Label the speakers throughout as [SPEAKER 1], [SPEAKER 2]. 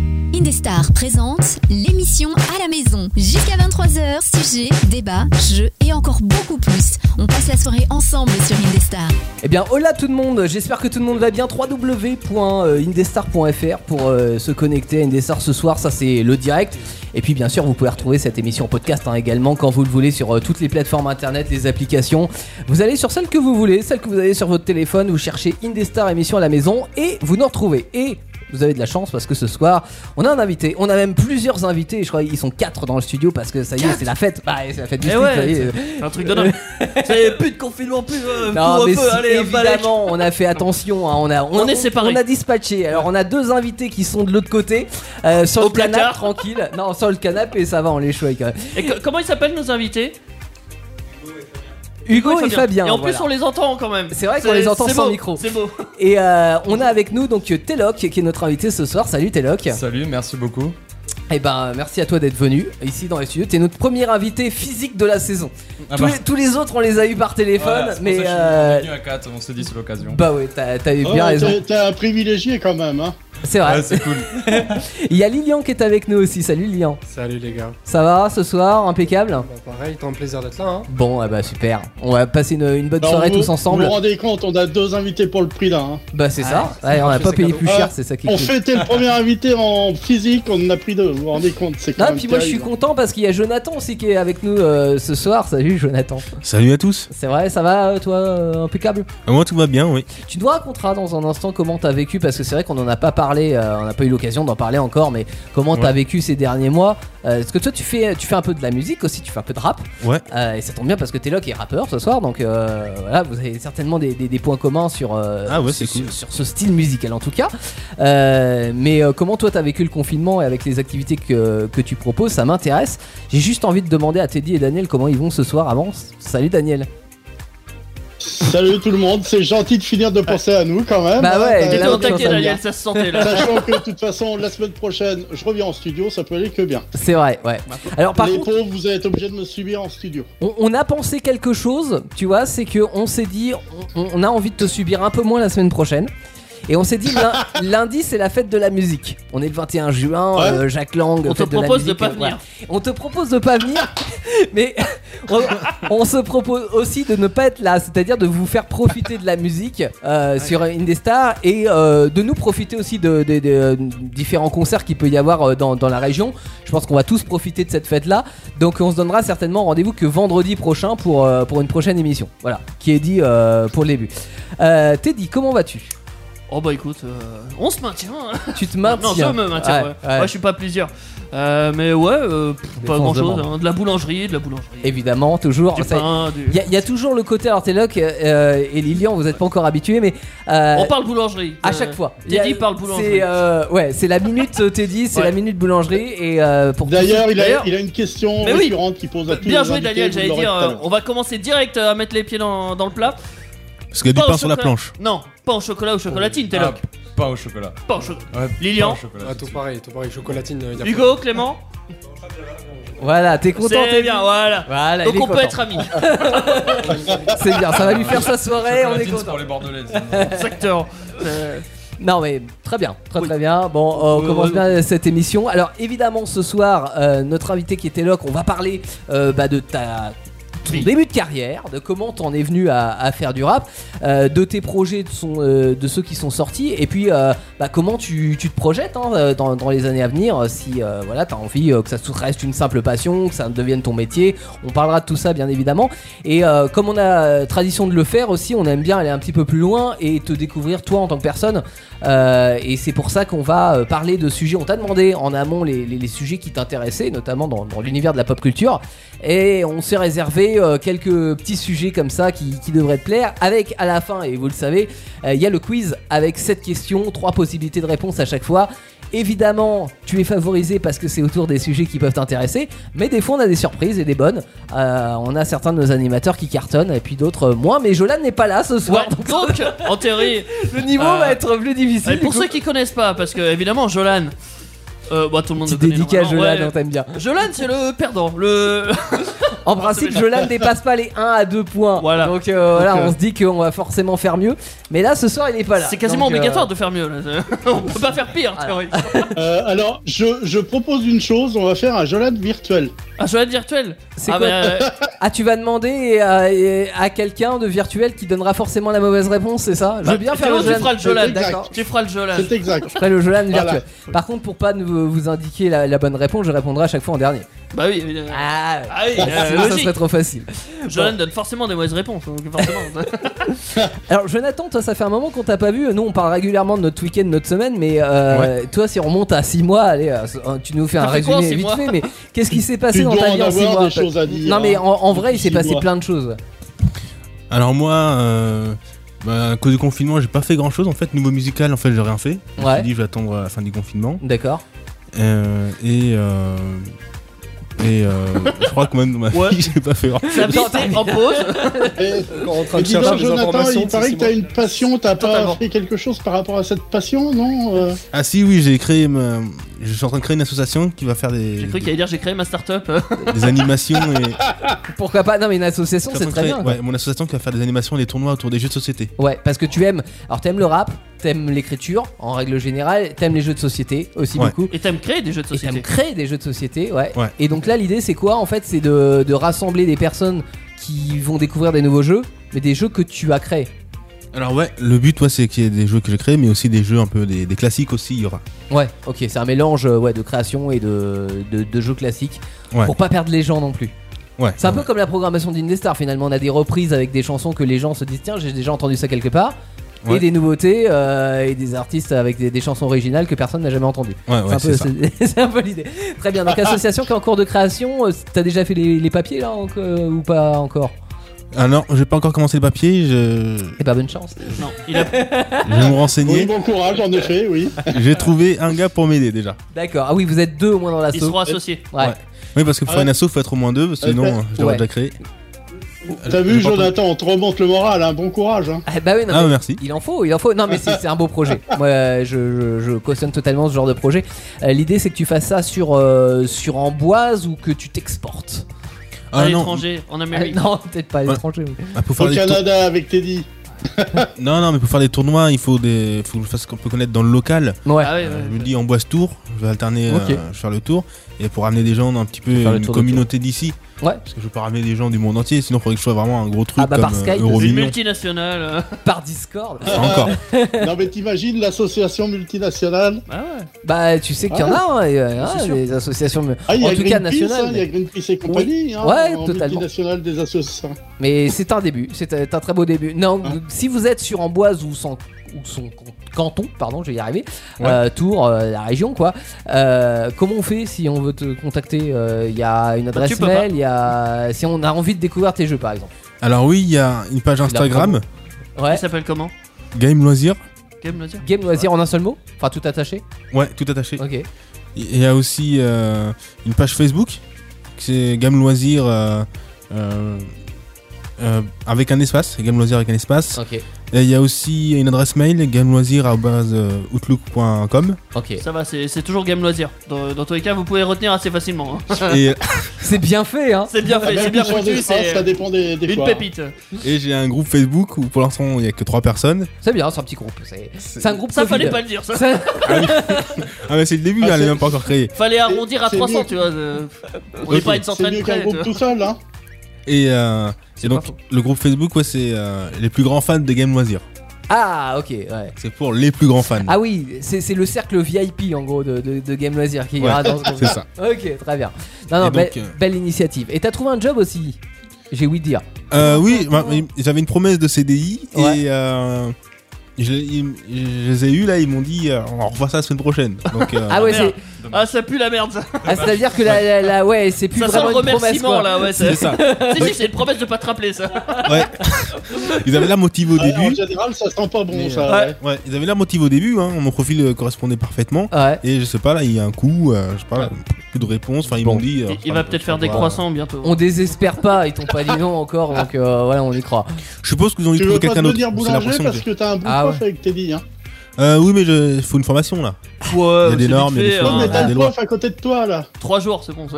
[SPEAKER 1] Marine Desstars présente l'émission à la maison. Jusqu'à 23h, sujets, débats, jeux et encore beaucoup plus. On passe la soirée ensemble sur Indestar.
[SPEAKER 2] Eh bien, hola tout le monde, j'espère que tout le monde va bien. euh, www.indestar.fr pour euh, se connecter à Indestar ce soir, ça c'est le direct. Et puis bien sûr, vous pouvez retrouver cette émission en podcast hein, également quand vous le voulez sur euh, toutes les plateformes internet, les applications. Vous allez sur celle que vous voulez, celle que vous avez sur votre téléphone, vous cherchez Indestar émission à la maison et vous nous retrouvez. Et vous avez de la chance parce que ce soir, on a un invité. On a même plusieurs invités. Je crois qu'ils sont quatre dans le studio parce que ça y est, c'est la fête. Bah, c'est la fête du
[SPEAKER 3] Mais
[SPEAKER 2] slip,
[SPEAKER 3] Eh ouais,
[SPEAKER 2] ça y est.
[SPEAKER 3] C'est un truc de dingue. C'est plus de confinement, plus euh,
[SPEAKER 2] Non, mais
[SPEAKER 3] couvre-feu,
[SPEAKER 2] si,
[SPEAKER 3] allez, balèche.
[SPEAKER 2] évidemment, on a fait attention. hein, on, a,
[SPEAKER 3] On est séparés.
[SPEAKER 2] On a dispatché. Alors, on a deux invités qui sont de l'autre côté, euh, sur
[SPEAKER 3] Au
[SPEAKER 2] le canapé,
[SPEAKER 3] placard.
[SPEAKER 2] tranquille. Non, sur le canapé, ça va, on les chouette quand même.
[SPEAKER 3] Et que- comment ils s'appellent nos invités
[SPEAKER 2] Hugo et Fabien.
[SPEAKER 3] Et en plus,
[SPEAKER 2] voilà.
[SPEAKER 3] on les entend quand même.
[SPEAKER 2] C'est vrai qu'on les entend
[SPEAKER 3] c'est
[SPEAKER 2] sans
[SPEAKER 3] beau,
[SPEAKER 2] micro.
[SPEAKER 3] C'est beau.
[SPEAKER 2] Et euh, on a avec nous donc Teloc qui est notre invité ce soir. Salut Teloc.
[SPEAKER 4] Salut, merci beaucoup.
[SPEAKER 2] Et ben, merci à toi d'être venu ici dans les studios. T'es notre premier invité physique de la saison.
[SPEAKER 4] Ah
[SPEAKER 2] tous,
[SPEAKER 4] bah.
[SPEAKER 2] les, tous les autres, on les a eu par téléphone,
[SPEAKER 4] Voilà, c'est pour
[SPEAKER 2] mais.
[SPEAKER 4] ça que je suis
[SPEAKER 2] euh,
[SPEAKER 4] venu à quatre, on se dit c'est l'occasion.
[SPEAKER 2] Bah ouais, t'as t'as eu
[SPEAKER 5] Ouais,
[SPEAKER 2] bien raison.
[SPEAKER 5] t'es- T'es Oh, un privilégié quand même, hein.
[SPEAKER 2] C'est vrai.
[SPEAKER 4] Ouais, c'est cool.
[SPEAKER 2] Il y a Lilian qui est avec nous aussi. Salut Lilian.
[SPEAKER 6] Salut les gars.
[SPEAKER 2] Ça va ce soir Impeccable
[SPEAKER 6] Bah, pareil, tant plaisir d'être là. Hein.
[SPEAKER 2] Bon, ah bah super. On va passer une, une bonne
[SPEAKER 5] Alors,
[SPEAKER 2] soirée
[SPEAKER 5] Bah, vous-
[SPEAKER 2] tous ensemble.
[SPEAKER 5] Vous vous rendez compte, on a deux invités pour le prix d'un. hein. Ah,
[SPEAKER 2] Bah c'est ça.
[SPEAKER 6] c'est
[SPEAKER 2] Ouais, on
[SPEAKER 6] bon,
[SPEAKER 2] n'a
[SPEAKER 6] je
[SPEAKER 2] pas
[SPEAKER 6] sais
[SPEAKER 2] payé
[SPEAKER 6] cadeau.
[SPEAKER 2] plus cher, c'est ça qui est
[SPEAKER 5] On
[SPEAKER 2] cool.
[SPEAKER 5] fêtait le premier invité en physique, on en a pris deux. Vous vous rendez compte, c'est quand
[SPEAKER 2] Non,
[SPEAKER 5] même
[SPEAKER 2] puis moi je suis
[SPEAKER 5] terrible.
[SPEAKER 2] content parce qu'il y a Jonathan aussi qui est avec nous euh, ce soir. Salut Jonathan.
[SPEAKER 7] Salut à tous.
[SPEAKER 2] C'est vrai, ça va euh, toi euh, Impeccable
[SPEAKER 7] Moi tout va bien, oui.
[SPEAKER 2] Tu nous raconteras dans un instant comment t'as vécu parce que c'est vrai qu'on en a pas parlé, euh, on n'a pas eu l'occasion d'en parler encore, mais comment t'as
[SPEAKER 7] Ouais.
[SPEAKER 2] vécu ces derniers mois. Euh, parce que toi tu fais, tu fais un peu de la musique aussi, tu fais un peu de rap.
[SPEAKER 7] Ouais.
[SPEAKER 2] Euh, et ça tombe bien parce que Teloc est rappeur ce soir, donc euh, voilà, vous avez certainement des, des- des points communs sur, euh,
[SPEAKER 7] Ah ouais,
[SPEAKER 2] sur,
[SPEAKER 7] c'est cool.
[SPEAKER 2] sur ce style musical en tout cas. Euh, mais euh, comment toi t'as vécu le confinement et avec les activités que, que tu proposes, ça m'intéresse. J'ai juste envie de demander à Teddy et Daniel comment ils vont ce soir avant. Salut Daniel.
[SPEAKER 5] Salut tout le monde, c'est gentil de finir de penser à nous quand même.
[SPEAKER 2] Bah
[SPEAKER 5] hein,
[SPEAKER 2] ouais,
[SPEAKER 5] t'as-
[SPEAKER 2] Et
[SPEAKER 3] T'étais
[SPEAKER 2] là,
[SPEAKER 3] au
[SPEAKER 2] on commence
[SPEAKER 3] taquet,
[SPEAKER 2] à
[SPEAKER 3] Daniel, ça se sentait là.
[SPEAKER 5] Sachant que de toute façon, la semaine prochaine, je reviens en studio, ça peut aller que bien.
[SPEAKER 2] C'est vrai, ouais. Alors par
[SPEAKER 5] Les
[SPEAKER 2] contre,
[SPEAKER 5] pauvres, vous êtes obligés de me subir en studio.
[SPEAKER 2] on, on a pensé quelque chose, tu vois, c'est que on s'est dit, on, on a envie de te subir un peu moins la semaine prochaine. Et on s'est dit, lun- lundi c'est la fête de la musique. On est le 21 juin,
[SPEAKER 5] Ouais.
[SPEAKER 2] euh, Jacques Lang,
[SPEAKER 3] On te
[SPEAKER 2] fête de la
[SPEAKER 3] propose de
[SPEAKER 2] musique,
[SPEAKER 3] pas
[SPEAKER 2] euh, voilà.
[SPEAKER 3] venir.
[SPEAKER 2] On te propose de pas venir, mais on, on se propose aussi de ne pas être là, c'est-à-dire de vous faire profiter de la musique euh, sur Indestar et euh, de nous profiter aussi de, de- de- de différents concerts qu'il peut y avoir euh, dans, dans la région. Je pense qu'on va tous profiter de cette fête-là, donc on se donnera certainement rendez-vous que vendredi prochain pour, euh, pour une prochaine émission. Voilà, qui est dit euh, pour le début. Euh, Teddy, comment vas-tu
[SPEAKER 3] Oh bah écoute, euh, on se maintient. hein.
[SPEAKER 2] Tu te maintiens
[SPEAKER 3] Non, je me maintiens.
[SPEAKER 2] Ouais,
[SPEAKER 3] ouais.
[SPEAKER 2] ouais.
[SPEAKER 3] Moi, je suis pas plusieurs. Euh, mais ouais, euh, pff,
[SPEAKER 2] Des
[SPEAKER 3] pas
[SPEAKER 2] fonces
[SPEAKER 3] grand
[SPEAKER 2] de
[SPEAKER 3] chose.
[SPEAKER 2] membres.
[SPEAKER 3] De la boulangerie, de la boulangerie.
[SPEAKER 2] Évidemment, toujours.
[SPEAKER 3] du
[SPEAKER 2] ça-
[SPEAKER 3] pain, du-
[SPEAKER 2] Il y, a- il y a toujours le côté alors Téloc, euh, euh, et Lilian, vous n'êtes pas encore habitués, mais euh,
[SPEAKER 3] On parle boulangerie.
[SPEAKER 2] à
[SPEAKER 3] Euh,
[SPEAKER 2] chaque fois.
[SPEAKER 3] Teddy
[SPEAKER 2] Il y a-
[SPEAKER 3] parle boulangerie.
[SPEAKER 2] C'est euh, ouais, c'est la minute euh, Teddy, c'est
[SPEAKER 3] Ouais.
[SPEAKER 2] la minute boulangerie et euh, pour
[SPEAKER 5] D'ailleurs, il, a-
[SPEAKER 3] D'ailleurs-
[SPEAKER 5] il a une question
[SPEAKER 3] Mais oui.
[SPEAKER 5] récurrente qu'il pose à tous
[SPEAKER 3] Bah, Bien
[SPEAKER 5] les
[SPEAKER 3] joué
[SPEAKER 5] invités,
[SPEAKER 3] Daniel,
[SPEAKER 5] vous
[SPEAKER 3] j'allais
[SPEAKER 5] l'aurez
[SPEAKER 3] dire,
[SPEAKER 5] tout à
[SPEAKER 3] euh,
[SPEAKER 5] l'heure.
[SPEAKER 3] on va commencer direct euh, à mettre les pieds dans, dans le plat.
[SPEAKER 7] Parce qu'il y a
[SPEAKER 3] Pas
[SPEAKER 7] du
[SPEAKER 3] au
[SPEAKER 7] pain sur la
[SPEAKER 3] chocolat.
[SPEAKER 7] planche.
[SPEAKER 3] Non, pas en chocolat ou chocolatine, t'es
[SPEAKER 4] Ah,
[SPEAKER 3] là.
[SPEAKER 4] pas au chocolat.
[SPEAKER 3] Pas en chocolat.
[SPEAKER 4] Ouais, pas
[SPEAKER 3] Lilian.
[SPEAKER 4] au chocolat.
[SPEAKER 6] Ah, tout pareil, tout pareil. Chocolatine, euh, y a
[SPEAKER 3] Hugo, Clément,
[SPEAKER 2] Voilà, t'es content
[SPEAKER 3] c'est
[SPEAKER 2] Teddy
[SPEAKER 3] bien, voilà.
[SPEAKER 2] Voilà,
[SPEAKER 3] Donc
[SPEAKER 2] il est
[SPEAKER 3] on peut
[SPEAKER 2] content.
[SPEAKER 3] être amis,
[SPEAKER 2] C'est bien, ça va lui faire sa soirée, on
[SPEAKER 4] Chocolatine,
[SPEAKER 2] est
[SPEAKER 4] c'est
[SPEAKER 2] content.
[SPEAKER 4] pour les bordelais.
[SPEAKER 3] exactement. Euh,
[SPEAKER 2] Non mais très bien, très
[SPEAKER 3] Oui.
[SPEAKER 2] très bien. Bon, on
[SPEAKER 3] Euh,
[SPEAKER 2] commence
[SPEAKER 3] ouais.
[SPEAKER 2] bien euh, cette émission. Alors évidemment ce soir, euh, notre invité qui était là, on va parler euh, bah, de ta ton
[SPEAKER 3] Oui.
[SPEAKER 2] début de carrière, de comment t'en es venu à, à faire du rap, euh, de tes projets, de, son, euh, de ceux qui sont sortis, et puis euh, bah, comment tu, tu te projettes hein, euh, dans, dans les années à venir, euh, si euh, voilà, t'as envie euh, que ça se- reste une simple passion, que ça devienne ton métier, on parlera de tout ça bien évidemment. Et euh, comme on a euh, tradition de le faire aussi, on aime bien aller un petit peu plus loin et te découvrir toi en tant que personne. Euh, et c'est pour ça qu'on va euh, parler de sujets. On t'a demandé en amont les, les- les sujets qui t'intéressaient, notamment dans, dans l'univers de la pop culture. Et on s'est réservé euh, quelques petits sujets comme ça qui, qui devraient te plaire. Avec à la fin, et vous le savez, euh, il y a le quiz avec 7 questions, trois possibilités de réponse à chaque fois. Évidemment, tu es favorisé parce que c'est autour des sujets qui peuvent t'intéresser, mais des fois on a des surprises et des bonnes. Euh, on a certains de nos animateurs qui cartonnent et puis d'autres euh, moins, mais Jolan n'est pas là ce soir,
[SPEAKER 3] ouais,
[SPEAKER 2] donc
[SPEAKER 3] donc, en théorie,
[SPEAKER 2] le niveau
[SPEAKER 3] Euh,
[SPEAKER 2] va être plus difficile.
[SPEAKER 3] et pour
[SPEAKER 2] du coup.
[SPEAKER 3] ceux qui connaissent pas, parce que évidemment, Jolan, euh, bah, tout le monde
[SPEAKER 2] Petit
[SPEAKER 3] le connaît.
[SPEAKER 2] dédicace
[SPEAKER 3] normalement,
[SPEAKER 2] Jolan,
[SPEAKER 3] ouais.
[SPEAKER 2] on t'aime bien.
[SPEAKER 3] Jolan, c'est le perdant, le.
[SPEAKER 2] En principe, Jolan ne dépasse pas les 1 à 2 points.
[SPEAKER 3] Voilà.
[SPEAKER 2] Donc euh, voilà,
[SPEAKER 3] Donc, euh,
[SPEAKER 2] on se dit qu'on va forcément faire mieux. Mais là, ce soir, il est pas là.
[SPEAKER 3] C'est quasiment
[SPEAKER 2] Donc, euh,
[SPEAKER 3] obligatoire de faire mieux. Là. On peut pas faire pire.
[SPEAKER 2] Voilà.
[SPEAKER 3] théoriquement.
[SPEAKER 5] Euh, alors, je, je propose une chose, on va faire un Jolan virtuel.
[SPEAKER 3] Ah, Jolan virtuel.
[SPEAKER 2] C'est
[SPEAKER 3] ah,
[SPEAKER 2] quoi
[SPEAKER 3] bah, euh,
[SPEAKER 2] Ah, tu vas demander à, et- à quelqu'un de virtuel qui donnera forcément la mauvaise réponse, c'est ça Je veux bien
[SPEAKER 3] Bah,
[SPEAKER 2] faire
[SPEAKER 3] Théo,
[SPEAKER 2] le
[SPEAKER 3] tu
[SPEAKER 2] Jolan.
[SPEAKER 3] feras le Jolan.
[SPEAKER 2] D'accord.
[SPEAKER 3] tu feras le Jolan.
[SPEAKER 5] C'est exact.
[SPEAKER 2] Je ferai le Jolan virtuel.
[SPEAKER 5] Voilà.
[SPEAKER 2] Par contre, pour pas ne vous indiquer la, la bonne réponse, je répondrai à chaque fois en dernier.
[SPEAKER 3] Bah oui. euh,
[SPEAKER 2] Ah,
[SPEAKER 3] Ah oui,
[SPEAKER 2] sinon,
[SPEAKER 3] euh,
[SPEAKER 2] ça
[SPEAKER 3] logique.
[SPEAKER 2] serait trop facile.
[SPEAKER 3] Jolan donne forcément des mauvaises réponses. donc forcément.
[SPEAKER 2] Alors, Jonathan, toi, ça fait un moment qu'on t'a pas vu. Nous, on parle régulièrement de notre week-end, de notre semaine, mais euh, toi, si on remonte à 6 mois, allez, euh, tu nous fais un
[SPEAKER 3] T'as fait quoi en
[SPEAKER 2] résumé
[SPEAKER 3] six
[SPEAKER 2] vite
[SPEAKER 3] mois
[SPEAKER 2] fait. Mais qu'est-ce qui s'est
[SPEAKER 5] Tu
[SPEAKER 2] passé dans
[SPEAKER 5] dois
[SPEAKER 2] ta
[SPEAKER 5] en
[SPEAKER 2] vie en 6
[SPEAKER 5] avoir
[SPEAKER 2] mois
[SPEAKER 5] des choses à dire.
[SPEAKER 2] Non, mais en, en
[SPEAKER 5] hein,
[SPEAKER 2] vrai, il
[SPEAKER 5] depuis
[SPEAKER 2] s'est
[SPEAKER 5] six
[SPEAKER 2] passé
[SPEAKER 5] mois.
[SPEAKER 2] plein de choses.
[SPEAKER 7] Alors moi, euh, bah, à cause du confinement, j'ai pas fait grand chose en fait. Niveau musical, en fait, j'ai rien fait. Je me
[SPEAKER 2] Ouais.
[SPEAKER 7] suis dit, je vais attendre la fin du confinement.
[SPEAKER 2] D'accord.
[SPEAKER 7] Euh, et euh, et euh, je crois que même dans ma vie,
[SPEAKER 3] Ouais.
[SPEAKER 7] j'ai pas fait grand chose.
[SPEAKER 3] Sa vie était en pause.
[SPEAKER 5] Et-
[SPEAKER 6] Encore en train
[SPEAKER 5] et
[SPEAKER 6] de
[SPEAKER 5] dis donc,
[SPEAKER 6] chercher des
[SPEAKER 5] Jonathan,
[SPEAKER 6] informations.
[SPEAKER 5] il paraît que t'as une passion, t'as
[SPEAKER 3] Totalement.
[SPEAKER 5] pas fait quelque chose par rapport à cette passion, non euh
[SPEAKER 7] Ah si, oui, j'ai créé. ma- Je suis en train de créer une association qui va faire des,
[SPEAKER 3] J'ai cru qu'il allait dire j'ai créé ma start-up.
[SPEAKER 7] des animations et.
[SPEAKER 2] Pourquoi pas Non, mais une association,
[SPEAKER 7] Je suis
[SPEAKER 2] c'est
[SPEAKER 7] en train de créer-
[SPEAKER 2] très bien. quoi.
[SPEAKER 7] ouais, mon association qui va faire des animations et des tournois autour des jeux de société.
[SPEAKER 2] Ouais, parce que tu aimes. Alors, t'aimes le rap, t'aimes l'écriture en règle générale, t'aimes les jeux de société aussi
[SPEAKER 7] Ouais.
[SPEAKER 2] beaucoup.
[SPEAKER 3] Et t'aimes créer des jeux de
[SPEAKER 2] Et t'aimes
[SPEAKER 3] société.
[SPEAKER 2] créer des jeux de société, ouais.
[SPEAKER 7] Ouais.
[SPEAKER 2] Et donc là, l'idée, c'est quoi En fait, c'est de, de rassembler des personnes qui vont découvrir des nouveaux jeux, mais des jeux que tu as créés.
[SPEAKER 7] Alors ouais, le but ouais, c'est qu'il y ait des jeux que j'ai créés, mais aussi des jeux un peu des, des classiques aussi, il y aura.
[SPEAKER 2] Ouais, ok, c'est un mélange euh, ouais, de création et de, de, de jeux classiques
[SPEAKER 7] Ouais.
[SPEAKER 2] pour pas perdre les gens non plus.
[SPEAKER 7] Ouais.
[SPEAKER 2] C'est un peu comme la programmation d'Indestar finalement. On a des reprises avec des chansons que les gens se disent tiens, j'ai déjà entendu ça quelque part. Et
[SPEAKER 7] Ouais.
[SPEAKER 2] des nouveautés euh, et des artistes avec des, des chansons originales que personne n'a jamais entendues.
[SPEAKER 7] Ouais, ouais,
[SPEAKER 2] C'est un
[SPEAKER 7] c'est ça.
[SPEAKER 2] peu- c'est c'est un peu l'idée. Très bien. Donc association qui est en cours de création. euh, T'as déjà fait les, les papiers là en- euh, ou pas encore
[SPEAKER 7] Ah non, j'ai pas encore commencé le papier, je,
[SPEAKER 2] Eh bah bonne chance.
[SPEAKER 3] Non, il a
[SPEAKER 7] je vais me
[SPEAKER 5] Oui,
[SPEAKER 7] renseigner.
[SPEAKER 5] bon courage, en effet, oui.
[SPEAKER 7] J'ai trouvé un gars pour m'aider déjà.
[SPEAKER 2] D'accord. Ah oui, vous êtes deux au moins dans la
[SPEAKER 3] Ils seront associés.
[SPEAKER 2] Ouais.
[SPEAKER 7] Ouais. Oui, parce que pour
[SPEAKER 5] Ah.
[SPEAKER 7] faire une asso, faut être au moins deux, parce que
[SPEAKER 5] Euh,
[SPEAKER 7] sinon
[SPEAKER 5] t'as-
[SPEAKER 7] euh, je l'aurais
[SPEAKER 2] ouais.
[SPEAKER 7] déjà créé.
[SPEAKER 5] T'as
[SPEAKER 7] J'ai
[SPEAKER 5] vu,
[SPEAKER 7] pas
[SPEAKER 5] Jonathan, on te remonte le moral, hein, bon courage. Hein.
[SPEAKER 2] Ah bah oui, non,
[SPEAKER 7] Ah
[SPEAKER 2] mais-
[SPEAKER 7] merci.
[SPEAKER 2] Il en faut, il en faut. Non, mais c'est c'est un beau projet. Moi, euh, je, je- je cautionne totalement ce genre de projet. Euh, L'idée, c'est que tu fasses ça sur, euh, sur Amboise ou que tu t'exportes. Ah,
[SPEAKER 7] Ah
[SPEAKER 3] à
[SPEAKER 7] non,
[SPEAKER 3] l'étranger, en Amérique.
[SPEAKER 2] non, peut-être pas à
[SPEAKER 7] Ouais.
[SPEAKER 2] l'étranger. mais-
[SPEAKER 7] ah, pour
[SPEAKER 5] Au
[SPEAKER 7] faire des tour-
[SPEAKER 5] Canada, avec Teddy.
[SPEAKER 7] non, non, mais pour faire des tournois, il faut des, faut que je fasse ce qu'on peut connaître dans le local.
[SPEAKER 2] Ouais.
[SPEAKER 3] Ah ouais, ouais,
[SPEAKER 7] Euh, je
[SPEAKER 3] ouais.
[SPEAKER 7] me dis en boise tour, je vais alterner,
[SPEAKER 2] Ok.
[SPEAKER 7] euh, je vais faire le tour, et pour amener des gens un petit peu
[SPEAKER 2] Faire le
[SPEAKER 7] une
[SPEAKER 2] tour de
[SPEAKER 7] communauté d'ici.
[SPEAKER 2] Ouais.
[SPEAKER 7] Parce que je peux pas ramener des gens du monde entier, sinon il faudrait que je sois vraiment un gros truc
[SPEAKER 2] Ah bah,
[SPEAKER 7] comme
[SPEAKER 2] par Skype,
[SPEAKER 7] euh,
[SPEAKER 3] Une
[SPEAKER 7] Euromillions.
[SPEAKER 3] multinationale. euh.
[SPEAKER 2] Par Discord.
[SPEAKER 7] Enfin, encore.
[SPEAKER 5] non, mais t'imagines l'association multinationale
[SPEAKER 3] Ah ouais.
[SPEAKER 2] Bah, tu sais qu'il y en a, hein, et, euh, hein, des associations. mais-
[SPEAKER 5] Ah, il y
[SPEAKER 2] en
[SPEAKER 5] a
[SPEAKER 2] tout cas,
[SPEAKER 5] Greenpeace,
[SPEAKER 2] nationales.
[SPEAKER 5] hein, il y a
[SPEAKER 2] mais
[SPEAKER 5] Greenpeace et compagnie, hein,
[SPEAKER 2] Ouais,
[SPEAKER 5] en
[SPEAKER 2] totalement.
[SPEAKER 5] multinationale des associations.
[SPEAKER 2] mais c'est un début. C'est un, c'est un très beau début. Non,
[SPEAKER 5] Hein.
[SPEAKER 2] si vous êtes sur Amboise ou sans ou son con- canton, pardon, je vais y arriver,
[SPEAKER 7] Ouais.
[SPEAKER 2] euh, Tours, euh, la région quoi. Euh, comment on fait si on veut te contacter Il y a une adresse
[SPEAKER 3] Bah, tu peux pas.
[SPEAKER 2] mail, il y a si on a envie de découvrir tes jeux par exemple.
[SPEAKER 7] Alors oui, il y a une page Instagram,
[SPEAKER 2] Ouais.
[SPEAKER 3] Il s'appelle comment
[SPEAKER 7] Game Loisirs.
[SPEAKER 3] Game le dire
[SPEAKER 2] Game loisir en un seul mot Enfin tout attaché
[SPEAKER 7] Ouais, tout attaché.
[SPEAKER 2] Ok.
[SPEAKER 7] Il y a aussi euh, une page Facebook, c'est Game Loisirs euh, euh, euh, avec un espace, Game Loisirs avec un espace.
[SPEAKER 2] Ok.
[SPEAKER 7] Et il y a aussi une adresse mail, euh, gameloisirs.outlook.com.
[SPEAKER 2] Ok.
[SPEAKER 3] Ça va, c'est c'est toujours Game Loisir. Dans, dans tous les cas, vous pouvez retenir assez facilement. hein.
[SPEAKER 2] Ah.
[SPEAKER 7] et
[SPEAKER 2] C'est bien fait hein
[SPEAKER 3] C'est bien fait, c'est
[SPEAKER 5] Même
[SPEAKER 3] bien
[SPEAKER 5] sur des
[SPEAKER 3] foutu,
[SPEAKER 5] phrases, euh, Ah, Ça
[SPEAKER 3] c'est
[SPEAKER 5] dépend des, des
[SPEAKER 3] une
[SPEAKER 5] fois.
[SPEAKER 3] pépite.
[SPEAKER 7] et j'ai un groupe Facebook où pour l'instant il n'y a que trois personnes.
[SPEAKER 2] C'est bien, c'est un petit groupe. C'est c'est un groupe
[SPEAKER 3] Ça
[SPEAKER 2] Covid.
[SPEAKER 3] fallait pas le dire, ça.
[SPEAKER 2] Ça-
[SPEAKER 7] Ah mais c'est le début,
[SPEAKER 5] Ah,
[SPEAKER 7] hein, elle
[SPEAKER 5] c'est-
[SPEAKER 7] n'est même pas encore créée.
[SPEAKER 3] Fallait arrondir à
[SPEAKER 5] c'est
[SPEAKER 3] 300,
[SPEAKER 5] mieux.
[SPEAKER 3] tu vois. euh, On n'est
[SPEAKER 7] Ok.
[SPEAKER 3] pas à une
[SPEAKER 5] C'est
[SPEAKER 3] centaine
[SPEAKER 5] mieux qu'un
[SPEAKER 3] près, tu
[SPEAKER 5] groupe
[SPEAKER 3] vois.
[SPEAKER 5] tout seul, hein.
[SPEAKER 7] Et, euh, et donc
[SPEAKER 2] pas faux.
[SPEAKER 7] le groupe Facebook, ouais, c'est euh, les plus grands fans de Game Loisirs.
[SPEAKER 2] Ah ok ouais.
[SPEAKER 7] C'est pour les plus grands fans.
[SPEAKER 2] Ah oui, c'est c'est le cercle VIP en gros de, de- de Game Loisir qui ira
[SPEAKER 7] Ouais,
[SPEAKER 2] dans ce groupe.
[SPEAKER 7] c'est ça.
[SPEAKER 2] Ok, très bien. Non, non,
[SPEAKER 7] Et donc,
[SPEAKER 2] belle-
[SPEAKER 7] euh,
[SPEAKER 2] belle initiative. Et t'as trouvé un job aussi J'ai ouï dire.
[SPEAKER 7] Euh, oui, bah, mais j'avais une promesse de CDI
[SPEAKER 2] Ouais.
[SPEAKER 7] et euh, je, l'ai- ils- je les ai eus là, ils m'ont dit euh, on revoit ça la semaine prochaine. Donc, euh,
[SPEAKER 2] Ah ouais,
[SPEAKER 3] merde.
[SPEAKER 2] c'est
[SPEAKER 3] Ah, ça pue la merde, ça.
[SPEAKER 2] ah, c'est-à-dire que la, la- la- ouais, c'est plus
[SPEAKER 3] Ça sent
[SPEAKER 2] vraiment
[SPEAKER 3] le
[SPEAKER 2] une promesse.
[SPEAKER 3] remerciement,
[SPEAKER 2] quoi.
[SPEAKER 3] là, ouais.
[SPEAKER 7] c'est
[SPEAKER 3] ça-
[SPEAKER 7] ça.
[SPEAKER 3] Si, si, c'est une promesse de pas te rappeler, ça.
[SPEAKER 7] Ouais. ils avaient la motive au
[SPEAKER 5] Ouais, Ah, En
[SPEAKER 7] début.
[SPEAKER 5] général, ça sent pas bon,
[SPEAKER 7] Mais,
[SPEAKER 5] ça.
[SPEAKER 3] euh,
[SPEAKER 5] ouais.
[SPEAKER 7] Ouais, ils avaient la motive au début. Hein, mon profil euh, correspondait parfaitement.
[SPEAKER 2] Ouais.
[SPEAKER 7] Et je sais pas là, il y a un coup, euh, je sais pas, plus de réponse. Enfin, ils
[SPEAKER 2] Bon.
[SPEAKER 7] m'ont dit. euh,
[SPEAKER 3] Il- Il
[SPEAKER 7] enfin,
[SPEAKER 3] va peut-être faire des
[SPEAKER 7] voilà.
[SPEAKER 3] croissants bientôt.
[SPEAKER 2] On désespère pas, ils t'ont pas dit non encore,
[SPEAKER 7] Ah.
[SPEAKER 2] donc euh, voilà, on y croit.
[SPEAKER 7] Je suppose qu'ils ont dû
[SPEAKER 5] Tu veux
[SPEAKER 7] trouver
[SPEAKER 5] pas
[SPEAKER 7] quelqu'un d'autre.
[SPEAKER 5] devenir
[SPEAKER 7] C'est
[SPEAKER 5] boulanger
[SPEAKER 7] l'impression que
[SPEAKER 5] parce
[SPEAKER 7] j'ai.
[SPEAKER 5] que t'as un bon
[SPEAKER 2] Ah
[SPEAKER 5] prof avec Teddy, hein.
[SPEAKER 7] Euh, oui, mais il faut une formation là.
[SPEAKER 3] Ouais,
[SPEAKER 7] Il y a des
[SPEAKER 3] c'est
[SPEAKER 7] normes,
[SPEAKER 3] vite
[SPEAKER 7] il y a
[SPEAKER 3] fait,
[SPEAKER 7] des
[SPEAKER 5] Non,
[SPEAKER 3] hein.
[SPEAKER 5] mais t'as
[SPEAKER 7] des
[SPEAKER 5] le
[SPEAKER 7] lois.
[SPEAKER 5] prof à côté de toi là.
[SPEAKER 3] Trois jours, c'est bon. ça.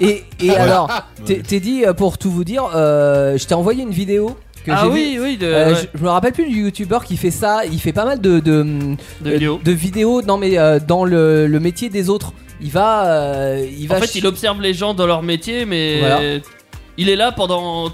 [SPEAKER 2] Et, et alors,
[SPEAKER 7] Ah, Ouais.
[SPEAKER 2] t'es Teddy, euh, pour tout vous dire, euh, je t'ai envoyé une vidéo que
[SPEAKER 3] Ah
[SPEAKER 2] j'ai vue.
[SPEAKER 3] oui, oui, de,
[SPEAKER 2] Euh,
[SPEAKER 3] ouais,
[SPEAKER 2] je, je me rappelle plus du youtubeur qui fait ça. Il fait pas mal de, de,
[SPEAKER 3] de
[SPEAKER 2] euh,
[SPEAKER 3] vidéo.
[SPEAKER 2] de vidéos, non mais euh, dans le, le métier des autres. Il va, euh, il va.
[SPEAKER 3] En fait,
[SPEAKER 2] ch-
[SPEAKER 3] il observe les gens dans leur métier, mais
[SPEAKER 2] Voilà.
[SPEAKER 3] il est là pendant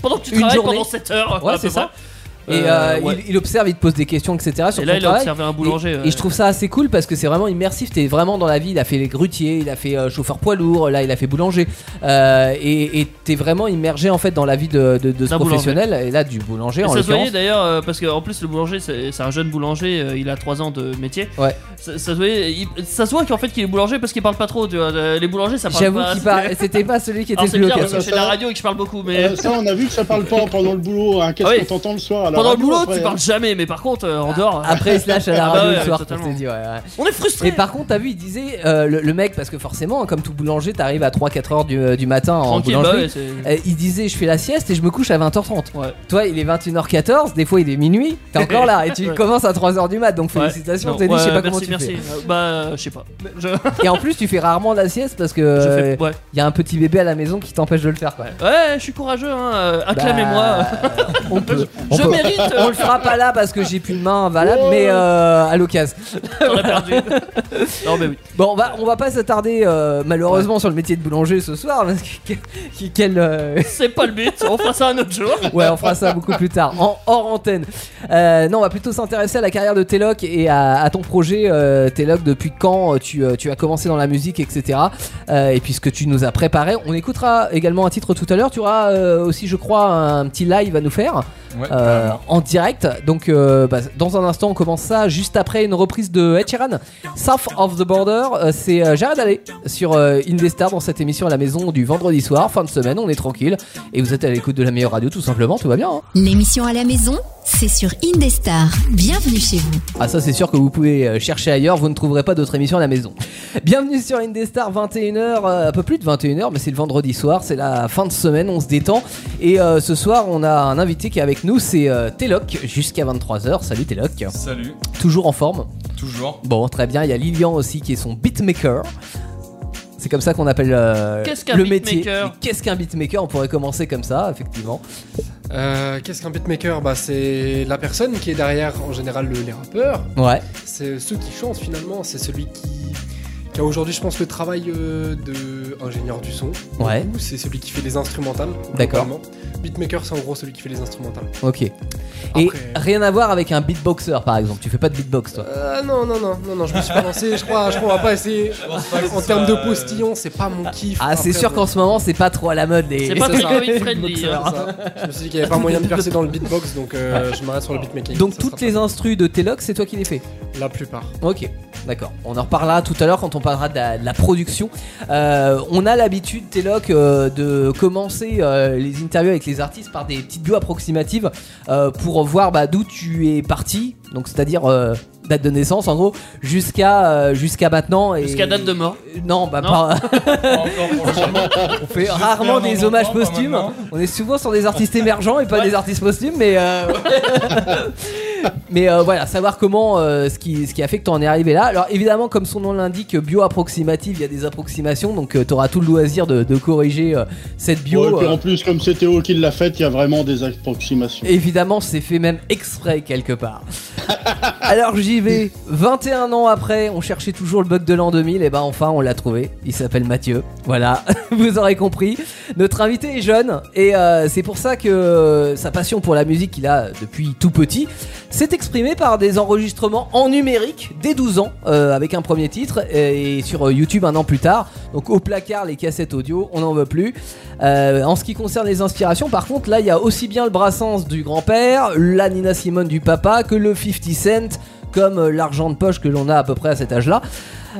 [SPEAKER 3] pendant que tu
[SPEAKER 2] Une
[SPEAKER 3] travailles
[SPEAKER 2] journée.
[SPEAKER 3] pendant 7 heures.
[SPEAKER 2] Ouais,
[SPEAKER 3] à peu
[SPEAKER 2] c'est ça.
[SPEAKER 3] près.
[SPEAKER 2] et
[SPEAKER 3] Euh,
[SPEAKER 2] euh,
[SPEAKER 3] ouais.
[SPEAKER 2] il, il observe, il te pose des questions, etc. Sur son
[SPEAKER 3] Et là, il a
[SPEAKER 2] travail.
[SPEAKER 3] observé un boulanger.
[SPEAKER 2] Et je trouve ça assez cool parce que c'est vraiment immersif. T'es vraiment dans la vie. Il a fait les grutiers, il a fait euh, chauffeur poids lourd, là il a fait boulanger. Euh, et et t'es vraiment immergé en fait dans la vie de, de, de ce
[SPEAKER 3] D'un boulanger.
[SPEAKER 2] professionnel et là du boulanger
[SPEAKER 3] Et
[SPEAKER 2] en
[SPEAKER 3] ça se
[SPEAKER 2] l'occurrence.
[SPEAKER 3] voyait d'ailleurs, euh, parce qu'en plus le boulanger, c'est c'est un jeune boulanger, euh, il a 3 ans de métier.
[SPEAKER 2] Ouais.
[SPEAKER 3] Ça, ça se voyait, il- ça se voit qu'en fait qu'il est boulanger parce qu'il parle pas trop. Tu vois, euh, les boulangers, ça parle
[SPEAKER 2] J'avoue
[SPEAKER 3] pas.
[SPEAKER 2] qu'il parle. C'était pas celui qui était
[SPEAKER 3] Alors
[SPEAKER 2] le
[SPEAKER 3] c'est
[SPEAKER 2] plus
[SPEAKER 3] bizarre
[SPEAKER 2] local.
[SPEAKER 3] parce que je fais de la radio et que je parle beaucoup, mais
[SPEAKER 5] Euh, ça, on a vu que ça parle pas pendant le boulot. hein. Qu'est-ce
[SPEAKER 3] Ah oui.
[SPEAKER 5] qu'on t'entend le soir à la
[SPEAKER 3] pendant le
[SPEAKER 5] radio,
[SPEAKER 3] boulot,
[SPEAKER 5] après,
[SPEAKER 3] tu
[SPEAKER 5] hein.
[SPEAKER 3] parles jamais. Mais par contre, euh, en dehors, euh,
[SPEAKER 2] Ah, Après, il se lâche à la
[SPEAKER 3] Ah bah
[SPEAKER 2] radio
[SPEAKER 3] ouais,
[SPEAKER 2] le soir. pour
[SPEAKER 3] totalement.
[SPEAKER 2] se dire, ouais, ouais.
[SPEAKER 3] on est
[SPEAKER 2] Mais
[SPEAKER 3] frustré.
[SPEAKER 2] par contre, t'as vu, il disait euh, le, le mec, parce que forcément, hein, comme tout boulanger, t'arrives à 3-4 heures du, du matin en
[SPEAKER 3] Tranquille, bah
[SPEAKER 2] boulangerie.
[SPEAKER 3] ouais, c'est-
[SPEAKER 2] Euh, il disait je fais la sieste et je me couche à 20h30.
[SPEAKER 3] Ouais.
[SPEAKER 2] Toi il est 21h14, des fois il est minuit, t'es encore là et tu
[SPEAKER 3] Ouais.
[SPEAKER 2] commences à 3h du mat donc
[SPEAKER 3] Ouais.
[SPEAKER 2] félicitations
[SPEAKER 3] Non,
[SPEAKER 2] Teddy, je sais
[SPEAKER 3] ouais,
[SPEAKER 2] pas comment
[SPEAKER 3] merci,
[SPEAKER 2] tu
[SPEAKER 3] merci. Euh, Bah, euh, je sais pas. Je- je
[SPEAKER 2] fais. Et en plus tu fais rarement la sieste parce que
[SPEAKER 3] fais-
[SPEAKER 2] euh,
[SPEAKER 3] ouais.
[SPEAKER 2] y a un petit bébé à la maison qui t'empêche de le faire quoi.
[SPEAKER 3] Ouais, je suis courageux, hein. euh,
[SPEAKER 2] Bah,
[SPEAKER 3] acclamez-moi.
[SPEAKER 2] euh, on peut. On
[SPEAKER 3] je
[SPEAKER 2] peut.
[SPEAKER 3] mérite,
[SPEAKER 2] On
[SPEAKER 3] euh,
[SPEAKER 2] le fera pas là parce que j'ai plus de main valable, mais euh, à l'occasion.
[SPEAKER 3] on l'a perdu. non, mais oui.
[SPEAKER 2] Bon, on va, on va pas s'attarder euh, malheureusement sur le métier de boulanger ce soir parce que que- quel, euh,
[SPEAKER 3] C'est pas le but, on fera ça un autre jour.
[SPEAKER 2] Ouais, on fera ça beaucoup plus tard, en hors antenne. Euh, non, on va plutôt s'intéresser à la carrière de Teloc et à, à ton projet euh, Teloc. Depuis quand euh, tu, euh, tu as commencé dans la musique, etc. Euh, et puis ce que tu nous as préparé, on écoutera également un titre tout à l'heure. Tu auras euh, aussi, je crois, un petit live à nous faire
[SPEAKER 4] Ouais,
[SPEAKER 2] euh,
[SPEAKER 4] carrément.
[SPEAKER 2] en direct. Donc, euh, bah, dans un instant, on commence ça juste après une reprise de Ed Sheeran, South of the Border. Euh, c'est euh, Jared Allais sur euh, Indestar dans cette émission à la maison du vendredi soir, fin de semaine. On est tranquille et vous êtes à l'écoute de la meilleure radio, tout simplement. Tout va bien. hein.
[SPEAKER 1] L'émission à la maison, c'est sur Indestar. Bienvenue chez vous.
[SPEAKER 2] Ah ça c'est sûr que vous pouvez euh, chercher ailleurs, vous ne trouverez pas d'autres émissions à la maison. Bienvenue sur Indestar 21h, euh, un peu plus de 21h mais c'est le vendredi soir, c'est la fin de semaine, on se détend et euh, ce soir on a un invité qui est avec nous, c'est euh, Téloc jusqu'à 23h. Salut Téloc,
[SPEAKER 4] Salut,
[SPEAKER 2] toujours en forme.
[SPEAKER 4] toujours.
[SPEAKER 2] Bon, très bien, il y a Lilian aussi qui est son beatmaker. C'est comme ça qu'on appelle euh,
[SPEAKER 3] Qu'est-ce qu'un
[SPEAKER 2] le métier.
[SPEAKER 3] beatmaker
[SPEAKER 2] Mais Qu'est-ce qu'un beatmaker On pourrait commencer comme ça, effectivement.
[SPEAKER 6] Euh, Qu'est-ce qu'un beatmaker Bah, c'est la personne qui est derrière, en général, le- les rappeurs.
[SPEAKER 2] Ouais.
[SPEAKER 6] C'est ceux qui chantent finalement. C'est celui qui, qui a aujourd'hui, je pense, le travail euh, de ingénieur du son.
[SPEAKER 2] Ouais.
[SPEAKER 6] Beaucoup. C'est celui qui fait les instrumentales.
[SPEAKER 2] D'accord.
[SPEAKER 6] globalement. Beatmaker, c'est en gros celui qui fait les instrumentales.
[SPEAKER 2] Ok. Et
[SPEAKER 6] Après-
[SPEAKER 2] rien à voir avec un beatboxer par exemple. Tu fais pas de beatbox toi.
[SPEAKER 6] Euh, non, non, non, non, non, je me suis pas lancé, je crois, je crois, on va pas essayer. En termes de postillon, c'est pas mon kiff.
[SPEAKER 2] Ah, c'est
[SPEAKER 6] Après,
[SPEAKER 2] sûr qu'en ce moment, c'est pas trop à la mode les.
[SPEAKER 3] C'est pas
[SPEAKER 6] c'est
[SPEAKER 3] très
[SPEAKER 6] ça.
[SPEAKER 3] Covid friendly.
[SPEAKER 6] bon,
[SPEAKER 3] hein.
[SPEAKER 6] ça, Je me suis dit qu'il y avait pas moyen de percer dans le beatbox, donc euh, je m'arrête sur le beatmaking.
[SPEAKER 2] Donc
[SPEAKER 6] Ça
[SPEAKER 2] toutes
[SPEAKER 6] sera
[SPEAKER 2] les instrus de Telox, c'est toi qui les fais.
[SPEAKER 6] pas- La plupart.
[SPEAKER 2] Ok, d'accord. On en reparlera tout à l'heure quand on parlera de la, de la production. Euh, on a l'habitude, Teloc, euh, de commencer euh, les interviews avec les artistes par des petites bio approximatives euh, pour voir bah, d'où tu es parti. Donc c'est-à-dire euh, date de naissance en gros jusqu'à euh, jusqu'à maintenant et
[SPEAKER 3] Jusqu'à date de mort.
[SPEAKER 2] Non, bah
[SPEAKER 3] Non.
[SPEAKER 2] pas.
[SPEAKER 4] Pas encore pour le moment.
[SPEAKER 2] On fait
[SPEAKER 4] J'espère
[SPEAKER 2] rarement
[SPEAKER 4] un
[SPEAKER 2] des
[SPEAKER 4] moment,
[SPEAKER 2] hommages
[SPEAKER 4] pas
[SPEAKER 2] posthumes.
[SPEAKER 4] maintenant.
[SPEAKER 2] On est souvent sur des artistes émergents et pas des artistes posthumes, mais euh, ouais. mais euh, voilà, savoir comment euh, ce qui ce qui a fait que t'en es arrivé là. Alors évidemment, comme son nom l'indique, bio approximative, il y a des approximations, donc tu t'auras tout le loisir de, de corriger euh, cette bio.
[SPEAKER 5] Ouais, et puis
[SPEAKER 2] euh,
[SPEAKER 5] en plus, comme c'est Théo qui l'a faite, il y a vraiment des approximations.
[SPEAKER 2] Évidemment, c'est fait même exprès quelque part. Alors j'y vais. 21 ans après, on cherchait toujours le bug de l'an 2000, et ben enfin on l'a trouvé. Il s'appelle Mathieu. Voilà, vous aurez compris. Notre invité est jeune, et euh, c'est pour ça que euh, sa passion pour la musique qu'il a depuis tout petit s'est exprimée par des enregistrements en numérique dès 12 ans, euh, avec un premier titre, et, et sur euh, YouTube un an plus tard. Donc au placard, les cassettes audio, on n'en veut plus. Euh, en ce qui concerne les inspirations, par contre, là, il y a aussi bien le Brassens du grand-père, la Nina Simone du papa, que le 50 Cent, comme euh, l'argent de poche que l'on a à peu près à cet âge-là.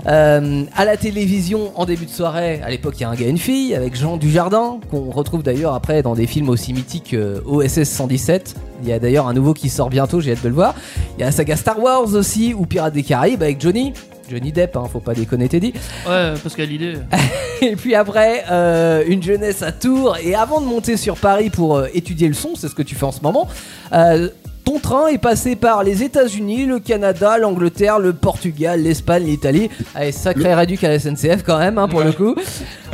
[SPEAKER 2] Euh, à la télévision, en début de soirée, à l'époque, il y a un gars et une fille, avec Jean Dujardin, qu'on retrouve d'ailleurs après dans des films aussi mythiques euh, que OSS 117. Il y a d'ailleurs un nouveau qui sort bientôt, j'ai hâte de le voir. Il y a la saga Star Wars aussi, ou Pirates des Caraïbes avec Johnny. Johnny Depp, hein, faut pas déconner Teddy.
[SPEAKER 3] Ouais, parce qu'à l'idée. euh,
[SPEAKER 2] Et puis après, euh, une jeunesse à Tours. Et avant de monter sur Paris pour euh, étudier le son, c'est ce que tu fais en ce moment, euh, ton son train est passé par les États-Unis, le Canada, l'Angleterre, le Portugal, l'Espagne, l'Italie. Allez, sacré réduc à la SNCF quand même, hein, pour le coup.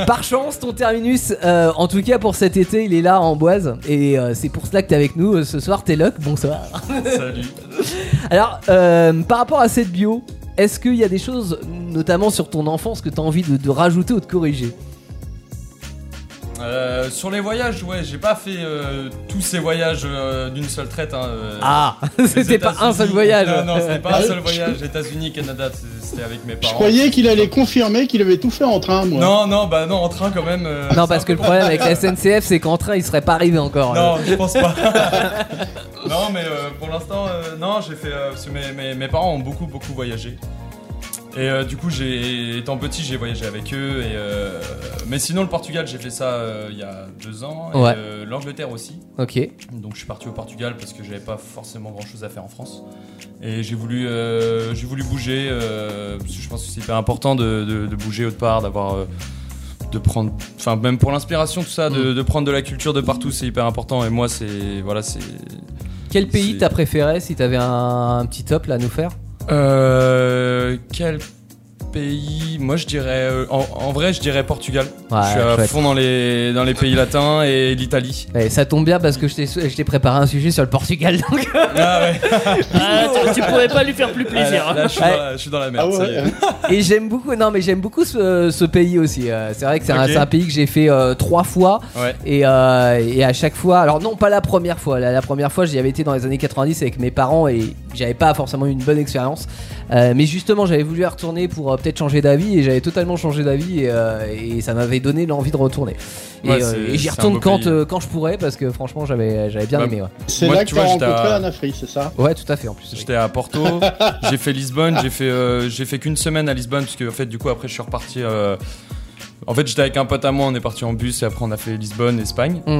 [SPEAKER 2] Par chance, ton terminus, euh, en tout cas pour cet été, il est là en Boise. Et euh, c'est pour cela que t'es avec nous euh, ce soir, Téloc. Bonsoir.
[SPEAKER 4] Salut.
[SPEAKER 2] Alors, euh, par rapport à cette bio, est-ce qu'il y a des choses, notamment sur ton enfance, que tu as envie de, de rajouter ou de corriger
[SPEAKER 4] Euh, sur les voyages, ouais, j'ai pas fait euh, tous ces voyages euh, d'une seule traite. hein, euh,
[SPEAKER 2] Ah
[SPEAKER 4] les
[SPEAKER 2] C'était pas un
[SPEAKER 4] États-Unis.
[SPEAKER 2] seul voyage
[SPEAKER 4] Non, non, c'était pas un
[SPEAKER 5] Ah,
[SPEAKER 4] seul
[SPEAKER 5] je-
[SPEAKER 4] voyage. États-Unis, Canada, c'est- c'était avec mes
[SPEAKER 5] Je
[SPEAKER 4] parents.
[SPEAKER 5] croyais qu'il allait confirmer qu'il avait tout fait en train, moi.
[SPEAKER 4] Non, non, bah non, en train quand même. euh,
[SPEAKER 2] Non, parce que le problème avec la SNCF, c'est qu'en train, il serait pas arrivé encore.
[SPEAKER 4] Non, je pense pas. non, mais euh, pour l'instant, euh, non, j'ai fait. euh, parce que mes, mes- mes parents ont beaucoup, beaucoup voyagé. Et euh, du coup, j'ai, étant petit, j'ai voyagé avec eux. Et, euh, mais sinon, le Portugal, j'ai fait ça euh, il y a deux ans. Et
[SPEAKER 2] Ouais.
[SPEAKER 4] euh, l'Angleterre aussi.
[SPEAKER 2] Ok.
[SPEAKER 4] Donc, je suis parti au Portugal parce que j'avais pas forcément grand chose à faire en France. Et j'ai voulu, euh, j'ai voulu bouger. euh, parce que je pense que c'est hyper important de, de- de bouger autre part, d'avoir. euh, de prendre, enfin même pour l'inspiration tout ça,
[SPEAKER 2] Mm.
[SPEAKER 4] de, de prendre de la culture de partout, c'est hyper important. Et moi, c'est voilà, c'est
[SPEAKER 2] Quel pays
[SPEAKER 4] C'est-
[SPEAKER 2] t'as préféré si t'avais un, un petit top là à nous faire
[SPEAKER 4] Euh, quel pays Moi, je dirais. euh, En, en vrai, je dirais Portugal.
[SPEAKER 2] Ouais,
[SPEAKER 4] je suis à
[SPEAKER 2] chouette.
[SPEAKER 4] fond dans les, dans les pays latins et l'Italie.
[SPEAKER 2] Ouais, Eh, Ça tombe bien parce que je t'ai- je t'ai préparé un sujet sur le Portugal. donc-
[SPEAKER 4] Ah ouais.
[SPEAKER 3] Ah, tu, tu pouvais pas lui faire plus plaisir. hein.
[SPEAKER 4] Ah, là, là, je, suis
[SPEAKER 2] Ouais.
[SPEAKER 4] dans la, je suis dans la merde.
[SPEAKER 5] Ah ouais,
[SPEAKER 4] ça y est.
[SPEAKER 5] euh,
[SPEAKER 2] Et j'aime beaucoup, non mais j'aime beaucoup ce, ce pays aussi. euh, C'est vrai que c'est un-
[SPEAKER 4] Ok.
[SPEAKER 2] c'est un, pays que j'ai fait euh, trois fois.
[SPEAKER 4] Ouais.
[SPEAKER 2] Et, euh, et à chaque fois, alors non pas la première fois, la, la première fois j'y avais été dans les années 90 avec mes parents et j'avais pas forcément eu une bonne expérience. Euh, mais justement j'avais voulu y retourner pour euh, peut-être changer d'avis et j'avais totalement changé d'avis et, euh, et ça m'avait donné l'envie de retourner. Et,
[SPEAKER 4] Ouais,
[SPEAKER 2] euh,
[SPEAKER 4] c'est-
[SPEAKER 2] et j'y
[SPEAKER 4] c'est un
[SPEAKER 2] retourne
[SPEAKER 4] beau
[SPEAKER 2] quand,
[SPEAKER 4] pays.
[SPEAKER 2] euh, quand je pourrais parce que franchement j'avais j'avais bien
[SPEAKER 4] Bah,
[SPEAKER 2] aimé. Ouais.
[SPEAKER 5] C'est
[SPEAKER 4] Moi,
[SPEAKER 5] là
[SPEAKER 4] tu
[SPEAKER 5] que t'as
[SPEAKER 4] vois, j'étais
[SPEAKER 5] rencontré
[SPEAKER 4] à-
[SPEAKER 5] Anafri, c'est ça
[SPEAKER 2] ouais tout à fait en plus.
[SPEAKER 4] J'étais à Porto, j'ai fait Lisbonne, j'ai fait, euh, j'ai fait qu'une semaine à Lisbonne, parce que en fait, du coup, après, je suis reparti. euh, en fait, j'étais avec un pote à moi, on est parti en bus, et après, on a fait Lisbonne, Espagne.
[SPEAKER 2] Mm.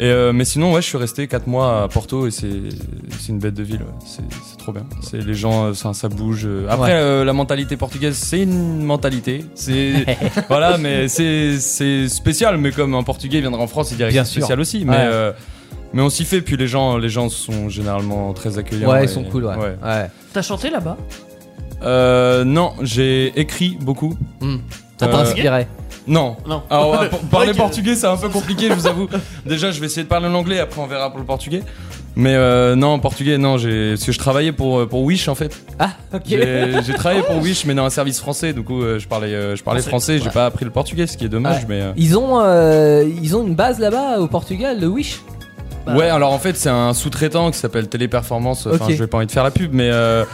[SPEAKER 4] Et, euh, mais sinon, ouais, je suis resté 4 mois à Porto, et c'est c'est une bête de ville, ouais. c'est c'est trop bien. C'est- Les gens, euh, ça, ça bouge. euh. Après,
[SPEAKER 2] Ouais.
[SPEAKER 4] euh, la mentalité portugaise, c'est une mentalité. C'est. voilà, mais c'est c'est spécial, mais comme un Portugais viendra en France, il dirait
[SPEAKER 2] Bien
[SPEAKER 4] que c'est spécial aussi. Mais.
[SPEAKER 2] Ouais.
[SPEAKER 4] euh, mais on s'y fait, puis les gens, les gens sont généralement très accueillants.
[SPEAKER 2] Ouais
[SPEAKER 4] et-
[SPEAKER 2] ils sont cool ouais.
[SPEAKER 4] ouais.
[SPEAKER 2] Ouais.
[SPEAKER 3] T'as chanté là-bas
[SPEAKER 4] Euh, non, j'ai écrit beaucoup.
[SPEAKER 2] Hmm. Ça
[SPEAKER 4] Euh,
[SPEAKER 2] t'a inspiré.
[SPEAKER 4] Non.
[SPEAKER 3] Non.
[SPEAKER 4] Alors, ouais, pour- parler
[SPEAKER 3] Ok.
[SPEAKER 4] portugais, c'est un peu compliqué, je vous avoue. Déjà, je vais essayer de parler l'anglais, après on verra pour le portugais. Mais euh, non, portugais, non, j'ai... parce que je travaillais pour, euh, pour Wish en fait.
[SPEAKER 2] Ah ok.
[SPEAKER 4] J'ai, j'ai travaillé pour Wish, mais dans un service français, du coup, euh, je parlais, euh, je parlais français, j'ai pas appris le portugais, ce qui est dommage,
[SPEAKER 2] Ouais.
[SPEAKER 4] mais. euh,
[SPEAKER 2] Ils ont, euh, ils ont une base là-bas au Portugal, le Wish. Bah.
[SPEAKER 4] Ouais, alors en fait, c'est un sous-traitant qui s'appelle Téléperformance. Enfin,
[SPEAKER 2] Ok. Bah,
[SPEAKER 4] je vais pas envie de faire la pub, mais. euh,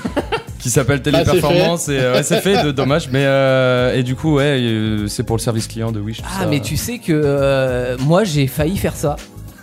[SPEAKER 4] qui s'appelle
[SPEAKER 5] c'est
[SPEAKER 4] Téléperformance. et, euh, ouais, c'est fait, de, dommage. Mais, euh, et du coup, ouais, euh, c'est pour le service client de Wish. tout
[SPEAKER 2] Ah,
[SPEAKER 4] ça.
[SPEAKER 2] mais tu sais que euh, moi j'ai failli faire ça.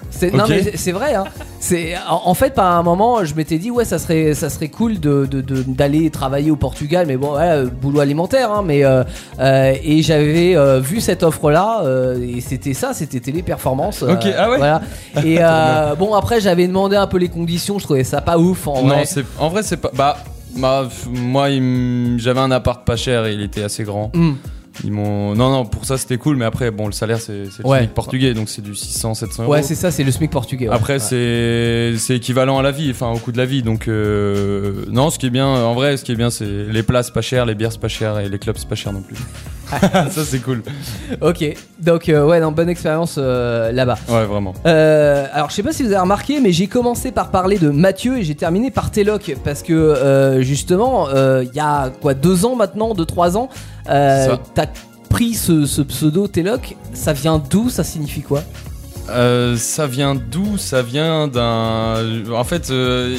[SPEAKER 2] C'est, Non
[SPEAKER 4] Ok.
[SPEAKER 2] mais c'est- c'est vrai. Hein. C'est en, en fait par un moment je m'étais dit ouais ça serait ça serait cool de, de- de- d'aller travailler au Portugal mais bon voilà, euh, boulot alimentaire hein, mais euh, euh, et j'avais euh, vu cette offre là et c'était ça c'était téléperformance. euh,
[SPEAKER 4] Ok, ah ouais.
[SPEAKER 2] Voilà. Et euh, bon après j'avais demandé un peu les conditions je trouvais ça pas ouf en
[SPEAKER 4] Non,
[SPEAKER 2] vrai.
[SPEAKER 4] c'est en vrai c'est pas bah, bah, f- moi il m- j'avais un appart pas cher et il était assez grand.
[SPEAKER 2] Hmm.
[SPEAKER 4] Ils m'ont non non pour ça c'était cool mais après bon le salaire c'est c'est le
[SPEAKER 2] Ouais.
[SPEAKER 4] SMIC portugais donc c'est du 600 700 euros.
[SPEAKER 2] Ouais c'est ça c'est le SMIC portugais. ouais.
[SPEAKER 4] après
[SPEAKER 2] Ouais.
[SPEAKER 4] c'est c'est équivalent à la vie enfin au coût de la vie donc euh, non ce qui est bien en vrai ce qui est bien c'est les plats c'est pas cher les bières c'est pas cher et les clubs c'est pas cher non plus. ça c'est cool.
[SPEAKER 2] Ok, donc euh, ouais, non, bonne expérience euh, là-bas.
[SPEAKER 4] Ouais vraiment.
[SPEAKER 2] Euh, alors je sais pas si vous avez remarqué, mais j'ai commencé par parler de Mathieu et j'ai terminé par Téloc parce que euh, justement, euh, il y a quoi, deux ans maintenant, deux trois ans,
[SPEAKER 4] C'est
[SPEAKER 2] euh,
[SPEAKER 4] ça.
[SPEAKER 2] t'as pris ce, ce pseudo Téloc. Ça vient d'où Ça signifie quoi
[SPEAKER 4] Euh, ça vient d'où Ça vient d'un en fait euh,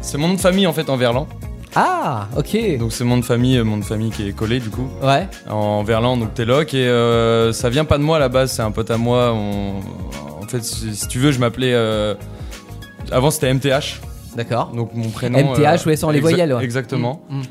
[SPEAKER 4] c'est mon nom de famille en fait en verlan.
[SPEAKER 2] Ah, ok.
[SPEAKER 4] Donc c'est mon nom de famille, euh, mon nom de famille qui est collé du coup
[SPEAKER 2] Ouais.
[SPEAKER 4] en verlan donc Téloc et euh, ça vient pas de moi à la base, c'est un pote à moi. on- En fait, si, si tu veux, je m'appelais euh, avant c'était MTH,
[SPEAKER 2] D'accord.
[SPEAKER 4] donc mon prénom. euh,
[SPEAKER 2] MTH, ouais, sans les
[SPEAKER 4] exa-
[SPEAKER 2] voyelles, ouais.
[SPEAKER 4] Exactement.
[SPEAKER 2] Mm, mm.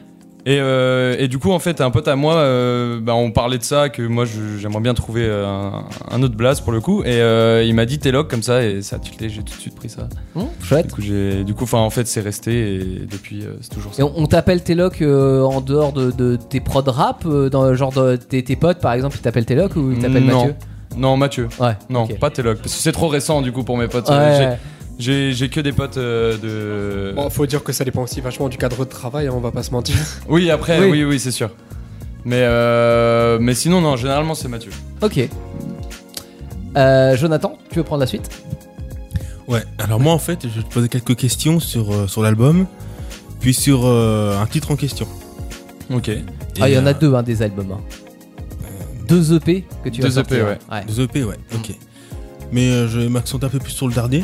[SPEAKER 4] Et, euh, et du coup, en fait, un pote à moi, euh, bah, on parlait de ça, que moi je- j'aimerais bien trouver euh, un, un autre blase pour le coup, et euh, il m'a dit Téloc comme ça, et ça a tilté, j'ai tout de suite pris ça.
[SPEAKER 2] Hum, chouette.
[SPEAKER 4] Du coup, j'ai, du coup, enfin, en fait, c'est resté, et depuis, euh, c'est toujours
[SPEAKER 2] Et
[SPEAKER 4] ça.
[SPEAKER 2] on, on t'appelle Téloc euh, en dehors de, de tes prod rap, euh, dans le genre de, tes, tes potes par exemple, ils t'appellent Téloc ou ils t'appellent
[SPEAKER 4] Non.
[SPEAKER 2] Mathieu
[SPEAKER 4] Non, Mathieu.
[SPEAKER 2] Ouais.
[SPEAKER 4] Non,
[SPEAKER 2] ok.
[SPEAKER 4] pas Téloc, parce que c'est trop récent du coup pour mes potes.
[SPEAKER 2] Ouais.
[SPEAKER 4] Euh, j'ai- J'ai j'ai que des potes euh, de.
[SPEAKER 6] Bon, faut dire que ça dépend aussi vachement du cadre de travail, hein, on va pas se mentir.
[SPEAKER 4] Oui, après,
[SPEAKER 2] Oui.
[SPEAKER 4] oui, oui, c'est sûr. Mais, euh, mais sinon, non, généralement, c'est Mathieu.
[SPEAKER 2] Ok. Euh, Jonathan, tu veux prendre la suite
[SPEAKER 7] Ouais, alors moi en fait, je vais te poser quelques questions sur, euh, sur l'album, puis sur euh, un titre en question.
[SPEAKER 4] Ok.
[SPEAKER 2] Ah, il y en a
[SPEAKER 7] Et, euh,
[SPEAKER 2] deux, hein, des albums. hein. Deux EP que tu as
[SPEAKER 4] deux EP, ouais.
[SPEAKER 7] Deux EP, ouais,
[SPEAKER 2] Mm.
[SPEAKER 7] ok. Mais euh, je vais m'accenter un peu plus sur le dernier.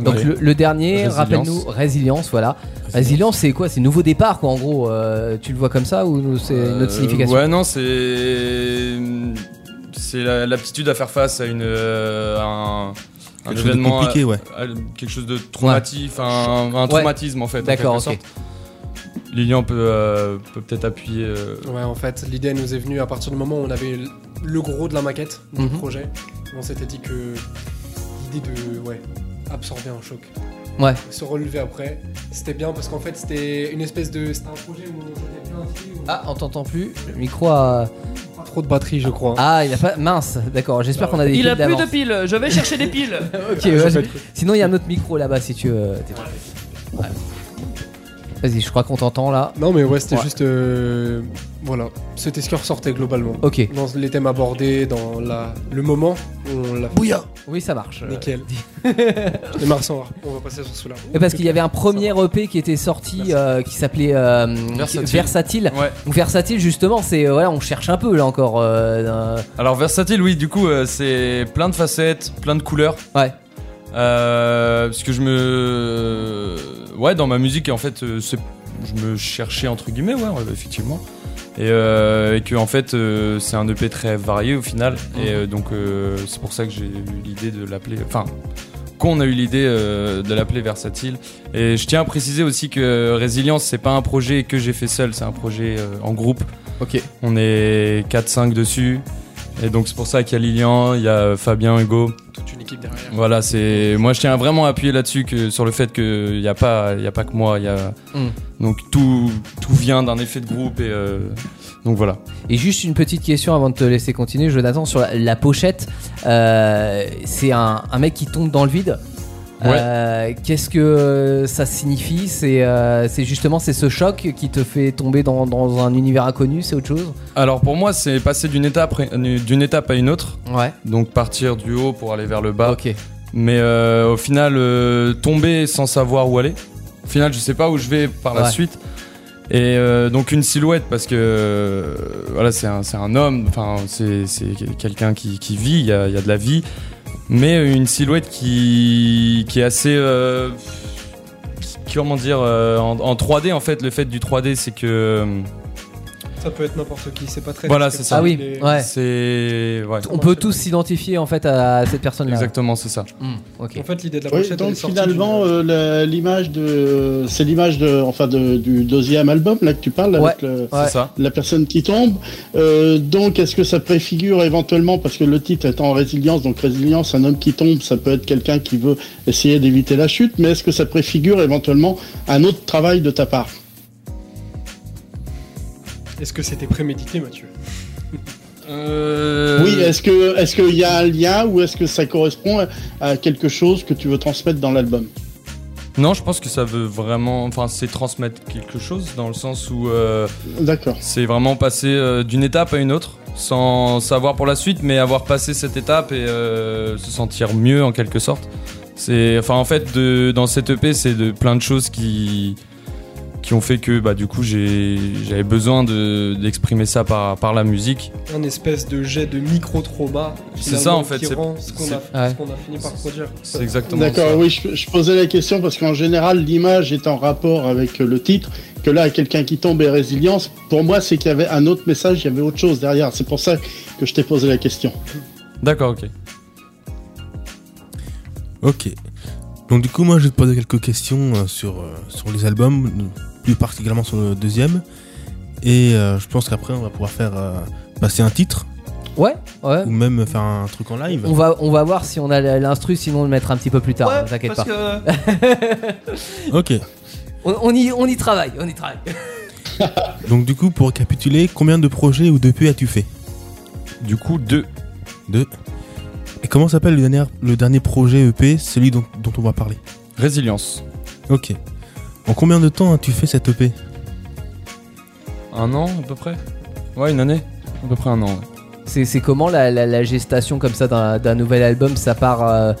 [SPEAKER 2] Donc
[SPEAKER 4] Ouais.
[SPEAKER 2] le, le dernier,
[SPEAKER 4] Résilience.
[SPEAKER 2] rappelle-nous, Résilience, voilà. Résilience, c'est quoi C'est nouveau départ, quoi, en gros. euh, tu le vois comme ça ou c'est une
[SPEAKER 4] Euh,
[SPEAKER 2] autre signification
[SPEAKER 4] Ouais, non, c'est. C'est la- l'aptitude à faire face à une. euh, un, un
[SPEAKER 7] Quelque chose de
[SPEAKER 4] événement.
[SPEAKER 7] compliqué, ouais.
[SPEAKER 4] à- à- quelque chose de traumatif, un, un traumatisme, en fait. en
[SPEAKER 2] D'accord,
[SPEAKER 4] quelque
[SPEAKER 2] ok.
[SPEAKER 4] sorte. Lilian peut euh, peut peut-être appuyer. euh,
[SPEAKER 6] Ouais, en fait, l'idée elle nous est venue à partir du moment où on avait l- le gros de la maquette du
[SPEAKER 2] Mhm.
[SPEAKER 6] projet. On s'était dit que l'idée de ouais, absorber un choc,
[SPEAKER 2] Ouais.
[SPEAKER 6] se relever après, c'était bien parce qu'en fait, c'était une espèce de. C'était un projet où on s'était bien inscrit, où on
[SPEAKER 2] Ah, on t'entend plus. Le micro a.
[SPEAKER 6] a pas trop de batterie, je crois.
[SPEAKER 2] Ah, il a pas. Mince, d'accord, j'espère qu'on a des
[SPEAKER 3] Il a
[SPEAKER 2] piles
[SPEAKER 3] plus de
[SPEAKER 2] d'avance.
[SPEAKER 3] piles, je vais chercher des piles.
[SPEAKER 2] Ok, ouais, je- Sinon, il y a un autre micro là-bas si tu veux. euh, Ouais. Vas-y, je crois qu'on t'entend là.
[SPEAKER 6] Non, mais ouais, c'était
[SPEAKER 2] Ouais.
[SPEAKER 6] juste. euh, voilà, c'était ce qui ressortait globalement.
[SPEAKER 2] Ok.
[SPEAKER 6] Dans les thèmes abordés, dans la, le moment où on l'a fait. Bouya
[SPEAKER 2] Oui, ça marche. Euh,
[SPEAKER 6] Nickel. Je démarre sans rap. On va passer sur celui-là.
[SPEAKER 2] Et parce qu'il y avait un premier EP qui était sorti euh, qui s'appelait euh,
[SPEAKER 4] Versatile.
[SPEAKER 2] Versatile.
[SPEAKER 4] Ouais.
[SPEAKER 2] Donc Versatile justement, c'est euh, voilà, on cherche un peu là encore. euh,
[SPEAKER 4] Alors, Versatile, oui, du coup, euh, c'est plein de facettes, plein de couleurs.
[SPEAKER 2] d'un- Ouais.
[SPEAKER 4] Euh, parce que je me. Ouais, dans ma musique, en fait, euh, c'est- je me cherchais, entre guillemets, ouais, ouais, effectivement. Et, euh, et que, en fait, euh, c'est un EP très varié au final. Et euh, donc, euh, c'est pour ça que j'ai eu l'idée de l'appeler. Enfin, qu'on a eu l'idée euh, de l'appeler Versatile. Et je tiens à préciser aussi que Résilience, c'est pas un projet que j'ai fait seul, c'est un projet euh, en groupe.
[SPEAKER 2] Ok.
[SPEAKER 4] On est 4-5 dessus. Et donc, c'est pour ça qu'il y a Lilian, il y a Fabien, Hugo.
[SPEAKER 6] Toute une équipe derrière.
[SPEAKER 4] Voilà, c'est moi je tiens à vraiment à appuyer là-dessus que sur le fait que il y a pas il y a pas que moi, il y a
[SPEAKER 2] Mm.
[SPEAKER 4] donc tout tout vient d'un effet de groupe et euh, donc voilà.
[SPEAKER 2] Et juste une petite question avant de te laisser continuer, Jonathan, sur la, la pochette. Euh, c'est un, un mec qui tombe dans le vide.
[SPEAKER 4] Ouais.
[SPEAKER 2] Euh, Qu'est-ce que ça signifie C'est euh, c'est justement c'est ce choc qui te fait tomber dans, dans un univers inconnu, c'est autre chose
[SPEAKER 4] Alors pour moi, c'est passer d'une étape d'une étape à une autre,
[SPEAKER 2] Ouais.
[SPEAKER 4] donc partir du haut pour aller vers le bas.
[SPEAKER 2] ok.
[SPEAKER 4] Mais euh, au final, euh, tomber sans savoir où aller. Au final, je sais pas où je vais par la
[SPEAKER 2] Ouais.
[SPEAKER 4] suite. Et euh, donc une silhouette parce que euh, voilà c'est un, c'est un homme, enfin c'est c'est quelqu'un qui, qui vit, il y a, il y a de la vie, mais euh, une silhouette qui, qui est assez euh, qui- comment dire euh, en, en 3D en fait le fait du 3D c'est que euh,
[SPEAKER 6] Ça peut être n'importe qui, c'est pas très.
[SPEAKER 4] Voilà, c'est ça.
[SPEAKER 2] Ah oui,
[SPEAKER 6] Les-
[SPEAKER 2] ouais.
[SPEAKER 4] c'est ouais,
[SPEAKER 2] On peut tous s'identifier en fait à cette personne-là.
[SPEAKER 4] exactement c'est ça.
[SPEAKER 2] Hmm, ok.
[SPEAKER 6] En fait, l'idée de la
[SPEAKER 5] Oui,
[SPEAKER 6] pochette, elle est
[SPEAKER 5] donc
[SPEAKER 6] sortie
[SPEAKER 5] finalement,
[SPEAKER 6] d'une-
[SPEAKER 5] euh, la- l'image de, c'est l'image de, enfin de- du deuxième album là que tu parles avec le-
[SPEAKER 2] Ouais.
[SPEAKER 4] C'est ça.
[SPEAKER 5] la personne qui tombe. Euh, donc, est-ce que ça préfigure éventuellement, parce que le titre est en résilience, donc résilience, un homme qui tombe, ça peut être quelqu'un qui veut essayer d'éviter la chute, mais est-ce que ça préfigure éventuellement un autre travail de ta part
[SPEAKER 6] Est-ce que c'était prémédité, Mathieu
[SPEAKER 4] Euh,
[SPEAKER 5] Oui, est-ce que est-ce qu'il y a un lien ou est-ce que ça correspond à- à quelque chose que tu veux transmettre dans l'album
[SPEAKER 4] Non, je pense que ça veut vraiment. Enfin, c'est transmettre quelque chose dans le sens où euh,
[SPEAKER 5] D'accord.
[SPEAKER 4] c'est vraiment passer euh, d'une étape à une autre sans savoir pour la suite, mais avoir passé cette étape et euh, se sentir mieux en quelque sorte. C'est, enfin, en fait, de, dans cette EP, c'est de plein de choses qui qui ont fait que, bah, du coup, j'ai j'avais besoin de d'exprimer ça par par la musique.
[SPEAKER 6] Un espèce de jet de micro-trauma.
[SPEAKER 4] C'est
[SPEAKER 6] finalement,
[SPEAKER 4] ça, en fait,
[SPEAKER 6] Qui
[SPEAKER 4] c'est-
[SPEAKER 6] rend ce qu'on a,
[SPEAKER 2] Ouais.
[SPEAKER 6] ce qu'on a fini par produire.
[SPEAKER 4] C'est exactement.
[SPEAKER 5] D'accord,
[SPEAKER 4] ça.
[SPEAKER 5] oui, je, je posais la question parce qu'en général, l'image est en rapport avec euh, le titre, que là, quelqu'un qui tombe et résilience, pour moi, c'est qu'il y avait un autre message, il y avait autre chose derrière. C'est pour ça que je t'ai posé la question.
[SPEAKER 4] D'accord, ok.
[SPEAKER 7] Ok. Donc du coup, moi, je vais te poser quelques questions euh, sur, euh, sur les albums, plus particulièrement sur le deuxième. Et euh, je pense qu'après, on va pouvoir faire euh, passer un titre
[SPEAKER 2] Ouais, ouais.
[SPEAKER 7] ou même faire un truc en live.
[SPEAKER 2] On va, on va voir si on a l'instru, sinon on le mettra un petit peu plus tard, hein, ne t'inquiète
[SPEAKER 3] parce
[SPEAKER 2] pas.
[SPEAKER 3] que
[SPEAKER 7] Ok.
[SPEAKER 2] On, on y, on y travaille, on y travaille.
[SPEAKER 7] Donc du coup, pour récapituler, combien de projets ou d'EP as-tu fait
[SPEAKER 4] Du coup, deux.
[SPEAKER 7] Deux. Et comment s'appelle le dernier, le dernier projet EP, celui dont, dont on va parler
[SPEAKER 4] Résilience.
[SPEAKER 7] Ok. En combien de temps as-tu fait cette E EP
[SPEAKER 4] Un an à peu près Ouais, une année À peu près un an. ouais.
[SPEAKER 2] C'est c'est comment la, la- la gestation comme ça d'un d'un nouvel album Ça part euh,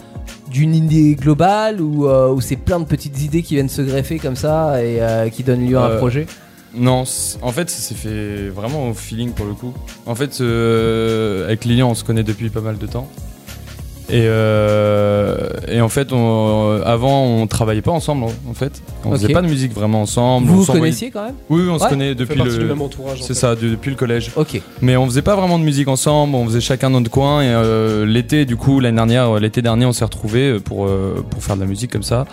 [SPEAKER 2] d'une idée globale ou, euh, ou c'est plein de petites idées qui viennent se greffer comme ça et euh, qui donnent lieu à un
[SPEAKER 4] Euh,
[SPEAKER 2] projet
[SPEAKER 4] Non, c- en fait, ça s'est fait vraiment au feeling pour le coup. En fait, euh, avec Lilian, on se connaît depuis pas mal de temps. Et, euh, et en fait, on- avant, on travaillait pas ensemble, en fait. On
[SPEAKER 2] Ok.
[SPEAKER 4] faisait pas de musique vraiment ensemble.
[SPEAKER 2] Vous
[SPEAKER 4] on
[SPEAKER 2] vous
[SPEAKER 4] s'envoyait-
[SPEAKER 2] connaissiez quand même
[SPEAKER 4] Oui, oui, on
[SPEAKER 2] Ouais.
[SPEAKER 4] se connaît
[SPEAKER 6] fait
[SPEAKER 4] depuis
[SPEAKER 6] partie du
[SPEAKER 4] le...
[SPEAKER 6] même entourage. en
[SPEAKER 4] C'est
[SPEAKER 6] fait.
[SPEAKER 4] ça, de- depuis le collège.
[SPEAKER 2] Ok.
[SPEAKER 4] Mais on faisait pas vraiment de musique ensemble, on faisait chacun notre coin. Et euh, l'été, du coup, l'année dernière, euh, l'été dernier, on s'est retrouvés euh, pour, euh, pour faire de la musique comme ça.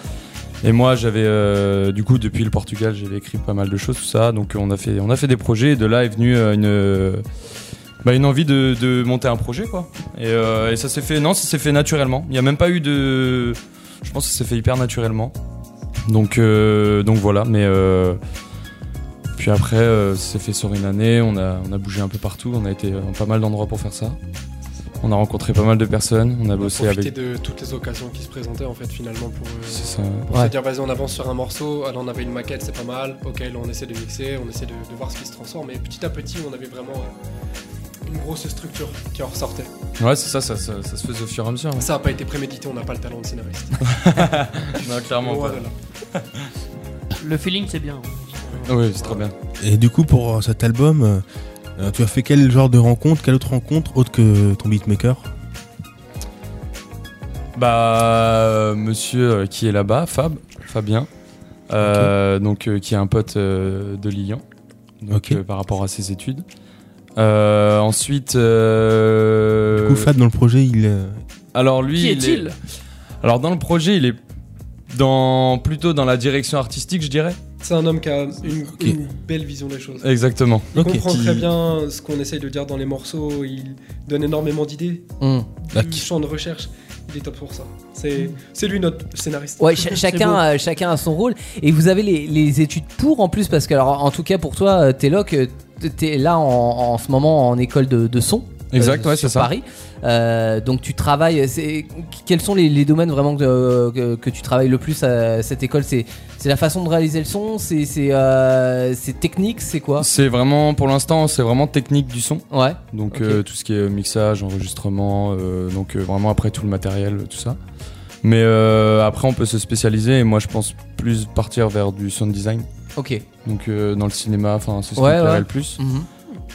[SPEAKER 4] Et moi, j'avais, euh, du coup, depuis le Portugal, j'avais écrit pas mal de choses, tout ça. Donc, on a fait, on a fait des projets. Et de là est venue euh, une, euh, bah, une envie de, de monter un projet, quoi. Et, euh, et ça s'est fait, non, ça s'est fait naturellement. Il n'y a même pas eu de. Je pense que ça s'est fait hyper naturellement. Donc, euh, donc voilà, mais. euh, puis après, euh, ça s'est fait sur une année, on a, on a bougé un peu partout, on a été euh, dans pas mal d'endroits pour faire ça. On a rencontré pas mal de personnes, on a bossé
[SPEAKER 6] Profiter
[SPEAKER 4] avec.
[SPEAKER 6] de toutes les occasions qui se présentaient en fait finalement pour, euh,
[SPEAKER 4] C'est ça.
[SPEAKER 6] pour
[SPEAKER 2] Ouais.
[SPEAKER 6] se dire vas-y on avance sur un morceau, alors on avait une maquette c'est pas mal, ok là on essaie de mixer, on essaie de, de voir ce qui se transforme et petit à petit on avait vraiment euh, une grosse structure qui en ressortait.
[SPEAKER 4] Ouais, c'est ça, ça, ça, ça se faisait au fur et à mesure.
[SPEAKER 6] Ça n'a pas été prémédité, on n'a pas le talent de scénariste.
[SPEAKER 4] Non, clairement.
[SPEAKER 6] Loin de là.
[SPEAKER 3] Le feeling, c'est bien.
[SPEAKER 4] Oui, Ah c'est très bien.
[SPEAKER 7] Et du coup, pour euh, cet album, euh, euh, tu as fait quel genre de rencontre Quelle autre rencontre autre que ton beatmaker
[SPEAKER 4] Bah, euh, monsieur euh, qui est là-bas, Fab, Fabien, euh, donc euh, qui est un pote euh, de Lyon, donc,
[SPEAKER 7] Ok.
[SPEAKER 4] euh, par rapport à ses études. Euh, ensuite, euh,
[SPEAKER 7] Du coup, Fab, dans le projet, il. euh,
[SPEAKER 4] alors lui,
[SPEAKER 3] Qui
[SPEAKER 4] il
[SPEAKER 3] est-il
[SPEAKER 4] Alors dans le projet, il est dans plutôt dans la direction artistique, je dirais.
[SPEAKER 6] C'est un homme qui a une,
[SPEAKER 7] Ok.
[SPEAKER 6] une belle vision des choses.
[SPEAKER 4] Exactement.
[SPEAKER 6] Il
[SPEAKER 7] Ok.
[SPEAKER 6] comprend
[SPEAKER 4] Qui-
[SPEAKER 6] très bien ce qu'on essaye de dire dans les morceaux, il donne énormément d'idées,
[SPEAKER 2] Hmm.
[SPEAKER 7] Ah,
[SPEAKER 6] du
[SPEAKER 7] qui-
[SPEAKER 6] champ de recherche, il est top pour ça. C'est c'est lui notre scénariste.
[SPEAKER 2] Ouais, cha- chacun,
[SPEAKER 3] beau.
[SPEAKER 2] euh, chacun a son rôle. Et vous avez les, les études pour en plus, parce que, alors, en tout cas, pour toi, euh, Téloc, euh, t- t'es là en, en ce moment en école de, de son.
[SPEAKER 4] Exact,
[SPEAKER 2] euh,
[SPEAKER 4] ouais,
[SPEAKER 2] sur
[SPEAKER 4] c'est ça.
[SPEAKER 2] Paris. Euh, donc, tu travailles. c'est- Quels sont les, les domaines vraiment que, euh, que- que tu travailles le plus à cette école C'est c'est la façon de réaliser le son C'est c'est, euh, c'est technique C'est quoi
[SPEAKER 4] C'est vraiment, pour l'instant, c'est vraiment technique du son.
[SPEAKER 2] Ouais.
[SPEAKER 4] Donc
[SPEAKER 2] Ok.
[SPEAKER 4] euh, tout ce qui est mixage, enregistrement, euh, donc euh, vraiment après tout le matériel, euh, tout ça. Mais euh, après on peut se spécialiser et moi je pense plus partir vers du sound design.
[SPEAKER 2] Ok.
[SPEAKER 4] Donc euh, dans le cinéma, enfin c'est ce qui
[SPEAKER 2] Ouais,
[SPEAKER 4] me plairait
[SPEAKER 2] ouais.
[SPEAKER 4] le plus.
[SPEAKER 2] Mhm.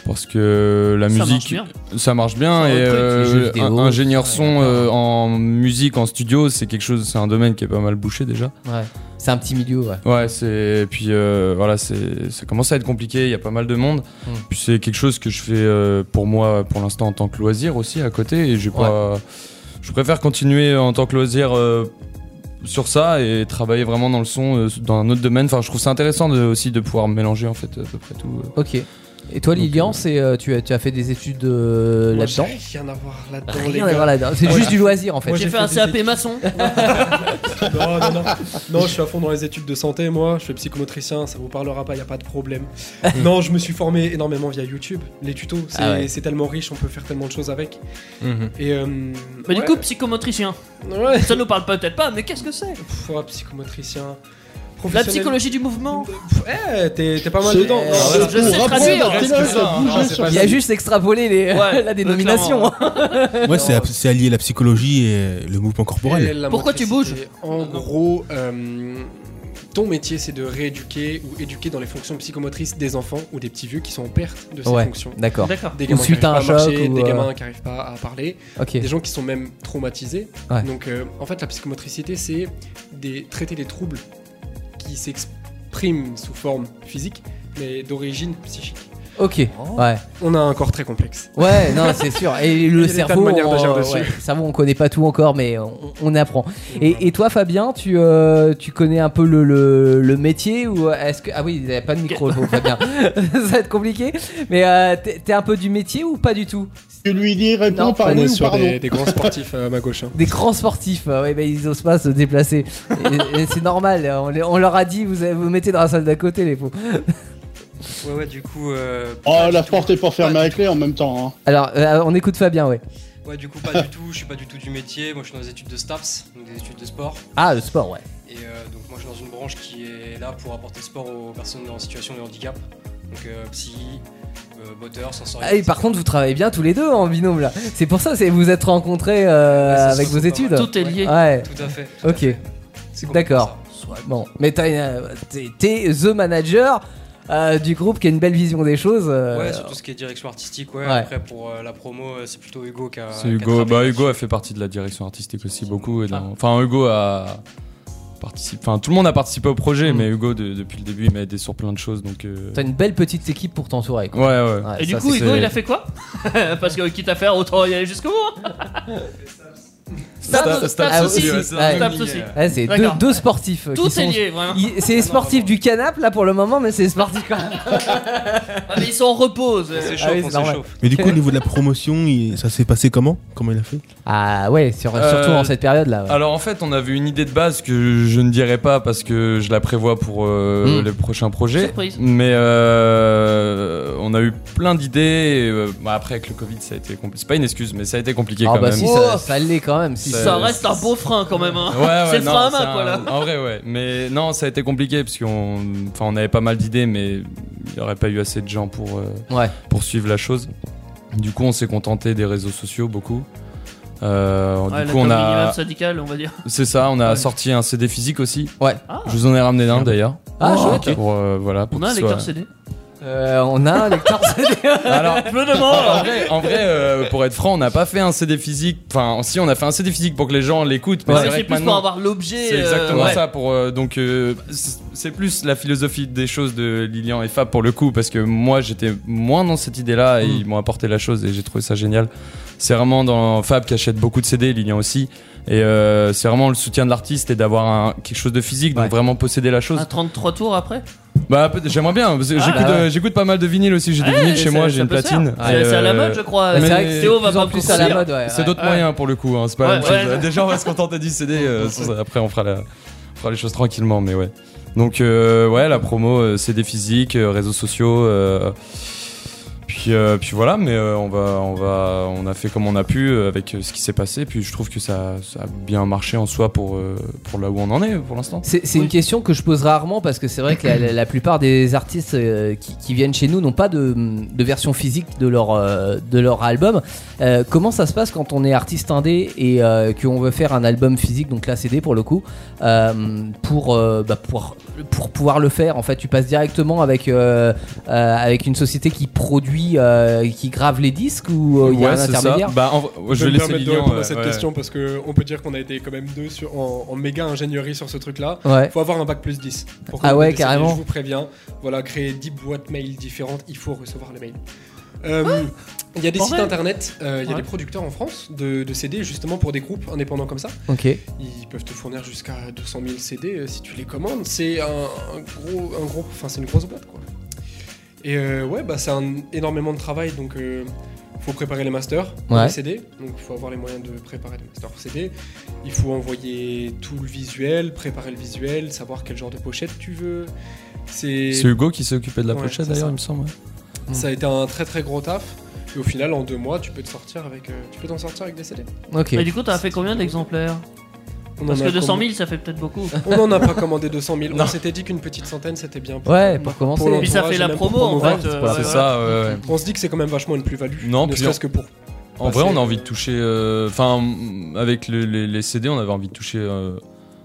[SPEAKER 4] Parce que la
[SPEAKER 3] Ça marche
[SPEAKER 4] musique,
[SPEAKER 3] bien.
[SPEAKER 4] ça marche bien
[SPEAKER 3] Ça
[SPEAKER 4] et
[SPEAKER 3] recrute.
[SPEAKER 4] euh,
[SPEAKER 2] Les jeux vidéo,
[SPEAKER 4] un- ingénieur
[SPEAKER 2] ouais,
[SPEAKER 4] son euh, en musique, en studio, c'est quelque chose, c'est un domaine qui est pas mal bouché déjà.
[SPEAKER 2] Ouais. C'est un petit milieu, ouais.
[SPEAKER 4] Ouais, c'est et puis euh, voilà, c'est ça commence à être compliqué. Il y a pas mal de monde.
[SPEAKER 2] Mm.
[SPEAKER 4] Puis c'est quelque chose que je fais euh, pour moi, pour l'instant en tant que loisir aussi à côté. Et j'ai pas, je préfère continuer en tant que loisir euh, sur ça et travailler vraiment dans le son, euh, dans un autre domaine. Enfin, je trouve ça intéressant de, aussi de pouvoir mélanger en fait à peu près tout. euh.
[SPEAKER 2] Ok. Et toi,
[SPEAKER 4] Donc,
[SPEAKER 2] Lilian,
[SPEAKER 4] euh,
[SPEAKER 2] c'est euh, tu, as, tu as fait des études euh,
[SPEAKER 6] Moi, j'ai
[SPEAKER 2] là-dedans
[SPEAKER 6] Rien à voir là-dedans, les
[SPEAKER 2] Rien à
[SPEAKER 6] gars.
[SPEAKER 2] voir là-dedans. C'est
[SPEAKER 6] Ouais.
[SPEAKER 2] juste du loisir, en fait.
[SPEAKER 6] Moi,
[SPEAKER 3] J'ai
[SPEAKER 6] j'ai
[SPEAKER 3] fait un
[SPEAKER 6] fait des
[SPEAKER 3] CAP
[SPEAKER 6] études.
[SPEAKER 3] maçon.
[SPEAKER 6] Non, non, non. Non, je suis à fond dans les études de santé, moi. Je suis psychomotricien, ça vous parlera pas, il a pas de problème. non, je me suis formé énormément via YouTube. Les tutos, c'est
[SPEAKER 2] Ah ouais. Mhm.
[SPEAKER 6] c'est tellement riche, on peut faire tellement de choses avec. Et. euh,
[SPEAKER 3] Mais Bah, du
[SPEAKER 6] ouais.
[SPEAKER 3] coup, psychomotricien.
[SPEAKER 6] Ouais,
[SPEAKER 3] Ça nous parle peut-être pas, mais qu'est-ce que c'est
[SPEAKER 6] Pff, ouais, psychomotricien.
[SPEAKER 3] La
[SPEAKER 6] professionnel.
[SPEAKER 3] psychologie du mouvement
[SPEAKER 6] Pff, Eh, t'es t'es pas mal
[SPEAKER 5] C'est-
[SPEAKER 6] dedans.
[SPEAKER 2] euh,
[SPEAKER 6] Non,
[SPEAKER 2] ouais.
[SPEAKER 5] c'est
[SPEAKER 3] je sais
[SPEAKER 5] pour
[SPEAKER 3] traduire,
[SPEAKER 5] apprendre à
[SPEAKER 3] hein,
[SPEAKER 5] Téloc
[SPEAKER 3] c'est ça.
[SPEAKER 5] à bouger
[SPEAKER 6] Non, c'est
[SPEAKER 5] sur
[SPEAKER 6] pas
[SPEAKER 2] Il y a juste extrapolé les,
[SPEAKER 3] Ouais,
[SPEAKER 2] la dénomination.
[SPEAKER 3] clairement.
[SPEAKER 6] hein.
[SPEAKER 7] Ouais, c'est c'est allier la psychologie et le mouvement
[SPEAKER 6] Et
[SPEAKER 7] corporel.
[SPEAKER 6] la
[SPEAKER 3] Pourquoi tu bouges
[SPEAKER 6] motricité. En gros, euh, ton métier, c'est de rééduquer ou éduquer dans les fonctions psychomotrices des enfants ou des petits vieux qui sont en perte de ces
[SPEAKER 2] Ouais.
[SPEAKER 6] fonctions.
[SPEAKER 2] D'accord.
[SPEAKER 3] D'accord.
[SPEAKER 6] Des
[SPEAKER 2] Ou
[SPEAKER 6] gamins, qui
[SPEAKER 2] suite à
[SPEAKER 6] arrivent pas
[SPEAKER 2] un
[SPEAKER 6] à marcher,
[SPEAKER 2] choc, ou,
[SPEAKER 6] des
[SPEAKER 2] euh,
[SPEAKER 6] gamins qui n'arrivent pas à parler,
[SPEAKER 2] Ok.
[SPEAKER 6] des gens qui sont même traumatisés.
[SPEAKER 2] Ouais.
[SPEAKER 6] Donc, euh, en fait, la psychomotricité, c'est des, traiter les troubles qui s'expriment sous forme physique, mais d'origine psychique.
[SPEAKER 2] Ok. Ouais.
[SPEAKER 6] On a un corps très complexe.
[SPEAKER 2] Ouais. Non, c'est sûr. Et le
[SPEAKER 6] des tas de
[SPEAKER 2] cerveau,
[SPEAKER 6] manières
[SPEAKER 2] on,
[SPEAKER 6] d'agir dessus.
[SPEAKER 2] ouais, le cerveau, on connaît pas tout encore, mais on, on apprend. Et, et toi, Fabien, tu, euh, tu connais un peu le, le, le métier ou est-ce que ah oui, il n'y a pas de micro, faut, Fabien. Ça va être compliqué. Mais euh, t'es t'es un peu du métier ou pas du tout
[SPEAKER 5] Tu lui dis
[SPEAKER 2] Non,
[SPEAKER 5] réponds par
[SPEAKER 2] on
[SPEAKER 6] On
[SPEAKER 5] oui
[SPEAKER 6] est
[SPEAKER 5] ou
[SPEAKER 6] sur
[SPEAKER 5] par non.
[SPEAKER 6] des, des grands sportifs euh, à ma gauche. hein.
[SPEAKER 2] Des grands sportifs, euh, ouais, bah, ils osent pas se déplacer. Et- et c'est normal. On, les- on leur a dit, vous vous mettez dans la salle d'à côté, les pauvres.
[SPEAKER 8] Ouais, ouais, du coup. euh,
[SPEAKER 5] Oh,
[SPEAKER 8] pas
[SPEAKER 5] la
[SPEAKER 8] du tout.
[SPEAKER 5] porte est pour
[SPEAKER 8] Pas
[SPEAKER 5] fermer
[SPEAKER 8] du
[SPEAKER 5] avec clé en même temps. hein.
[SPEAKER 2] Alors, euh, on écoute Fabien, ouais.
[SPEAKER 8] Ouais, du coup, pas du tout. Je suis pas du tout du métier. Moi, je suis dans les études de STAPS, donc des études de sport.
[SPEAKER 2] Ah, le sport, ouais.
[SPEAKER 8] Et euh, donc, moi, je suis dans une branche qui est là pour apporter le sport aux personnes en situation de handicap. Donc, euh, psy, euh, moteur, sensoriel.
[SPEAKER 2] Ah oui, par contre, vous travaillez bien tous les deux en binôme là. C'est pour ça, c'est vous êtes rencontrés euh,
[SPEAKER 8] Ouais, ça se
[SPEAKER 2] avec vos
[SPEAKER 8] ressemble pas
[SPEAKER 2] études.
[SPEAKER 8] mal.
[SPEAKER 3] Tout est lié.
[SPEAKER 2] Ouais.
[SPEAKER 8] Tout à fait. tout à
[SPEAKER 2] Ok.
[SPEAKER 8] fait. C'est complètement
[SPEAKER 2] D'accord.
[SPEAKER 8] ça.
[SPEAKER 2] Bon, mais t'as une, euh, t'es- t'es the manager euh, du groupe qui a une belle vision des choses. euh,
[SPEAKER 8] Ouais, sur tout ce qui est direction artistique, ouais.
[SPEAKER 2] ouais.
[SPEAKER 8] Après, pour euh, la promo, euh, c'est plutôt Hugo qui a.
[SPEAKER 4] C'est
[SPEAKER 8] qui a
[SPEAKER 4] Hugo. Bah,
[SPEAKER 8] travaillé
[SPEAKER 4] Hugo a fait partie de la direction artistique aussi beaucoup. et dans- Enfin, Hugo a participé. Enfin, tout le monde a participé au projet,
[SPEAKER 2] Mm.
[SPEAKER 4] mais Hugo, de- depuis le début, il m'a aidé sur plein de choses. Donc, euh,
[SPEAKER 2] T'as une belle petite équipe pour t'entourer.
[SPEAKER 4] ouais,
[SPEAKER 2] quoi.
[SPEAKER 4] ouais.
[SPEAKER 2] Ouais,
[SPEAKER 3] Et du
[SPEAKER 2] ça,
[SPEAKER 3] coup,
[SPEAKER 2] c'est-
[SPEAKER 3] Hugo, il a fait quoi Parce que quitte à faire, autant y aller jusqu'au bout.
[SPEAKER 2] Stabs-
[SPEAKER 4] Stabs
[SPEAKER 2] Stabs
[SPEAKER 4] aussi,
[SPEAKER 2] Ah, aussi,
[SPEAKER 4] ouais,
[SPEAKER 2] ouais.
[SPEAKER 3] Stabs aussi.
[SPEAKER 2] Ouais, c'est deux,
[SPEAKER 3] D'accord.
[SPEAKER 2] deux sportifs. euh, qui
[SPEAKER 3] Tout est
[SPEAKER 2] sont-
[SPEAKER 3] lié, vraiment.
[SPEAKER 2] Ils- C'est les sportifs du canapé là pour le moment, mais c'est les sportifs quand même.
[SPEAKER 3] Ah, mais ils sont en repose.
[SPEAKER 8] On
[SPEAKER 2] Ah oui,
[SPEAKER 8] s'échauffe,
[SPEAKER 2] c'est
[SPEAKER 8] on
[SPEAKER 2] normal.
[SPEAKER 8] s'échauffe.
[SPEAKER 7] Mais du coup, au niveau de la promotion, il- ça s'est passé comment Comment il a fait
[SPEAKER 2] Ah ouais, sur-
[SPEAKER 4] Euh,
[SPEAKER 2] surtout en cette période là.
[SPEAKER 4] Alors en fait, on avait une idée de base que je ne dirais pas parce que je la prévois pour euh,
[SPEAKER 2] Mm.
[SPEAKER 4] les prochains projets.
[SPEAKER 3] Surprise.
[SPEAKER 4] Mais euh, on a eu plein d'idées. et, euh, bah, après, avec le Covid, ça a été compliqué. C'est pas une excuse, mais ça a été compliqué
[SPEAKER 2] Ah
[SPEAKER 4] quand
[SPEAKER 2] bah
[SPEAKER 4] même.
[SPEAKER 2] si,
[SPEAKER 3] Oh,
[SPEAKER 2] ça, ça l'est quand même. Si,
[SPEAKER 4] Ça-
[SPEAKER 3] Ça reste un beau frein quand même. hein.
[SPEAKER 4] Ouais, ouais,
[SPEAKER 3] c'est le
[SPEAKER 4] non,
[SPEAKER 3] frein à
[SPEAKER 4] c'est
[SPEAKER 3] main, quoi,
[SPEAKER 4] un-
[SPEAKER 3] là.
[SPEAKER 4] En vrai, ouais. Mais non, ça a été compliqué parce qu'on, enfin, on avait pas mal d'idées, mais il n'y aurait pas eu assez de gens pour euh,
[SPEAKER 2] Ouais.
[SPEAKER 4] poursuivre la chose. Du coup, on s'est contenté des réseaux sociaux beaucoup. Euh,
[SPEAKER 3] Ouais,
[SPEAKER 4] du
[SPEAKER 3] la
[SPEAKER 4] coup, on
[SPEAKER 3] commune
[SPEAKER 4] a,
[SPEAKER 3] minimum syndicale, on va dire.
[SPEAKER 4] c'est ça, on a
[SPEAKER 3] Ouais.
[SPEAKER 4] sorti un CD physique aussi.
[SPEAKER 2] Ouais.
[SPEAKER 3] Ah.
[SPEAKER 4] Je vous en ai ramené un d'ailleurs.
[SPEAKER 2] Ah,
[SPEAKER 4] Oh,
[SPEAKER 2] chouette.
[SPEAKER 4] Pour, euh, voilà, pour
[SPEAKER 3] On a un
[SPEAKER 4] qu'il
[SPEAKER 3] lecteur
[SPEAKER 4] soit-
[SPEAKER 3] CD.
[SPEAKER 2] Euh, on a un lecteur CD.
[SPEAKER 4] Alors,
[SPEAKER 3] Je me demande.
[SPEAKER 4] en
[SPEAKER 3] alors.
[SPEAKER 4] vrai, en vrai, euh, pour être franc, on n'a pas fait un CD physique. Enfin, si, on a fait un CD physique pour que les gens l'écoutent. Mais
[SPEAKER 2] Ouais.
[SPEAKER 4] c'est
[SPEAKER 3] C'est
[SPEAKER 4] vrai que
[SPEAKER 3] plus pour
[SPEAKER 4] maintenant,
[SPEAKER 3] avoir l'objet.
[SPEAKER 4] c'est
[SPEAKER 3] euh,
[SPEAKER 4] exactement
[SPEAKER 3] ouais.
[SPEAKER 4] ça. Pour euh, donc, euh, c'est c'est plus la philosophie des choses de Lilian et Fab pour le coup, parce que moi, j'étais moins dans cette idée-là et
[SPEAKER 3] Hmm.
[SPEAKER 2] Mm.
[SPEAKER 4] ils m'ont apporté la chose et j'ai trouvé ça génial. C'est vraiment dans Fab qui achète beaucoup de CD, Lilian aussi. Et euh, c'est vraiment le soutien de l'artiste et d'avoir un- quelque chose de physique, donc
[SPEAKER 2] Ouais.
[SPEAKER 4] vraiment posséder la chose.
[SPEAKER 3] Un 33 tours après
[SPEAKER 4] Bah peut- j'aimerais bien. parce que
[SPEAKER 3] Ah,
[SPEAKER 4] j'écoute,
[SPEAKER 2] bah ouais.
[SPEAKER 4] euh, j'écoute pas mal de vinyles aussi. J'ai des vinyles chez
[SPEAKER 3] Ça-
[SPEAKER 4] moi,
[SPEAKER 3] ça
[SPEAKER 4] j'ai une
[SPEAKER 3] peut se
[SPEAKER 4] platine.
[SPEAKER 3] faire. C'est
[SPEAKER 4] Et,
[SPEAKER 3] c'est à la
[SPEAKER 4] euh,
[SPEAKER 3] mode, je crois.
[SPEAKER 2] Mais
[SPEAKER 4] Mais
[SPEAKER 2] c'est vrai que
[SPEAKER 3] Théo va
[SPEAKER 2] de plus
[SPEAKER 3] pas
[SPEAKER 2] en
[SPEAKER 3] me
[SPEAKER 2] plus à la
[SPEAKER 3] contredire.
[SPEAKER 2] mode. Ouais,
[SPEAKER 4] C'est
[SPEAKER 2] ouais.
[SPEAKER 4] d'autres
[SPEAKER 3] ouais.
[SPEAKER 4] moyens pour le coup. hein, C'est pas la
[SPEAKER 3] Ouais,
[SPEAKER 4] même chose.
[SPEAKER 3] ouais.
[SPEAKER 4] Déjà on va se contenter du CD. euh, sans- après on fera, la, on fera les choses tranquillement. Mais ouais. Donc euh, ouais, la promo, euh, CD physique, euh, réseaux sociaux. euh, puis, euh, puis voilà, mais euh, on va, on va, on a fait comme on a pu euh, avec euh, ce qui s'est passé. Puis je trouve que ça, ça a bien marché en soi pour, euh, pour là où on en est pour l'instant.
[SPEAKER 2] C'est c'est une question que je pose rarement parce que c'est vrai que la, la- la plupart des artistes euh, qui, qui viennent chez nous n'ont pas de, de version physique de leur, euh, de leur album. Euh, comment ça se passe quand on est artiste indé et euh, qu'on veut faire un album physique, donc là CD pour le coup, euh, pour, euh, bah, pour, pour pouvoir le faire En fait, tu passes directement avec, euh, euh, avec une société qui produit, euh, qui grave les disques ou euh, il y a un
[SPEAKER 4] c'est ça.
[SPEAKER 2] intermédiaire
[SPEAKER 4] Bah, en- je
[SPEAKER 6] Je
[SPEAKER 4] vais
[SPEAKER 6] vais me
[SPEAKER 4] laisser
[SPEAKER 6] permettre de
[SPEAKER 4] Lilian.
[SPEAKER 6] répondre
[SPEAKER 4] ouais,
[SPEAKER 6] à cette
[SPEAKER 4] ouais.
[SPEAKER 6] question parce que on peut dire qu'on a été quand même deux sur, en, en méga ingénierie sur ce truc-là.
[SPEAKER 2] Ouais.
[SPEAKER 6] Faut avoir un bac plus 10. pour
[SPEAKER 2] Ah
[SPEAKER 6] commander
[SPEAKER 2] ouais,
[SPEAKER 6] des CD,
[SPEAKER 2] carrément.
[SPEAKER 6] Je vous préviens. Voilà, créer 10 boîtes mail différentes, il faut recevoir le mail.
[SPEAKER 2] Ah
[SPEAKER 6] Euh, Il y a des
[SPEAKER 3] En
[SPEAKER 6] sites
[SPEAKER 3] vrai
[SPEAKER 6] internet, euh, il y a
[SPEAKER 3] Ouais.
[SPEAKER 6] des producteurs en France de, de CD justement pour des groupes indépendants comme ça.
[SPEAKER 2] Ok.
[SPEAKER 6] Ils peuvent te fournir jusqu'à 200 000 CD euh, si tu les commandes. C'est un, un gros, un gros, enfin c'est une grosse boîte quoi. Et euh, ouais, bah c'est un énormément de travail donc. euh, faut préparer les masters pour
[SPEAKER 2] Ouais.
[SPEAKER 6] les CD, donc il faut avoir les moyens de préparer les masters pour CD. Il faut envoyer tout le visuel, préparer le visuel, savoir quel genre de pochette tu veux. C'est
[SPEAKER 4] C'est Hugo qui s'est occupé de la
[SPEAKER 6] Ouais,
[SPEAKER 4] pochette
[SPEAKER 6] c'est
[SPEAKER 4] d'ailleurs,
[SPEAKER 6] ça.
[SPEAKER 4] il me semble. ouais.
[SPEAKER 6] ça a été un très très gros taf. Et au final, en deux mois, tu peux te sortir avec, euh, tu peux t'en sortir avec des CD.
[SPEAKER 2] Ok.
[SPEAKER 3] Mais du coup, t'as fait combien d'exemplaires
[SPEAKER 6] On
[SPEAKER 3] Parce
[SPEAKER 6] en
[SPEAKER 3] que
[SPEAKER 6] a
[SPEAKER 3] 200
[SPEAKER 6] commandé-
[SPEAKER 3] 000, ça fait peut-être beaucoup.
[SPEAKER 6] On n'en a pas commandé 200 000.
[SPEAKER 4] Non.
[SPEAKER 6] On s'était dit qu'une petite centaine, c'était bien. pour-
[SPEAKER 2] Ouais, pour commencer.
[SPEAKER 6] Pour
[SPEAKER 3] Puis ça
[SPEAKER 6] l'entourage
[SPEAKER 3] fait
[SPEAKER 6] et
[SPEAKER 3] la
[SPEAKER 6] même pour
[SPEAKER 3] promo en
[SPEAKER 6] promouvoir.
[SPEAKER 3] fait. euh,
[SPEAKER 2] Voilà,
[SPEAKER 3] ouais,
[SPEAKER 4] c'est
[SPEAKER 3] voilà.
[SPEAKER 4] ça, ouais, ouais.
[SPEAKER 6] On se dit que c'est quand même vachement une plus-value.
[SPEAKER 4] Non,
[SPEAKER 6] ne
[SPEAKER 4] puis
[SPEAKER 6] serait-ce que pour.
[SPEAKER 4] En vrai,
[SPEAKER 6] Passer,
[SPEAKER 4] on a envie
[SPEAKER 6] euh,
[SPEAKER 4] de toucher. euh, Enfin, mm, avec le- les, les CD, on avait envie de toucher euh,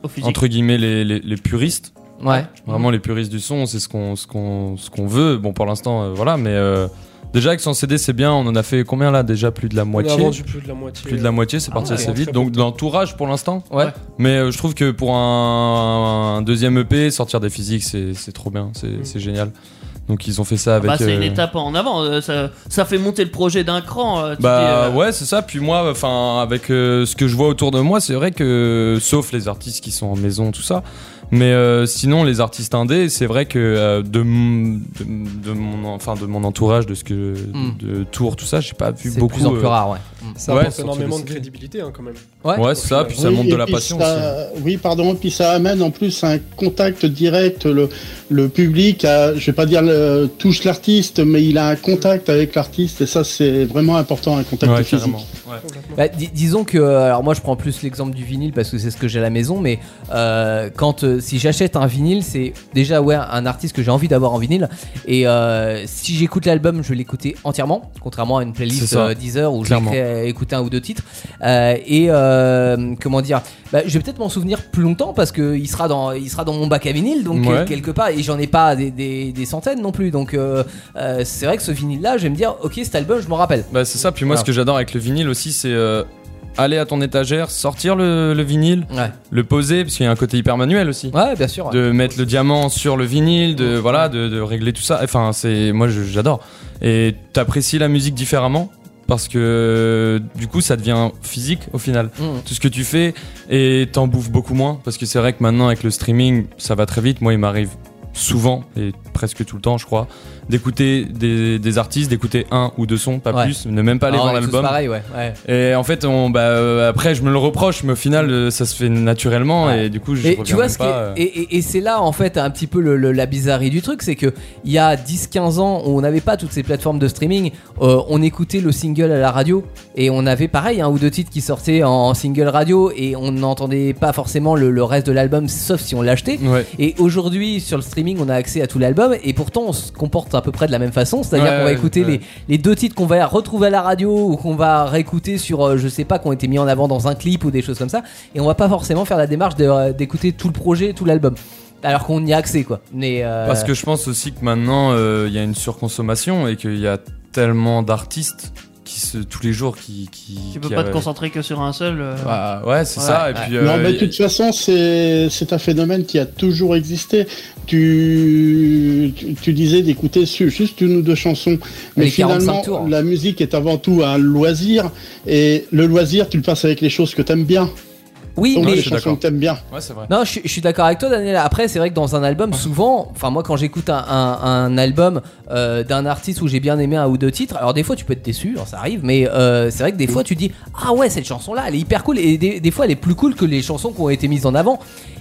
[SPEAKER 3] Au physique.
[SPEAKER 4] entre guillemets les, les- les puristes.
[SPEAKER 2] Ouais.
[SPEAKER 4] Vraiment les puristes du son, c'est ce qu'on ce qu'on ce qu'on veut. Bon, pour l'instant, euh, voilà. Mais euh, déjà avec son CD, c'est bien. On en a fait combien là Déjà plus de la
[SPEAKER 6] On
[SPEAKER 4] moitié.
[SPEAKER 6] a vendu plus de la moitié.
[SPEAKER 4] Plus de la moitié, c'est
[SPEAKER 2] Ah
[SPEAKER 4] parti
[SPEAKER 2] ouais.
[SPEAKER 4] assez vite.
[SPEAKER 6] Très
[SPEAKER 4] Donc
[SPEAKER 6] bon.
[SPEAKER 4] de l'entourage pour l'instant.
[SPEAKER 2] Ouais.
[SPEAKER 4] Mais euh, je trouve que pour un, un deuxième EP, sortir des physiques, c'est c'est trop bien. C'est
[SPEAKER 6] Mm.
[SPEAKER 4] c'est génial. Donc ils ont fait ça avec.
[SPEAKER 3] Bah, c'est une
[SPEAKER 4] euh,
[SPEAKER 3] étape en avant. euh, Ça, ça fait monter le projet d'un cran. euh, tu
[SPEAKER 4] Bah
[SPEAKER 3] dis, euh,
[SPEAKER 4] ouais, c'est ça. Puis moi, enfin, avec euh, ce que je vois autour de moi, c'est vrai que, sauf les artistes qui sont en maison, tout ça, Mais euh, sinon, les artistes indés, c'est vrai que euh, de, mon- de, de mon, enfin, de mon entourage, de ce que
[SPEAKER 2] Mm.
[SPEAKER 4] de tour, tout ça, j'ai pas vu
[SPEAKER 2] C'est de
[SPEAKER 4] beaucoup.
[SPEAKER 2] plus en plus
[SPEAKER 4] euh,
[SPEAKER 2] rare, ouais. Hmm.
[SPEAKER 6] Ça
[SPEAKER 4] Ouais,
[SPEAKER 6] apporte
[SPEAKER 4] surtout
[SPEAKER 6] énormément
[SPEAKER 4] le
[SPEAKER 6] de
[SPEAKER 4] CD.
[SPEAKER 6] crédibilité hein, quand même.
[SPEAKER 2] Ouais.
[SPEAKER 4] Ouais, c'est ça. Puis ça
[SPEAKER 5] Oui,
[SPEAKER 4] montre de
[SPEAKER 5] et
[SPEAKER 4] la
[SPEAKER 5] puis
[SPEAKER 4] passion aussi.
[SPEAKER 5] ça- Oui, pardon, et puis ça amène en plus un contact direct. Le, le public, a, je vais pas dire le- touche l'artiste, mais il a un contact avec l'artiste, et ça, c'est vraiment important, un contact
[SPEAKER 4] Ouais,
[SPEAKER 5] physique.
[SPEAKER 4] carrément. Ouais.
[SPEAKER 6] Complètement.
[SPEAKER 2] Bah, di- disons que, alors moi je prends plus l'exemple du vinyle parce que c'est ce que j'ai à la maison, mais euh, quand euh, si j'achète un vinyle, c'est déjà ouais un artiste que j'ai envie d'avoir en vinyle. Et euh, si j'écoute l'album, je vais l'écouter entièrement, contrairement à une playlist
[SPEAKER 4] C'est ça.
[SPEAKER 2] euh, Deezer où je
[SPEAKER 4] Clairement.
[SPEAKER 2] vais écouter un ou deux titres. Euh, et euh, comment dire, bah, je vais peut-être m'en souvenir plus longtemps parce que il sera dans il sera dans mon bac à vinyle, donc
[SPEAKER 4] Ouais.
[SPEAKER 2] euh, quelque part et j'en ai pas des, des- des centaines non plus. Donc euh, euh, c'est vrai que ce vinyle-là, je vais me dire, ok, cet album, je m'en rappelle.
[SPEAKER 4] Bah, c'est ça. Puis moi,
[SPEAKER 2] Voilà.
[SPEAKER 4] ce que j'adore avec le vinyle aussi, c'est euh, aller à ton étagère, sortir le, le vinyle,
[SPEAKER 2] Ouais,
[SPEAKER 4] le poser, parce qu'il y a un côté hyper manuel aussi.
[SPEAKER 2] ouais, bien sûr. ouais.
[SPEAKER 4] de mettre le diamant sur le vinyle, de voilà, de, de régler tout ça. Enfin, c'est moi je- j'adore. Et t'apprécies la musique différemment parce que du coup ça devient physique au final.
[SPEAKER 2] Mm.
[SPEAKER 4] Tout ce que tu fais et t'en bouffes beaucoup moins parce que c'est vrai que maintenant avec le streaming ça va très vite. Moi il m'arrive souvent et presque tout le temps je crois d'écouter des, des artistes, d'écouter un ou deux sons, pas
[SPEAKER 2] Ouais.
[SPEAKER 4] plus, ne même pas aller
[SPEAKER 2] Ah,
[SPEAKER 4] voir
[SPEAKER 2] on est tous
[SPEAKER 4] l'album.
[SPEAKER 2] pareil, ouais. ouais.
[SPEAKER 4] Et en fait on, bah, euh, après je me le reproche mais au final euh, ça se fait naturellement
[SPEAKER 2] Ouais.
[SPEAKER 4] et du coup je
[SPEAKER 2] Et
[SPEAKER 4] reviens
[SPEAKER 2] tu vois
[SPEAKER 4] même
[SPEAKER 2] ce qui est-
[SPEAKER 4] pas, euh.
[SPEAKER 2] et, et- et c'est là en fait un petit peu le- le- la bizarrerie du truc, c'est que il y a 10-15 ans, on n'avait pas toutes ces plateformes de streaming. Euh, on écoutait le single à la radio et on avait pareil un ou deux titres qui sortaient en, en single radio et on n'entendait pas forcément le, le reste de l'album, sauf si on l'achetait.
[SPEAKER 4] Ouais.
[SPEAKER 2] Et aujourd'hui, sur le streaming, on a accès à tout l'album et pourtant on se comporte à peu près de la même façon. C'est-à-dire
[SPEAKER 4] Ouais,
[SPEAKER 2] qu'on va
[SPEAKER 4] ouais,
[SPEAKER 2] écouter
[SPEAKER 4] ouais.
[SPEAKER 2] les, les deux titres qu'on va retrouver à la radio ou qu'on va réécouter sur, euh, je sais pas, qui ont été mis en avant dans un clip ou des choses comme ça. Et on va pas forcément faire la démarche de, euh, d'écouter tout le projet, tout l'album. Alors qu'on y a accès quoi. Mais, euh,
[SPEAKER 4] Parce que je pense aussi que maintenant euh, il y a une surconsommation et qu'il y a tellement d'artistes qui se tous les jours qui qui,
[SPEAKER 3] Tu peux
[SPEAKER 4] qui,
[SPEAKER 3] pas te
[SPEAKER 4] euh,
[SPEAKER 3] concentrer que sur un seul. euh,
[SPEAKER 4] bah, ouais, c'est
[SPEAKER 3] Ouais,
[SPEAKER 4] ça. Et
[SPEAKER 2] ouais.
[SPEAKER 4] puis
[SPEAKER 5] Non,
[SPEAKER 4] euh,
[SPEAKER 5] mais de
[SPEAKER 4] y-
[SPEAKER 5] toute façon, c'est c'est un phénomène qui a toujours existé. Tu, tu, tu disais d'écouter su- juste une ou deux chansons. Mais
[SPEAKER 2] Les 45
[SPEAKER 5] finalement,
[SPEAKER 2] tours. hein.
[SPEAKER 5] la musique est avant tout un loisir. Et le loisir, tu le passes avec les choses que t'aimes bien.
[SPEAKER 2] oui,
[SPEAKER 5] Donc
[SPEAKER 4] Ouais,
[SPEAKER 5] les
[SPEAKER 4] je
[SPEAKER 2] mais
[SPEAKER 4] suis
[SPEAKER 5] chansons
[SPEAKER 4] d'accord.
[SPEAKER 5] que t'aimes bien.
[SPEAKER 4] ouais, c'est vrai.
[SPEAKER 2] Non, je, suis- je suis d'accord avec toi, Daniel. Après, c'est vrai que dans un album, souvent, enfin, moi, quand j'écoute un, un- un album euh, d'un artiste où j'ai bien aimé un ou deux titres, alors des fois, tu peux être déçu, hein, ça arrive, mais euh, c'est vrai que des fois, tu dis Ah ouais, cette chanson-là, elle est hyper cool, et des, des fois, elle est plus cool que les chansons qui ont été mises en avant.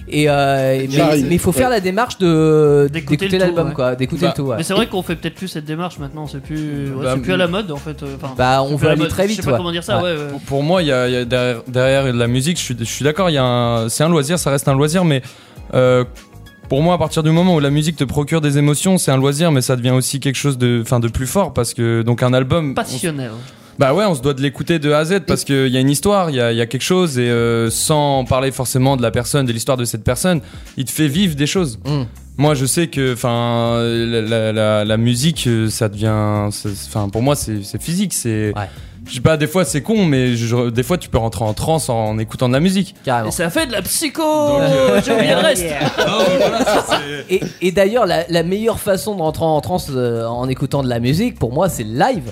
[SPEAKER 2] Et euh, mais-
[SPEAKER 5] arrive.
[SPEAKER 2] mais il faut faire la démarche de
[SPEAKER 3] D'écouter
[SPEAKER 2] d'écouter
[SPEAKER 3] le tout,
[SPEAKER 2] l'album,
[SPEAKER 3] ouais.
[SPEAKER 2] quoi, d'écouter
[SPEAKER 4] Bah,
[SPEAKER 2] le tout. ouais.
[SPEAKER 3] Mais c'est vrai qu'on fait peut-être plus cette démarche maintenant. C'est plus, ouais,
[SPEAKER 4] Bah,
[SPEAKER 3] c'est plus à la mode en fait. euh, enfin,
[SPEAKER 2] Bah,
[SPEAKER 3] c'est
[SPEAKER 2] on veut
[SPEAKER 3] plus à la
[SPEAKER 2] aller
[SPEAKER 3] mode.
[SPEAKER 2] très vite.
[SPEAKER 3] Je sais pas
[SPEAKER 2] ouais.
[SPEAKER 3] comment dire ça.
[SPEAKER 2] Ouais.
[SPEAKER 3] ouais, ouais.
[SPEAKER 4] Pour, pour moi, il y a, il y a derrière, derrière la musique, je suis, je suis d'accord. Il y a un- c'est un loisir, ça reste un loisir, mais euh, pour moi, à partir du moment où la musique te procure des émotions, c'est un loisir, mais ça devient aussi quelque chose de, enfin, de plus fort parce que donc un album, on
[SPEAKER 3] Passionnel.
[SPEAKER 4] Bah ouais, on se doit de l'écouter de A à Z parce qu'il y a une histoire, il y a, il y a quelque chose et euh, sans parler forcément de la personne, de l'histoire de cette personne, il te fait vivre des choses.
[SPEAKER 2] Mm.
[SPEAKER 4] Moi, je sais que, enfin, la, la- la- la musique, euh, ça devient, c'est- enfin, pour moi, c'est c'est physique, c'est.
[SPEAKER 2] Ouais.
[SPEAKER 4] Je sais pas, des fois c'est con, mais je- des fois tu peux rentrer en transe en, en écoutant de la musique.
[SPEAKER 2] Carrément.
[SPEAKER 3] Et ça fait de la psycho.
[SPEAKER 4] Donc, euh,
[SPEAKER 3] J'ai oublié le reste.
[SPEAKER 2] Et, et d'ailleurs, la, la meilleure façon de rentrer en transe euh, en écoutant de la musique, pour moi, c'est le live.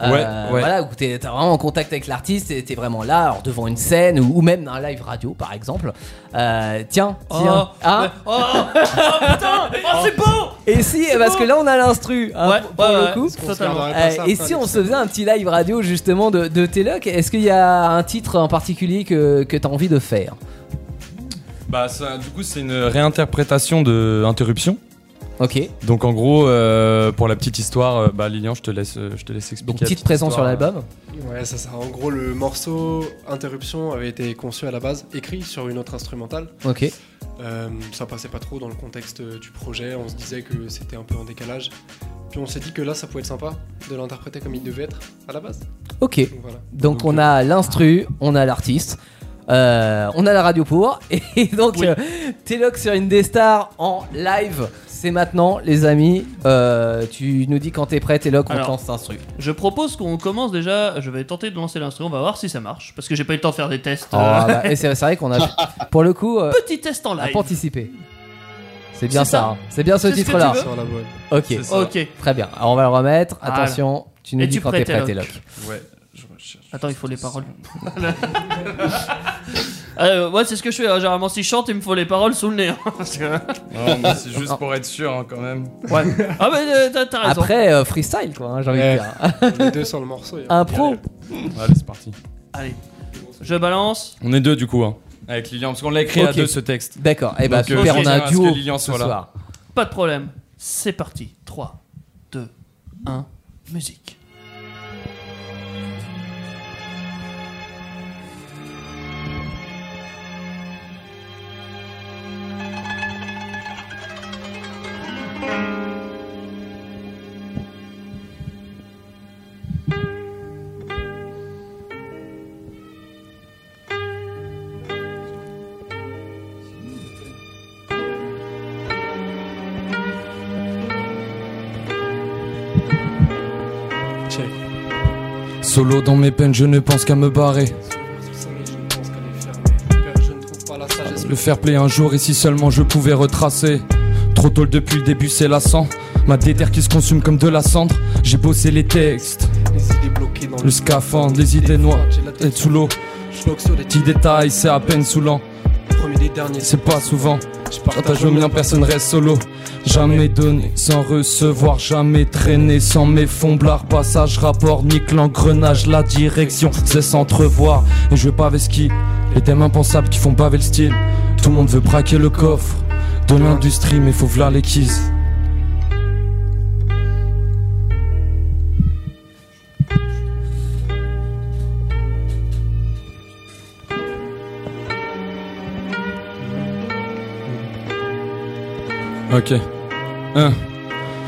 [SPEAKER 2] Euh,
[SPEAKER 4] Ouais, ouais.
[SPEAKER 2] Voilà, où t'es t'es vraiment en contact avec l'artiste, et t'es vraiment là, alors devant une scène ou, ou même un live radio, par exemple. Euh, tiens,
[SPEAKER 3] Oh,
[SPEAKER 2] tiens. Hein
[SPEAKER 3] Oh, oh, putain, oh, c'est beau.
[SPEAKER 2] et si, parce que là, on a l'instru. hein,
[SPEAKER 3] Ouais,
[SPEAKER 2] pour- pour
[SPEAKER 3] ouais,
[SPEAKER 2] le
[SPEAKER 3] ouais,
[SPEAKER 2] coup.
[SPEAKER 6] Parce qu'on se
[SPEAKER 3] Totalement.
[SPEAKER 6] garderait pas
[SPEAKER 2] Euh,
[SPEAKER 6] ça
[SPEAKER 2] et
[SPEAKER 6] après,
[SPEAKER 2] si on
[SPEAKER 6] les-
[SPEAKER 2] se faisait un petit live radio justement de, de Téloc, est-ce qu'il y a un titre en particulier que, que t'as envie de faire
[SPEAKER 4] Bah, ça, du coup, c'est une réinterprétation de Interruption.
[SPEAKER 2] Ok,
[SPEAKER 4] Donc, en gros, euh, pour la petite histoire, euh, bah, Lilian, je te laisse, euh, je te laisse expliquer.
[SPEAKER 2] donc
[SPEAKER 4] la
[SPEAKER 2] titre présent sur
[SPEAKER 4] histoire.
[SPEAKER 2] l'album.
[SPEAKER 6] Ouais, ça, ça. En gros, le morceau Interruption avait été conçu à la base, écrit sur une autre instrumentale.
[SPEAKER 2] Ok,
[SPEAKER 6] Euh, ça passait pas trop dans le contexte euh, du projet, on se disait que c'était un peu en décalage. Puis on s'est dit que là, ça pouvait être sympa de l'interpréter comme il devait être à la base.
[SPEAKER 2] ok.
[SPEAKER 6] Donc euh, voilà.
[SPEAKER 2] Donc
[SPEAKER 4] Donc,
[SPEAKER 3] euh,
[SPEAKER 2] on a l'instru, on a l'artiste, euh, on a la radio pour. Et donc
[SPEAKER 3] Oui.
[SPEAKER 2] euh, Téloc sur une des stars en live, c'est maintenant les amis. Euh, tu nous dis quand t'es prêt Téloc, on te
[SPEAKER 3] Alors.
[SPEAKER 2] lance l'instru.
[SPEAKER 3] Je propose qu'on commence déjà. Je vais tenter de lancer l'instru. On va voir si ça marche. Parce que j'ai pas eu le temps de faire des tests.
[SPEAKER 2] Ah,
[SPEAKER 3] euh,
[SPEAKER 2] bah, et c'est c'est vrai qu'on a pour le coup euh,
[SPEAKER 3] Petit test en
[SPEAKER 2] on a
[SPEAKER 3] live.
[SPEAKER 2] pas anticipé. C'est bien
[SPEAKER 3] C'est
[SPEAKER 2] ça,
[SPEAKER 3] ça.
[SPEAKER 2] hein. c'est bien ce
[SPEAKER 3] C'est ce que
[SPEAKER 2] titre là.
[SPEAKER 3] tu
[SPEAKER 6] Sur la boîte.
[SPEAKER 2] Ok,
[SPEAKER 4] C'est ça.
[SPEAKER 3] Ok.
[SPEAKER 2] très bien. Alors on va le remettre.
[SPEAKER 3] Voilà.
[SPEAKER 2] Ah, Attention, tu nous
[SPEAKER 3] Et
[SPEAKER 2] dis
[SPEAKER 3] tu
[SPEAKER 2] quand
[SPEAKER 3] prêt,
[SPEAKER 2] t'es prêt
[SPEAKER 3] Téloc.
[SPEAKER 2] Téloc.
[SPEAKER 4] Ouais, je recherche.
[SPEAKER 3] Attends, il faut les paroles. Euh, ouais, c'est ce que je fais. hein. Généralement, si je chante, il me faut les paroles sous le nez. hein, parce que-
[SPEAKER 4] Non, mais c'est juste pour être sûr hein, quand même.
[SPEAKER 3] ouais. Ah, mais euh, t'as- t'as raison.
[SPEAKER 2] Après, euh, freestyle, quoi, hein, j'ai envie
[SPEAKER 6] Ouais.
[SPEAKER 2] de dire.
[SPEAKER 6] Les deux sur le morceau.
[SPEAKER 2] Un pro.
[SPEAKER 4] Allez, c'est parti.
[SPEAKER 3] Allez, je balance.
[SPEAKER 4] On est deux du coup, hein, avec Lilian, parce qu'on l'a écrit à
[SPEAKER 2] Ok.
[SPEAKER 4] deux ce texte.
[SPEAKER 2] D'accord, et bah
[SPEAKER 4] Donc, euh,
[SPEAKER 2] super,
[SPEAKER 4] je
[SPEAKER 2] on a
[SPEAKER 4] tiens à
[SPEAKER 2] un
[SPEAKER 4] ce que
[SPEAKER 2] duo
[SPEAKER 4] Lilian
[SPEAKER 2] ce
[SPEAKER 4] soit là.
[SPEAKER 2] soir.
[SPEAKER 3] Pas de problème. C'est parti. 3, 2, 1, musique.
[SPEAKER 4] Solo dans mes peines, je ne pense qu'à me barrer.
[SPEAKER 6] Je ne trouve pas la sagesse.
[SPEAKER 4] Le fair play un jour, et si seulement je pouvais retracer. Trop tôt depuis le début, c'est lassant. Ma déterre qui se consume comme de la cendre. J'ai bossé les textes,
[SPEAKER 6] Les idées bloquées dans
[SPEAKER 4] le scaphandre, les idées noires.
[SPEAKER 6] J'ai la
[SPEAKER 4] Et
[SPEAKER 6] tête
[SPEAKER 4] sous l'eau,
[SPEAKER 6] Je bloque sur les
[SPEAKER 4] petits détails, c'est à peine saoulant.
[SPEAKER 6] premiers des derniers.
[SPEAKER 4] C'est pas souvent,
[SPEAKER 6] Je
[SPEAKER 4] partage au mien, personne reste solo. Jamais donné, sans recevoir, jamais traîné, sans mes fonds blards, passage, rapport, nique l'engrenage, la direction, c'est s'entrevoir. Et je veux pas avec ski, les thèmes impensables qui font baver le style. Tout le monde veut braquer le coffre de l'industrie, mais faut v'là les keys. Ok. Hein.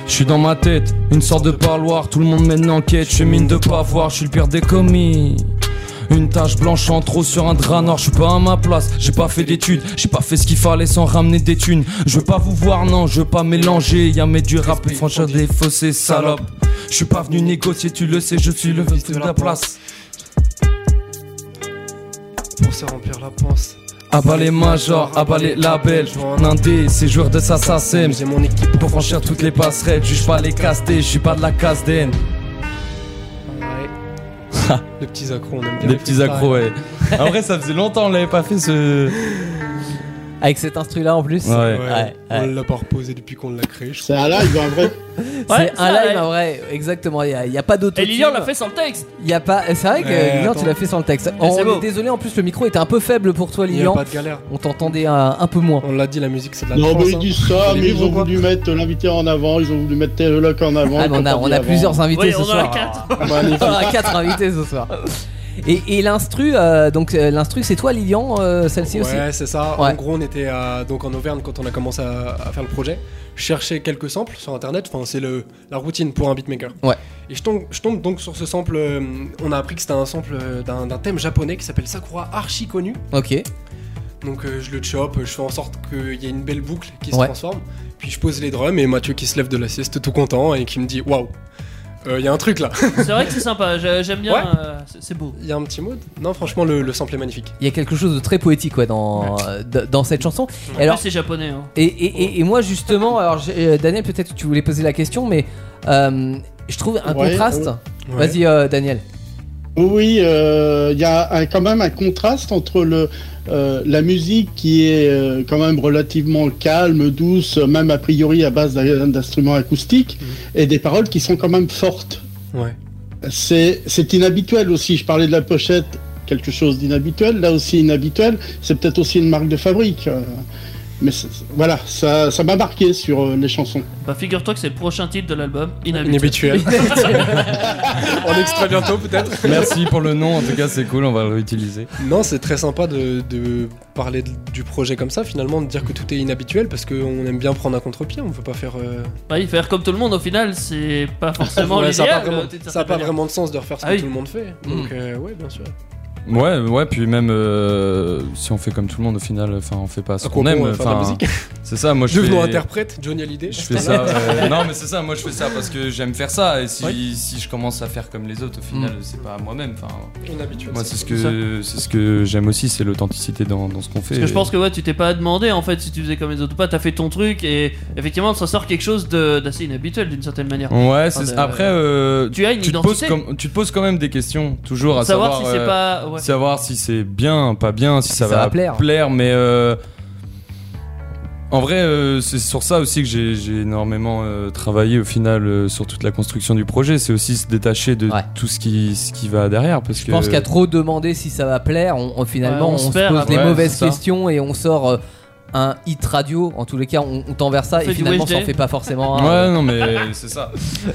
[SPEAKER 4] Je suis dans ma tête, une sorte de parloir, tout le monde mène une enquête, je mine de pas voir, je suis le pire des commis. Une tache blanche en trop sur un drap noir, je suis pas à ma place, j'ai pas fait d'études, j'ai pas fait ce qu'il fallait sans ramener des thunes. Je veux pas vous voir, non, je veux pas mélanger, y'a mes du rap et franchir des fossés, salope. Je suis pas venu négocier, tu le sais, je suis le fils de la place.
[SPEAKER 6] Pour se remplir la panse.
[SPEAKER 4] Abat les majors, abat les labels, Nindé, c'est joueur de sa SACEM.
[SPEAKER 6] J'ai mon équipe.
[SPEAKER 4] Pour franchir toutes les passerelles, juge pas les castés, je suis pas de la casse d'haine.
[SPEAKER 6] Ouais. Les petits accros, on aime bien. hein.
[SPEAKER 4] Des
[SPEAKER 6] les
[SPEAKER 4] petits
[SPEAKER 6] freestyles.
[SPEAKER 4] accros, ouais. En vrai, ça faisait longtemps, on l'avait pas fait ce.
[SPEAKER 2] Avec cet instru-là en plus.
[SPEAKER 4] Ouais.
[SPEAKER 2] Ouais,
[SPEAKER 6] On
[SPEAKER 2] ouais.
[SPEAKER 6] l'a pas reposé depuis qu'on l'a créé, je
[SPEAKER 5] C'est un live, un vrai.
[SPEAKER 2] C'est
[SPEAKER 3] Ouais,
[SPEAKER 2] un
[SPEAKER 3] ça,
[SPEAKER 2] live,
[SPEAKER 3] ouais.
[SPEAKER 2] en vrai, exactement. Il n'y a, pas d'auto.
[SPEAKER 3] Et Lilian l'a fait sans le texte.
[SPEAKER 2] Y a pas... C'est vrai que
[SPEAKER 6] Ouais,
[SPEAKER 2] Lilian,
[SPEAKER 6] attends.
[SPEAKER 2] tu l'as fait sans le texte.
[SPEAKER 3] Mais c'est
[SPEAKER 2] on
[SPEAKER 3] beau.
[SPEAKER 2] est désolé, en plus, le micro était un peu faible pour toi,
[SPEAKER 6] Il n'y a
[SPEAKER 2] Lilian.
[SPEAKER 6] pas de galère.
[SPEAKER 2] On t'entendait un, un peu moins.
[SPEAKER 6] On l'a dit, la musique c'est de la
[SPEAKER 5] Non,
[SPEAKER 6] trance,
[SPEAKER 5] mais ils
[SPEAKER 6] hein.
[SPEAKER 5] disent ça,
[SPEAKER 6] Vous
[SPEAKER 5] mais
[SPEAKER 6] les
[SPEAKER 5] ils
[SPEAKER 6] vivez
[SPEAKER 5] ont
[SPEAKER 6] ou quoi
[SPEAKER 5] voulu
[SPEAKER 3] hein.
[SPEAKER 5] mettre l'invité en avant, ils ont voulu mettre Terreloc en avant.
[SPEAKER 2] Ah, mais on a,
[SPEAKER 5] comme
[SPEAKER 2] on
[SPEAKER 5] dit
[SPEAKER 2] a
[SPEAKER 5] avant.
[SPEAKER 2] plusieurs invités
[SPEAKER 3] Oui,
[SPEAKER 2] ce
[SPEAKER 3] on en a
[SPEAKER 2] soir.
[SPEAKER 3] 4.
[SPEAKER 2] On a quatre invités ce soir. Et, et l'instru, euh, donc euh, l'instru, c'est toi, Lilian, euh, celle-ci aussi.
[SPEAKER 6] Ouais, c'est ça.
[SPEAKER 2] Ouais.
[SPEAKER 6] En gros, on était à- donc en Auvergne quand on a commencé à, à faire le projet. Je cherchais quelques samples sur internet. Enfin, c'est le- la routine pour un beatmaker.
[SPEAKER 2] Ouais.
[SPEAKER 6] Et je tombe, je tombe donc sur ce sample. euh, on a appris que c'était un sample euh, d'un d'un thème japonais qui s'appelle Sakura, archi connu.
[SPEAKER 2] Ok.
[SPEAKER 6] Donc euh, je le chope, je fais en sorte qu'il y ait une belle boucle qui se
[SPEAKER 2] Ouais.
[SPEAKER 6] transforme. Puis je pose les drums et Mathieu qui se lève de la sieste tout content et qui me dit Waouh, euh, il y a un truc là.
[SPEAKER 3] C'est vrai que c'est sympa, je- j'aime bien.
[SPEAKER 6] Ouais.
[SPEAKER 3] euh, c'est- c'est beau.
[SPEAKER 6] Il y a un petit mode Non, franchement, le, le sample est magnifique.
[SPEAKER 2] Il y a quelque chose de très poétique ouais, dans, euh, d- dans cette chanson.
[SPEAKER 3] En
[SPEAKER 2] Alors,
[SPEAKER 3] plus, c'est japonais. hein.
[SPEAKER 2] Et, et- et- et moi justement, alors j'ai- euh, Daniel, peut-être que tu voulais poser la question, mais euh, je trouve un
[SPEAKER 5] Ouais,
[SPEAKER 2] contraste.
[SPEAKER 6] Ouais.
[SPEAKER 2] Vas-y euh, Daniel.
[SPEAKER 5] Oui, euh, il y a un- quand même un contraste entre le, euh, la musique qui est euh, quand même relativement calme, douce, même a priori à base d'in- d'instruments acoustiques,
[SPEAKER 3] Mm.
[SPEAKER 5] et des paroles qui sont quand même fortes.
[SPEAKER 6] Ouais.
[SPEAKER 5] C'est c'est inhabituel aussi, je parlais de la pochette, quelque chose d'inhabituel, là aussi inhabituel, c'est peut-être aussi une marque de fabrique. euh, mais c'est- voilà, ça ça m'a marqué sur euh, les chansons.
[SPEAKER 3] Bah, figure-toi que c'est le prochain titre de l'album, Inhabituel.
[SPEAKER 6] Inhabituel. on extrait bientôt peut-être.
[SPEAKER 4] Merci pour le nom, en tout cas, c'est cool, on va le réutiliser.
[SPEAKER 6] Non, c'est très sympa de, de parler de- du projet comme ça, finalement, de dire que tout est inhabituel parce qu'on aime bien prendre un contre-pied, on veut pas faire. euh,
[SPEAKER 3] Bah, il faire comme tout le monde au final, c'est pas forcément
[SPEAKER 6] ouais, ça n'a
[SPEAKER 3] l'idéal.
[SPEAKER 6] pas, vraiment,
[SPEAKER 3] euh, d'une
[SPEAKER 6] ça a
[SPEAKER 3] certaine
[SPEAKER 6] pas
[SPEAKER 3] manière.
[SPEAKER 6] vraiment de sens de refaire ce
[SPEAKER 3] Ah
[SPEAKER 6] que
[SPEAKER 3] oui.
[SPEAKER 6] tout le monde fait. Donc, euh, ouais, bien sûr.
[SPEAKER 4] Ouais, ouais, puis même euh, si on fait comme tout le monde au final, enfin, on fait pas ce
[SPEAKER 6] À
[SPEAKER 4] qu'on
[SPEAKER 6] quoi
[SPEAKER 4] aime.
[SPEAKER 6] bon, euh, faire de la
[SPEAKER 4] enfin,
[SPEAKER 6] musique
[SPEAKER 4] C'est ça, moi je fais-
[SPEAKER 6] Devenons interprète, Johnny Hallyday.
[SPEAKER 4] Je fais ça. euh, non, mais c'est ça. Moi, je fais ça parce que j'aime faire ça. Et si, si je commence à faire comme les autres, au final,
[SPEAKER 6] Mm.
[SPEAKER 4] c'est pas à moi-même. Enfin,
[SPEAKER 6] On est habitué à
[SPEAKER 4] moi,
[SPEAKER 6] ça.
[SPEAKER 4] c'est ce que c'est ce que j'aime aussi, c'est l'authenticité dans, dans ce qu'on fait.
[SPEAKER 3] Parce que je pense que ouais, tu t'es pas demandé en fait si tu faisais comme les autres ou pas, t'as fait ton truc et effectivement ça sort quelque chose de- d'assez inhabituel d'une certaine manière.
[SPEAKER 4] Ouais, c'est
[SPEAKER 3] Ah, bah,
[SPEAKER 4] après. euh,
[SPEAKER 3] Tu as une
[SPEAKER 4] tu te poses
[SPEAKER 3] identité.
[SPEAKER 4] comme- tu te poses quand même des questions toujours à
[SPEAKER 3] savoir,
[SPEAKER 4] savoir,
[SPEAKER 3] si c'est
[SPEAKER 4] euh,
[SPEAKER 3] pas. ouais.
[SPEAKER 4] savoir si c'est bien, pas bien, si ça,
[SPEAKER 2] Ça va plaire.
[SPEAKER 4] mais euh, en vrai, euh, c'est sur ça aussi que j'ai j'ai énormément euh, travaillé au final euh, sur toute la construction du projet. C'est aussi se détacher de
[SPEAKER 2] Ouais.
[SPEAKER 4] tout ce qui, ce qui va derrière. Parce
[SPEAKER 2] Je pense qu'à trop demander si ça va plaire, on, on- finalement
[SPEAKER 3] Ouais, on
[SPEAKER 2] on,
[SPEAKER 3] se
[SPEAKER 2] se
[SPEAKER 3] perd
[SPEAKER 2] pose
[SPEAKER 3] après.
[SPEAKER 2] les
[SPEAKER 4] Ouais,
[SPEAKER 2] mauvaises
[SPEAKER 4] c'est ça.
[SPEAKER 2] questions et on sort euh, un hit radio. En tous les cas, on, on tend vers ça
[SPEAKER 3] fait
[SPEAKER 2] et
[SPEAKER 3] du
[SPEAKER 2] finalement ça en
[SPEAKER 3] Wednesday.
[SPEAKER 2] fait pas forcément. un. euh,
[SPEAKER 4] Ouais, non, mais c'est ça.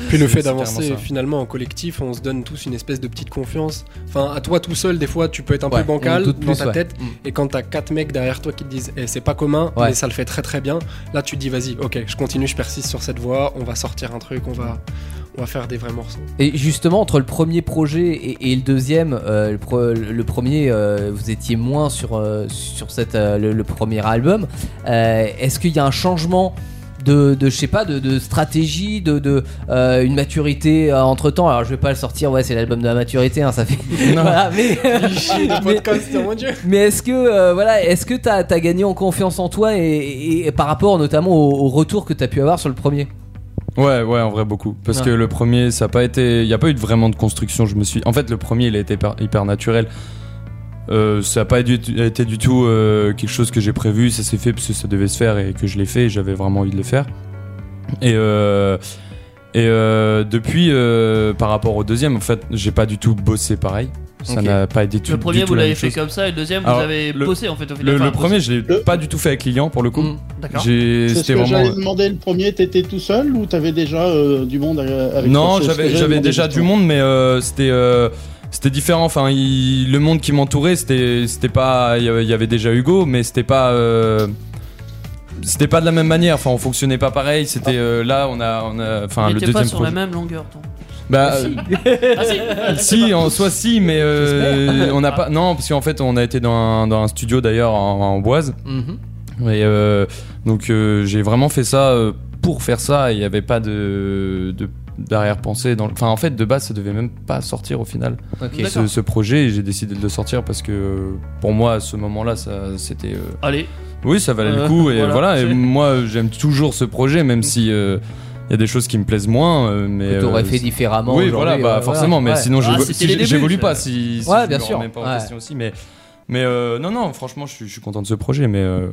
[SPEAKER 6] Puis le
[SPEAKER 4] C'est-
[SPEAKER 6] fait
[SPEAKER 4] c'est
[SPEAKER 6] d'avancer
[SPEAKER 4] carrément ça.
[SPEAKER 6] finalement en collectif, on se donne tous une espèce de petite confiance. Enfin, à toi tout seul, des fois, tu peux être un
[SPEAKER 2] Ouais,
[SPEAKER 6] peu bancal
[SPEAKER 2] on doute
[SPEAKER 6] dans
[SPEAKER 2] plus,
[SPEAKER 6] ta
[SPEAKER 2] ouais. Mm.
[SPEAKER 6] tête. Et quand t'as quatre mecs derrière toi qui te disent, eh, c'est pas commun,
[SPEAKER 2] Ouais.
[SPEAKER 6] mais ça le fait très très bien. Là, tu te dis, vas-y, ok, je continue, je persiste sur cette voie. On va sortir un truc, on va, on va faire des vrais morceaux.
[SPEAKER 2] Et justement, entre le premier projet et, et le deuxième, euh, le, pro- le premier, euh, vous étiez moins sur, euh, sur cette, euh, le, le premier album. Euh, Est-ce qu'il y a un changement de, de je sais pas de, de stratégie de, de euh, une maturité entre temps alors je vais pas le sortir ouais c'est l'album de la maturité hein, ça fait Voilà, mais
[SPEAKER 6] Le podcast, oh mon dieu.
[SPEAKER 2] Mais est-ce que euh, voilà, est-ce que t'as as gagné en confiance en toi et, et- et par rapport notamment au, au retour que t'as pu avoir sur le premier
[SPEAKER 4] Ouais, ouais, en vrai, beaucoup. Parce que le premier, ça a pas été. Il n'y a pas eu de- vraiment de construction. Je me suis. En fait, le premier, il a été hyper, hyper naturel. Euh, ça n'a pas du- été du tout euh, quelque chose que j'ai prévu. Ça s'est fait parce que ça devait se faire et que je l'ai fait. et J'avais vraiment envie de le faire. Et. euh, et euh, depuis, euh, par rapport au deuxième, en fait, j'ai pas du tout bossé pareil. Ça
[SPEAKER 2] Ok.
[SPEAKER 4] n'a pas été du tout.
[SPEAKER 3] Le premier
[SPEAKER 4] du tout
[SPEAKER 3] vous
[SPEAKER 4] la
[SPEAKER 3] l'avez
[SPEAKER 4] même
[SPEAKER 3] fait
[SPEAKER 4] chose.
[SPEAKER 3] comme ça et le deuxième vous
[SPEAKER 4] Alors,
[SPEAKER 3] avez
[SPEAKER 4] le-
[SPEAKER 3] bossé en fait au final.
[SPEAKER 4] Le,
[SPEAKER 3] Enfin, Hmm,
[SPEAKER 4] le premier, je l'ai
[SPEAKER 5] Le-
[SPEAKER 4] pas du tout fait avec client pour le coup.
[SPEAKER 2] Mm.
[SPEAKER 3] D'accord.
[SPEAKER 4] J'ai-
[SPEAKER 5] C'est ce
[SPEAKER 4] C'était
[SPEAKER 5] que
[SPEAKER 4] vraiment.
[SPEAKER 5] j'allais demander le premier, t'étais tout seul ou t'avais déjà euh, du monde euh, avec toi
[SPEAKER 4] Non,
[SPEAKER 5] C'est ce que
[SPEAKER 4] j'avais
[SPEAKER 5] j'allais
[SPEAKER 4] j'avais
[SPEAKER 5] demander
[SPEAKER 4] déjà du
[SPEAKER 5] justement.
[SPEAKER 4] monde, mais euh, c'était euh, c'était différent. Enfin, il- le monde qui m'entourait, c'était c'était pas. Il y avait- il y avait déjà Hugo, mais c'était pas. euh, c'était pas de la même manière. Enfin, on fonctionnait pas pareil. C'était euh, là, on a, on a. Enfin,
[SPEAKER 3] On
[SPEAKER 4] le
[SPEAKER 3] était pas
[SPEAKER 4] deuxième
[SPEAKER 3] sur la
[SPEAKER 4] projet.
[SPEAKER 3] même longueur. donc.
[SPEAKER 4] Bah,
[SPEAKER 3] Ah si.
[SPEAKER 4] euh, si, en soit si, mais euh, on n'a pas. Non, parce qu'en fait, on a été dans un, dans un studio d'ailleurs en, en Boise.
[SPEAKER 2] Mhm.
[SPEAKER 4] Et euh, donc euh, j'ai vraiment fait ça euh, pour faire ça. Il n'y avait pas de, de- d'arrière-pensée. Dans le... Enfin, en fait, de base, ça devait même pas sortir au final.
[SPEAKER 2] Ok.
[SPEAKER 3] D'accord.
[SPEAKER 4] Ce, ce projet, et j'ai décidé de le sortir parce que euh, pour moi, à ce moment-là, ça, c'était. euh,
[SPEAKER 3] Allez.
[SPEAKER 4] Oui, ça valait
[SPEAKER 3] Euh,
[SPEAKER 4] le coup. Et
[SPEAKER 3] voilà,
[SPEAKER 4] voilà.
[SPEAKER 3] c'est-
[SPEAKER 4] et moi, euh, j'aime toujours ce projet, même si. euh, il y a des choses qui me plaisent moins, euh, mais
[SPEAKER 2] Que t'aurais
[SPEAKER 4] euh,
[SPEAKER 2] fait
[SPEAKER 4] c'est-
[SPEAKER 2] différemment.
[SPEAKER 4] oui,
[SPEAKER 2] aujourd'hui,
[SPEAKER 4] voilà,
[SPEAKER 2] euh,
[SPEAKER 4] bah,
[SPEAKER 2] voilà.
[SPEAKER 4] forcément, mais
[SPEAKER 2] Ouais.
[SPEAKER 4] sinon
[SPEAKER 3] Ah,
[SPEAKER 4] je-
[SPEAKER 3] c'était
[SPEAKER 4] si
[SPEAKER 3] les
[SPEAKER 4] je-
[SPEAKER 3] débuts,
[SPEAKER 4] j'évolue
[SPEAKER 3] ça.
[SPEAKER 4] pas si, si
[SPEAKER 2] Ouais,
[SPEAKER 4] je
[SPEAKER 2] bien
[SPEAKER 4] me
[SPEAKER 2] sûr.
[SPEAKER 4] remets pas en
[SPEAKER 2] Ouais.
[SPEAKER 4] question aussi mais mais euh, non non, franchement, je suis, je suis content de ce projet mais euh,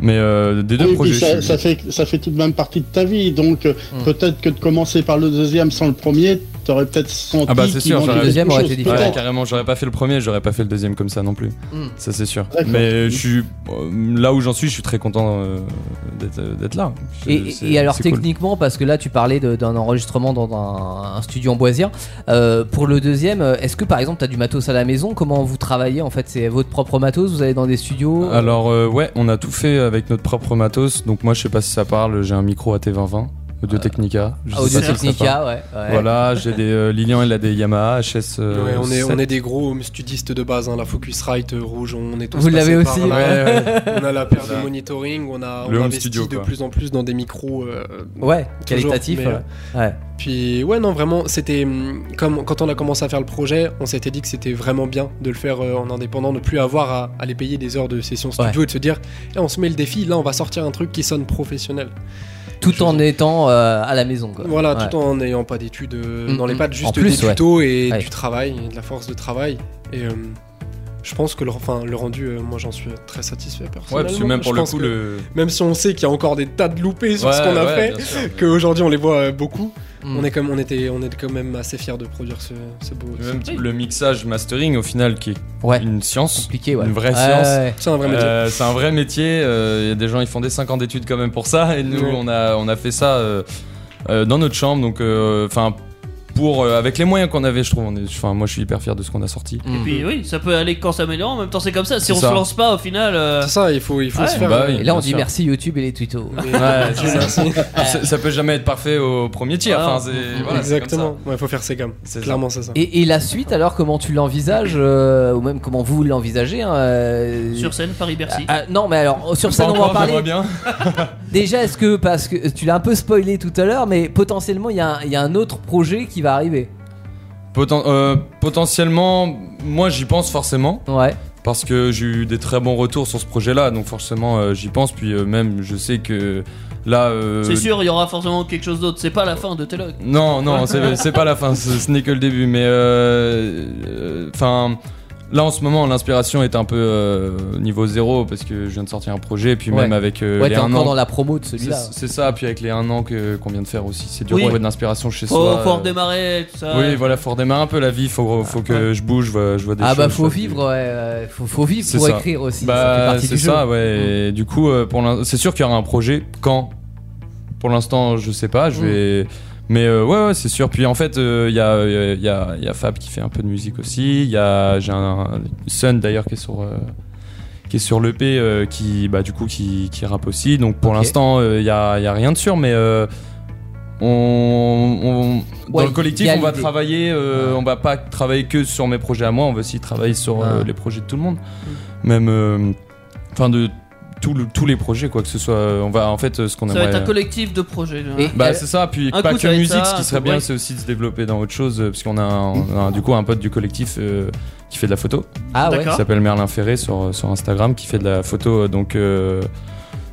[SPEAKER 4] mais euh, des deux
[SPEAKER 5] Oui,
[SPEAKER 4] projets
[SPEAKER 5] puis
[SPEAKER 4] je
[SPEAKER 5] ça,
[SPEAKER 4] suis-
[SPEAKER 5] ça fait, ça fait tout de même partie de ta vie, donc euh,
[SPEAKER 2] Hmm.
[SPEAKER 5] peut-être que de commencer par le deuxième sans le premier, t'aurais peut-être senti
[SPEAKER 4] Ah bah, c'est
[SPEAKER 5] qu'il
[SPEAKER 4] sûr,
[SPEAKER 5] manquait
[SPEAKER 4] j'aurais-
[SPEAKER 5] quelque
[SPEAKER 2] Deuxième aurait
[SPEAKER 5] chose,
[SPEAKER 2] été
[SPEAKER 4] Ouais,
[SPEAKER 2] différent.
[SPEAKER 5] peut-être.
[SPEAKER 4] carrément, j'aurais pas fait le premier, j'aurais pas fait le deuxième comme ça non plus.
[SPEAKER 2] Mm.
[SPEAKER 4] Ça c'est sûr.
[SPEAKER 5] D'accord.
[SPEAKER 4] Mais je suis euh, là où j'en suis, je suis très content euh, d'être euh, d'être là. Je-
[SPEAKER 2] Et,
[SPEAKER 4] c'est-
[SPEAKER 2] et- et alors
[SPEAKER 4] c'est cool.
[SPEAKER 2] techniquement, parce que là tu parlais de- d'un enregistrement dans un, un studio en boisien, euh, pour le deuxième, euh, est-ce que par exemple t'as du matos à la maison Comment vous travaillez en fait C'est votre propre matos Vous allez dans des studios
[SPEAKER 4] Alors euh, ouais, on a tout fait avec notre propre matos. Donc moi je sais pas si ça parle, j'ai un micro AT2020 de Technica. je sais
[SPEAKER 2] Euh, Audio
[SPEAKER 4] pas si ça parle.
[SPEAKER 2] Technica, ouais. ouais.
[SPEAKER 4] Voilà, j'ai des euh, Lilian, il a des Yamaha HS. euh,
[SPEAKER 6] Ouais, on, est, on
[SPEAKER 4] 7.
[SPEAKER 6] est des gros studistes de base, hein, la Focusrite euh, rouge, on est tous.
[SPEAKER 2] Vous l'avez
[SPEAKER 6] passés par
[SPEAKER 2] aussi,
[SPEAKER 6] là.
[SPEAKER 4] Ouais, ouais.
[SPEAKER 6] On a la paire de
[SPEAKER 4] Ça.
[SPEAKER 6] monitoring, on a
[SPEAKER 4] Le
[SPEAKER 6] on
[SPEAKER 4] home
[SPEAKER 6] investit
[SPEAKER 4] studio,
[SPEAKER 6] de
[SPEAKER 4] quoi.
[SPEAKER 6] plus en plus dans des micros. euh,
[SPEAKER 2] Ouais,
[SPEAKER 6] toujours,
[SPEAKER 2] qualitatif.
[SPEAKER 6] mais, euh,
[SPEAKER 2] voilà. Ouais.
[SPEAKER 6] Puis ouais non vraiment c'était hum, comme quand on a commencé à faire le projet on s'était dit que c'était vraiment bien de le faire euh, en indépendant de plus avoir à aller payer des heures de session studio et de se dire Eh, on se met le défi là on va sortir un truc qui sonne professionnel
[SPEAKER 2] Tout en étant euh, à la maison. Quoi.
[SPEAKER 6] voilà
[SPEAKER 2] Ouais.
[SPEAKER 6] tout en n'ayant pas d'études euh,
[SPEAKER 2] Mm,
[SPEAKER 6] dans les
[SPEAKER 2] mm.
[SPEAKER 6] pattes
[SPEAKER 2] En
[SPEAKER 6] juste
[SPEAKER 2] plus,
[SPEAKER 6] des
[SPEAKER 2] ouais.
[SPEAKER 6] tutos et
[SPEAKER 2] Ouais.
[SPEAKER 6] du travail et de la force de travail et hum, je pense que le, enfin, le rendu euh, moi j'en suis très satisfait
[SPEAKER 4] Ouais,
[SPEAKER 6] personnellement
[SPEAKER 4] parce que même pour
[SPEAKER 6] Je
[SPEAKER 4] le
[SPEAKER 6] pense
[SPEAKER 4] coup,
[SPEAKER 6] que-
[SPEAKER 4] le.
[SPEAKER 6] même si on sait qu'il y a encore des tas de loupés sur ce
[SPEAKER 4] Ouais,
[SPEAKER 6] qu'on a
[SPEAKER 4] ouais,
[SPEAKER 6] fait
[SPEAKER 4] bien sûr, bien sûr.
[SPEAKER 6] qu'aujourd'hui on les voit euh, beaucoup.
[SPEAKER 2] Mm.
[SPEAKER 6] On, est comme, on, était, on est quand même assez fiers de produire ce, ce beau.
[SPEAKER 4] Puis
[SPEAKER 6] ce-
[SPEAKER 4] Même le mixage mastering, au final, qui est
[SPEAKER 2] Ouais.
[SPEAKER 4] une science.
[SPEAKER 2] Compliqué, ouais.
[SPEAKER 4] Une vraie
[SPEAKER 2] Ouais,
[SPEAKER 4] science.
[SPEAKER 2] ouais.
[SPEAKER 6] C'est un vrai métier.
[SPEAKER 4] Euh, c'est un vrai métier. euh, Il y a des gens, ils font des 5 ans d'études quand même pour ça. Et nous,
[SPEAKER 6] Ouais.
[SPEAKER 4] on, a, on a fait ça euh, euh, dans notre chambre. Donc, enfin, pour euh, avec les moyens qu'on avait, je trouve. On est- enfin, moi, je suis hyper fier de ce qu'on a sorti.
[SPEAKER 2] Mm.
[SPEAKER 3] Puis oui, ça peut aller quand ça améliore. En même temps, c'est comme ça. Si
[SPEAKER 4] Mhm. C'est
[SPEAKER 3] on
[SPEAKER 4] ça.
[SPEAKER 3] se lance pas, au final. euh,
[SPEAKER 6] C'est ça, il faut, il faut
[SPEAKER 3] Ouais.
[SPEAKER 6] se faire.
[SPEAKER 4] Bah
[SPEAKER 6] euh,
[SPEAKER 4] oui.
[SPEAKER 2] Et là, on
[SPEAKER 4] bien
[SPEAKER 2] dit
[SPEAKER 4] sûr.
[SPEAKER 2] merci YouTube et les twittos.
[SPEAKER 6] mais-
[SPEAKER 4] Ouais, c'est ça. Ça- ça peut jamais être parfait au premier tir.
[SPEAKER 3] Voilà.
[SPEAKER 4] Enfin, c'est- voilà, c'est comme ça.
[SPEAKER 6] Exactement, il faut faire ses gammes.
[SPEAKER 4] C'est ça.
[SPEAKER 6] Clairement, c'est ça.
[SPEAKER 2] Et, et la suite, alors, comment tu l'envisages, euh, ou même comment vous l'envisagez hein, euh,
[SPEAKER 3] Sur scène, Paris-Bercy.
[SPEAKER 2] Ah, non, mais alors, sur
[SPEAKER 4] Pas
[SPEAKER 2] scène, on va en
[SPEAKER 4] encore,
[SPEAKER 2] parler.
[SPEAKER 4] j'aimerais bien.
[SPEAKER 2] Déjà, est-ce que, parce que tu l'as un peu spoilé tout à l'heure, mais potentiellement, il y, a un- il y a un autre projet qui va arriver.
[SPEAKER 4] Poten- euh, potentiellement, moi, j'y pense forcément.
[SPEAKER 2] Ouais.
[SPEAKER 4] parce que j'ai eu des très bons retours sur ce projet-là, donc forcément euh, j'y pense. Puis euh, même, je sais que là. euh,
[SPEAKER 3] C'est sûr, il y aura forcément quelque chose d'autre. C'est pas la fin de Telog.
[SPEAKER 4] Non, non, c'est c'est pas la fin, ce, ce n'est que le début. Mais euh, euh, enfin, là en ce moment, l'inspiration est un peu euh, niveau zéro parce que je viens de sortir un projet, puis
[SPEAKER 2] Ouais.
[SPEAKER 4] même avec euh,
[SPEAKER 2] Ouais,
[SPEAKER 4] les
[SPEAKER 2] t'es
[SPEAKER 4] un
[SPEAKER 2] encore
[SPEAKER 4] an.
[SPEAKER 2] dans la promo de
[SPEAKER 4] C'est
[SPEAKER 2] celui-là.
[SPEAKER 4] c'est ça, puis avec les un an que- qu'on vient de faire aussi, c'est dur
[SPEAKER 3] Oui.
[SPEAKER 4] de trouver de l'inspiration chez
[SPEAKER 3] Faut,
[SPEAKER 4] soi.
[SPEAKER 3] faut
[SPEAKER 4] euh.
[SPEAKER 3] redémarrer, tout ça.
[SPEAKER 4] Oui, voilà, faut redémarrer un peu la vie, faut, faut que je bouge, je vois, je vois des
[SPEAKER 2] Ah bah
[SPEAKER 4] choses, je
[SPEAKER 2] faut
[SPEAKER 4] vois du-
[SPEAKER 2] vivre, ouais, euh, faut, faut vivre
[SPEAKER 4] C'est
[SPEAKER 2] pour
[SPEAKER 4] ça.
[SPEAKER 2] écrire aussi. ça fait
[SPEAKER 4] Bah,
[SPEAKER 2] partie
[SPEAKER 4] c'est
[SPEAKER 2] du
[SPEAKER 4] ça,
[SPEAKER 2] jeu. Mmh.
[SPEAKER 4] ouais. Et du coup, euh, pour l'in- c'est sûr qu'il y aura un projet. Quand Pour l'instant, je sais pas. Je
[SPEAKER 2] Mm.
[SPEAKER 4] vais. Mais euh, ouais, ouais, c'est sûr. Puis en fait, euh, il y, a, euh, il y, a, il y a Fab qui fait un peu de musique aussi. Il y a j'ai un Sun d'ailleurs qui est sur euh, qui est sur l'EP euh, qui bah du coup qui, qui rappe aussi. Donc pour
[SPEAKER 2] Ok.
[SPEAKER 4] l'instant, euh, il y, a, il y a rien de sûr, mais euh, on, on- dans
[SPEAKER 2] Ouais,
[SPEAKER 4] le
[SPEAKER 2] il
[SPEAKER 4] collectif,
[SPEAKER 2] y a
[SPEAKER 4] on va
[SPEAKER 2] l'idée.
[SPEAKER 4] travailler. euh, On va pas travailler que sur mes projets à moi. On va aussi travailler sur euh,
[SPEAKER 3] Ah.
[SPEAKER 2] Ouais.
[SPEAKER 4] les projets de tout le monde.
[SPEAKER 3] Mm.
[SPEAKER 4] Même, euh, enfin de tout le- tous les projets quoi que ce soit. euh, On va en fait euh, ce qu'on
[SPEAKER 3] Ça va
[SPEAKER 4] aimerait.
[SPEAKER 3] être un collectif de projets. là.
[SPEAKER 2] Et-
[SPEAKER 4] Bah
[SPEAKER 2] Elle-
[SPEAKER 4] c'est ça, puis
[SPEAKER 3] Un
[SPEAKER 4] pas
[SPEAKER 3] coup,
[SPEAKER 4] que
[SPEAKER 3] ça va être
[SPEAKER 4] musique,
[SPEAKER 3] ça,
[SPEAKER 4] ce
[SPEAKER 3] un
[SPEAKER 4] qui serait
[SPEAKER 3] coup,
[SPEAKER 4] bien
[SPEAKER 3] ouais.
[SPEAKER 4] c'est aussi de se développer dans autre chose, euh, parce qu'on a, un- on a du coup un pote du collectif euh, qui fait de la photo,
[SPEAKER 2] Ah ouais.
[SPEAKER 3] D'accord.
[SPEAKER 4] qui s'appelle Merlin Ferré sur, sur Instagram, qui fait de la photo, euh, donc euh,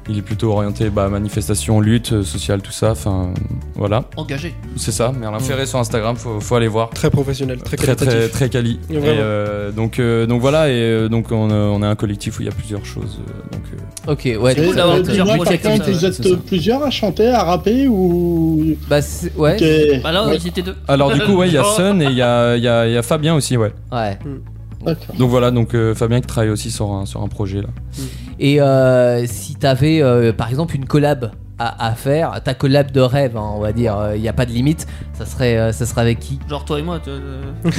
[SPEAKER 4] il est plutôt orienté bah, manifestation, lutte euh, sociale, tout ça, enfin voilà,
[SPEAKER 3] Engagé.
[SPEAKER 4] c'est ça, Merlin Ferré sur Instagram, faut, faut aller voir.
[SPEAKER 6] Très professionnel, Mm. très
[SPEAKER 4] Très
[SPEAKER 6] qualitatif.
[SPEAKER 4] très très quali.
[SPEAKER 6] Et
[SPEAKER 4] Et,
[SPEAKER 6] vraiment.
[SPEAKER 4] euh, donc euh, donc voilà et euh, donc on a, on a un collectif où il y a plusieurs choses. euh, donc euh,
[SPEAKER 2] Ok, ouais.
[SPEAKER 5] Et,
[SPEAKER 3] cool
[SPEAKER 2] ça-
[SPEAKER 3] d'avoir
[SPEAKER 5] euh,
[SPEAKER 3] plusieurs
[SPEAKER 5] dis-moi,
[SPEAKER 3] projets
[SPEAKER 5] par
[SPEAKER 3] comme
[SPEAKER 5] contre,
[SPEAKER 3] ça,
[SPEAKER 5] Ils
[SPEAKER 3] ouais,
[SPEAKER 4] c'est ça.
[SPEAKER 5] êtes plusieurs à chanter, à rapper ou.
[SPEAKER 2] Bah c'est- ouais.
[SPEAKER 5] Ok.
[SPEAKER 3] Bah là,
[SPEAKER 5] Ouais,
[SPEAKER 3] ils étaient deux.
[SPEAKER 4] Alors du coup, ouais, il y a Sun et il y a, il y a- il y a Fabien aussi, ouais.
[SPEAKER 2] Ouais.
[SPEAKER 6] Mm.
[SPEAKER 5] d'accord.
[SPEAKER 4] Donc voilà, donc euh, Fabien qui travaille aussi sur un, sur un projet là.
[SPEAKER 6] Mm.
[SPEAKER 2] Et euh, si t'avais euh, par exemple une collab à, à faire, ta collab de rêve, hein, on va dire, il n'y a pas de limite, ça serait, euh, ça serait avec qui
[SPEAKER 3] Genre toi et moi. tu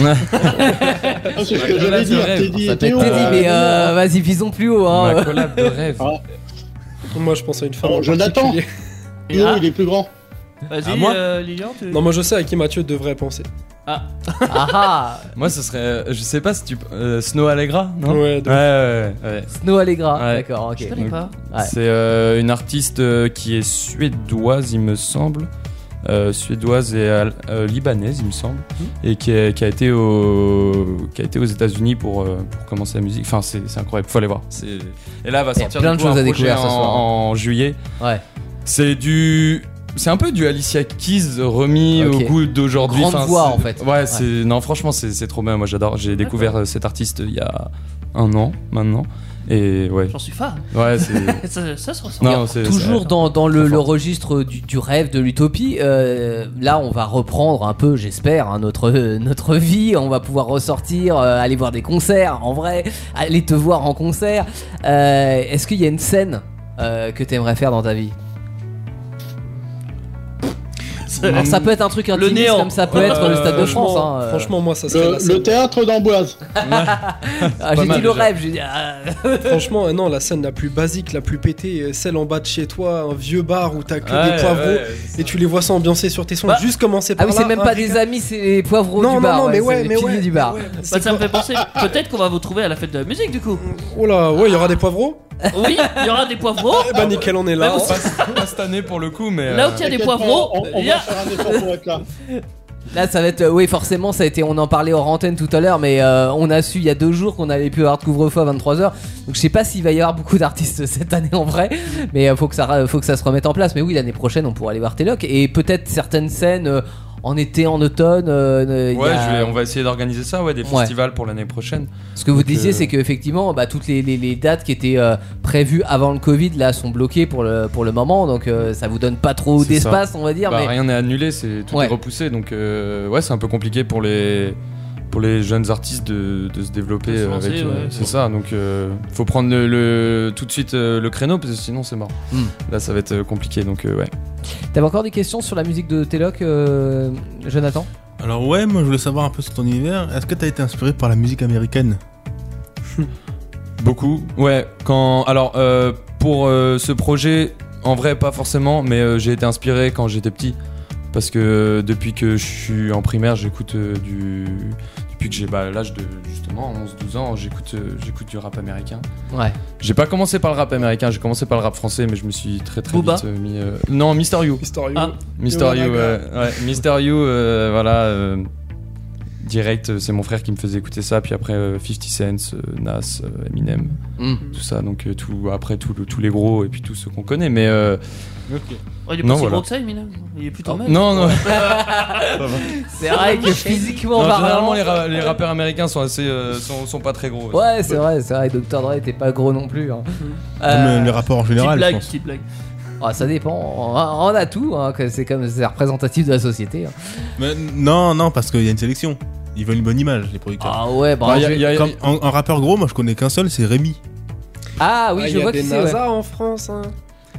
[SPEAKER 3] vois, euh,
[SPEAKER 5] Ah, c'est ce
[SPEAKER 4] Ma
[SPEAKER 5] que j'allais
[SPEAKER 4] collab de
[SPEAKER 5] dire,
[SPEAKER 4] rêve.
[SPEAKER 5] Teddy
[SPEAKER 2] Ça
[SPEAKER 5] et
[SPEAKER 2] peut
[SPEAKER 5] Théo.
[SPEAKER 2] être Teddy,
[SPEAKER 5] euh,
[SPEAKER 2] mais euh, vas-y, visons plus haut. hein.
[SPEAKER 4] Ma collab de rêve.
[SPEAKER 5] Ah.
[SPEAKER 6] Moi, je pense à une femme.
[SPEAKER 5] Alors,
[SPEAKER 6] en
[SPEAKER 5] Jonathan.
[SPEAKER 6] particulier.
[SPEAKER 3] et-
[SPEAKER 5] Théo,
[SPEAKER 3] ah,
[SPEAKER 5] il est plus grand.
[SPEAKER 4] À
[SPEAKER 3] Vas-y,
[SPEAKER 4] moi
[SPEAKER 3] euh, Lilian, tu.
[SPEAKER 6] Non, moi, je sais à qui Mathieu devrait penser.
[SPEAKER 2] Ah ah,
[SPEAKER 4] Moi, ce serait, euh, je sais pas si tu, euh, Snow Allegra, non
[SPEAKER 6] Ouais, de-
[SPEAKER 4] Ouais, ouais, ouais, ouais.
[SPEAKER 2] Snow Allegra,
[SPEAKER 4] Ouais.
[SPEAKER 2] d'accord, ok.
[SPEAKER 3] Je connais pas.
[SPEAKER 2] Ouais.
[SPEAKER 4] C'est euh, une artiste euh, qui est suédoise, il me semble. Euh, suédoise et al- euh, libanaise, il me semble,
[SPEAKER 2] Hmm.
[SPEAKER 4] et qui a, qui a été au, qui a été aux États-Unis pour, euh, pour commencer la musique. Enfin, c'est c'est incroyable, faut aller voir. C'est- Et là, elle va
[SPEAKER 2] Il y a
[SPEAKER 4] sortir
[SPEAKER 2] plein
[SPEAKER 4] du
[SPEAKER 2] de
[SPEAKER 4] coup,
[SPEAKER 2] choses
[SPEAKER 4] un
[SPEAKER 2] à
[SPEAKER 4] projet
[SPEAKER 2] découvrir ce
[SPEAKER 4] en,
[SPEAKER 2] soir.
[SPEAKER 4] en juillet.
[SPEAKER 2] Ouais.
[SPEAKER 4] C'est du, c'est un peu du Alicia Keys remis
[SPEAKER 2] Ok.
[SPEAKER 4] au goût d'aujourd'hui.
[SPEAKER 2] Grande
[SPEAKER 4] Enfin,
[SPEAKER 2] voix,
[SPEAKER 4] c'est-
[SPEAKER 2] en fait.
[SPEAKER 4] Ouais, c'est non, franchement, c'est c'est trop bien. Moi, j'adore. J'ai découvert euh, cet artiste il y a un an maintenant, et ouais,
[SPEAKER 3] J'en suis fan.
[SPEAKER 4] ouais, c'est
[SPEAKER 3] ça, ça se ressent.
[SPEAKER 4] Non, c'est-
[SPEAKER 2] Toujours
[SPEAKER 4] c'est-
[SPEAKER 2] dans, dans le,
[SPEAKER 4] Très
[SPEAKER 2] le
[SPEAKER 4] fort.
[SPEAKER 2] registre du, du rêve, de l'utopie, euh, là on va reprendre un peu, j'espère, hein, notre, euh, notre vie, on va pouvoir ressortir, euh, aller voir des concerts en vrai, aller te voir en concert. Euh, Est-ce qu'il y a une scène euh, que t'aimerais faire dans ta vie Alors, Ça peut être un truc intimiste
[SPEAKER 3] néant.
[SPEAKER 2] comme ça peut être le Stade de
[SPEAKER 6] franchement,
[SPEAKER 2] France. hein, euh.
[SPEAKER 6] franchement, moi, ça serait. la
[SPEAKER 5] Le,
[SPEAKER 6] scène.
[SPEAKER 5] le théâtre d'Amboise.
[SPEAKER 2] Ah, j'ai
[SPEAKER 4] pas
[SPEAKER 2] dit
[SPEAKER 4] mal
[SPEAKER 2] le
[SPEAKER 4] déjà.
[SPEAKER 2] rêve, j'ai dit... ah.
[SPEAKER 6] Franchement, euh, non, la scène la plus basique, la plus pétée, euh, celle en bas de chez toi, un vieux bar où t'as que
[SPEAKER 4] Ouais,
[SPEAKER 6] des poivrons
[SPEAKER 4] ouais, c'est
[SPEAKER 6] et tu les vois s'ambiancer sur tes sons.
[SPEAKER 2] Bah-
[SPEAKER 6] Juste commencer
[SPEAKER 2] Ah
[SPEAKER 6] par
[SPEAKER 2] oui,
[SPEAKER 6] là,
[SPEAKER 2] c'est même
[SPEAKER 6] un
[SPEAKER 2] pas
[SPEAKER 6] régal-
[SPEAKER 2] des amis, c'est les poivrons
[SPEAKER 6] Non,
[SPEAKER 2] du
[SPEAKER 6] non,
[SPEAKER 2] bar.
[SPEAKER 6] non,
[SPEAKER 2] ouais,
[SPEAKER 6] mais
[SPEAKER 2] c'est
[SPEAKER 6] ouais,
[SPEAKER 2] les
[SPEAKER 6] mais
[SPEAKER 2] piliers
[SPEAKER 6] ouais.
[SPEAKER 2] du bar.
[SPEAKER 6] mais ouais,
[SPEAKER 3] Bah,
[SPEAKER 6] c'est
[SPEAKER 3] ça me
[SPEAKER 6] quoi
[SPEAKER 3] fait penser. Peut-être qu'on va vous trouver à la fête de la musique du coup.
[SPEAKER 6] Oh là, ouais, il y aura des poivrons
[SPEAKER 3] Oui, il y aura des poivrons.
[SPEAKER 6] Eh
[SPEAKER 5] ben,
[SPEAKER 6] bah, nickel, on est là.
[SPEAKER 3] Bah,
[SPEAKER 6] hein.
[SPEAKER 4] ça. Pas cette année pour le coup, mais.
[SPEAKER 3] Là où
[SPEAKER 4] euh,
[SPEAKER 3] il y a des
[SPEAKER 5] T'inquiète pas,
[SPEAKER 3] poivrons,
[SPEAKER 5] On, on
[SPEAKER 3] il y
[SPEAKER 5] va
[SPEAKER 3] a-
[SPEAKER 5] faire un effort pour être là.
[SPEAKER 2] Là, ça va être. euh, oui, forcément, ça a été. On en parlait hors antenne tout à l'heure, mais euh, on a su il y a deux jours qu'on allait plus avoir de couvre-feu à 23h. Donc, je sais pas s'il va y avoir beaucoup d'artistes cette année en vrai, mais euh, faut, que ça, ra- faut que ça se remette en place. Mais oui, l'année prochaine, on pourra aller voir Téloc et peut-être certaines scènes euh, en été, en automne. euh, euh, il y
[SPEAKER 4] Ouais,
[SPEAKER 2] a-
[SPEAKER 4] je vais- on va essayer d'organiser ça, ouais, des
[SPEAKER 2] Ouais.
[SPEAKER 4] festivals pour l'année prochaine.
[SPEAKER 2] Ce que vous
[SPEAKER 4] Donc,
[SPEAKER 2] disiez,
[SPEAKER 4] euh,
[SPEAKER 2] c'est qu'effectivement, bah, toutes les, les- les dates qui étaient euh, prévues avant le Covid là sont bloquées pour le, pour le moment, donc euh, ça vous donne pas trop
[SPEAKER 4] C'est ça.
[SPEAKER 2] d'espace, on va dire.
[SPEAKER 4] Bah,
[SPEAKER 2] mais...
[SPEAKER 4] Rien n'est annulé, c'est tout
[SPEAKER 2] Ouais.
[SPEAKER 4] est repoussé, donc euh, ouais, c'est un peu compliqué pour les pour les jeunes artistes de, de se développer
[SPEAKER 3] De se
[SPEAKER 4] euh,
[SPEAKER 3] lancer,
[SPEAKER 4] avec, euh,
[SPEAKER 3] ouais.
[SPEAKER 4] c'est ça donc euh, faut prendre le, le- tout de suite euh, le créneau parce que sinon c'est mort
[SPEAKER 2] Hmm.
[SPEAKER 4] là ça va être euh, compliqué donc euh, ouais
[SPEAKER 2] T'avais encore des questions sur la musique de Téloc, euh, Jonathan
[SPEAKER 7] Ah. Alors ouais, moi je voulais savoir un peu sur ton univers. Est-ce que t'as été inspiré par la musique américaine
[SPEAKER 4] Beaucoup. Ouais. Quand alors euh, pour euh, ce projet, en vrai pas forcément, mais euh, j'ai été inspiré quand j'étais petit parce que euh, depuis que je suis en primaire, j'écoute euh, du depuis que j'ai bah, l'âge de justement 11-12 ans, j'écoute euh, j'écoute du rap américain.
[SPEAKER 2] Ouais.
[SPEAKER 4] J'ai pas commencé par le rap américain, j'ai commencé par le rap français, mais je me suis très très
[SPEAKER 3] Booba.
[SPEAKER 4] vite euh, mis. euh, Non, Mister You.
[SPEAKER 6] History.
[SPEAKER 3] Ah.
[SPEAKER 4] Mister
[SPEAKER 6] Yo,
[SPEAKER 4] You,
[SPEAKER 6] Naga.
[SPEAKER 4] ouais, ouais, Mister You, euh, voilà. euh, direct, euh, c'est mon frère qui me faisait écouter ça, puis après euh, 50 Cent, euh, Nas, euh, Eminem,
[SPEAKER 2] Mm.
[SPEAKER 4] tout ça, donc euh, tout, après tout le- tous les gros et puis tous ceux qu'on connaît, mais. euh,
[SPEAKER 3] Oh, il est
[SPEAKER 4] Non,
[SPEAKER 3] pas si
[SPEAKER 4] voilà.
[SPEAKER 3] gros que ça, Eminem. Il est plutôt
[SPEAKER 2] Ah.
[SPEAKER 3] mal.
[SPEAKER 4] non, non,
[SPEAKER 2] C'est vrai que physiquement,
[SPEAKER 4] non, généralement
[SPEAKER 2] parlant-
[SPEAKER 4] les, ra- les rappeurs américains sont assez. euh, sont, sont pas très gros.
[SPEAKER 2] Ouais, c'est vrai, c'est vrai. Dr. Dre était pas gros non plus. hein.
[SPEAKER 7] Comme euh,
[SPEAKER 2] Euh,
[SPEAKER 7] les rapports en
[SPEAKER 3] Petite
[SPEAKER 7] général, je
[SPEAKER 3] blague,
[SPEAKER 7] pense.
[SPEAKER 3] petite blague.
[SPEAKER 2] ah, ça dépend. On, on a tout. hein, que c'est comme c'est représentatif de la société. hein.
[SPEAKER 7] Mais non, non, parce qu'il y a une sélection. Ils veulent une bonne image, les producteurs.
[SPEAKER 2] Ah ouais, bah,
[SPEAKER 4] Bah, il y
[SPEAKER 2] je-
[SPEAKER 4] a- il y a-
[SPEAKER 7] Comme un, un rappeur gros, moi je connais qu'un seul, c'est Rémi.
[SPEAKER 2] ah oui,
[SPEAKER 6] Ah,
[SPEAKER 2] je
[SPEAKER 6] il y
[SPEAKER 2] vois
[SPEAKER 6] a
[SPEAKER 2] que
[SPEAKER 6] des
[SPEAKER 2] c'est. ouais.
[SPEAKER 6] NASA en France. hein.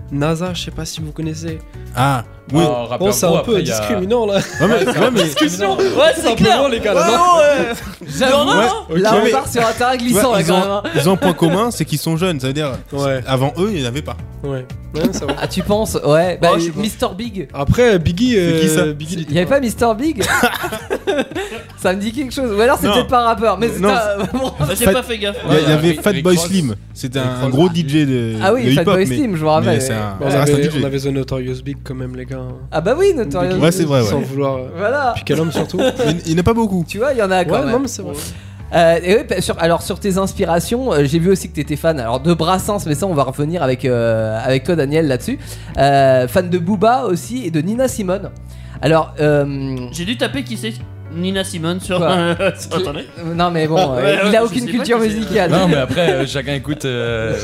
[SPEAKER 6] NASA, je sais pas si vous connaissez.
[SPEAKER 7] Ah, oui.
[SPEAKER 4] Ah, rappeur
[SPEAKER 6] Bon, Oh, c'est un
[SPEAKER 4] gros,
[SPEAKER 6] peu
[SPEAKER 4] après, il y a-
[SPEAKER 6] discriminant là.
[SPEAKER 7] Ouais, mais- ouais, mais-
[SPEAKER 4] Discriminant.
[SPEAKER 3] Ouais, c'est
[SPEAKER 6] Simplement
[SPEAKER 3] clair.
[SPEAKER 6] les gars là. non
[SPEAKER 2] J'avoue,
[SPEAKER 3] Non, non,
[SPEAKER 7] ouais,
[SPEAKER 3] non.
[SPEAKER 7] ok,
[SPEAKER 2] là, on
[SPEAKER 7] mais-
[SPEAKER 2] part sur un
[SPEAKER 7] tu vois,
[SPEAKER 2] terrain glissant là,
[SPEAKER 7] ils,
[SPEAKER 2] quand même.
[SPEAKER 7] ont,
[SPEAKER 2] hein.
[SPEAKER 7] ils ont un point commun, c'est qu'ils sont jeunes. Ça veut dire,
[SPEAKER 6] Ouais,
[SPEAKER 7] avant eux, il n'y en avait pas.
[SPEAKER 6] ouais. Ouais, ça va.
[SPEAKER 2] Ah, tu penses Ouais, bah,
[SPEAKER 7] Oh,
[SPEAKER 6] Ouais, je sais pas.
[SPEAKER 2] Mister Big.
[SPEAKER 6] Après, Biggie.
[SPEAKER 7] C'est qui ça
[SPEAKER 6] euh, Biggie,
[SPEAKER 2] Il y avait pas Mister Big Ça me dit quelque chose. Ou alors c'est
[SPEAKER 7] Non.
[SPEAKER 2] peut-être pas un rappeur, mais c'est
[SPEAKER 7] Non,
[SPEAKER 2] un- bon.
[SPEAKER 3] Bah, J'ai
[SPEAKER 7] Fat-
[SPEAKER 3] pas fait gaffe.
[SPEAKER 7] Il y, a- il y
[SPEAKER 4] Ouais,
[SPEAKER 7] avait
[SPEAKER 4] Rick- Rick
[SPEAKER 7] Fatboy
[SPEAKER 4] Ross.
[SPEAKER 7] Slim. C'était
[SPEAKER 4] Rick
[SPEAKER 7] un
[SPEAKER 4] Ross.
[SPEAKER 7] gros DJ de,
[SPEAKER 2] Ah
[SPEAKER 7] de
[SPEAKER 2] oui,
[SPEAKER 7] hip-hop.
[SPEAKER 2] Fatboy
[SPEAKER 7] mais-
[SPEAKER 2] Slim, je me
[SPEAKER 7] mais
[SPEAKER 2] rappelle.
[SPEAKER 7] c'est un-
[SPEAKER 6] Bon,
[SPEAKER 7] ça
[SPEAKER 6] on,
[SPEAKER 7] reste un
[SPEAKER 6] avait,
[SPEAKER 7] DJ.
[SPEAKER 6] on avait The Notorious Big quand même, les gars. hein.
[SPEAKER 2] Ah bah oui, Notorious.
[SPEAKER 7] Ouais, c'est vrai, ouais.
[SPEAKER 6] Sans vouloir. euh,
[SPEAKER 2] Voilà.
[SPEAKER 6] Puis Calum surtout. ouais,
[SPEAKER 7] Mais Il n'y en a pas beaucoup.
[SPEAKER 2] Tu vois, il y en a quand même.
[SPEAKER 6] non, mais c'est vrai.
[SPEAKER 2] Euh, et oui, bah, sur- alors sur tes inspirations, euh, j'ai vu aussi que t'étais fan alors de Brassens, mais ça on va revenir avec, euh, avec toi Daniel là-dessus. Euh, fan de Booba aussi et de Nina Simone. Alors, euh,
[SPEAKER 3] J'ai dû taper qui c'est Nina Simone sur.
[SPEAKER 2] Quoi
[SPEAKER 3] sur Internet.
[SPEAKER 2] euh, non mais bon, euh,
[SPEAKER 3] Ouais,
[SPEAKER 2] il
[SPEAKER 3] ouais,
[SPEAKER 2] a
[SPEAKER 3] je
[SPEAKER 2] aucune
[SPEAKER 3] sais
[SPEAKER 2] culture
[SPEAKER 3] pas qui c'est,
[SPEAKER 2] musicale.
[SPEAKER 4] Non, mais après, euh, chacun écoute euh,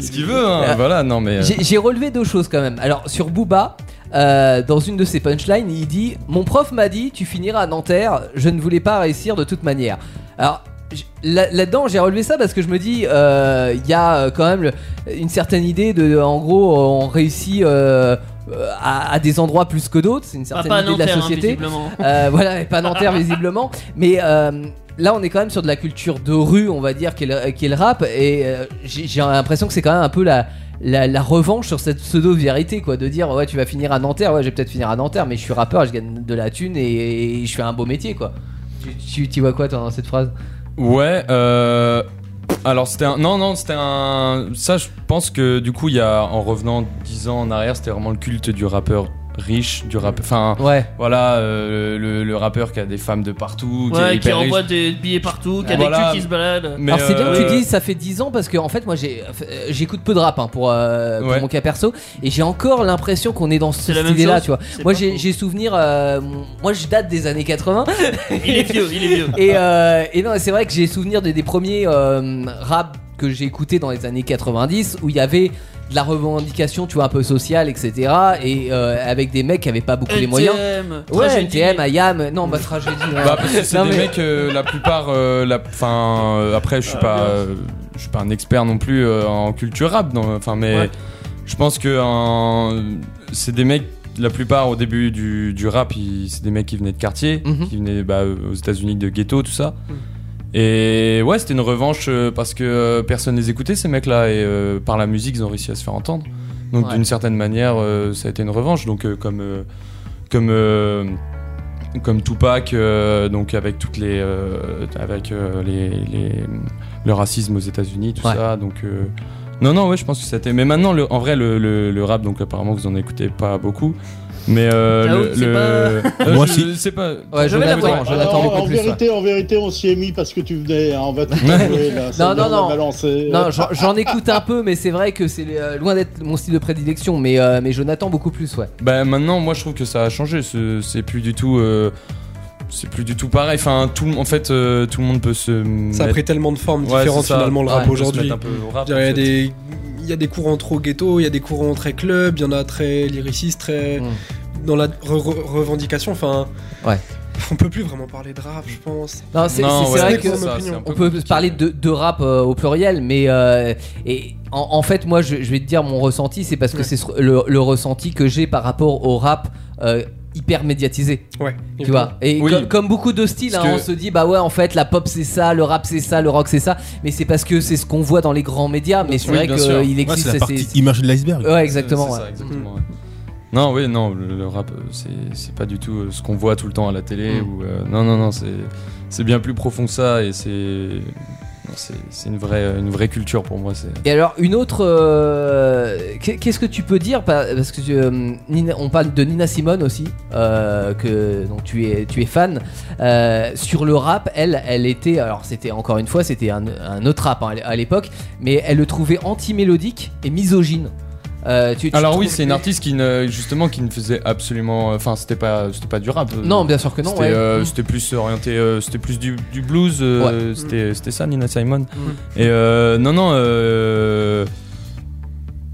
[SPEAKER 4] ce qu'il veut, hein,
[SPEAKER 2] Ah.
[SPEAKER 4] voilà, non, mais. euh,
[SPEAKER 2] J'ai j'ai relevé deux choses quand même. Alors sur Booba, euh, dans une de ses punchlines, il dit Mon prof m'a dit tu finiras à Nanterre, je ne voulais pas réussir de toute manière. Alors j- là- là-dedans, j'ai relevé ça parce que je me dis euh, il y a euh, quand même le- une certaine idée de en gros on réussit euh, euh, à, à des endroits plus que d'autres, c'est une
[SPEAKER 3] Bah,
[SPEAKER 2] certaine
[SPEAKER 3] Pas à
[SPEAKER 2] idée de la
[SPEAKER 3] Nanterre, hein,
[SPEAKER 2] société.
[SPEAKER 3] visiblement.
[SPEAKER 2] Euh, voilà, et pas Nanterre visiblement. Mais euh, là, on est quand même sur de la culture de rue, on va dire, qui est le, qui est le rap. Et euh, j'ai j'ai l'impression que c'est quand même un peu la, la, la revanche sur cette pseudo-vérité, quoi. De dire, ouais, tu vas finir à Nanterre, ouais, je vais peut-être finir à Nanterre, mais je suis rappeur, je gagne de la thune et, et je fais un beau métier, quoi. Tu- Tu tu vois quoi, toi, dans cette phrase
[SPEAKER 4] Ouais, euh, alors c'était un. Non, non, c'était un. Ça, je pense que du coup, il y a, en revenant 10 ans en arrière, c'était vraiment le culte du rappeur riche, du rappeur. Enfin,
[SPEAKER 2] Ouais,
[SPEAKER 4] voilà, euh, le, le rappeur qui a des femmes de partout, qui est
[SPEAKER 3] Ouais, qui
[SPEAKER 4] hyper riche.
[SPEAKER 3] envoie des billets partout, qui a des
[SPEAKER 4] Voilà.
[SPEAKER 3] culs qui se baladent.
[SPEAKER 4] Mais,
[SPEAKER 2] Alors c'est bien
[SPEAKER 4] euh,
[SPEAKER 2] que tu dises ça fait 10 ans parce que en fait moi j'ai euh, j'écoute peu de rap hein, pour, euh, pour
[SPEAKER 4] Ouais.
[SPEAKER 2] mon cas perso et j'ai encore l'impression qu'on est dans ce
[SPEAKER 3] C'est la même
[SPEAKER 2] style là
[SPEAKER 3] chose.
[SPEAKER 2] tu vois.
[SPEAKER 3] C'est
[SPEAKER 2] Moi
[SPEAKER 3] pas
[SPEAKER 2] j'ai
[SPEAKER 3] faux.
[SPEAKER 2] j'ai souvenir euh, moi je date des années 80
[SPEAKER 3] Il est vieux, il est vieux.
[SPEAKER 2] et, euh, et non, c'est vrai que j'ai souvenir des, des premiers euh, rap que j'ai écouté dans les années 90 où il y avait de la revendication, tu vois, un peu sociale, etc. Et euh, avec des mecs qui avaient pas beaucoup les moyens.
[SPEAKER 3] NTM,
[SPEAKER 2] Ouais,
[SPEAKER 3] tragédie.
[SPEAKER 2] NTM, IAM, non, bah tragédie. ouais.
[SPEAKER 4] Bah, parce que c'est
[SPEAKER 2] Non,
[SPEAKER 4] des
[SPEAKER 2] mais-
[SPEAKER 4] mecs, euh, la plupart. euh, la- Enfin, euh, après, je suis pas, euh, je suis pas un expert non plus euh, en culture rap. non, Enfin, mais
[SPEAKER 3] Ouais.
[SPEAKER 4] je pense que euh, c'est des mecs. La plupart au début du, du rap, ils- c'est des mecs qui venaient de quartier,
[SPEAKER 2] Mhm.
[SPEAKER 4] qui venaient bah, aux États-Unis de ghetto, tout ça. Et ouais, c'était une revanche euh, parce que euh, personne les écoutait ces mecs-là et euh, par la musique, ils ont réussi à se faire entendre. Donc
[SPEAKER 2] Ouais.
[SPEAKER 4] d'une certaine manière, euh, ça a été une revanche. Donc euh, comme euh, comme euh, comme Tupac, euh, donc avec toutes les euh, avec euh, les, les- le racisme aux États-Unis, tout
[SPEAKER 2] Ouais.
[SPEAKER 4] ça. Donc euh, non non ouais, je pense que c'était. Mais maintenant, le- en vrai, le, le- le rap, donc apparemment vous en écoutez pas beaucoup. Mais euh,
[SPEAKER 3] J'avoue,
[SPEAKER 4] le,
[SPEAKER 3] c'est
[SPEAKER 4] le- Euh,
[SPEAKER 7] Moi
[SPEAKER 4] je-
[SPEAKER 7] si.
[SPEAKER 4] c'est pas.
[SPEAKER 2] Ouais,
[SPEAKER 3] Je vais
[SPEAKER 2] Jonathan,
[SPEAKER 3] l'avouer.
[SPEAKER 2] Jonathan
[SPEAKER 5] Alors,
[SPEAKER 2] beaucoup
[SPEAKER 5] en
[SPEAKER 2] plus, ouais.
[SPEAKER 5] vérité, en vérité, on s'y est mis parce que tu venais, hein, on va tout avouer, là. ça,
[SPEAKER 2] non,
[SPEAKER 5] on va
[SPEAKER 2] non.
[SPEAKER 5] balancer.
[SPEAKER 2] Non, j'en- j'en écoute un peu, mais c'est vrai que c'est euh, loin d'être mon style de prédilection, mais, euh, mais Jonathan beaucoup plus, ouais.
[SPEAKER 4] Bah maintenant, moi je trouve que ça a changé. ce- C'est plus du tout, euh, c'est plus du tout pareil. Enfin, tout, le- en fait, euh, tout le monde peut se.
[SPEAKER 6] Ça a
[SPEAKER 4] mettre-
[SPEAKER 6] pris tellement de formes
[SPEAKER 4] Ouais,
[SPEAKER 6] différentes
[SPEAKER 4] c'est ça.
[SPEAKER 6] finalement le
[SPEAKER 2] Ouais,
[SPEAKER 6] rap
[SPEAKER 2] on peut
[SPEAKER 4] peut se
[SPEAKER 6] aujourd'hui.
[SPEAKER 4] mettre un peu au rap,
[SPEAKER 6] Il y,
[SPEAKER 4] en
[SPEAKER 6] a
[SPEAKER 4] fait.
[SPEAKER 6] des... il y a des courants trop ghetto, il y a des courants très club, il y en a très lyricistes, très.
[SPEAKER 2] Mm.
[SPEAKER 6] dans la re- re- revendication. Enfin.
[SPEAKER 2] Ouais.
[SPEAKER 6] On peut plus vraiment parler de rap, je pense.
[SPEAKER 2] Non, c'est
[SPEAKER 4] Non,
[SPEAKER 2] c'est- c'est
[SPEAKER 4] ouais,
[SPEAKER 2] vrai
[SPEAKER 4] c'est
[SPEAKER 2] que
[SPEAKER 4] ça, c'est un
[SPEAKER 2] On
[SPEAKER 4] peu
[SPEAKER 2] peut
[SPEAKER 4] compliqué.
[SPEAKER 2] parler de, de rap euh, au pluriel, mais euh, et en, en fait, moi, je, je vais te dire mon ressenti, c'est parce que
[SPEAKER 6] Ouais.
[SPEAKER 2] c'est ce- le, le ressenti que j'ai par rapport au rap euh, hyper médiatisé.
[SPEAKER 6] Ouais.
[SPEAKER 2] Tu vois Et
[SPEAKER 4] Oui.
[SPEAKER 2] comme, comme beaucoup de styles,
[SPEAKER 4] Parce
[SPEAKER 2] hein,
[SPEAKER 4] que-
[SPEAKER 2] on se dit bah ouais, en fait, la pop c'est ça, le rap c'est ça, le rock c'est ça, mais c'est parce que c'est ce qu'on voit dans les grands médias. Mais c'est
[SPEAKER 4] Oui,
[SPEAKER 2] vrai
[SPEAKER 4] bien sûr.
[SPEAKER 2] qu'il
[SPEAKER 7] Ouais,
[SPEAKER 2] existe.
[SPEAKER 7] c'est la
[SPEAKER 2] c'est-
[SPEAKER 7] partie
[SPEAKER 2] c'est-
[SPEAKER 7] image de l'iceberg.
[SPEAKER 2] Ouais, exactement.
[SPEAKER 4] C'est
[SPEAKER 2] ouais.
[SPEAKER 4] ça,
[SPEAKER 6] Hmm.
[SPEAKER 4] exactement, ouais. Non, oui, non, le, le rap, euh, c'est c'est pas du tout euh, ce qu'on voit tout le temps à la télé.
[SPEAKER 2] Mm.
[SPEAKER 4] Ou, euh, non, non, non, c'est c'est bien plus profond que ça et c'est non, c'est c'est une vraie, euh, une vraie culture pour moi. c'est-
[SPEAKER 2] Et alors, une autre. euh, qu'est- Qu'est-ce que tu peux dire pa- Parce que euh, Nina- on parle de Nina Simone aussi, euh, que donc tu es, tu es fan. Euh, sur le rap, elle, elle était. Alors, c'était encore une fois, c'était un, un autre rap hein, à l'époque, mais elle le trouvait anti-mélodique et misogyne. Euh, tu- tu
[SPEAKER 4] Alors oui,
[SPEAKER 2] trouves-
[SPEAKER 4] c'est une artiste qui ne, justement qui ne faisait absolument, euh, enfin c'était pas, c'était pas du rap. euh,
[SPEAKER 2] Non, bien sûr que non.
[SPEAKER 4] C'était
[SPEAKER 2] ouais.
[SPEAKER 4] euh,
[SPEAKER 2] Mm.
[SPEAKER 4] c'était plus orienté, euh, c'était plus du, du blues. euh, C'était c'était ça, Nina Simon.
[SPEAKER 2] Mm.
[SPEAKER 4] Et euh, non, non. euh,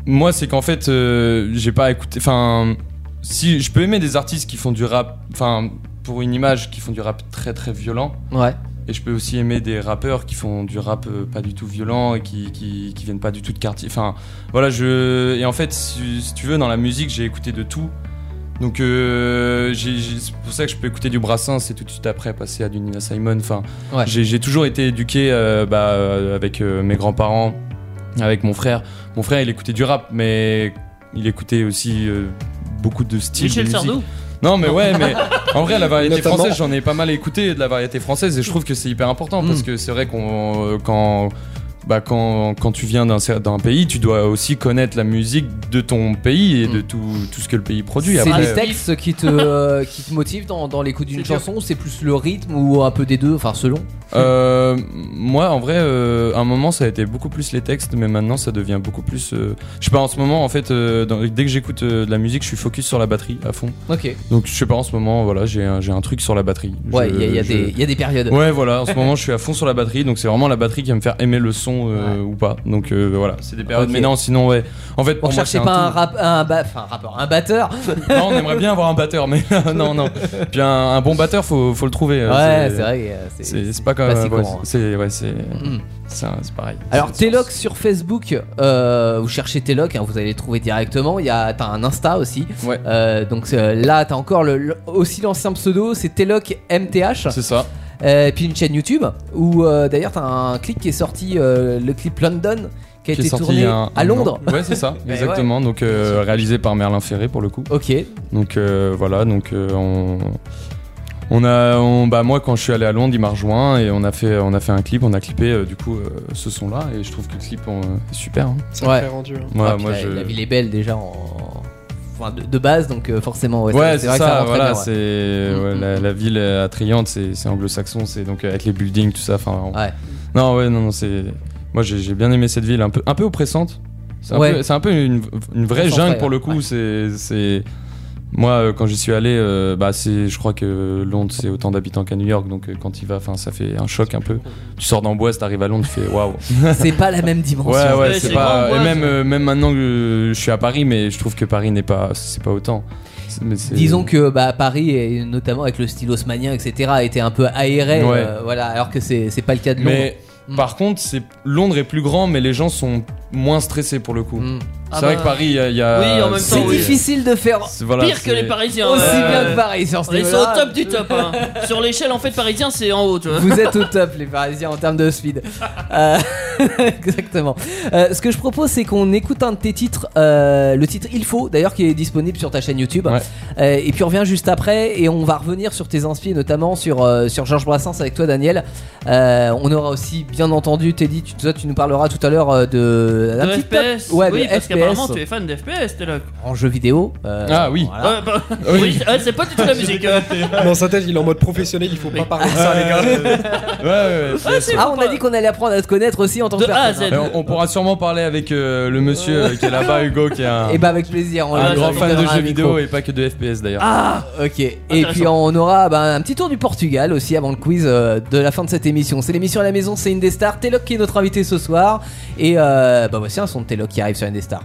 [SPEAKER 4] moi, c'est qu'en fait, euh, j'ai pas écouté. Enfin, si je peux aimer des artistes qui font du rap, enfin pour une image, qui font du rap très très violent.
[SPEAKER 2] Ouais.
[SPEAKER 4] Et je peux aussi aimer des rappeurs qui font du rap euh, pas du tout violent et qui, qui, qui viennent pas du tout de quartier. Enfin, voilà, je. Et en fait, si, si tu veux, dans la musique, j'ai écouté de tout. Donc, euh, j'ai- j'ai- c'est pour ça que je peux écouter du Brassens et tout de suite après passer à du Nina Simon. Enfin,
[SPEAKER 2] Ouais.
[SPEAKER 4] j'ai j'ai toujours été éduqué euh, bah, euh, avec euh, mes grands-parents, avec mon frère. Mon frère, il écoutait du rap, mais il écoutait aussi euh, beaucoup de styles. de
[SPEAKER 3] Michel
[SPEAKER 4] musique.
[SPEAKER 3] Sardou
[SPEAKER 4] Non, mais ouais, mais en vrai, la variété
[SPEAKER 6] Notamment.
[SPEAKER 4] française, j'en ai pas mal écouté de la variété française et je trouve que c'est hyper important parce
[SPEAKER 2] Mm.
[SPEAKER 4] que c'est vrai qu'on. euh, Quand, bah, quand, quand tu viens d'un cer- d'un pays, tu dois aussi connaître la musique de ton pays et de
[SPEAKER 2] Mm.
[SPEAKER 4] tout, tout ce que le pays produit.
[SPEAKER 2] C'est
[SPEAKER 4] Après,
[SPEAKER 2] les textes qui te, euh, qui te motivent dans, dans l'écoute d'une
[SPEAKER 3] C'est sûr.
[SPEAKER 2] chanson, ou c'est plus le rythme ou un peu des deux, enfin selon.
[SPEAKER 4] euh, moi, en vrai, euh, à un moment, ça a été beaucoup plus les textes, mais maintenant, ça devient beaucoup plus. euh, Je sais pas, en ce moment, en fait, euh, dans- dès que j'écoute euh, de la musique, je suis focus sur la batterie à fond.
[SPEAKER 2] Ok.
[SPEAKER 4] Donc, je sais pas, en ce moment, voilà, j'ai un, j'ai un truc sur la batterie.
[SPEAKER 2] Ouais,
[SPEAKER 4] Je-
[SPEAKER 2] il y, a- il y a
[SPEAKER 4] je-
[SPEAKER 2] des- il y a des périodes.
[SPEAKER 4] Ouais, voilà, en ce moment je suis à fond sur la batterie, donc c'est vraiment la batterie qui va me faire aimer le son euh, ou pas. Donc euh, voilà, c'est des périodes.
[SPEAKER 2] Ok.
[SPEAKER 4] Mais non, sinon, ouais. En fait,
[SPEAKER 2] On
[SPEAKER 4] pour moi,
[SPEAKER 2] cherchait
[SPEAKER 4] c'est
[SPEAKER 2] pas un,
[SPEAKER 4] tout.
[SPEAKER 2] rap, un, ba- enfin, un rappeur, un batteur.
[SPEAKER 4] Non, on aimerait bien avoir un batteur, mais non, non. Puis un, un bon batteur, faut, faut le trouver. euh,
[SPEAKER 2] Ouais, c'est vrai. euh,
[SPEAKER 4] C'est c'est pas comme.
[SPEAKER 2] si
[SPEAKER 4] ouais,
[SPEAKER 2] courant, hein. Ah,
[SPEAKER 4] c'est ouais, c'est
[SPEAKER 6] Hmm.
[SPEAKER 2] Mm.
[SPEAKER 4] c'est un- c'est pareil.
[SPEAKER 2] Alors
[SPEAKER 4] C'est une
[SPEAKER 2] Teloc
[SPEAKER 4] source.
[SPEAKER 2] sur Facebook, euh, vous cherchez Teloc, hein, vous allez le trouver directement. Il y a t'as un Insta aussi.
[SPEAKER 4] Ouais.
[SPEAKER 2] Euh, donc euh, là t'as encore le, le- aussi l'ancien pseudo, c'est Teloc MTH.
[SPEAKER 4] C'est ça.
[SPEAKER 2] Euh, et puis une chaîne YouTube où euh, d'ailleurs t'as un clip qui est sorti, euh, le clip London, qui a
[SPEAKER 4] Qui est
[SPEAKER 2] été
[SPEAKER 4] sorti il
[SPEAKER 2] tourné
[SPEAKER 4] y a un-
[SPEAKER 2] à
[SPEAKER 4] un
[SPEAKER 2] Londres. Eh
[SPEAKER 4] an. Ouais, c'est ça,
[SPEAKER 2] Mais
[SPEAKER 4] exactement. Donc euh, réalisé par Merlin Ferré pour le coup.
[SPEAKER 2] Ok.
[SPEAKER 4] Donc euh, voilà, donc euh, on, on a, on- bah moi quand je suis allé à Londres, il m'a rejoint et on a fait, on a fait un clip, on a clippé euh, du coup euh, ce son-là et je trouve que le clip on, est super. hein.
[SPEAKER 6] C'est
[SPEAKER 2] Ouais.
[SPEAKER 6] très rendu. hein.
[SPEAKER 4] Moi,
[SPEAKER 2] Ah, puis
[SPEAKER 4] moi,
[SPEAKER 2] la,
[SPEAKER 4] je-
[SPEAKER 2] la ville est belle déjà en... enfin, de, de base, donc euh, forcément ouais,
[SPEAKER 4] Ouais,
[SPEAKER 2] c'est
[SPEAKER 4] c'est
[SPEAKER 2] vrai
[SPEAKER 4] ça,
[SPEAKER 2] que ça rentre très
[SPEAKER 4] voilà,
[SPEAKER 2] bien, ouais.
[SPEAKER 4] c'est ouais,
[SPEAKER 2] Mm,
[SPEAKER 4] la,
[SPEAKER 2] mm.
[SPEAKER 4] la ville euh, attrayante, c'est c'est anglo-saxon, c'est donc euh, avec les buildings, tout ça. Enfin, on-
[SPEAKER 2] Ouais.
[SPEAKER 4] non, ouais, non, non, c'est, moi j'ai j'ai bien aimé cette ville, un peu, un peu oppressante. C'est un,
[SPEAKER 2] Ouais.
[SPEAKER 4] peu- c'est un peu une, une vraie
[SPEAKER 2] Concentré,
[SPEAKER 4] jungle pour le coup.
[SPEAKER 2] ouais.
[SPEAKER 4] C'est, c'est, moi euh, quand j'y suis allé, euh, bah c'est, je crois que Londres c'est autant d'habitants qu'à New York, donc euh, quand il va, enfin ça fait un choc un peu. Tu sors d'Amboise, t'arrives à Londres, tu fais waouh.
[SPEAKER 2] C'est pas la même dimension.
[SPEAKER 4] Ouais, ouais,
[SPEAKER 3] Ouais,
[SPEAKER 4] c'est
[SPEAKER 3] c'est
[SPEAKER 4] pas.
[SPEAKER 3] Amboise.
[SPEAKER 4] Et même, euh, même maintenant que je suis à Paris, mais je trouve que Paris n'est pas, c'est pas autant. C'est- mais c'est-
[SPEAKER 2] Disons que bah, Paris, et notamment avec le style haussmanien, etc., a été un peu aéré,
[SPEAKER 4] Ouais.
[SPEAKER 2] euh, voilà, alors que c'est c'est pas le cas de Londres.
[SPEAKER 4] Mais
[SPEAKER 2] Mm.
[SPEAKER 4] par contre, c'est Londres est plus grand, mais les gens sont moins stressés pour le coup.
[SPEAKER 2] Mm.
[SPEAKER 4] C'est
[SPEAKER 3] Ah
[SPEAKER 4] vrai
[SPEAKER 3] bah,
[SPEAKER 4] que Paris, il y a- il y a.
[SPEAKER 3] Oui, en même
[SPEAKER 2] C'est
[SPEAKER 3] temps, oui.
[SPEAKER 2] difficile de faire aussi
[SPEAKER 4] c'est- voilà,
[SPEAKER 3] Pire que
[SPEAKER 4] c'est-
[SPEAKER 3] les Parisiens. euh,
[SPEAKER 2] bien que Paris sur ce
[SPEAKER 3] On est au
[SPEAKER 2] niveau-là.
[SPEAKER 3] top du top. hein. Sur l'échelle, en fait, parisien, c'est en haut, tu vois.
[SPEAKER 2] Mmh. Vous êtes au top, les Parisiens, en termes de speed. Euh, exactement. Euh, ce que je propose, c'est qu'on écoute un de tes titres, euh, le titre Il faut, d'ailleurs, qui est disponible sur ta chaîne YouTube.
[SPEAKER 4] Ouais.
[SPEAKER 2] Euh, et puis on revient juste après, et on va revenir sur tes inspirations, notamment sur, euh, sur Georges Brassens avec toi, Daniel. Euh, on aura aussi, bien entendu, Teddy, tu, toi, tu nous parleras tout à l'heure euh, de. d'un
[SPEAKER 3] De
[SPEAKER 2] petit top-
[SPEAKER 3] FPS
[SPEAKER 2] Ouais,
[SPEAKER 3] Oui,
[SPEAKER 2] de
[SPEAKER 3] parce qu'apparemment,
[SPEAKER 2] FPS
[SPEAKER 3] tu es fan de FPS, t'es là.
[SPEAKER 2] en jeu vidéo. Euh,
[SPEAKER 4] Ah oui.
[SPEAKER 2] voilà.
[SPEAKER 3] Ouais, bah, oui, ouais, c'est pas du tout la musique. euh.
[SPEAKER 6] Dans sa tête, il est en mode professionnel, il faut pas parler de ça, les gars.
[SPEAKER 4] Ouais, ouais, ouais.
[SPEAKER 3] Ah, c'est
[SPEAKER 2] Ah, on a
[SPEAKER 3] pas-
[SPEAKER 2] dit qu'on allait apprendre à te connaître aussi en tant que
[SPEAKER 3] De A à
[SPEAKER 2] personne.
[SPEAKER 3] Z.
[SPEAKER 4] Et on, on pourra sûrement parler avec euh, le monsieur euh, qui est là-bas, Hugo, qui est un,
[SPEAKER 2] Et bah, avec plaisir. On
[SPEAKER 4] un
[SPEAKER 2] le
[SPEAKER 4] grand fan de
[SPEAKER 2] invitera à
[SPEAKER 4] jeux
[SPEAKER 2] un micro.
[SPEAKER 4] vidéo et pas que de FPS d'ailleurs.
[SPEAKER 2] Ah, ok. Et
[SPEAKER 3] Intéressant.
[SPEAKER 2] puis on aura bah, un petit tour du Portugal aussi avant le quiz euh, de la fin de cette émission. C'est l'émission à la maison, c'est Indestar. Teloc qui est notre invité ce soir. Et euh, bah voici un son de Teloc qui arrive sur Indestar.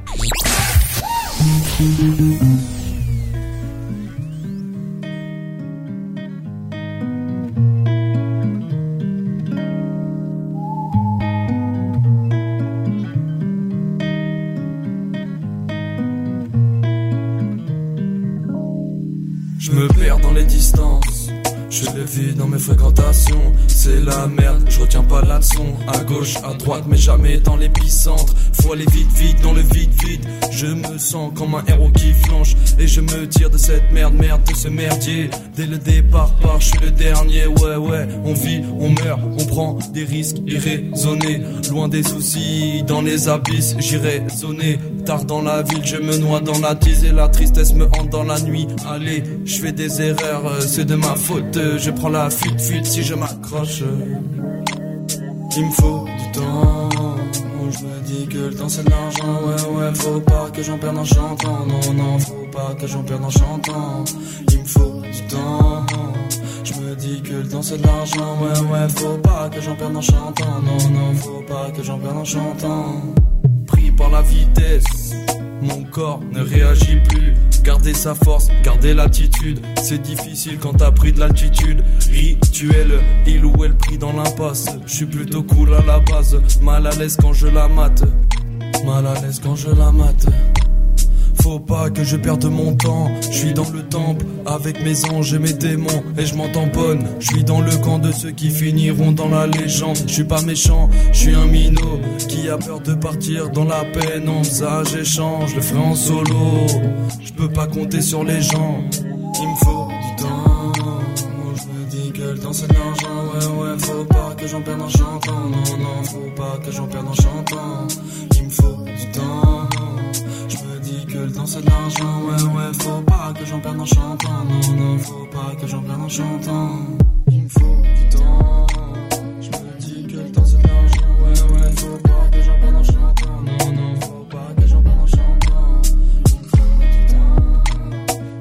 [SPEAKER 9] Je me les distances. Je le vis dans mes fréquentations, c'est la merde, je retiens pas la leçon. À gauche, à droite, mais jamais dans l'épicentre. Faut aller vite, vite, dans le vide, vide. Je me sens comme un héros qui flanche. Et je me tire de cette merde, merde, de ce merdier. Dès le départ, par, je suis le dernier, ouais, ouais. On vit, on meurt, on prend des risques irraisonnés. Loin des soucis, dans les abysses, j'irai sonner. Tard dans la ville, je me noie dans la tise et la tristesse me hante dans la nuit. Allez, je fais des erreurs, euh, c'est de ma faute. euh, Je prends la fuite, fuite si je m'accroche. Il me faut du temps. Je me dis que le temps c'est de l'argent. Ouais, ouais, faut pas que j'en perde en chantant. Non, non, faut pas que j'en perde en chantant. Il me faut du temps. Je me dis que le temps c'est de l'argent. Ouais, ouais, faut pas que j'en perde en chantant. Non, non, faut pas que j'en perde en chantant. Pris par la vitesse. Mon corps ne réagit plus. Garder sa force, garder l'attitude. C'est difficile quand t'as pris de l'altitude. Rituel, il ou elle pris dans l'impasse. Je suis plutôt cool à la base. Mal à l'aise quand je la mate. Mal à l'aise quand je la mate. Faut pas que je perde mon temps. Je suis dans le temple avec mes anges et mes démons et je m'en tamponne. Je suis dans le camp de ceux qui finiront dans la légende. Je suis pas méchant, je suis un minot qui a peur de partir dans la peine. On ça j'échange, le ferai en solo. Je peux pas compter sur les gens. Il me faut du temps. Je me dis que le temps c'est de l'argent. Ouais ouais, faut pas que j'en perde en chantant. Non non, faut pas que j'en perde en chantant. Il me faut du temps. Je me dis que le temps c'est de l'argent, ouais ouais, faut pas que j'en perde en chantant, non non, faut pas que j'en perde en chantant. Il me faut du temps, je me dis que le temps c'est de l'argent, ouais ouais, faut pas que j'en perde en chantant, non non, faut pas que j'en perde en chantant. Il me faut du temps,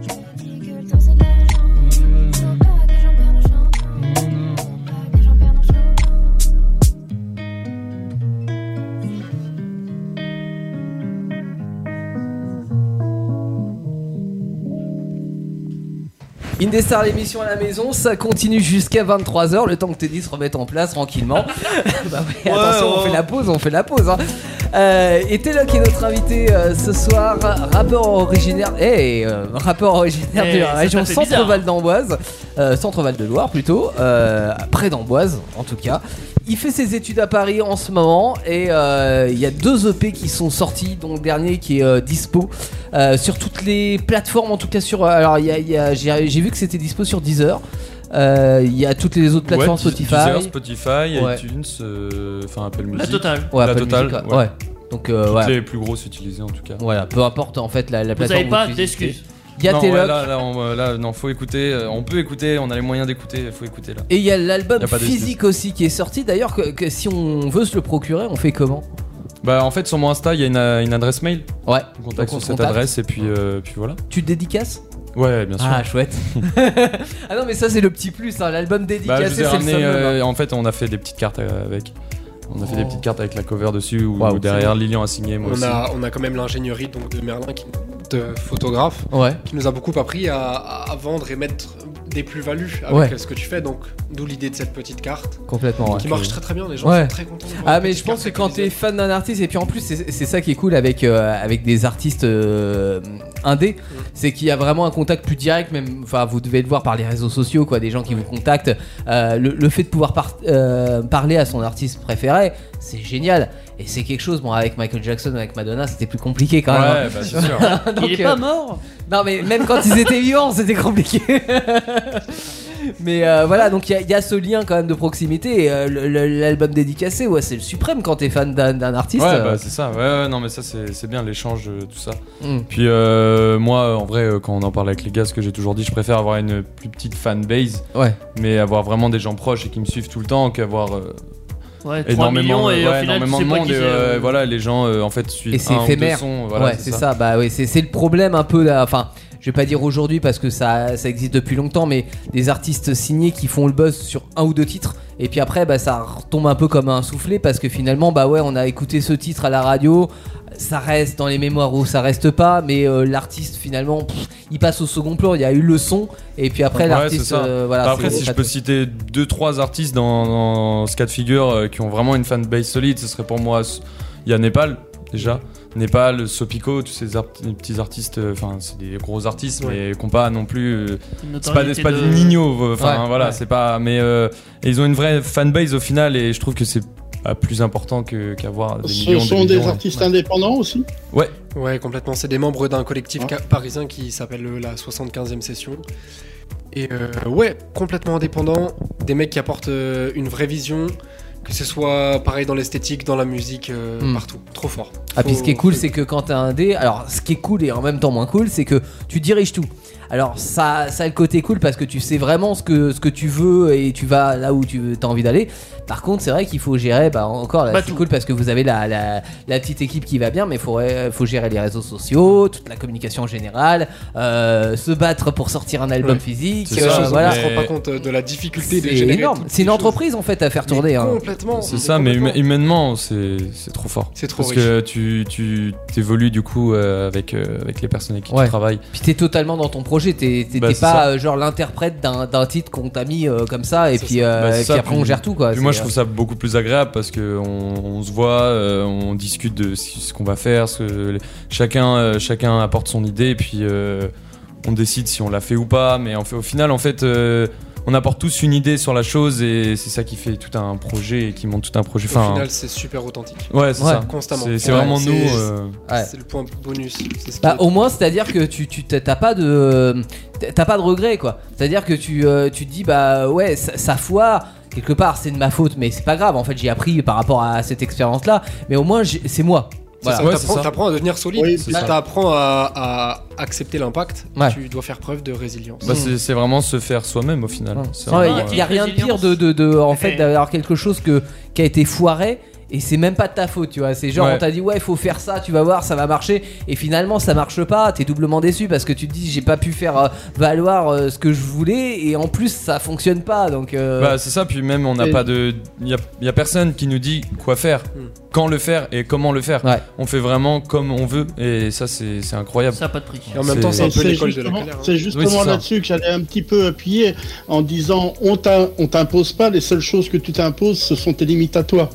[SPEAKER 9] je me dis que le temps c'est de l'argent, ouais ouais, faut pas que j'en perde en chantant, non non, faut pas que j'en perde en chantant.
[SPEAKER 2] Indestar, l'émission à la maison, ça continue jusqu'à 23h, le temps que Teddy se remette en place tranquillement. bah ouais,
[SPEAKER 3] Ouais,
[SPEAKER 2] attention, on
[SPEAKER 3] ouais.
[SPEAKER 2] fait la pause, on fait la pause. hein. Euh, et Telo qui est notre invité euh, ce soir, rappeur originaire, eh, euh, rappeur originaire
[SPEAKER 3] Eh,
[SPEAKER 2] de
[SPEAKER 3] ça,
[SPEAKER 2] la
[SPEAKER 3] ça
[SPEAKER 2] région
[SPEAKER 3] fait bizarre.
[SPEAKER 2] Centre-Val d'Amboise, euh, Centre-Val de Loire plutôt, euh, près d'Amboise en tout cas. Il fait ses études à Paris en ce moment et euh, il y a deux EP qui sont sortis, dont le dernier qui est euh, dispo euh, sur toutes les plateformes, en tout cas sur. euh, Alors, il y a- il y a- j'ai j'ai vu que c'était dispo sur Deezer. euh, Il y a toutes les autres plateformes
[SPEAKER 4] Ouais,
[SPEAKER 2] Spotify.
[SPEAKER 4] Deezer, Spotify,
[SPEAKER 2] Ouais.
[SPEAKER 4] iTunes, euh, enfin Apple Music.
[SPEAKER 3] La totale.
[SPEAKER 2] ouais,
[SPEAKER 4] la
[SPEAKER 2] Apple
[SPEAKER 4] totale,
[SPEAKER 2] Music,
[SPEAKER 4] ouais.
[SPEAKER 2] ouais. Donc, euh,
[SPEAKER 4] Toutes
[SPEAKER 2] ouais.
[SPEAKER 4] les plus grosses utilisées en tout cas.
[SPEAKER 2] Voilà, peu importe en fait la, la
[SPEAKER 3] Vous
[SPEAKER 2] plateforme.
[SPEAKER 3] avez pas
[SPEAKER 2] où tu-
[SPEAKER 3] d'excuses.
[SPEAKER 2] Il y a
[SPEAKER 4] non,
[SPEAKER 2] Teloc
[SPEAKER 4] ouais, là, là, on, euh, là, non, faut écouter. euh, On peut écouter, on a les moyens d'écouter, faut écouter là.
[SPEAKER 2] et il y a l'album
[SPEAKER 4] Y a pas d'excuses.
[SPEAKER 2] physique aussi qui est sorti. D'ailleurs, que, que si on veut se le procurer, on fait comment
[SPEAKER 4] Bah, en fait, sur mon Insta, il y a une, euh, une adresse mail.
[SPEAKER 2] Ouais.
[SPEAKER 4] On contacte
[SPEAKER 2] Donc,
[SPEAKER 4] sur
[SPEAKER 2] on
[SPEAKER 4] cette
[SPEAKER 2] contacte.
[SPEAKER 4] adresse et puis, euh, puis voilà.
[SPEAKER 2] Tu te dédicaces
[SPEAKER 4] Ouais, bien sûr.
[SPEAKER 2] Ah, chouette. ah non, mais ça, c'est le petit plus. hein,
[SPEAKER 4] Bah,
[SPEAKER 2] L'album
[SPEAKER 4] je
[SPEAKER 2] dédicacé,
[SPEAKER 4] vous ai
[SPEAKER 2] c'est le
[SPEAKER 4] ramené,
[SPEAKER 2] summum, hein.
[SPEAKER 4] euh, en fait, on a fait des petites cartes euh, avec. On a fait
[SPEAKER 2] Oh.
[SPEAKER 4] des petites cartes avec la cover dessus où,
[SPEAKER 2] Waouh,
[SPEAKER 4] où derrière Lilian a signé moi
[SPEAKER 6] On
[SPEAKER 4] aussi.
[SPEAKER 6] a, on a quand même l'ingénierie donc de Merlin, qui, de photographe,
[SPEAKER 2] Ouais.
[SPEAKER 6] qui nous a beaucoup appris à, à vendre et mettre des plus-values avec
[SPEAKER 2] Ouais.
[SPEAKER 6] ce que tu fais. Donc, d'où l'idée de cette petite carte
[SPEAKER 2] Complètement. ouais.
[SPEAKER 6] qui marche très très bien. Les gens
[SPEAKER 2] Ouais.
[SPEAKER 6] sont très contents. de voir
[SPEAKER 2] Ah
[SPEAKER 6] une
[SPEAKER 2] mais
[SPEAKER 6] petite
[SPEAKER 2] je pense que
[SPEAKER 6] carte
[SPEAKER 2] quand t'es
[SPEAKER 6] utilisée.
[SPEAKER 2] fan d'un artiste et puis en plus c'est c'est ça qui est cool avec euh, avec des artistes euh, indés,
[SPEAKER 6] Mm.
[SPEAKER 2] c'est qu'il y a vraiment un contact plus direct. Même enfin vous devez le voir par les réseaux sociaux quoi, des gens qui vous contactent. Euh, le, le fait de pouvoir par- euh, parler à son artiste préféré, c'est génial. Et c'est quelque chose. Bon avec Michael Jackson, avec Madonna, c'était plus compliqué quand même.
[SPEAKER 4] Ouais, bah, c'est sûr.
[SPEAKER 2] hein. Donc,
[SPEAKER 3] Il est
[SPEAKER 2] euh,
[SPEAKER 3] pas mort
[SPEAKER 2] non mais même quand ils étaient vivants c'était compliqué. mais euh, voilà donc il y, a- il y a ce lien quand même de proximité. et, euh, le- le- L'album dédicacé ouais c'est le suprême quand t'es fan d'un d'un artiste.
[SPEAKER 4] Ouais,
[SPEAKER 2] euh,
[SPEAKER 4] bah, c'est ça. Ouais, ouais, non, mais ça, c'est c'est bien l'échange, euh, tout ça.
[SPEAKER 2] Mm.
[SPEAKER 4] Puis, euh, moi, en vrai, euh, quand on en parle avec les gars, ce que j'ai toujours dit, je préfère avoir une plus petite fanbase,
[SPEAKER 2] Ouais.
[SPEAKER 4] mais avoir vraiment des gens proches et qui me suivent tout le temps qu'avoir euh,
[SPEAKER 3] Ouais, 3
[SPEAKER 4] énormément,
[SPEAKER 3] millions et
[SPEAKER 4] ouais,
[SPEAKER 3] au final, tu
[SPEAKER 4] énormément
[SPEAKER 3] sais
[SPEAKER 4] de
[SPEAKER 3] pas
[SPEAKER 4] monde.
[SPEAKER 3] qui
[SPEAKER 4] et,
[SPEAKER 3] c'est.
[SPEAKER 4] euh,
[SPEAKER 3] euh,
[SPEAKER 4] voilà, les gens, euh, en fait, suivent
[SPEAKER 2] Et c'est
[SPEAKER 4] un ou deux
[SPEAKER 2] éphémère.
[SPEAKER 4] sons, voilà,
[SPEAKER 2] ouais, c'est ça. Bah oui, c'est c'est le problème un peu là. Enfin, je vais pas dire aujourd'hui parce que ça, ça existe depuis longtemps, mais des artistes signés qui font le buzz sur un ou deux titres. Et puis après, bah, ça retombe un peu comme un soufflé parce que finalement, bah ouais, on a écouté ce titre à la radio, ça reste dans les mémoires ou ça reste pas, mais euh, l'artiste finalement, pff, il passe au second plan. Il y a eu le son, et puis après,
[SPEAKER 4] Ouais, c'est
[SPEAKER 2] l'artiste,
[SPEAKER 4] ça.
[SPEAKER 2] euh, voilà.
[SPEAKER 4] Bah après,
[SPEAKER 2] c'est-
[SPEAKER 4] si je peux citer deux trois artistes dans, dans ce cas de figure euh, qui ont vraiment une fanbase solide, ce serait pour moi S- il y a Népal déjà. n'est pas le Sopico, tous ces art- les petits artistes, euh, enfin c'est des gros artistes,
[SPEAKER 6] Ouais.
[SPEAKER 4] mais qu'on pas non plus. euh,
[SPEAKER 3] Une
[SPEAKER 4] c'est pas, des-
[SPEAKER 3] notoriété
[SPEAKER 4] c'est pas des
[SPEAKER 3] de-
[SPEAKER 4] nignos, euh, enfin
[SPEAKER 2] Ouais,
[SPEAKER 4] voilà,
[SPEAKER 2] ouais.
[SPEAKER 4] c'est pas. Mais euh, et ils ont une vraie fanbase au final et je trouve que c'est pas plus important que- qu'avoir des
[SPEAKER 5] Ce
[SPEAKER 4] millions.
[SPEAKER 5] sont
[SPEAKER 4] des
[SPEAKER 5] des
[SPEAKER 4] millions, ouais.
[SPEAKER 5] artistes indépendants aussi
[SPEAKER 6] Ouais, complètement. C'est des membres d'un collectif
[SPEAKER 5] Ouais.
[SPEAKER 6] ca- parisien qui s'appelle euh, la 75e session. Et euh, ouais, complètement indépendants, des mecs qui apportent euh, une vraie vision, que ce soit pareil dans l'esthétique, dans la musique, euh,
[SPEAKER 2] Hmm.
[SPEAKER 6] partout. Trop fort.
[SPEAKER 2] Ah, puis ce qui est
[SPEAKER 6] Faut-
[SPEAKER 2] cool, c'est que quand t'as un dé, alors ce qui est cool et en même temps moins cool, c'est que tu diriges tout. Alors ça, ça a le côté cool parce que tu sais vraiment ce que, ce que tu veux et tu vas là où tu as envie d'aller. Par contre, c'est vrai qu'il faut gérer, bah encore là,
[SPEAKER 3] Bah,
[SPEAKER 2] c'est
[SPEAKER 3] tout.
[SPEAKER 2] cool parce que vous avez la, la, la petite équipe qui va bien, mais il faut, faut gérer les réseaux sociaux, toute la communication générale, euh, se battre pour sortir un album
[SPEAKER 6] Ouais.
[SPEAKER 2] physique.
[SPEAKER 4] C'est
[SPEAKER 2] euh,
[SPEAKER 4] ça,
[SPEAKER 6] on
[SPEAKER 2] voilà.
[SPEAKER 6] se rend pas
[SPEAKER 4] Mais-
[SPEAKER 6] compte euh, de la difficulté de
[SPEAKER 2] C'est
[SPEAKER 6] générer
[SPEAKER 2] énorme.
[SPEAKER 6] toutes
[SPEAKER 2] C'est une
[SPEAKER 6] ces
[SPEAKER 2] entreprise en fait à faire
[SPEAKER 6] choses. Mais
[SPEAKER 2] tourner. hein.
[SPEAKER 6] Complètement.
[SPEAKER 4] C'est ça, mais huma- humainement, c'est c'est trop fort.
[SPEAKER 6] C'est trop
[SPEAKER 4] Parce
[SPEAKER 6] riche.
[SPEAKER 4] que tu, tu t'évolues du coup euh, avec, euh, avec les personnes avec qui
[SPEAKER 2] Ouais.
[SPEAKER 4] tu travailles.
[SPEAKER 2] Puis t'es totalement dans ton projet, t'es t'es-
[SPEAKER 4] Bah,
[SPEAKER 2] t'es
[SPEAKER 4] c'est
[SPEAKER 2] pas
[SPEAKER 4] ça.
[SPEAKER 2] euh, genre l'interprète d'un d'un titre qu'on t'a mis euh, comme ça et
[SPEAKER 6] C'est
[SPEAKER 2] puis,
[SPEAKER 6] ça.
[SPEAKER 2] euh,
[SPEAKER 4] Bah, c'est
[SPEAKER 2] et
[SPEAKER 4] ça,
[SPEAKER 2] puis après
[SPEAKER 4] puis-
[SPEAKER 2] on gère tout quoi.
[SPEAKER 4] Puis moi,
[SPEAKER 2] C'est, euh,
[SPEAKER 4] je trouve ça beaucoup plus agréable parce que on, on se voit, euh, on discute de ce ce qu'on va faire, ce que- chacun, euh, chacun apporte son idée, et puis euh, on décide si on la fait ou pas. Mais en fait, au final, en fait, euh, on apporte tous une idée sur la chose et c'est ça qui fait tout un projet et qui monte tout un projet.
[SPEAKER 6] Au
[SPEAKER 4] Enfin,
[SPEAKER 6] final, c'est super authentique.
[SPEAKER 4] ouais, c'est
[SPEAKER 2] Ouais.
[SPEAKER 4] ça.
[SPEAKER 6] Constamment.
[SPEAKER 4] C'est, c'est
[SPEAKER 6] Ouais,
[SPEAKER 4] vraiment
[SPEAKER 6] c'est-
[SPEAKER 4] nous. euh,
[SPEAKER 2] Ouais.
[SPEAKER 6] C'est le point bonus. C'est ce qui
[SPEAKER 2] Bah,
[SPEAKER 6] est-
[SPEAKER 2] au moins, c'est-à-dire que tu tu- t'as t'as pas de t'as pas de regret quoi. C'est-à-dire que tu euh, tu te dis bah ouais ça, ça foire quelque part c'est de ma faute mais c'est pas grave en fait j'ai appris par rapport à cette expérience là mais au moins j'ai- c'est moi. Voilà.
[SPEAKER 6] Ça,
[SPEAKER 4] Ouais,
[SPEAKER 6] t'apprends-
[SPEAKER 4] c'est ça.
[SPEAKER 6] T'apprends à devenir solide.
[SPEAKER 5] Oui,
[SPEAKER 4] c'est
[SPEAKER 6] Là,
[SPEAKER 4] ça.
[SPEAKER 6] t'apprends à, à accepter l'impact.
[SPEAKER 2] Ouais.
[SPEAKER 6] Tu dois faire preuve de résilience.
[SPEAKER 4] bah, c'est, c'est vraiment se faire soi-même au final. C'est
[SPEAKER 2] Il
[SPEAKER 4] vraiment,
[SPEAKER 3] ouais,
[SPEAKER 4] euh,
[SPEAKER 2] y, a rien de pire de, de- de- en fait d'avoir quelque chose que, qui a été foiré et c'est même pas de ta faute, tu vois. C'est genre
[SPEAKER 4] Ouais.
[SPEAKER 2] on t'a dit ouais faut faire ça, tu vas voir ça va marcher et finalement ça marche pas, t'es doublement déçu parce que tu te dis j'ai pas pu faire euh, valoir euh, ce que je voulais et en plus ça fonctionne pas donc. euh,
[SPEAKER 4] Bah c'est ça, puis même on n'a
[SPEAKER 5] Et-
[SPEAKER 4] pas de... Il y a, y a personne qui nous dit quoi faire,
[SPEAKER 6] Hmm.
[SPEAKER 4] quand le faire et comment le faire.
[SPEAKER 2] Ouais.
[SPEAKER 4] On fait vraiment comme on veut et ça c'est c'est incroyable.
[SPEAKER 3] Ça a pas de prix.
[SPEAKER 6] Et en même temps, c'est
[SPEAKER 4] C'est-
[SPEAKER 6] un
[SPEAKER 5] Et
[SPEAKER 6] peu
[SPEAKER 5] C'est
[SPEAKER 6] l'école de la
[SPEAKER 5] justement,
[SPEAKER 6] galère. hein.
[SPEAKER 5] c'est justement
[SPEAKER 4] c'est ça.
[SPEAKER 5] là-dessus que j'allais un petit peu appuyer en disant on t'im- on t'impose pas, les seules choses que tu t'imposes, ce sont tes limites à toi.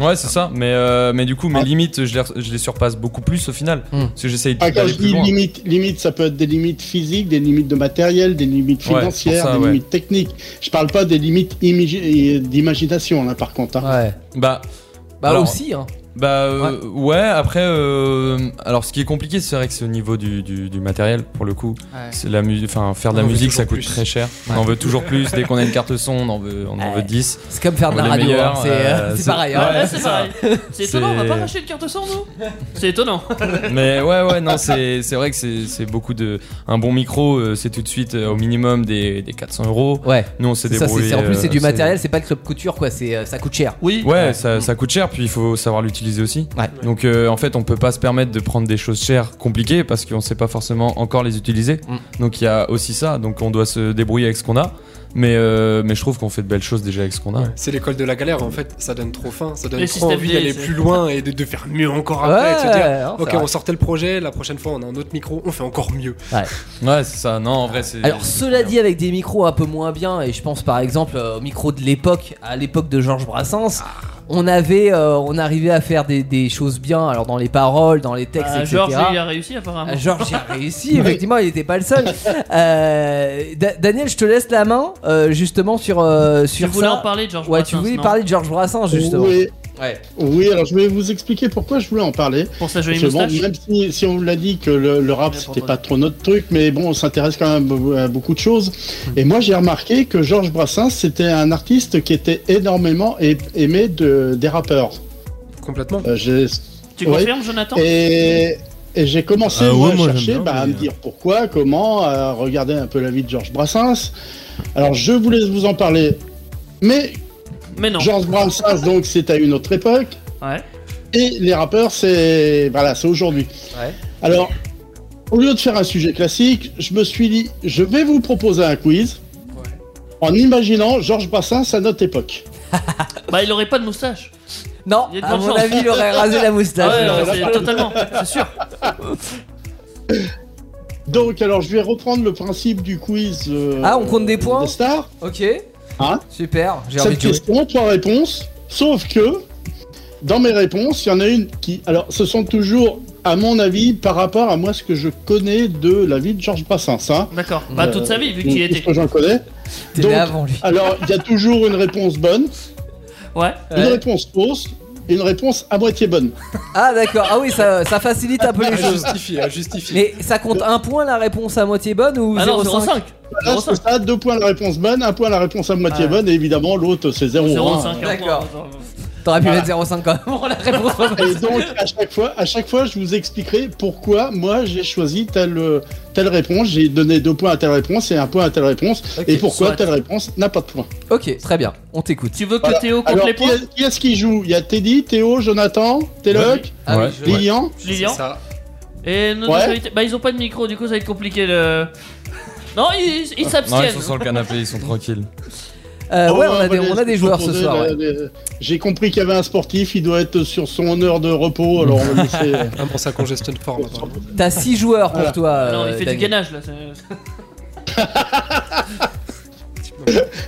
[SPEAKER 4] Ouais c'est ça, mais, euh, mais du coup mes
[SPEAKER 5] Ah.
[SPEAKER 4] limites je les, je les surpasse beaucoup plus au final.
[SPEAKER 2] Hmm.
[SPEAKER 4] Parce que j'essaye
[SPEAKER 5] Ah, quand
[SPEAKER 4] d'aller
[SPEAKER 5] je
[SPEAKER 4] plus
[SPEAKER 5] dis
[SPEAKER 4] loin.
[SPEAKER 5] limite, limite, ça peut être des limites physiques, des limites de matériel, des limites
[SPEAKER 4] Ouais,
[SPEAKER 5] financières,
[SPEAKER 4] pour ça,
[SPEAKER 5] des
[SPEAKER 4] ouais.
[SPEAKER 5] limites techniques. Je parle pas des limites imi- et d'imagination, là, par contre. hein.
[SPEAKER 2] ouais.
[SPEAKER 4] Bah,
[SPEAKER 2] Bah
[SPEAKER 4] Alors,
[SPEAKER 2] aussi hein.
[SPEAKER 4] bah euh, ouais. après, euh, alors ce qui est compliqué c'est vrai que c'est au niveau du, du, du matériel pour le coup. C'est la mu- enfin, faire de la
[SPEAKER 6] On en veut
[SPEAKER 4] musique ça
[SPEAKER 6] toujours plus.
[SPEAKER 4] coûte très cher.
[SPEAKER 2] Ouais.
[SPEAKER 4] On en veut toujours plus, dès qu'on a une carte son on en veut, on en
[SPEAKER 2] Ouais.
[SPEAKER 4] veut 10.
[SPEAKER 2] C'est comme faire
[SPEAKER 4] On
[SPEAKER 2] de la
[SPEAKER 4] est
[SPEAKER 2] radio,
[SPEAKER 4] meilleurs,
[SPEAKER 2] hein. c'est
[SPEAKER 4] euh,
[SPEAKER 2] euh, c'est
[SPEAKER 4] c'est-
[SPEAKER 2] pareil. hein.
[SPEAKER 4] Ouais,
[SPEAKER 3] Ouais, c'est
[SPEAKER 4] c'est ça.
[SPEAKER 3] pareil. C'est étonnant, on va pas racheter une carte sans nous C'est étonnant.
[SPEAKER 4] Mais ouais, ouais, non, c'est c'est vrai que c'est c'est beaucoup de. Un bon micro, euh, c'est tout de suite euh, au minimum des, des 400 euros.
[SPEAKER 2] Ouais.
[SPEAKER 4] Nous, on s'est
[SPEAKER 2] C'est ça, c'est-
[SPEAKER 4] débrouillé.
[SPEAKER 2] c'est- en plus c'est
[SPEAKER 4] euh,
[SPEAKER 2] du matériel, c'est pas le club couture quoi, c'est euh, ça coûte cher.
[SPEAKER 3] Oui.
[SPEAKER 4] Ouais, Ça, ça coûte cher, puis il faut savoir l'utiliser aussi.
[SPEAKER 2] Ouais.
[SPEAKER 4] Donc euh, en fait, on peut pas se permettre de prendre des choses chères, compliquées, parce qu'on sait pas forcément encore les utiliser.
[SPEAKER 2] Mm.
[SPEAKER 4] Donc il y a aussi ça, donc on doit se débrouiller avec ce qu'on a. Mais, euh, mais je trouve qu'on fait de belles choses déjà avec ce qu'on a.
[SPEAKER 6] C'est l'école de la galère en fait, ça donne trop faim, ça donne
[SPEAKER 3] Le
[SPEAKER 6] trop
[SPEAKER 3] système
[SPEAKER 6] envie
[SPEAKER 3] D,
[SPEAKER 6] d'aller
[SPEAKER 3] c'est-
[SPEAKER 6] plus loin et de, de faire mieux encore après. et de se dire,
[SPEAKER 2] hein, c'est
[SPEAKER 6] ok,
[SPEAKER 2] vrai.
[SPEAKER 6] on sortait le projet, la prochaine fois on a un autre micro, on fait encore mieux.
[SPEAKER 4] Ouais, c'est ça. Non, en vrai, c'est.
[SPEAKER 2] Alors cela dit avec des micros un peu moins bien et je pense par exemple euh, au micro de l'époque à l'époque de Georges
[SPEAKER 3] Ah.
[SPEAKER 2] Brassens on avait euh, on arrivait à faire des, des choses bien alors dans les paroles dans les textes
[SPEAKER 3] Ah,
[SPEAKER 2] etc.
[SPEAKER 3] Georges, il a réussi apparemment.
[SPEAKER 2] Ah, Georges il a réussi effectivement il n'était pas le seul. Euh, Da- Daniel je te laisse la main euh, justement sur euh,
[SPEAKER 3] Tu
[SPEAKER 2] sur
[SPEAKER 3] voulais
[SPEAKER 2] ça.
[SPEAKER 3] en parler, Georges
[SPEAKER 2] ouais
[SPEAKER 3] Brassens,
[SPEAKER 2] tu voulais
[SPEAKER 3] non
[SPEAKER 2] parler de Georges Brassens justement.
[SPEAKER 5] Oui,
[SPEAKER 2] Ouais.
[SPEAKER 5] oui, alors je vais vous expliquer pourquoi je voulais en parler.
[SPEAKER 3] Pour sa jolie
[SPEAKER 5] Parce que bon,
[SPEAKER 3] moustache.
[SPEAKER 5] même si, si on vous l'a dit que le, le rap
[SPEAKER 3] Bien
[SPEAKER 5] c'était
[SPEAKER 3] proposé.
[SPEAKER 5] pas trop notre truc, mais bon, on s'intéresse quand même be- à beaucoup de choses.
[SPEAKER 3] Hmm.
[SPEAKER 5] Et moi j'ai remarqué que Georges Brassens c'était un artiste qui était énormément a- aimé de, des rappeurs.
[SPEAKER 6] Complètement.
[SPEAKER 5] Euh, j'ai-
[SPEAKER 3] Tu
[SPEAKER 5] Ouais.
[SPEAKER 3] confirmes, Jonathan
[SPEAKER 5] et, et j'ai commencé
[SPEAKER 7] Ah
[SPEAKER 5] moi,
[SPEAKER 7] ouais, moi,
[SPEAKER 5] à
[SPEAKER 7] j'aime
[SPEAKER 5] chercher
[SPEAKER 7] bien,
[SPEAKER 5] bah, à
[SPEAKER 7] mais- euh,
[SPEAKER 5] me dire pourquoi, comment, à regarder un peu la vie de Georges Brassens. Alors je voulais vous en parler, mais
[SPEAKER 3] Mais non.
[SPEAKER 5] Georges Brassens donc c'est à une autre époque.
[SPEAKER 3] Ouais.
[SPEAKER 5] Et les rappeurs, c'est voilà, c'est aujourd'hui.
[SPEAKER 2] Ouais.
[SPEAKER 5] Alors, au lieu de faire un sujet classique, je me suis dit, je vais vous proposer un quiz en imaginant Georges Brassens à notre époque.
[SPEAKER 3] Bah, il aurait pas de moustache.
[SPEAKER 2] Non
[SPEAKER 3] Il y a de
[SPEAKER 2] à
[SPEAKER 3] bonnes
[SPEAKER 2] mon
[SPEAKER 3] chances.
[SPEAKER 2] avis il aurait rasé la
[SPEAKER 3] Ah
[SPEAKER 2] moustache.
[SPEAKER 3] ouais,
[SPEAKER 2] Alors,
[SPEAKER 3] ouais, c'est- totalement, c'est sûr.
[SPEAKER 5] Donc, alors, je vais reprendre le principe du quiz. euh,
[SPEAKER 2] Ah, on compte des points
[SPEAKER 5] des stars.
[SPEAKER 2] Ok
[SPEAKER 5] Hein
[SPEAKER 2] super j'ai envie
[SPEAKER 5] Cette
[SPEAKER 2] de jouer.
[SPEAKER 5] question, trois réponses. Sauf que dans mes réponses, il y en a une qui. Alors, ce sont toujours, à mon avis, par rapport à moi, ce que je connais de la vie de Georges Brassens. Hein.
[SPEAKER 3] D'accord. Pas
[SPEAKER 5] Euh,
[SPEAKER 3] toute sa vie, vu
[SPEAKER 5] Donc,
[SPEAKER 3] qu'il
[SPEAKER 5] qu'est-ce
[SPEAKER 3] était.
[SPEAKER 5] que j'en connais.
[SPEAKER 2] T'es
[SPEAKER 5] Donc,
[SPEAKER 2] là avant lui.
[SPEAKER 5] Alors, il y a toujours une réponse bonne,
[SPEAKER 3] Ouais.
[SPEAKER 5] une
[SPEAKER 2] Ouais.
[SPEAKER 5] réponse fausse et une réponse à moitié bonne.
[SPEAKER 2] Ah d'accord, ah oui, ça, ça facilite un peu
[SPEAKER 5] Ah,
[SPEAKER 2] les
[SPEAKER 6] À
[SPEAKER 2] choses.
[SPEAKER 6] justifier, à justifier.
[SPEAKER 2] Mais ça compte un point la réponse à moitié bonne ou
[SPEAKER 3] Ah non,
[SPEAKER 2] 0,5
[SPEAKER 3] 0,5.
[SPEAKER 5] Bah Là, c'est ça, deux points la réponse bonne, un point la réponse à moitié
[SPEAKER 3] Ouais.
[SPEAKER 5] bonne, et évidemment, l'autre, c'est 0.
[SPEAKER 3] 0,5.
[SPEAKER 2] D'accord.
[SPEAKER 3] un point.
[SPEAKER 2] T'aurais pu
[SPEAKER 5] hein. Voilà.
[SPEAKER 2] mettre 0,5 quand même pour la réponse.
[SPEAKER 5] Et donc, à chaque fois, à chaque fois, je vous expliquerai pourquoi moi j'ai choisi telle, euh, telle réponse. J'ai donné deux points à telle réponse et un point à telle réponse.
[SPEAKER 2] Ok,
[SPEAKER 5] et pourquoi
[SPEAKER 3] soit.
[SPEAKER 5] telle réponse n'a pas de point.
[SPEAKER 2] ok, très bien, on t'écoute.
[SPEAKER 3] Tu veux que
[SPEAKER 5] Voilà.
[SPEAKER 3] Théo compte
[SPEAKER 5] Alors,
[SPEAKER 3] les
[SPEAKER 5] qui,
[SPEAKER 3] points
[SPEAKER 5] est- qui est-ce qui joue Il y a Teddy, Théo, Jonathan, Teloc,
[SPEAKER 2] Ah oui,
[SPEAKER 4] Ouais.
[SPEAKER 2] je-
[SPEAKER 5] Lilian.
[SPEAKER 3] Lilian
[SPEAKER 6] C'est ça.
[SPEAKER 3] Et nos
[SPEAKER 5] Ouais.
[SPEAKER 3] nos invités- Bah, ils ont pas de micro, du coup, ça va être compliqué le. Non, ils ils
[SPEAKER 4] Non, ils
[SPEAKER 3] s'abstiennent.
[SPEAKER 4] sont sur le canapé, ils sont tranquilles.
[SPEAKER 2] Euh,
[SPEAKER 5] Oh,
[SPEAKER 2] ouais, on a des,
[SPEAKER 5] va
[SPEAKER 2] on a
[SPEAKER 5] les-
[SPEAKER 2] des joueurs ce
[SPEAKER 5] proposer
[SPEAKER 2] soir.
[SPEAKER 5] la-
[SPEAKER 2] ouais.
[SPEAKER 5] les- euh, J'ai compris qu'il y avait un sportif, il doit être sur son heure de repos. Alors, on va laisser. euh,
[SPEAKER 6] Un Hein, pour ça congestion form. apparemment.
[SPEAKER 2] T'as 6 joueurs pour
[SPEAKER 5] Voilà.
[SPEAKER 2] toi.
[SPEAKER 3] Ah Non,
[SPEAKER 2] euh,
[SPEAKER 3] il fait du
[SPEAKER 2] Daniel.
[SPEAKER 3] gainage là. c'est-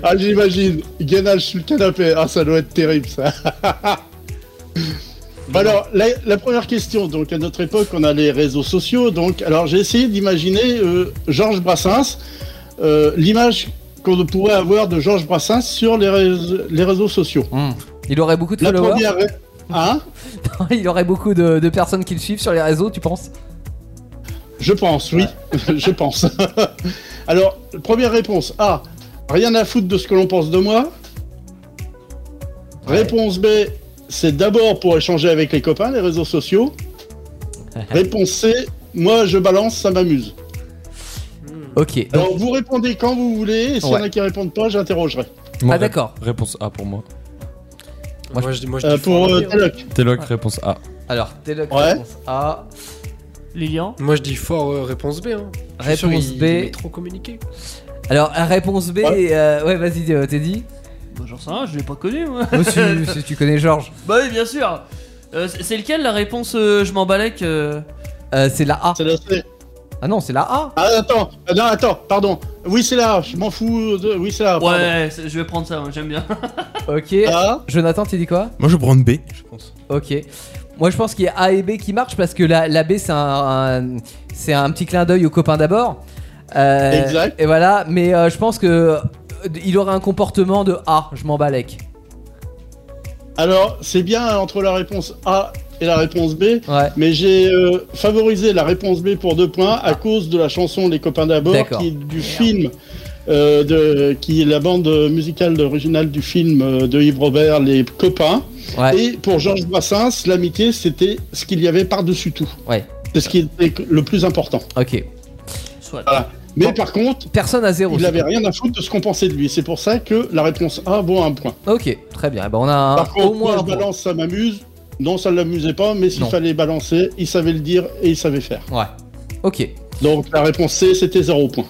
[SPEAKER 5] Ah, j'imagine. Gainage sur le canapé. Ah, ça doit être terrible, ça. Bah alors, la, la première question. Donc, à notre époque, on a les réseaux sociaux. Donc, alors, j'ai essayé d'imaginer euh, Georges Brassens, euh, l'image qu'on pourrait avoir de Georges Brassens sur les, rése- les réseaux sociaux.
[SPEAKER 2] Hmm. Il aurait beaucoup de
[SPEAKER 5] La
[SPEAKER 2] followers.
[SPEAKER 5] première. ré- Hein
[SPEAKER 2] Il aurait beaucoup de, de personnes qui le suivent sur les réseaux, tu penses
[SPEAKER 5] Je pense, oui. je pense. alors, première réponse A. Rien à foutre de ce que l'on pense de moi. Réponse B. C'est d'abord pour échanger avec les copains, les réseaux sociaux. réponse C. Moi, je balance, ça m'amuse.
[SPEAKER 2] Ok. donc-
[SPEAKER 5] Alors, vous répondez quand vous voulez, et s'il y en a qui répondent pas, j'interrogerai.
[SPEAKER 4] Moi,
[SPEAKER 2] ah d'accord.
[SPEAKER 4] Réponse A pour moi.
[SPEAKER 2] Moi,
[SPEAKER 6] Moi, je dis, moi, je
[SPEAKER 5] Euh,
[SPEAKER 6] dis hein.
[SPEAKER 5] pour
[SPEAKER 6] form.
[SPEAKER 5] euh, Teloc.
[SPEAKER 4] Téloc, réponse A.
[SPEAKER 2] Alors, Téloc,
[SPEAKER 5] Ouais.
[SPEAKER 2] réponse A.
[SPEAKER 3] Lilian
[SPEAKER 6] Moi, je dis fort euh, réponse B. Hein. Je suis sûr,
[SPEAKER 2] Réponse
[SPEAKER 6] il-
[SPEAKER 2] B.
[SPEAKER 6] il est trop communiqué.
[SPEAKER 2] Alors, la réponse B,
[SPEAKER 5] Ouais.
[SPEAKER 2] et, euh, ouais, vas-y, euh, Teddy.
[SPEAKER 3] Bah, j'en sais rien, je l'ai pas connu moi.
[SPEAKER 2] Moi, si, si tu connais Georges.
[SPEAKER 3] Bah, oui, bien sûr. Euh, c'est c'est lequel la réponse euh, je m'en balèque euh,
[SPEAKER 5] Ah,
[SPEAKER 2] Euh, c'est la A.
[SPEAKER 5] C'est la C.
[SPEAKER 2] Ah non, c'est la A.
[SPEAKER 5] Ah, attends, Ah, non, attends, pardon. Oui, c'est là, je m'en fous. de- Oui, c'est là. pardon.
[SPEAKER 3] Ouais, c'est- je vais prendre ça, moi, j'aime bien.
[SPEAKER 2] Ok.
[SPEAKER 5] A,
[SPEAKER 2] Jonathan, tu dis quoi
[SPEAKER 7] Moi, je prends B, je pense.
[SPEAKER 2] Ok. Moi, je pense qu'il y a A et B qui marchent parce que la, la B, c'est un, un- c'est un petit clin d'œil aux copains d'abord. Euh,
[SPEAKER 5] Exact.
[SPEAKER 2] Et voilà, mais euh, je pense que euh, il aurait un comportement de A, je m'en balèque.
[SPEAKER 5] Alors, c'est bien entre la réponse A et la réponse B.
[SPEAKER 2] Ouais.
[SPEAKER 5] Mais j'ai euh, favorisé la réponse B pour deux points à cause de la chanson Les copains d'abord,
[SPEAKER 2] D'accord.
[SPEAKER 5] qui est du film, euh, de, qui est la bande musicale originale du film euh, de Yves Robert, Les copains.
[SPEAKER 2] Ouais.
[SPEAKER 5] Et pour Georges Brassens, l'amitié, c'était ce qu'il y avait par-dessus tout.
[SPEAKER 2] Ouais.
[SPEAKER 5] C'est ce qui était le plus important.
[SPEAKER 2] Ok.
[SPEAKER 3] Soit.
[SPEAKER 5] Mais par contre,
[SPEAKER 2] Personne à zéro.
[SPEAKER 5] il n'avait rien à foutre de ce qu'on pensait de lui. C'est pour ça que la réponse A vaut un point.
[SPEAKER 2] Ok, très bien. Eh ben, on a un-
[SPEAKER 5] Par contre,
[SPEAKER 2] au moins
[SPEAKER 5] moi,
[SPEAKER 2] un
[SPEAKER 5] je
[SPEAKER 2] point.
[SPEAKER 5] balance, ça m'amuse. Non, ça ne l'amusait pas, mais s'il
[SPEAKER 2] Non.
[SPEAKER 5] fallait balancer, il savait le dire et il savait faire.
[SPEAKER 2] Ouais. Ok.
[SPEAKER 5] Donc la réponse C, c'était zéro point.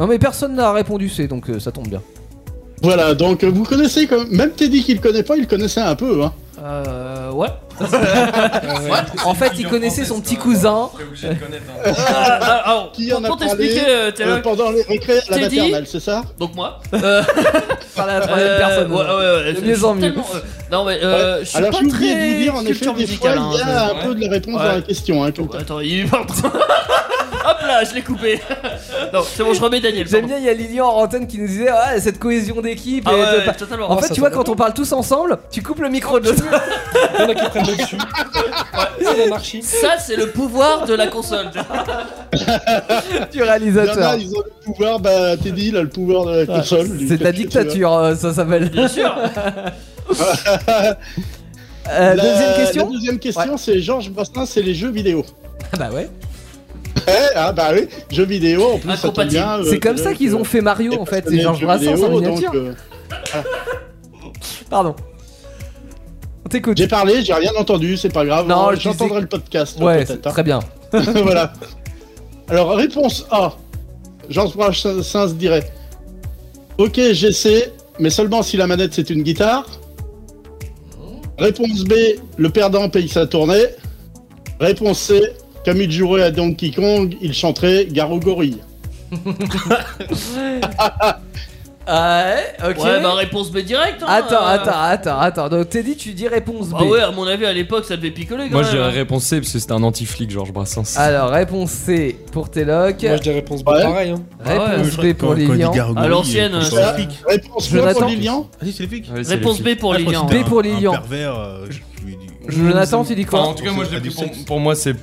[SPEAKER 2] Non mais personne n'a répondu C, donc euh, ça tombe bien.
[SPEAKER 5] Voilà, donc euh, vous connaissez, comme... même Teddy qui le connaît pas, il le connaissait un peu. Hein.
[SPEAKER 3] Euh, ouais.
[SPEAKER 2] En fait, il connaissait son petit cousin.
[SPEAKER 4] T'es obligé de connaître. hein.
[SPEAKER 3] Ah, ah, ah,
[SPEAKER 5] Qui en a
[SPEAKER 3] pour
[SPEAKER 5] parlé
[SPEAKER 3] t'expliquer, euh, t'es
[SPEAKER 5] Euh,
[SPEAKER 3] là-
[SPEAKER 5] pendant les récré à la
[SPEAKER 3] Teddy
[SPEAKER 5] maternelle, c'est ça
[SPEAKER 3] donc moi. Euh,
[SPEAKER 2] Par la troisième
[SPEAKER 3] euh,
[SPEAKER 2] personne.
[SPEAKER 3] Ouais, ouais,
[SPEAKER 5] hein.
[SPEAKER 3] ouais.
[SPEAKER 2] De
[SPEAKER 3] je-
[SPEAKER 2] mieux
[SPEAKER 3] je suis
[SPEAKER 2] en mieux.
[SPEAKER 3] tellement, euh, non mais euh, je suis
[SPEAKER 5] Alors
[SPEAKER 3] pas
[SPEAKER 5] je vous
[SPEAKER 3] très
[SPEAKER 5] de vous dire, en effet,
[SPEAKER 3] culture
[SPEAKER 5] des fois,
[SPEAKER 3] musicale. hein,
[SPEAKER 5] il y a un
[SPEAKER 3] je-
[SPEAKER 5] peu de la réponse
[SPEAKER 3] Ouais.
[SPEAKER 5] dans la question. Hein, comme-
[SPEAKER 3] Attends, il est parti. Hop là, je l'ai coupé. non, c'est bon, je remets Daniel.
[SPEAKER 2] J'aime
[SPEAKER 3] pardon.
[SPEAKER 2] bien, il y a Lilian en antenne qui nous disait ah, cette cohésion d'équipe.
[SPEAKER 3] Ah
[SPEAKER 2] et de
[SPEAKER 3] ouais,
[SPEAKER 2] pa-
[SPEAKER 3] totalement.
[SPEAKER 2] En fait,
[SPEAKER 6] ça,
[SPEAKER 2] tu
[SPEAKER 6] ça
[SPEAKER 2] vois, quand on parle tous ensemble, tu coupes le micro de l'autre.
[SPEAKER 3] Ah,
[SPEAKER 6] Il y en a qui prennent le dessus. C'est l'anarchie.
[SPEAKER 3] Ça, c'est le pouvoir de la console.
[SPEAKER 2] du
[SPEAKER 5] Il y en a,
[SPEAKER 2] réalisateur.
[SPEAKER 5] ils ont le pouvoir, bah, Teddy, il a le pouvoir de la console. lui,
[SPEAKER 2] C'est de la
[SPEAKER 5] qu'est-ce que tu veux
[SPEAKER 2] dictature, euh, ça s'appelle.
[SPEAKER 3] Bien sûr.
[SPEAKER 2] Euh,
[SPEAKER 5] La-
[SPEAKER 2] deuxième
[SPEAKER 5] La
[SPEAKER 2] question
[SPEAKER 5] deuxième question, c'est Georges Brassens, c'est les jeux vidéo.
[SPEAKER 2] Ah Bah ouais.
[SPEAKER 5] Eh, ah bah oui, jeux vidéo, en plus, ça tombe
[SPEAKER 3] Incompatible.
[SPEAKER 5] bien. euh,
[SPEAKER 2] C'est comme
[SPEAKER 5] que-
[SPEAKER 2] ça qu'ils ont fait
[SPEAKER 5] que-
[SPEAKER 2] Mario en fait,
[SPEAKER 5] les
[SPEAKER 2] et Georges
[SPEAKER 5] jeux
[SPEAKER 2] Brassens en
[SPEAKER 5] vidéo,
[SPEAKER 2] miniature. Ah.
[SPEAKER 5] donc, euh,
[SPEAKER 2] Pardon. On t'écoute.
[SPEAKER 5] J'ai parlé, j'ai rien entendu, c'est pas grave.
[SPEAKER 2] Non,
[SPEAKER 5] Euh,
[SPEAKER 2] je disais-
[SPEAKER 5] j'entendrai le podcast.
[SPEAKER 2] Ouais,
[SPEAKER 5] peut-être,
[SPEAKER 2] c'est
[SPEAKER 5] hein.
[SPEAKER 2] très bien.
[SPEAKER 5] voilà. Alors, réponse A. Georges Brassens dirait Ok, j'essaie, mais seulement si la manette c'est une guitare. Réponse B. Le perdant paye sa tournée. Réponse C. Comme il jouerait à Donkey Kong, il chanterait Garo Gorille.
[SPEAKER 2] Ah ouais, ok.
[SPEAKER 3] Ouais, bah réponse B direct. hein,
[SPEAKER 2] attends,
[SPEAKER 3] euh.
[SPEAKER 2] attends, attends, attends. Donc Teddy, tu dis réponse B.
[SPEAKER 3] Ah ouais, à mon avis, à l'époque, ça devait picoler quand
[SPEAKER 4] Moi, je
[SPEAKER 3] même. hein.
[SPEAKER 4] dirais réponse C, parce que c'était un anti-flic, Georges Brassens.
[SPEAKER 2] Alors, réponse C pour Téloc.
[SPEAKER 6] Moi, je dis réponse B,
[SPEAKER 5] Ouais.
[SPEAKER 6] pareil. hein.
[SPEAKER 3] Ah
[SPEAKER 2] réponse B
[SPEAKER 7] Quand-
[SPEAKER 2] pour
[SPEAKER 7] quand il dit
[SPEAKER 2] Lilian.
[SPEAKER 7] gargouille,
[SPEAKER 3] À l'ancienne,
[SPEAKER 7] il-
[SPEAKER 3] euh,
[SPEAKER 7] Ah,
[SPEAKER 5] Réponse quoi
[SPEAKER 2] Jonathan
[SPEAKER 5] pour Lilian
[SPEAKER 7] si, c'est les flics.
[SPEAKER 4] Ouais, c'est
[SPEAKER 3] Réponse
[SPEAKER 4] les
[SPEAKER 3] B
[SPEAKER 4] flics.
[SPEAKER 3] pour
[SPEAKER 7] Ah, je
[SPEAKER 3] Lilian.
[SPEAKER 7] pensais que c'était
[SPEAKER 2] B pour
[SPEAKER 7] un-
[SPEAKER 2] Lilian.
[SPEAKER 7] Un pervers, euh, je- je lui ai dit-
[SPEAKER 2] Jonathan, tu dis
[SPEAKER 4] Enfin, en
[SPEAKER 2] quoi
[SPEAKER 4] tout cas, moi, je l'ai
[SPEAKER 7] Ah, du
[SPEAKER 4] plus pour,
[SPEAKER 7] sexe.
[SPEAKER 4] pour moi, c'est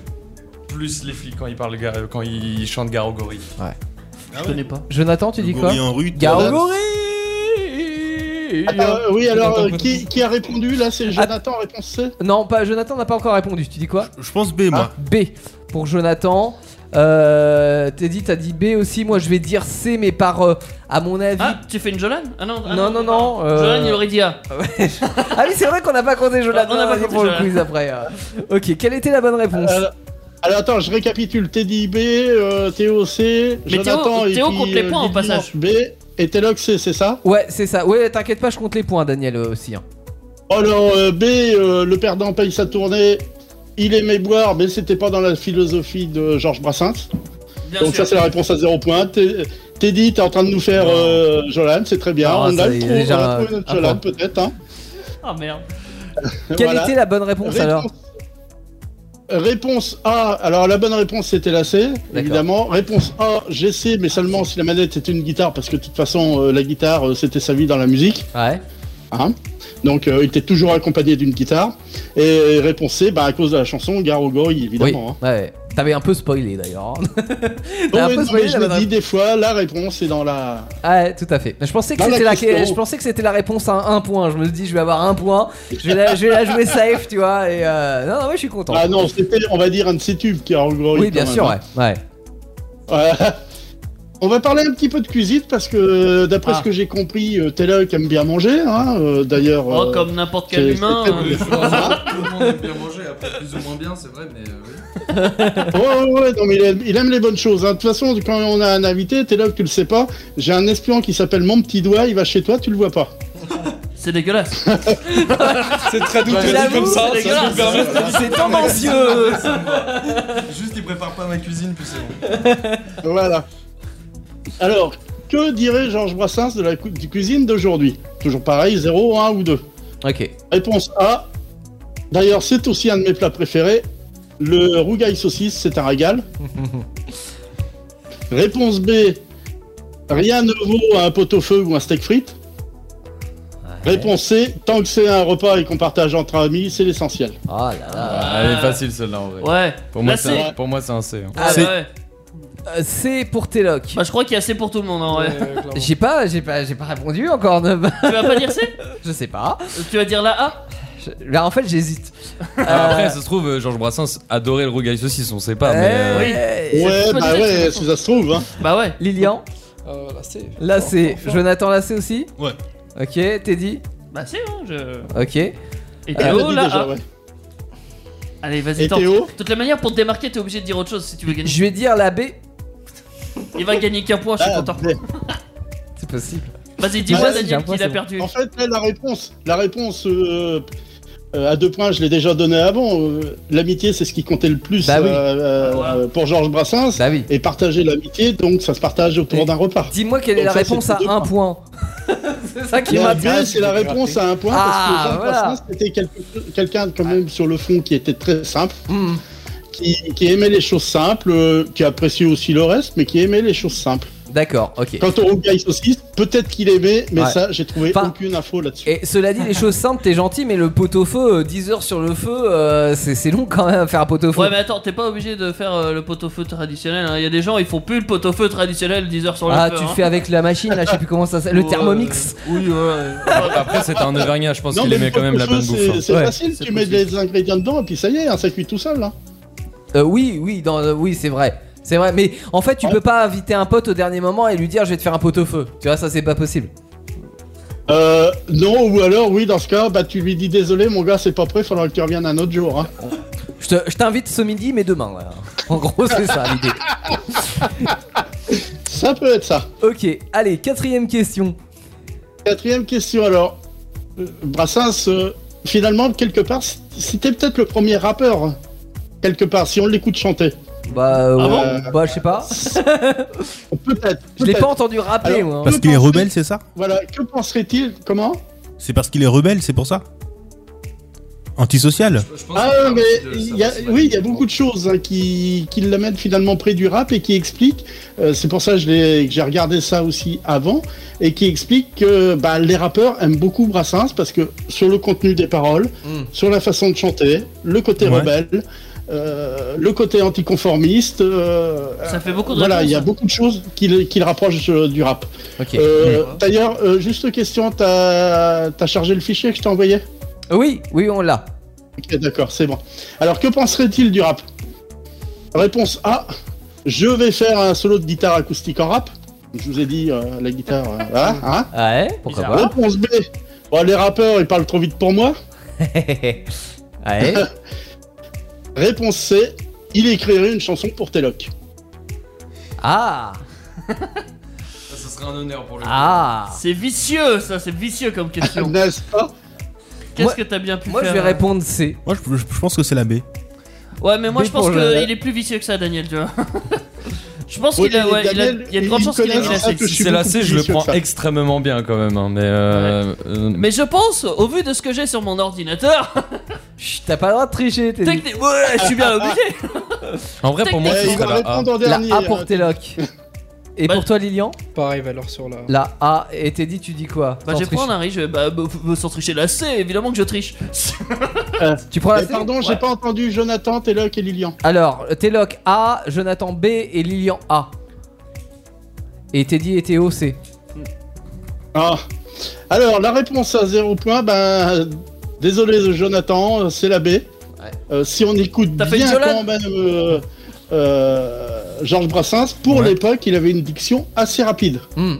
[SPEAKER 4] plus les flics quand ils parlent, gar- quand ils chantent Garogori.
[SPEAKER 7] Ah ouais.
[SPEAKER 3] Je connais pas.
[SPEAKER 2] Jonathan, tu
[SPEAKER 7] Le
[SPEAKER 2] dis quoi
[SPEAKER 7] gorille en rue, toi, là.
[SPEAKER 2] Garogori
[SPEAKER 5] Euh, Oui, alors euh, qui, qui a répondu là C'est Jonathan, réponse C.
[SPEAKER 2] Non, pas Jonathan n'a pas encore répondu. Tu dis quoi Ah,
[SPEAKER 7] Je pense B, moi.
[SPEAKER 2] B pour Jonathan. Euh, Teddy, t'as dit B aussi. Moi, je vais dire C, mais par, euh, à mon avis.
[SPEAKER 3] Ah, tu fais une Jolane Ah non, ah
[SPEAKER 2] Non, non, non,
[SPEAKER 3] pardon.
[SPEAKER 2] euh,
[SPEAKER 3] Jolane, il aurait dit A.
[SPEAKER 2] Ah oui, c'est vrai qu'on n'a pas compté Jonathan.
[SPEAKER 3] On n'a pas
[SPEAKER 2] vas-y
[SPEAKER 3] compté
[SPEAKER 2] pour le
[SPEAKER 3] Jonathan.
[SPEAKER 2] quiz après. euh. Ok, quelle était la bonne réponse
[SPEAKER 5] Alors, Euh, alors, attends, je récapitule. Teddy B, euh, Théo C,
[SPEAKER 3] Mais Théo-
[SPEAKER 5] Jonathan et
[SPEAKER 3] Théo
[SPEAKER 5] puis,
[SPEAKER 3] compte les
[SPEAKER 5] euh,
[SPEAKER 3] points au
[SPEAKER 5] Lilian
[SPEAKER 3] passage.
[SPEAKER 5] B et Telox C, c'est ça
[SPEAKER 2] Ouais, c'est ça. Ouais, t'inquiète pas, je compte les points, Daniel euh, aussi. hein.
[SPEAKER 5] Alors euh, B, euh, le perdant paye sa tournée. Il aimait boire, mais c'était pas dans la philosophie de Georges Brassens.
[SPEAKER 3] Bien
[SPEAKER 5] Donc ça
[SPEAKER 3] sûr.
[SPEAKER 5] c'est la réponse à zéro point. Té- Teddy, t'es en train de nous faire euh, Jolan, c'est très bien.
[SPEAKER 2] Ah,
[SPEAKER 5] on,
[SPEAKER 2] ça
[SPEAKER 5] a
[SPEAKER 2] y est,
[SPEAKER 5] le trou-
[SPEAKER 2] déjà,
[SPEAKER 5] on a trouvé notre
[SPEAKER 2] un
[SPEAKER 5] Jolan
[SPEAKER 2] point.
[SPEAKER 5] peut-être. Hein.
[SPEAKER 3] Ah merde.
[SPEAKER 2] Quelle
[SPEAKER 5] Voilà.
[SPEAKER 2] était la bonne réponse alors
[SPEAKER 5] Réponse A, alors la bonne réponse c'était la C, évidemment. Réponse A, GC, mais seulement si la manette était une guitare, parce que de toute façon euh, la guitare euh, c'était sa vie dans la musique.
[SPEAKER 2] Ouais.
[SPEAKER 5] hein. Donc euh, il était toujours accompagné d'une guitare. Et réponse C, bah, à cause de la chanson Garogoi,
[SPEAKER 2] Oui.
[SPEAKER 5] évidemment. hein.
[SPEAKER 2] Ouais. T'avais un peu spoilé d'ailleurs.
[SPEAKER 5] Non,
[SPEAKER 2] T'as un
[SPEAKER 5] mais
[SPEAKER 2] peu
[SPEAKER 5] non,
[SPEAKER 2] spoilé
[SPEAKER 5] mais je
[SPEAKER 2] la
[SPEAKER 5] le
[SPEAKER 2] bonne
[SPEAKER 5] dis des fois, la réponse est dans la.
[SPEAKER 2] Ouais, tout à fait. Je pensais que
[SPEAKER 5] Dans la
[SPEAKER 2] c'était la,
[SPEAKER 5] question.
[SPEAKER 2] je pensais que c'était la réponse à un point. Je me dis, je vais avoir un point. Je vais la, je vais la jouer safe, tu vois. Et euh, non, non, ouais, je suis content.
[SPEAKER 5] Ah non, c'était, on va dire, un de ces tubes qui a Garogoi.
[SPEAKER 2] oui, bien
[SPEAKER 5] hein.
[SPEAKER 2] sûr, ouais. ouais.
[SPEAKER 5] Ouais. On va parler un petit peu de cuisine parce que euh, d'après
[SPEAKER 2] Ah.
[SPEAKER 5] ce que j'ai compris, euh, Taylor aime bien manger. hein, euh, D'ailleurs,
[SPEAKER 3] Oh,
[SPEAKER 5] euh,
[SPEAKER 3] comme n'importe quel
[SPEAKER 5] c'est-
[SPEAKER 3] humain.
[SPEAKER 5] c'est
[SPEAKER 3] hein.
[SPEAKER 5] très
[SPEAKER 4] Tout le monde aime bien manger, après plus ou moins bien, c'est vrai, mais
[SPEAKER 7] euh,
[SPEAKER 5] ouais, ouais, ouais, non, mais il aime, il aime les bonnes choses. hein. De toute façon, quand on a un invité, Taylor, tu le sais pas. J'ai un espion qui s'appelle Mon Petit Doigt. Il va chez toi, tu le vois pas.
[SPEAKER 3] C'est dégueulasse.
[SPEAKER 6] C'est très douteux
[SPEAKER 2] J'avoue,
[SPEAKER 6] dit comme ça.
[SPEAKER 3] c'est
[SPEAKER 6] ça nous
[SPEAKER 3] dégueulasse.
[SPEAKER 6] permet-
[SPEAKER 2] C'est tendancieux.
[SPEAKER 4] Juste, il prépare pas ma cuisine, puis c'est bon.
[SPEAKER 5] Voilà. Alors, que dirait Georges Brassens de la cu- du cuisine d'aujourd'hui Toujours pareil, 0, 1 ou 2.
[SPEAKER 2] ok.
[SPEAKER 5] Réponse A. D'ailleurs, c'est aussi un de mes plats préférés. Le rougail saucisse, c'est un régal. Réponse B. Rien ne vaut un pot-au-feu ou un steak frites. Réponse C. Tant que c'est un repas et qu'on partage entre amis, c'est l'essentiel.
[SPEAKER 2] Oh là là.
[SPEAKER 4] Ah, elle est facile celle-là en vrai.
[SPEAKER 3] Ouais.
[SPEAKER 4] Pour, moi,
[SPEAKER 3] Là,
[SPEAKER 4] c'est
[SPEAKER 3] c'est.
[SPEAKER 4] un, pour moi, c'est un C. hein.
[SPEAKER 3] Ah,
[SPEAKER 2] C'est-
[SPEAKER 3] bah ouais.
[SPEAKER 2] Euh, C'est pour Teloc.
[SPEAKER 3] Bah, je crois qu'il y a assez pour tout le monde en vrai.
[SPEAKER 6] Ouais, clairement.
[SPEAKER 2] J'ai pas, j'ai pas, j'ai pas répondu encore. ne-
[SPEAKER 3] tu vas pas dire C
[SPEAKER 2] je sais pas.
[SPEAKER 3] Tu vas dire la A
[SPEAKER 2] Je- Là, en fait, j'hésite.
[SPEAKER 4] Ah,
[SPEAKER 2] Euh,
[SPEAKER 4] Après, ça se trouve, euh, Georges Brassens adorait le rougail saucisse, on sait pas, mais. euh,
[SPEAKER 2] euh,
[SPEAKER 3] Oui.
[SPEAKER 5] Ouais,
[SPEAKER 3] c'est
[SPEAKER 5] bah
[SPEAKER 3] peut-être
[SPEAKER 5] ouais,
[SPEAKER 3] une
[SPEAKER 5] si ça se trouve. hein.
[SPEAKER 3] Bah ouais.
[SPEAKER 2] Lilian,
[SPEAKER 6] Euh, là, c'est.
[SPEAKER 2] là
[SPEAKER 6] fort,
[SPEAKER 2] c'est
[SPEAKER 6] fort, fort.
[SPEAKER 2] Jonathan, là c'est aussi.
[SPEAKER 7] Ouais.
[SPEAKER 2] Ok, Teddy.
[SPEAKER 3] Bah c'est bon, je.
[SPEAKER 2] Ok.
[SPEAKER 3] Et
[SPEAKER 5] Elle l'a
[SPEAKER 3] Théo,
[SPEAKER 5] dit
[SPEAKER 3] la
[SPEAKER 5] déjà,
[SPEAKER 2] ah.
[SPEAKER 3] A.
[SPEAKER 5] ouais.
[SPEAKER 3] Allez, vas-y,
[SPEAKER 5] Et
[SPEAKER 3] tente.
[SPEAKER 5] Théo
[SPEAKER 3] De toute la manière, pour te démarquer, t'es obligé de dire autre chose si tu veux gagner.
[SPEAKER 2] Je vais dire la B.
[SPEAKER 3] Il va gagner qu'un point, je suis
[SPEAKER 5] Ah,
[SPEAKER 3] content.
[SPEAKER 5] mais-
[SPEAKER 2] C'est possible.
[SPEAKER 3] Vas-y, dis-moi,
[SPEAKER 5] Ouais,
[SPEAKER 2] j'ai un
[SPEAKER 3] Daniel,
[SPEAKER 2] point,
[SPEAKER 3] qu'il a
[SPEAKER 2] c'est bon.
[SPEAKER 3] perdu.
[SPEAKER 5] En fait, là, la réponse, la réponse euh, euh, à deux points, je l'ai déjà donnée avant. euh, L'amitié, c'est ce qui comptait le plus
[SPEAKER 2] Bah oui.
[SPEAKER 5] euh,
[SPEAKER 3] Ah, voilà.
[SPEAKER 5] euh, pour Georges Brassens.
[SPEAKER 2] Bah oui.
[SPEAKER 5] Et partager l'amitié, donc ça se partage
[SPEAKER 2] Et-
[SPEAKER 5] autour d'un repas.
[SPEAKER 2] Dis-moi quelle est
[SPEAKER 5] Donc
[SPEAKER 2] la
[SPEAKER 5] ça,
[SPEAKER 2] réponse
[SPEAKER 5] c'est
[SPEAKER 2] à
[SPEAKER 5] deux
[SPEAKER 2] un point. c'est ça qui
[SPEAKER 5] La
[SPEAKER 2] m'intéresse.
[SPEAKER 5] B, c'est la réponse à un point
[SPEAKER 2] Ah,
[SPEAKER 5] parce que Georges
[SPEAKER 2] voilà.
[SPEAKER 5] Brassens, c'était quelque- quelqu'un quand même sur le fond qui était très simple,
[SPEAKER 2] Hmm.
[SPEAKER 5] qui, qui aimait les choses simples, euh, qui appréciait aussi le reste, mais qui aimait les choses simples.
[SPEAKER 2] D'accord, ok.
[SPEAKER 5] Quant au rougail saucisse, peut-être qu'il aimait, mais
[SPEAKER 2] Ouais.
[SPEAKER 5] ça, j'ai trouvé
[SPEAKER 2] Enfin,
[SPEAKER 5] aucune info là-dessus.
[SPEAKER 2] Et cela dit, les choses simples, t'es gentil, mais le pot-au-feu, euh, 10 heures sur le feu, euh, c'est c'est long quand même à faire un pot-au-feu.
[SPEAKER 3] Ouais, mais attends, t'es pas obligé de faire euh, le pot-au-feu traditionnel. hein. Il y a des gens, ils font plus le pot-au-feu traditionnel 10 heures sur le
[SPEAKER 2] ah,
[SPEAKER 3] feu,
[SPEAKER 2] tu le
[SPEAKER 3] hein.
[SPEAKER 2] fais avec la machine, là, je sais plus comment ça s'appelle. Le
[SPEAKER 3] Ouais,
[SPEAKER 2] Thermomix.
[SPEAKER 4] Oui, ouais. Après, c'était un Auvergnat, je pense qu'il
[SPEAKER 5] mais
[SPEAKER 4] aimait quand même la bonne
[SPEAKER 5] quelque chose,
[SPEAKER 4] bouffe.
[SPEAKER 5] C'est
[SPEAKER 4] hein.
[SPEAKER 5] c'est
[SPEAKER 2] Ouais,
[SPEAKER 5] facile,
[SPEAKER 3] c'est
[SPEAKER 5] tu mets
[SPEAKER 3] possible.
[SPEAKER 5] des ingrédients dedans et puis ça y est, hein, ça cuit tout seul. hein.
[SPEAKER 2] Euh, oui, oui, dans, euh, oui, c'est vrai. C'est vrai, mais en fait, tu
[SPEAKER 5] Ouais.
[SPEAKER 2] peux pas inviter un pote au dernier moment et lui dire je vais te faire un pot-au-feu. Tu vois, ça c'est pas possible.
[SPEAKER 5] Euh, non, ou alors, oui, dans ce cas, bah, tu lui dis désolé, mon gars, c'est pas prêt, faudra que tu reviennes un autre jour. hein.
[SPEAKER 2] Je te- je t'invite ce midi, mais demain. ouais. En gros, c'est ça l'idée.
[SPEAKER 5] Ça peut être ça.
[SPEAKER 2] Ok, allez, quatrième question.
[SPEAKER 5] Quatrième question alors. Euh, Brassens, euh, hein. finalement, quelque part, c- c'était peut-être le premier rappeur. Quelque part, si on l'écoute chanter.
[SPEAKER 2] Bah, euh,
[SPEAKER 3] Ah
[SPEAKER 2] ouais, bah, je sais pas.
[SPEAKER 5] Peut-être.
[SPEAKER 2] Je l'ai
[SPEAKER 5] peut-être.
[SPEAKER 2] pas entendu rapper,
[SPEAKER 5] Alors,
[SPEAKER 2] moi. hein.
[SPEAKER 5] bah,
[SPEAKER 7] Parce qu'il est
[SPEAKER 5] penses-
[SPEAKER 7] rebelle, c'est ça
[SPEAKER 5] Voilà, que penserait-il Comment
[SPEAKER 7] C'est parce qu'il est rebelle, c'est pour ça Antisocial
[SPEAKER 4] Je- je pense
[SPEAKER 5] Ah
[SPEAKER 4] que ça
[SPEAKER 5] ouais,
[SPEAKER 4] parle
[SPEAKER 5] mais
[SPEAKER 4] aussi de-
[SPEAKER 5] il y a-
[SPEAKER 4] ça- ça-
[SPEAKER 5] oui, il y a beaucoup de choses hein, qui, qui l'amènent finalement près du rap et qui expliquent, euh, c'est pour ça que je l'ai- que j'ai regardé ça aussi avant, et qui expliquent que bah, les rappeurs aiment beaucoup Brassens parce que sur le contenu des paroles, sur la façon de chanter, le côté
[SPEAKER 7] Ouais.
[SPEAKER 5] rebelle, euh, le côté anticonformiste, euh,
[SPEAKER 3] Ça fait beaucoup de
[SPEAKER 5] voilà,
[SPEAKER 3] réponses,
[SPEAKER 5] il y a
[SPEAKER 3] hein.
[SPEAKER 5] beaucoup de choses qui le, qui le rapprochent euh, du rap.
[SPEAKER 2] Ok. Mm.
[SPEAKER 5] Euh, D'ailleurs, euh, juste question, t'as as chargé le fichier que je t'ai envoyé
[SPEAKER 2] Oui, oui, on l'a.
[SPEAKER 5] Ok, d'accord, c'est bon. Alors, que penserait-il du rap Réponse A je vais faire un solo de guitare acoustique en rap. Je vous ai dit euh, la guitare. euh, voilà, hein.
[SPEAKER 2] Ouais, pourquoi
[SPEAKER 3] Bizarre.
[SPEAKER 2] pas.
[SPEAKER 5] Réponse B bon, les rappeurs, ils parlent trop vite pour moi.
[SPEAKER 2] ouais.
[SPEAKER 5] Réponse C il écrirait une chanson pour Teloc.
[SPEAKER 2] Ah,
[SPEAKER 4] Ça serait un honneur pour le
[SPEAKER 2] ah.
[SPEAKER 3] C'est vicieux, ça, c'est vicieux comme question.
[SPEAKER 5] N'est-ce pas
[SPEAKER 3] Qu'est-ce
[SPEAKER 2] Moi-
[SPEAKER 3] que t'as bien pu
[SPEAKER 2] Moi, je
[SPEAKER 3] faire
[SPEAKER 2] vais
[SPEAKER 3] euh,
[SPEAKER 2] répondre C.
[SPEAKER 7] Moi, je, je pense que c'est la B.
[SPEAKER 3] Ouais, mais moi je
[SPEAKER 2] Mais
[SPEAKER 3] pense
[SPEAKER 2] pour le-
[SPEAKER 3] qu'il est plus vicieux que ça, Daniel, tu vois. Je pense
[SPEAKER 5] Oui,
[SPEAKER 3] qu'il a,
[SPEAKER 5] mais
[SPEAKER 3] ouais, il a-
[SPEAKER 5] Daniel,
[SPEAKER 3] il y a de
[SPEAKER 5] il
[SPEAKER 3] grandes chances qu'il ait mis
[SPEAKER 5] connaît
[SPEAKER 3] la
[SPEAKER 5] ça
[SPEAKER 3] C.
[SPEAKER 5] que je
[SPEAKER 4] Si
[SPEAKER 5] suis
[SPEAKER 4] c'est la
[SPEAKER 5] beaucoup
[SPEAKER 4] C,
[SPEAKER 5] plus
[SPEAKER 4] je le
[SPEAKER 5] sûr que
[SPEAKER 4] prends
[SPEAKER 5] ça.
[SPEAKER 4] extrêmement bien quand même. hein, mais euh, euh,
[SPEAKER 3] Mais je pense, au vu de ce que j'ai sur mon ordinateur,
[SPEAKER 2] Chut, t'as pas le droit de tricher. t'es-
[SPEAKER 3] technique. Ouais, je suis bien obligé.
[SPEAKER 4] en vrai, pour moi,
[SPEAKER 5] Eh,
[SPEAKER 4] ce
[SPEAKER 5] Il va
[SPEAKER 4] serait la A.
[SPEAKER 5] répondre en
[SPEAKER 2] La
[SPEAKER 5] dernier.
[SPEAKER 2] A
[SPEAKER 5] euh,
[SPEAKER 2] pour Teloc. Et
[SPEAKER 3] Bah,
[SPEAKER 2] pour toi, Lilian
[SPEAKER 6] Pareil, valeur sur la.
[SPEAKER 2] La A. Et Teddy, tu dis quoi
[SPEAKER 3] Bah,
[SPEAKER 2] sans
[SPEAKER 3] j'ai
[SPEAKER 2] tricher
[SPEAKER 3] pris un Harry, je vais bah, bah, bah, sans tricher la C, évidemment que je triche.
[SPEAKER 2] Tu prends la
[SPEAKER 5] eh,
[SPEAKER 2] C
[SPEAKER 5] pardon, j'ai
[SPEAKER 2] Ouais.
[SPEAKER 5] pas entendu Jonathan, Teloc et Lilian.
[SPEAKER 2] Alors, Teloc A, Jonathan B et Lilian A. Et Teddy et Théo C.
[SPEAKER 5] Ah. Alors, la réponse à 0 point, ben, désolé Jonathan, c'est la B. Euh, si on écoute
[SPEAKER 3] T'as fait
[SPEAKER 5] bien
[SPEAKER 3] une Jolane
[SPEAKER 5] quand même euh, euh, Georges Brassens, pour
[SPEAKER 7] Ouais.
[SPEAKER 5] l'époque, il avait une diction assez rapide.
[SPEAKER 2] Hmm.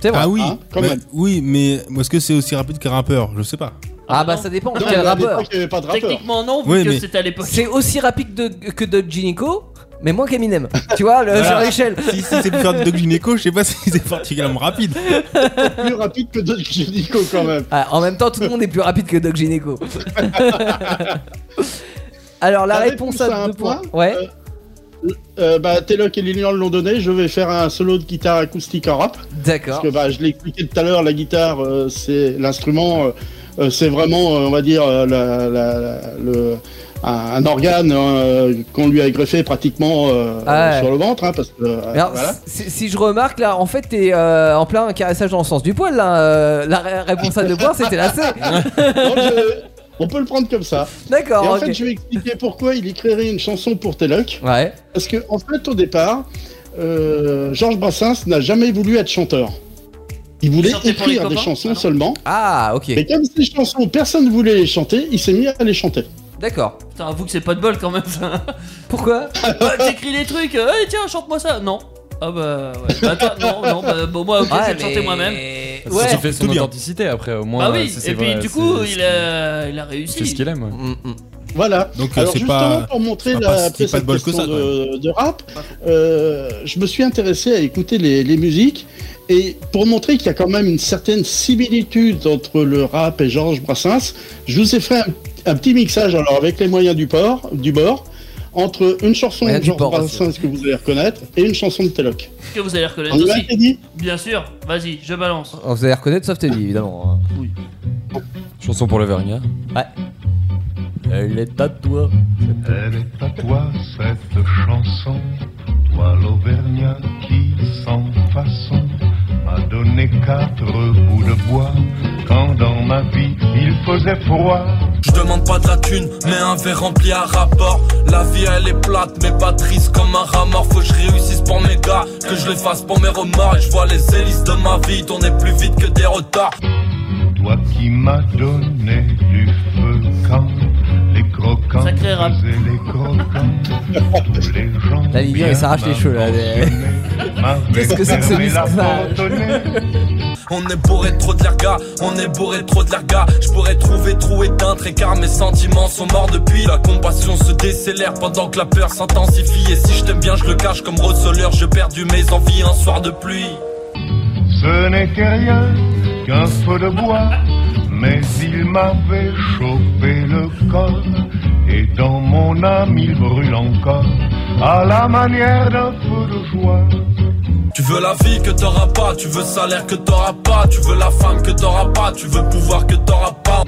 [SPEAKER 2] C'est vrai.
[SPEAKER 7] Ah
[SPEAKER 2] Ah,
[SPEAKER 7] oui,
[SPEAKER 5] hein, quand
[SPEAKER 7] mais-
[SPEAKER 5] même.
[SPEAKER 7] oui, mais est-ce que c'est aussi rapide qu'un rappeur Je sais pas.
[SPEAKER 2] bah
[SPEAKER 3] non.
[SPEAKER 2] ça dépend
[SPEAKER 5] Ah Non,
[SPEAKER 2] quel
[SPEAKER 5] mais à
[SPEAKER 2] rappeur.
[SPEAKER 5] l'époque, il n'y avait pas de rappeur.
[SPEAKER 3] Techniquement, non, vu
[SPEAKER 7] Oui,
[SPEAKER 3] que
[SPEAKER 7] mais-
[SPEAKER 3] c'était à l'époque.
[SPEAKER 2] C'est aussi rapide de- que Doug Gynico, mais moins qu'Eminem. tu vois, le, sur l'échelle.
[SPEAKER 7] si si c'est pour faire de Doc Gynéco, je sais pas si c'est particulièrement rapide.
[SPEAKER 5] Plus rapide que d'autres Nico quand même.
[SPEAKER 2] Ah, en même temps, tout le monde est plus rapide que Doc Gynéco. Alors, la,
[SPEAKER 5] La réponse
[SPEAKER 2] réponse, à
[SPEAKER 5] à
[SPEAKER 2] deux
[SPEAKER 5] un
[SPEAKER 2] points.
[SPEAKER 5] point,
[SPEAKER 2] Ouais.
[SPEAKER 5] euh, Euh, bah, Teloc et Lilian l'ont donné, je vais faire un solo de guitare acoustique en rap. Parce
[SPEAKER 2] D'accord.
[SPEAKER 5] que bah, je l'ai expliqué tout à l'heure, la guitare, euh, c'est l'instrument, euh, euh, c'est vraiment, euh, on va dire, euh, la- la- la- le- un, un organe euh, qu'on lui a greffé pratiquement euh,
[SPEAKER 2] Ah ouais.
[SPEAKER 5] sur le ventre, hein, parce que euh,
[SPEAKER 2] Mais alors,
[SPEAKER 5] voilà.
[SPEAKER 2] si, si je remarque là, en fait, t'es euh, en plein caressage dans le sens du poil. Là, euh, la ré- réponse à deux points, c'était la C.
[SPEAKER 5] Donc, je- on peut le prendre comme ça. Et
[SPEAKER 2] D'accord.
[SPEAKER 5] en
[SPEAKER 2] ok.
[SPEAKER 5] fait, je vais expliquer pourquoi il écrirait une chanson pour Teloc.
[SPEAKER 2] Ouais.
[SPEAKER 5] Parce que, en fait, au départ, euh, Georges Brassens n'a jamais voulu être chanteur. Il voulait
[SPEAKER 3] chantait pour les
[SPEAKER 5] écrire des
[SPEAKER 3] copains
[SPEAKER 5] chansons
[SPEAKER 3] Ah non.
[SPEAKER 5] seulement.
[SPEAKER 2] Ah, ok.
[SPEAKER 5] Mais comme ces chansons, personne ne voulait les chanter, il s'est mis à les chanter.
[SPEAKER 2] D'accord.
[SPEAKER 3] Putain, avoue que c'est pas de bol quand même. ça.
[SPEAKER 2] Pourquoi
[SPEAKER 3] Ouais, T'écris des trucs, euh, hey, tiens, chante-moi ça. Non. Ah bah ouais. Bah attends, non, non, bah bon, moi, ok, je vais le chanter moi-même.
[SPEAKER 4] Ça
[SPEAKER 2] Ah, Ouais.
[SPEAKER 4] fait son
[SPEAKER 7] Tout bien.
[SPEAKER 4] authenticité après, au moins.
[SPEAKER 3] Bah oui,
[SPEAKER 4] ça, c'est
[SPEAKER 3] et puis
[SPEAKER 4] vrai,
[SPEAKER 3] du coup,
[SPEAKER 4] c'est-
[SPEAKER 3] il a, il a réussi.
[SPEAKER 4] C'est ce qu'il aime. ouais.
[SPEAKER 2] Mm, mm.
[SPEAKER 5] Voilà.
[SPEAKER 7] Donc, euh,
[SPEAKER 5] Alors
[SPEAKER 7] c'est
[SPEAKER 5] justement,
[SPEAKER 7] pas-
[SPEAKER 5] pour montrer
[SPEAKER 7] c'est
[SPEAKER 5] la
[SPEAKER 7] pas- c'est pas de bol que
[SPEAKER 5] prestation
[SPEAKER 7] ça, quand
[SPEAKER 5] de, de rap, euh, je me suis intéressé à écouter les, les musiques et pour montrer qu'il y a quand même une certaine similitude entre le rap et Georges Brassens, je vous ai fait un, un petit mixage alors avec les moyens du port, du bord, entre une chanson
[SPEAKER 2] Moyens
[SPEAKER 5] de
[SPEAKER 2] du hein,
[SPEAKER 5] Georges
[SPEAKER 2] bord aussi.
[SPEAKER 5] Brassens que vous allez reconnaître et une chanson de Teloc.
[SPEAKER 3] Que vous allez reconnaître
[SPEAKER 5] On y va,
[SPEAKER 3] aussi.
[SPEAKER 5] Teddy
[SPEAKER 3] Bien sûr, vas-y, je balance.
[SPEAKER 2] Oh, Vous allez reconnaître sauf Teddy, évidemment. hein.
[SPEAKER 4] Chanson pour l'Auvergnat.
[SPEAKER 2] Elle est à toi.
[SPEAKER 10] Elle est à toi cette chanson, toi l'Auvergnat qui sans façon m'a donné quatre bouts de bois quand dans ma vie il faisait froid.
[SPEAKER 9] Je demande pas de la thune, mais un verre rempli à rapport. La vie elle est plate, mais pas triste comme un rat mort. Faut que je réussisse pour mes gars, que je les fasse pour mes remords. Et je vois les hélices de ma vie tourner plus vite que des retards.
[SPEAKER 10] Toi qui m'as donné du feu quand les croquants
[SPEAKER 3] Sacré rap.
[SPEAKER 10] faisaient les croquants. Tous les gens
[SPEAKER 2] Là, Lilian, il s'arrache les cheveux, là. Qu'est-ce que c'est que ce mixage
[SPEAKER 9] On est bourré de trop de l'erga, on est bourré de trop de l'erga. Je pourrais trouver trou et d'un car mes sentiments sont morts depuis. La compassion se décélère pendant que la peur s'intensifie. Et si je t'aime bien, je le cache comme receleur. Je perdu mes envies un soir de pluie.
[SPEAKER 10] Ce n'était rien qu'un feu de bois, mais il m'avait chopé le corps et dans mon mon âme, il brûle encore à la manière d'un feu de joie.
[SPEAKER 9] Tu veux la vie que t'auras pas, tu veux le salaire que t'auras pas, tu veux la femme que t'auras pas, tu veux le pouvoir que t'auras pas.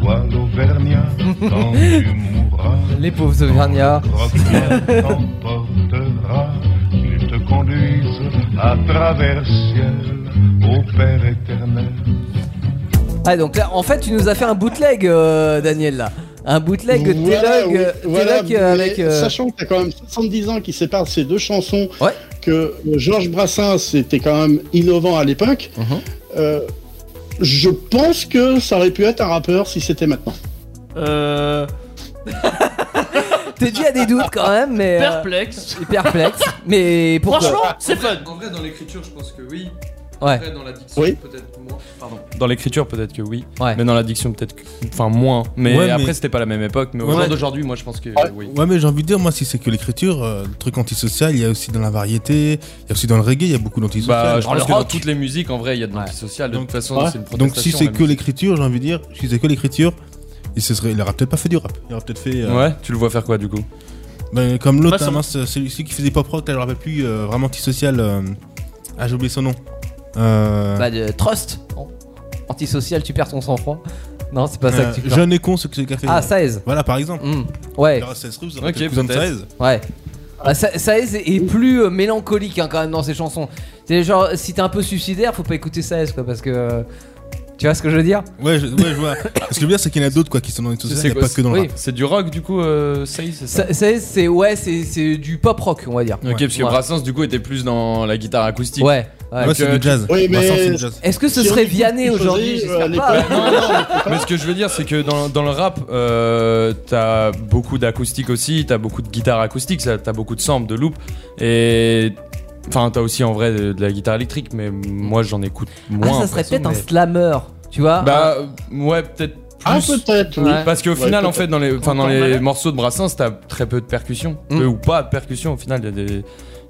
[SPEAKER 10] Toi, l'Auvergnat, quand tu mourras,
[SPEAKER 2] Les pauvres Auvergnats.
[SPEAKER 10] Croque-Pierre t'emportera, qu'il te conduise à travers le ciel, au Père éternel.
[SPEAKER 2] Ah, donc là, en fait, tu nous as fait un bootleg, euh, Daniel, là. Un bootleg
[SPEAKER 5] Voilà,
[SPEAKER 2] T-Log,
[SPEAKER 5] oui,
[SPEAKER 2] euh,
[SPEAKER 5] voilà,
[SPEAKER 2] T-Log,
[SPEAKER 5] mais
[SPEAKER 2] euh, avec. euh,
[SPEAKER 5] Sachant que t'as quand même 70 ans qui séparent ces deux chansons,
[SPEAKER 2] Ouais.
[SPEAKER 5] que euh, Georges Brassens était quand même innovant à l'époque,
[SPEAKER 2] Mhm.
[SPEAKER 5] euh, je pense que ça aurait pu être un rappeur si c'était maintenant.
[SPEAKER 3] Euh,
[SPEAKER 2] T'es dû à des doutes quand même, mais. euh,
[SPEAKER 3] perplexe.
[SPEAKER 2] et perplexe. Mais pourquoi
[SPEAKER 3] Franchement, c'est fun.
[SPEAKER 8] En vrai, dans l'écriture, je pense que oui.
[SPEAKER 2] Ouais.
[SPEAKER 8] Après, dans la diction,
[SPEAKER 5] Oui.
[SPEAKER 8] peut-être moins. Pardon.
[SPEAKER 4] Dans l'écriture, peut-être que oui.
[SPEAKER 2] Ouais.
[SPEAKER 4] Mais dans l'addiction, peut-être que. Enfin, moins. Mais
[SPEAKER 7] Ouais, mais-
[SPEAKER 4] après, c'était pas la même époque. Mais au
[SPEAKER 7] Ouais.
[SPEAKER 4] jour d'aujourd'hui, moi, je pense que euh, oui.
[SPEAKER 7] Ouais, mais j'ai envie de dire, moi, si c'est que l'écriture, euh, le truc antisocial, il y a aussi dans la variété, il y a aussi dans le reggae, il y a beaucoup
[SPEAKER 4] Bah,
[SPEAKER 7] d'antisocial.
[SPEAKER 4] je
[SPEAKER 2] Dans le
[SPEAKER 4] pense que dans
[SPEAKER 2] rock.
[SPEAKER 4] toutes les musiques, en vrai, il y a de
[SPEAKER 2] Ouais.
[SPEAKER 4] l'antisocial. De
[SPEAKER 7] Donc-
[SPEAKER 4] toute façon,
[SPEAKER 5] Ouais.
[SPEAKER 4] c'est une
[SPEAKER 7] Donc si
[SPEAKER 4] protestation.
[SPEAKER 7] c'est
[SPEAKER 4] la
[SPEAKER 7] que
[SPEAKER 4] musique.
[SPEAKER 7] l'écriture, j'ai envie de dire, si c'est que l'écriture, il, se serait, il aurait peut-être pas fait du rap. Il aurait peut-être fait. euh,
[SPEAKER 4] Ouais, tu le vois faire quoi du coup
[SPEAKER 7] ben, comme l'autre,
[SPEAKER 3] Pas
[SPEAKER 7] hein,
[SPEAKER 3] sans-
[SPEAKER 7] mince, celui, celui qui faisait pop rock, là, je le rappelle plus, euh, vraiment antisocial. euh, ah, j'ai oublié son nom. Euh,
[SPEAKER 2] Bah, de Trust. Non. Antisocial, tu perds ton sang-froid. Non, c'est pas ça
[SPEAKER 7] euh,
[SPEAKER 2] que tu perds.
[SPEAKER 7] jeune et con, ce que c'est qu'il a fait.
[SPEAKER 2] Ah, 16.
[SPEAKER 7] Voilà, par exemple.
[SPEAKER 2] Hmm. Ouais,
[SPEAKER 7] Alors, 16 trucs, vous
[SPEAKER 4] Ok,
[SPEAKER 7] aurez peut-être besoin de
[SPEAKER 4] peut-être.
[SPEAKER 7] 16.
[SPEAKER 2] ouais. Ah, ça, Saez est est plus euh, mélancolique hein, quand même dans ses chansons. C'est genre, si t'es un peu suicidaire, faut pas écouter Saez quoi, parce que. euh, Tu vois ce que je veux dire
[SPEAKER 7] Ouais, je, ouais, je vois. Ce que je veux dire, c'est qu'il y en a d'autres quoi, qui sont dans
[SPEAKER 4] C'est
[SPEAKER 7] l'antisocial, il n'y a
[SPEAKER 4] quoi,
[SPEAKER 7] pas que dans le
[SPEAKER 2] oui.
[SPEAKER 7] rap.
[SPEAKER 4] C'est du rock du coup, euh, Say, c'est ça
[SPEAKER 2] Sa- Saez, c'est ouais, c'est c'est du pop rock, on va dire.
[SPEAKER 4] Ok, parce que
[SPEAKER 2] Ouais.
[SPEAKER 4] Brassens du coup était plus dans la guitare acoustique.
[SPEAKER 2] Ouais. ouais.
[SPEAKER 7] Ouais, c'est
[SPEAKER 4] euh,
[SPEAKER 7] du jazz.
[SPEAKER 5] Oui, mais-
[SPEAKER 7] Vincent, c'est du jazz.
[SPEAKER 2] Est-ce que ce
[SPEAKER 5] Si
[SPEAKER 2] serait
[SPEAKER 5] on écoute
[SPEAKER 2] Vianney
[SPEAKER 5] Sarkozy,
[SPEAKER 2] aujourd'hui
[SPEAKER 5] euh, à
[SPEAKER 2] J'espère pas.
[SPEAKER 5] l'époque,
[SPEAKER 4] Non, non, Mais ce que je veux dire, c'est que dans, dans le rap, euh, t'as beaucoup d'acoustique aussi, t'as beaucoup de guitare acoustique, ça- t'as beaucoup de samples, de loops, et enfin t'as aussi en vrai de, de la guitare électrique, mais moi j'en écoute
[SPEAKER 2] Ah,
[SPEAKER 4] moins.
[SPEAKER 2] ça serait
[SPEAKER 4] perso,
[SPEAKER 2] peut-être un
[SPEAKER 4] mais-
[SPEAKER 2] slammer, tu vois
[SPEAKER 4] Bah ouais, peut-être
[SPEAKER 5] Ah,
[SPEAKER 4] plus.
[SPEAKER 5] peut-être, oui.
[SPEAKER 2] Ouais.
[SPEAKER 4] parce qu'au
[SPEAKER 5] Ouais,
[SPEAKER 4] final, en
[SPEAKER 5] peut-être.
[SPEAKER 4] fait, dans les, enfin, dans
[SPEAKER 3] Encore
[SPEAKER 4] les
[SPEAKER 3] malade.
[SPEAKER 4] morceaux de Brassens, t'as très peu de percussions,
[SPEAKER 2] Mm.
[SPEAKER 4] peu ou pas de percussions. Au final, il y a des,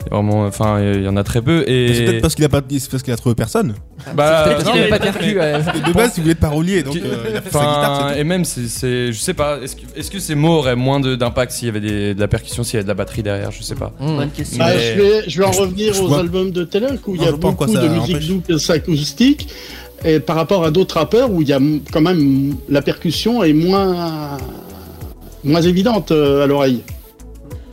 [SPEAKER 4] il y a vraiment, enfin, il y en a très peu.
[SPEAKER 7] Mais C'est
[SPEAKER 4] Et
[SPEAKER 7] peut-être parce qu'il a pas, c'est parce qu'il a trouvé personne.
[SPEAKER 4] bah,
[SPEAKER 2] Ah, Peut-être
[SPEAKER 4] non,
[SPEAKER 2] parce qu'il
[SPEAKER 4] mais-
[SPEAKER 2] a pas de percu, ouais.
[SPEAKER 7] De base, il voulait être parolier, donc
[SPEAKER 4] Qui-
[SPEAKER 7] euh, il a fait sa
[SPEAKER 4] Enfin,
[SPEAKER 7] guitare. c'est
[SPEAKER 4] et même, c'est- c'est, je sais pas, est-ce que, est-ce que ces mots auraient moins de- d'impact s'il y avait des- de la percussion, s'il y avait de la batterie derrière, je sais pas.
[SPEAKER 2] Hmm.
[SPEAKER 3] Bonne question.
[SPEAKER 5] Ah,
[SPEAKER 4] Mais-
[SPEAKER 5] je, vais, je vais en revenir
[SPEAKER 7] je
[SPEAKER 5] aux
[SPEAKER 7] vois-
[SPEAKER 5] albums de Telek où il
[SPEAKER 7] Non,
[SPEAKER 5] y a
[SPEAKER 7] je vois pas en quoi
[SPEAKER 5] beaucoup
[SPEAKER 7] ça
[SPEAKER 5] de musique
[SPEAKER 7] empêche.
[SPEAKER 5] douce acoustique et par rapport à d'autres rappeurs où il y a m- quand même la percussion est moins moins évidente euh, à l'oreille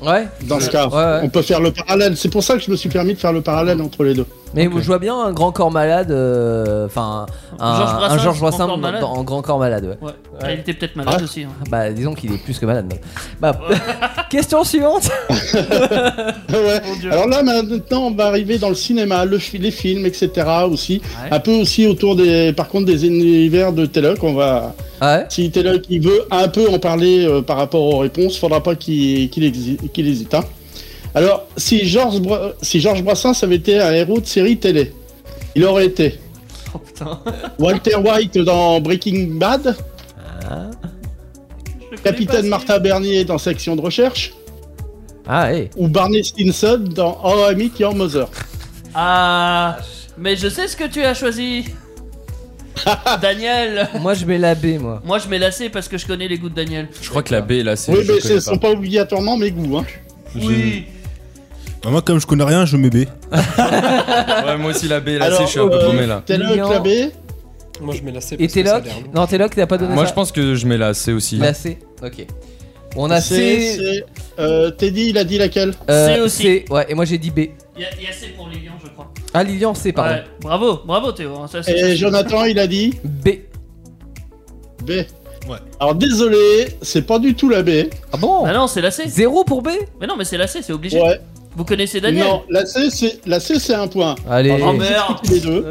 [SPEAKER 2] Ouais.
[SPEAKER 5] dans ce cas.
[SPEAKER 2] Ouais, ouais.
[SPEAKER 5] On peut faire le parallèle. C'est pour ça que je me suis permis de faire le parallèle entre les deux.
[SPEAKER 2] Mais
[SPEAKER 4] Ok.
[SPEAKER 2] je vois bien un grand corps malade, euh, enfin un,
[SPEAKER 3] Georges
[SPEAKER 2] un
[SPEAKER 3] Brassens,
[SPEAKER 2] Georges
[SPEAKER 3] grand
[SPEAKER 2] Brassens
[SPEAKER 3] corps
[SPEAKER 2] dans-
[SPEAKER 3] malade.
[SPEAKER 2] dans- en grand corps malade. Ouais.
[SPEAKER 3] Ouais. Ah, Il était peut-être malade
[SPEAKER 5] Ah.
[SPEAKER 3] aussi. hein.
[SPEAKER 2] Bah disons qu'il est plus que malade. même. Bah, question suivante.
[SPEAKER 5] Ouais.
[SPEAKER 3] Mon Dieu.
[SPEAKER 5] Alors là maintenant on va arriver dans le cinéma, le fi- les films, etc. aussi.
[SPEAKER 3] Ouais.
[SPEAKER 5] Un peu aussi autour des par contre des univers de Telek. On va
[SPEAKER 3] Ah
[SPEAKER 2] Ouais.
[SPEAKER 5] si Telek il veut un peu en parler euh, par rapport aux réponses, faudra pas qu'il qu'il exi- qu'il hésite. hein. Alors si Georges Bra- si Georges Brassens avait été un héros de série télé, il aurait été
[SPEAKER 3] Oh putain.
[SPEAKER 5] Walter White dans Breaking Bad,
[SPEAKER 3] Ah. Je le connais pas,
[SPEAKER 5] Capitaine
[SPEAKER 3] si.
[SPEAKER 5] Martha Bernier dans Section de recherche
[SPEAKER 2] Ah ouais.
[SPEAKER 5] ou Barney Stinson dans Oh I Meet Your Mother.
[SPEAKER 3] Ah. Mais je sais ce que tu as choisi. Daniel.
[SPEAKER 2] Moi je mets la B moi.
[SPEAKER 3] Moi je m'ai lassé parce que je connais les goûts de Daniel.
[SPEAKER 4] Je crois que la B là, c'est.
[SPEAKER 5] Oui,
[SPEAKER 4] je
[SPEAKER 5] mais
[SPEAKER 4] connais
[SPEAKER 5] ce sont
[SPEAKER 4] pas.
[SPEAKER 5] pas obligatoirement mes goûts. Hein.
[SPEAKER 3] Oui.
[SPEAKER 7] tout. Bah, Moi, comme je connais rien, je mets B.
[SPEAKER 4] Ouais, moi aussi la B là,
[SPEAKER 5] Alors,
[SPEAKER 4] c'est, je suis un peu
[SPEAKER 5] euh,
[SPEAKER 4] paumé là.
[SPEAKER 5] T'es là,
[SPEAKER 2] Mignon.
[SPEAKER 5] clavé
[SPEAKER 6] Moi, je mets la C.
[SPEAKER 2] Et
[SPEAKER 6] parce que ça a
[SPEAKER 2] Téloc
[SPEAKER 6] l'air long.
[SPEAKER 2] Non Téloc t'as pas donné
[SPEAKER 4] Moi,
[SPEAKER 2] Ah, ça.
[SPEAKER 4] je pense que je mets la C aussi.
[SPEAKER 2] La C. Ok. On a C.
[SPEAKER 5] c'est- euh, Teddy, il a dit laquelle
[SPEAKER 2] euh,
[SPEAKER 3] C aussi.
[SPEAKER 2] C, Ouais. Et moi j'ai dit B.
[SPEAKER 3] Il y, a- il y a C pour les lions, je crois.
[SPEAKER 2] Ah Lilian C pardon.
[SPEAKER 3] Ouais. Bravo, bravo Théo. hein, Ça, c'est-
[SPEAKER 5] Et Jonathan, il a dit
[SPEAKER 2] B.
[SPEAKER 5] B. Alors désolé, c'est pas du tout la B.
[SPEAKER 2] Ah bon.
[SPEAKER 3] Ah non, c'est la C.
[SPEAKER 2] Zéro pour B.
[SPEAKER 3] Mais non, mais c'est la C, c'est obligé.
[SPEAKER 5] Ouais.
[SPEAKER 3] Vous connaissez Daniel
[SPEAKER 5] Non, la C, c'est la C, c'est un point.
[SPEAKER 2] Allez.
[SPEAKER 3] Oh merde
[SPEAKER 5] Les deux.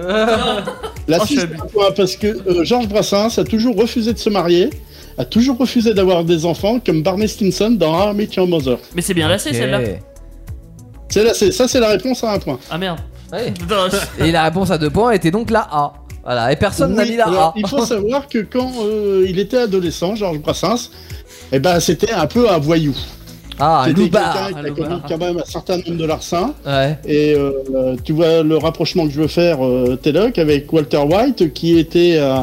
[SPEAKER 5] La
[SPEAKER 3] Oh,
[SPEAKER 5] C,
[SPEAKER 3] je
[SPEAKER 5] c'est
[SPEAKER 3] suis
[SPEAKER 5] un point parce que euh, Georges Brassens a toujours refusé de se marier, a toujours refusé d'avoir des enfants, comme Barney Stinson dans Army Your Mother.
[SPEAKER 3] Mais c'est bien la C
[SPEAKER 2] Ok.
[SPEAKER 3] celle-là.
[SPEAKER 5] C'est la C. Ça, c'est la réponse à un point.
[SPEAKER 3] Ah merde.
[SPEAKER 2] Ouais.
[SPEAKER 3] Putain, je-
[SPEAKER 2] Et la réponse à deux points était donc la A. Voilà. Et personne n'a
[SPEAKER 5] Oui,
[SPEAKER 2] mis la
[SPEAKER 5] alors,
[SPEAKER 2] A.
[SPEAKER 5] Il faut savoir que quand euh, il était adolescent, Georges Brassens, eh ben, c'était un peu un voyou.
[SPEAKER 2] Ah
[SPEAKER 5] C'était
[SPEAKER 2] Loubar.
[SPEAKER 5] quelqu'un qui a
[SPEAKER 3] Loupard.
[SPEAKER 5] commis quand même un certain nombre de larcins.
[SPEAKER 2] Ouais.
[SPEAKER 5] Et euh, tu vois le rapprochement que je veux faire, euh, Teddock, avec Walter White, qui était, euh,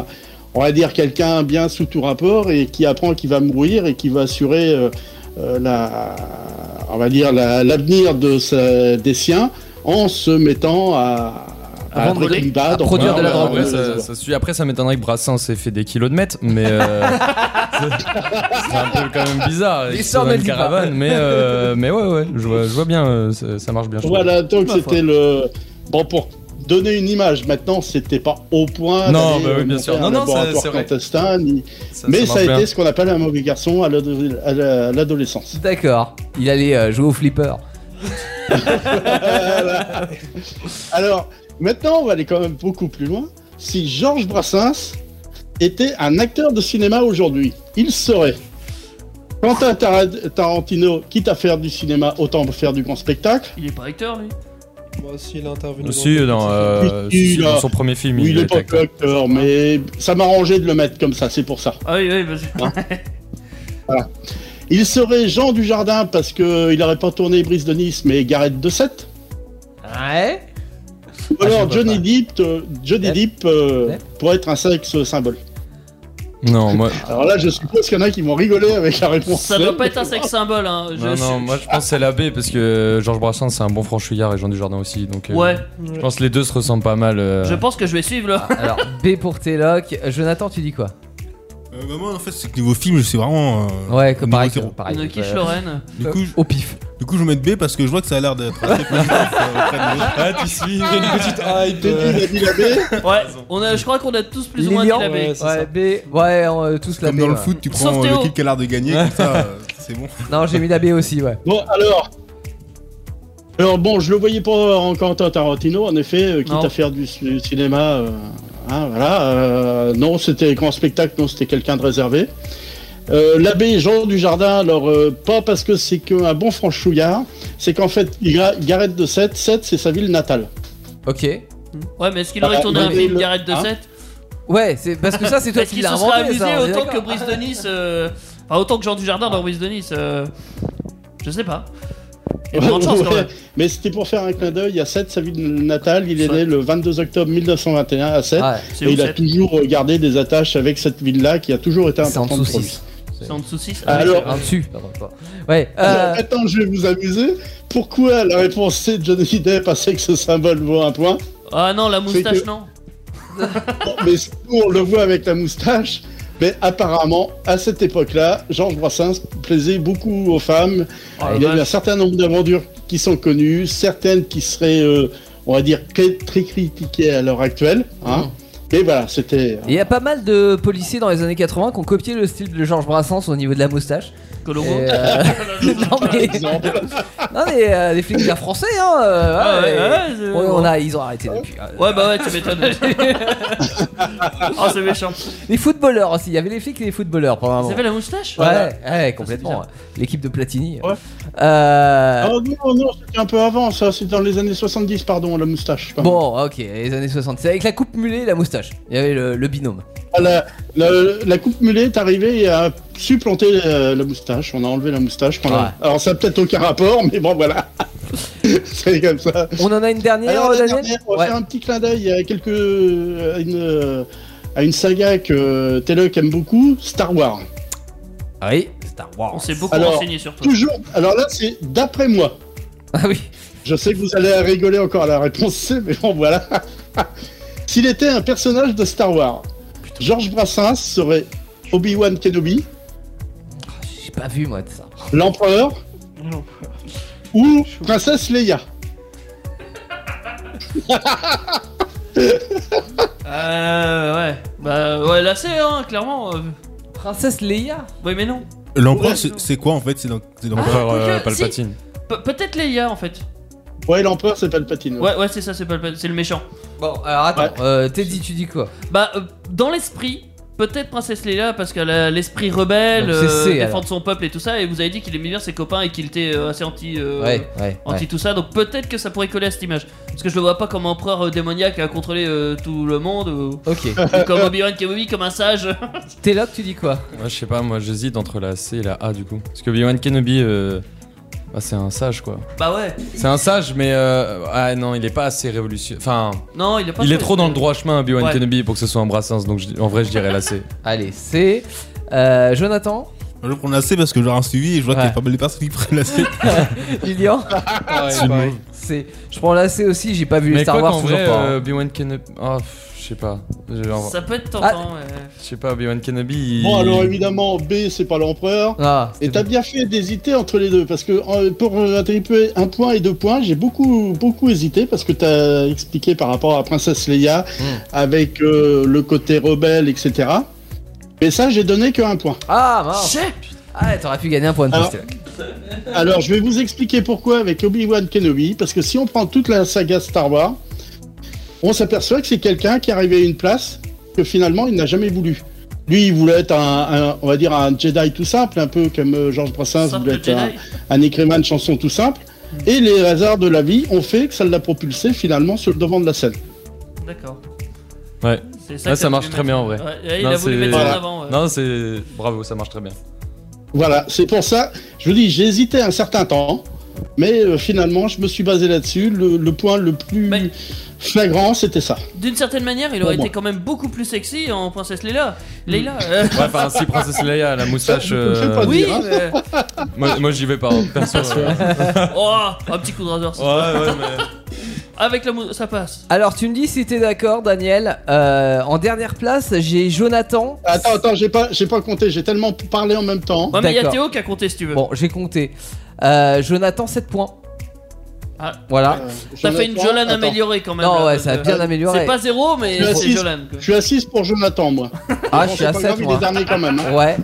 [SPEAKER 5] on va dire, quelqu'un bien sous tout rapport et qui apprend qu'il va mourir et qui va assurer euh, euh, la, on va dire la- l'avenir de sa- des siens en se mettant à,
[SPEAKER 2] À vendre
[SPEAKER 5] Breaking
[SPEAKER 2] des-
[SPEAKER 5] Bad,
[SPEAKER 2] à
[SPEAKER 5] enfin,
[SPEAKER 2] produire de la
[SPEAKER 5] à-
[SPEAKER 2] drogue.
[SPEAKER 5] à-
[SPEAKER 4] Après, ça, ça suit. Après, ça m'étonnerait que Brassens ait fait des kilos de mètres, mais euh, c'est- c'est un peu quand même bizarre.
[SPEAKER 2] Les
[SPEAKER 4] Il
[SPEAKER 2] sorts
[SPEAKER 4] se met
[SPEAKER 2] ne
[SPEAKER 4] une
[SPEAKER 2] le disent pas.
[SPEAKER 4] caravane, mais euh, mais ouais, ouais, je vois, je vois bien, euh, ça, ça marche bien. je trouve.
[SPEAKER 5] Voilà, donc
[SPEAKER 2] Ma foi.
[SPEAKER 5] c'était le. Bon, pour donner une image, maintenant, c'était pas au point.
[SPEAKER 4] Non,
[SPEAKER 5] d'aller,
[SPEAKER 4] bah oui,
[SPEAKER 5] euh,
[SPEAKER 4] bien
[SPEAKER 5] monter
[SPEAKER 4] sûr.
[SPEAKER 5] un
[SPEAKER 4] Non, non, ça-
[SPEAKER 5] laboratoire
[SPEAKER 4] c'est vrai.
[SPEAKER 5] clandestin, ni- Mais ça,
[SPEAKER 4] marche
[SPEAKER 5] a
[SPEAKER 4] bien.
[SPEAKER 5] été ce qu'on appelle un mauvais garçon à l'ado- à la- à l'adolescence.
[SPEAKER 2] D'accord. Il allait euh, jouer au flipper.
[SPEAKER 5] Voilà. Alors, maintenant, on va aller quand même beaucoup plus loin. Si Georges Brassens était un acteur de cinéma aujourd'hui, il serait Quentin Tara- Tarantino, quitte à faire du cinéma, autant faire du grand spectacle.
[SPEAKER 3] Il est pas acteur lui
[SPEAKER 6] Moi, s'il a intervenu.
[SPEAKER 4] Si, dans, euh,
[SPEAKER 5] Oui,
[SPEAKER 4] si,
[SPEAKER 5] là.
[SPEAKER 4] dans son premier film,
[SPEAKER 5] Oui, il est
[SPEAKER 4] était
[SPEAKER 5] pas
[SPEAKER 4] acteur.
[SPEAKER 5] acteur, mais ça m'a arrangé de le mettre comme ça, c'est pour ça.
[SPEAKER 3] Ah oui, oui, vas-y.
[SPEAKER 5] Hein. Il serait Jean Dujardin parce que il n'aurait pas tourné Brise de Nice mais Gareth de Sète.
[SPEAKER 4] Eh
[SPEAKER 2] Ouais.
[SPEAKER 5] Ou
[SPEAKER 2] Ah, je
[SPEAKER 5] alors
[SPEAKER 2] vois
[SPEAKER 5] Johnny
[SPEAKER 2] pas.
[SPEAKER 5] Depp, euh, Johnny
[SPEAKER 2] Depp.
[SPEAKER 5] Depp euh,
[SPEAKER 2] Depp.
[SPEAKER 5] pour être un sexe symbole.
[SPEAKER 4] Non, moi,
[SPEAKER 5] Alors là, je suppose qu'il y en a qui vont rigoler avec la réponse.
[SPEAKER 3] Ça doit pas être un sexe symbole, hein. je-
[SPEAKER 4] non, non, moi je pense que c'est l'abbé parce que Georges Brassens c'est un bon franchouillard et Jean Dujardin aussi, donc euh,
[SPEAKER 3] Ouais,
[SPEAKER 4] je pense que les deux se ressemblent pas mal. euh.
[SPEAKER 3] je pense que je vais suivre là.
[SPEAKER 2] Ah, Alors B pour Téloc. Euh, Jonathan, tu dis quoi
[SPEAKER 7] Euh, bah, moi, en fait, c'est que niveau film, je suis vraiment. euh,
[SPEAKER 2] Ouais, comme pareil.
[SPEAKER 7] niveau zéro.
[SPEAKER 2] pareil.
[SPEAKER 3] Une quiche
[SPEAKER 2] Euh,
[SPEAKER 3] Lorraine.
[SPEAKER 7] Du
[SPEAKER 2] euh,
[SPEAKER 7] coup, je,
[SPEAKER 2] au pif.
[SPEAKER 7] du coup, je vais mettre B parce que je vois que ça a l'air d'être. assez positif, euh, auprès de nous.
[SPEAKER 4] Ah, tu suis, il y a une petite hype.
[SPEAKER 5] Teddy, il a dit la B.
[SPEAKER 3] Ouais, on a, je crois qu'on a tous plus ou moins dit
[SPEAKER 2] Lilian
[SPEAKER 3] la
[SPEAKER 6] ouais,
[SPEAKER 3] B.
[SPEAKER 6] c'est ça.
[SPEAKER 2] Ouais, B. Ouais, on, euh, tous la
[SPEAKER 7] Comme
[SPEAKER 2] B.
[SPEAKER 7] dans le
[SPEAKER 2] ouais.
[SPEAKER 7] foot, tu
[SPEAKER 3] Sauf
[SPEAKER 7] prends euh,
[SPEAKER 3] Théo.
[SPEAKER 7] l'équipe qui a l'air de gagner, comme ça, euh, c'est bon.
[SPEAKER 2] Non, j'ai mis la B aussi, ouais.
[SPEAKER 5] Bon, alors. Alors bon, je le voyais pas en Quentin Tarantino, en effet, euh, quitte
[SPEAKER 3] Non.
[SPEAKER 5] à faire du, du cinéma. euh, hein, voilà. euh, non, c'était grand spectacle, non, c'était quelqu'un de réservé. Euh, L'abbé Jean Dujardin, alors euh, pas parce que c'est qu'un bon franchouillard, c'est qu'en fait, il gra- Gareth de Sète, Sète c'est sa ville natale.
[SPEAKER 2] Ok.
[SPEAKER 3] Ouais, mais est-ce qu'il aurait
[SPEAKER 5] Ah,
[SPEAKER 3] tourné
[SPEAKER 5] non,
[SPEAKER 3] un
[SPEAKER 5] mais
[SPEAKER 3] film
[SPEAKER 5] le-
[SPEAKER 3] Gareth de
[SPEAKER 5] hein
[SPEAKER 3] 7
[SPEAKER 2] Ouais, c'est parce que ça, c'est toi
[SPEAKER 3] Est-ce
[SPEAKER 2] qui
[SPEAKER 3] qu'il se
[SPEAKER 2] l'as
[SPEAKER 3] serait
[SPEAKER 2] inventé.
[SPEAKER 3] amusé
[SPEAKER 2] ça, on est
[SPEAKER 3] autant que
[SPEAKER 2] d'accord.
[SPEAKER 3] Brice de Nice euh, Enfin, autant que Jean Dujardin dans Brice de Nice euh, Je sais pas. Il y a
[SPEAKER 5] Ouais,
[SPEAKER 3] grande chance quand
[SPEAKER 5] ouais.
[SPEAKER 3] même.
[SPEAKER 5] Mais c'était pour faire un clin d'œil à Sète, sa ville natale. Il est
[SPEAKER 3] Ça-
[SPEAKER 5] né le 22 octobre 1921 à Sète.
[SPEAKER 2] Ouais,
[SPEAKER 3] C'est
[SPEAKER 5] et
[SPEAKER 3] où
[SPEAKER 5] il a
[SPEAKER 3] 7
[SPEAKER 5] toujours gardé des attaches avec cette ville-là qui a toujours été
[SPEAKER 2] c'est en
[SPEAKER 5] importante
[SPEAKER 2] dessous
[SPEAKER 5] pour lui. Ah,
[SPEAKER 2] 6.
[SPEAKER 3] C'est en dessous 6
[SPEAKER 5] Alors-
[SPEAKER 2] En dessus, pardon. pardon. Ouais. euh,
[SPEAKER 5] Alors, attends, je vais vous amuser. Pourquoi la réponse C de Johnny Depp à que ce symbole vaut un point
[SPEAKER 3] Ah non, la moustache
[SPEAKER 5] que-
[SPEAKER 3] non.
[SPEAKER 5] Bon, Mais nous, on le voit avec la moustache. Mais apparemment, à cette époque-là, Georges Brassens plaisait beaucoup aux femmes.
[SPEAKER 3] Oh, la
[SPEAKER 5] Il y a eu un
[SPEAKER 3] vache.
[SPEAKER 5] certain nombre d'aventures qui sont connues, certaines qui seraient, euh, on va dire, très très critiquées à l'heure actuelle.
[SPEAKER 3] Mmh.
[SPEAKER 5] hein. Et voilà, c'était.
[SPEAKER 2] Il y a pas mal de policiers dans les années 80 qui ont copié le style de Georges Brassens au niveau de la moustache.
[SPEAKER 3] Colombo.
[SPEAKER 2] Et, euh, non mais, non, mais, euh, les flics bien français, hein. euh,
[SPEAKER 3] Ah
[SPEAKER 2] ouais,
[SPEAKER 3] ouais,
[SPEAKER 2] et-
[SPEAKER 3] ouais, c'est-
[SPEAKER 2] Ouais, on a, ils ont arrêté depuis. hein.
[SPEAKER 3] Ouais, bah ouais, tu m'étonnes. oh, c'est méchant.
[SPEAKER 2] Les footballeurs aussi, il y avait les flics et les footballeurs pendant un
[SPEAKER 3] Vous
[SPEAKER 2] moment.
[SPEAKER 3] avez la moustache
[SPEAKER 2] Ouais,
[SPEAKER 3] Voilà.
[SPEAKER 2] ouais, complètement.
[SPEAKER 3] bizarre.
[SPEAKER 2] L'équipe de Platini.
[SPEAKER 5] Ouais.
[SPEAKER 2] Euh,
[SPEAKER 5] Oh non, non, c'était un peu avant, ça. C'est dans les années 70, pardon, la moustache. pardon.
[SPEAKER 2] Bon, ok, les années 60. C'est avec la coupe mulet et la moustache. Il y avait le, le binôme.
[SPEAKER 5] Ah, La, la- la coupe mulet est arrivée et a supplanté euh, la moustache. On a enlevé la moustache. qu'on a-
[SPEAKER 2] Ouais.
[SPEAKER 5] Alors ça a peut-être aucun rapport, mais bon voilà. C'est comme ça.
[SPEAKER 2] On en a une dernière,
[SPEAKER 5] Alors la
[SPEAKER 2] Daniel
[SPEAKER 5] dernière, on va
[SPEAKER 2] Ouais.
[SPEAKER 5] faire un petit clin d'œil à quelques à une, euh, à une saga que euh, Telloc aime beaucoup, Star Wars.
[SPEAKER 2] Ah Oui, Star Wars.
[SPEAKER 3] On s'est beaucoup
[SPEAKER 5] Alors,
[SPEAKER 3] renseigné sur toi.
[SPEAKER 5] Toujours. Alors là, c'est d'après moi.
[SPEAKER 2] Ah oui.
[SPEAKER 5] Je sais que vous allez rigoler encore à la réponse C, mais bon voilà. S'il était un personnage de Star Wars, Georges Brassens serait Obi-Wan Kenobi.
[SPEAKER 2] J'ai pas vu moi de ça.
[SPEAKER 5] L'empereur ou Princesse Leia.
[SPEAKER 3] Euh, ouais. Bah ouais, là c'est, hein, clairement. euh,
[SPEAKER 2] Princesse Leia
[SPEAKER 3] Oui, mais non.
[SPEAKER 7] L'empereur, c'est- c'est quoi en fait C'est dans, c'est dans-
[SPEAKER 4] L'empereur
[SPEAKER 3] Ah,
[SPEAKER 4] euh,
[SPEAKER 3] quoique, si.
[SPEAKER 4] Palpatine.
[SPEAKER 3] Pe- Peut-être Leia en fait.
[SPEAKER 5] Ouais, l'empereur, c'est Palpatine.
[SPEAKER 3] Ouais, ouais, c'est ça, c'est pas le, c'est le méchant.
[SPEAKER 2] Bon, alors attends, euh, Teddy, tu dis quoi
[SPEAKER 3] Bah, euh, dans l'esprit, peut-être Princesse Leia parce qu'elle a l'esprit rebelle,
[SPEAKER 2] Donc c'est
[SPEAKER 3] euh,
[SPEAKER 2] C, alors.
[SPEAKER 3] défendre son peuple et tout ça. Et vous avez dit qu'il aimait bien ses copains et qu'il était euh, assez anti. euh,
[SPEAKER 2] Ouais, ouais.
[SPEAKER 3] Anti tout ça, donc peut-être que ça pourrait coller à cette image. Parce que je le vois pas comme un empereur euh, démoniaque à contrôler euh, tout le monde, ou,
[SPEAKER 2] Ok.
[SPEAKER 3] ou comme Obi-Wan Kenobi, comme un sage.
[SPEAKER 2] Téloc, tu dis quoi
[SPEAKER 4] Ouais, je sais pas, moi j'hésite entre la C et la A du coup. Parce que Obi-Wan Kenobi, euh, bah, c'est un sage quoi.
[SPEAKER 3] bah ouais,
[SPEAKER 4] C'est un sage, mais euh, ah non, il est pas assez révolutionnaire. Enfin,
[SPEAKER 3] non, il est pas.
[SPEAKER 4] il est
[SPEAKER 3] sûr.
[SPEAKER 4] trop dans le droit chemin, Obi-Wan
[SPEAKER 3] Ouais.
[SPEAKER 4] Kenobi, pour que ce soit un Brassens. Donc je- en vrai, je dirais la C.
[SPEAKER 2] Allez, c'est. euh, Jonathan
[SPEAKER 7] Je prends l'AC parce que j'aurai un suivi et je vois qu'il y
[SPEAKER 2] Ouais.
[SPEAKER 7] a pas mal de personnes qui prennent l'AC.
[SPEAKER 2] Lilian
[SPEAKER 4] C'est
[SPEAKER 7] pareil.
[SPEAKER 2] Ah C'est- Je prends l'AC aussi, j'ai pas vu les
[SPEAKER 4] Mais
[SPEAKER 2] Star
[SPEAKER 4] quoi
[SPEAKER 2] Wars
[SPEAKER 4] qu'en
[SPEAKER 2] toujours
[SPEAKER 4] vrai,
[SPEAKER 2] pas, hein.
[SPEAKER 4] euh, Obi-Wan Kenobi. Ah, pff, je sais pas. Je
[SPEAKER 3] Ça peut être
[SPEAKER 2] Ah.
[SPEAKER 3] tentant. ouais.
[SPEAKER 4] je sais pas, Obi-Wan Kenobi. il-
[SPEAKER 5] Bon, alors évidemment, B, c'est pas l'empereur.
[SPEAKER 2] Ah,
[SPEAKER 5] Et
[SPEAKER 2] c'était
[SPEAKER 5] t'as bien fait d'hésiter entre les deux, parce que euh, pour euh, attribuer un point et deux points, j'ai beaucoup beaucoup hésité, parce que t'as expliqué par rapport à Princesse Leia,
[SPEAKER 2] Mm.
[SPEAKER 5] avec euh, le côté rebelle, etc. Mais ça, j'ai donné que un point.
[SPEAKER 2] Ah mince Ah t'aurais pu gagner un point de
[SPEAKER 5] Alors-
[SPEAKER 2] plus. t'es là.
[SPEAKER 5] Alors, je vais vous expliquer pourquoi avec Obi-Wan Kenobi, parce que si on prend toute la saga Star Wars, on s'aperçoit que c'est quelqu'un qui est arrivé à une place que finalement il n'a jamais voulu. Lui, il voulait être un, un- on va dire un Jedi tout simple, un peu comme euh, Georges Brassens
[SPEAKER 3] Sorte
[SPEAKER 5] voulait
[SPEAKER 3] de
[SPEAKER 5] être un,
[SPEAKER 3] Jedi.
[SPEAKER 5] un écrivain de chansons tout simple. Et les hasards de la vie ont fait que ça l'a propulsé finalement sur le devant de la scène.
[SPEAKER 3] D'accord.
[SPEAKER 4] Ouais.
[SPEAKER 3] C'est
[SPEAKER 4] Ouais,
[SPEAKER 3] que
[SPEAKER 4] ça
[SPEAKER 3] t'as
[SPEAKER 4] marche
[SPEAKER 3] voulu
[SPEAKER 4] très bien, en vrai.
[SPEAKER 3] Ouais, ouais, il
[SPEAKER 4] Non,
[SPEAKER 3] a voulu
[SPEAKER 4] c'est-
[SPEAKER 3] mettre ça en
[SPEAKER 5] Voilà.
[SPEAKER 3] avant. ouais.
[SPEAKER 4] Non, c'est. Bravo, ça marche très bien.
[SPEAKER 5] Voilà, c'est pour ça, je vous dis, j'hésitais un certain temps, mais euh, finalement je me suis basé là-dessus. Le, le point le plus
[SPEAKER 3] Mais-
[SPEAKER 5] flagrant, c'était ça.
[SPEAKER 3] D'une certaine manière, il aurait
[SPEAKER 5] Pour moi.
[SPEAKER 3] été quand même beaucoup plus sexy en Princesse Leila. Leila. euh,
[SPEAKER 4] Hmm. Ouais, enfin, si Princesse Leia a la moustache.
[SPEAKER 5] Ça, je peux
[SPEAKER 4] euh,
[SPEAKER 5] pas
[SPEAKER 3] oui.
[SPEAKER 5] dire, hein.
[SPEAKER 3] mais-
[SPEAKER 2] Ah.
[SPEAKER 4] Moi, moi, j'y vais pas, hein, perso. euh.
[SPEAKER 3] Oh, un petit coup de rasoir. ça.
[SPEAKER 4] Ouais, ouais, mais.
[SPEAKER 3] Avec la mou- ça passe.
[SPEAKER 2] Alors tu me dis si t'es d'accord Daniel. Euh, en dernière place j'ai Jonathan.
[SPEAKER 5] Attends, Oh, attends, j'ai pas, j'ai pas compté, j'ai tellement parlé en même temps.
[SPEAKER 3] Ouais, mais il y a
[SPEAKER 2] D'accord.
[SPEAKER 3] Théo qui a compté si tu veux.
[SPEAKER 2] Bon j'ai compté. Euh, Jonathan 7 points.
[SPEAKER 3] Ah.
[SPEAKER 2] Voilà.
[SPEAKER 5] Euh,
[SPEAKER 3] T'as fait une Jolan améliorée quand même.
[SPEAKER 2] Non
[SPEAKER 3] là,
[SPEAKER 2] ouais
[SPEAKER 3] parce
[SPEAKER 2] ça a
[SPEAKER 3] que-
[SPEAKER 2] bien amélioré.
[SPEAKER 3] C'est pas zéro, mais
[SPEAKER 5] Je suis
[SPEAKER 3] c'est
[SPEAKER 5] assise.
[SPEAKER 3] Jolan. quoi.
[SPEAKER 5] Je suis assise pour Jonathan, moi.
[SPEAKER 2] Ah
[SPEAKER 5] Bon,
[SPEAKER 2] je suis
[SPEAKER 5] c'est
[SPEAKER 2] à
[SPEAKER 5] pas
[SPEAKER 2] 7
[SPEAKER 5] grave, Il
[SPEAKER 2] moi.
[SPEAKER 5] est dernier quand même. hein.
[SPEAKER 2] Ouais.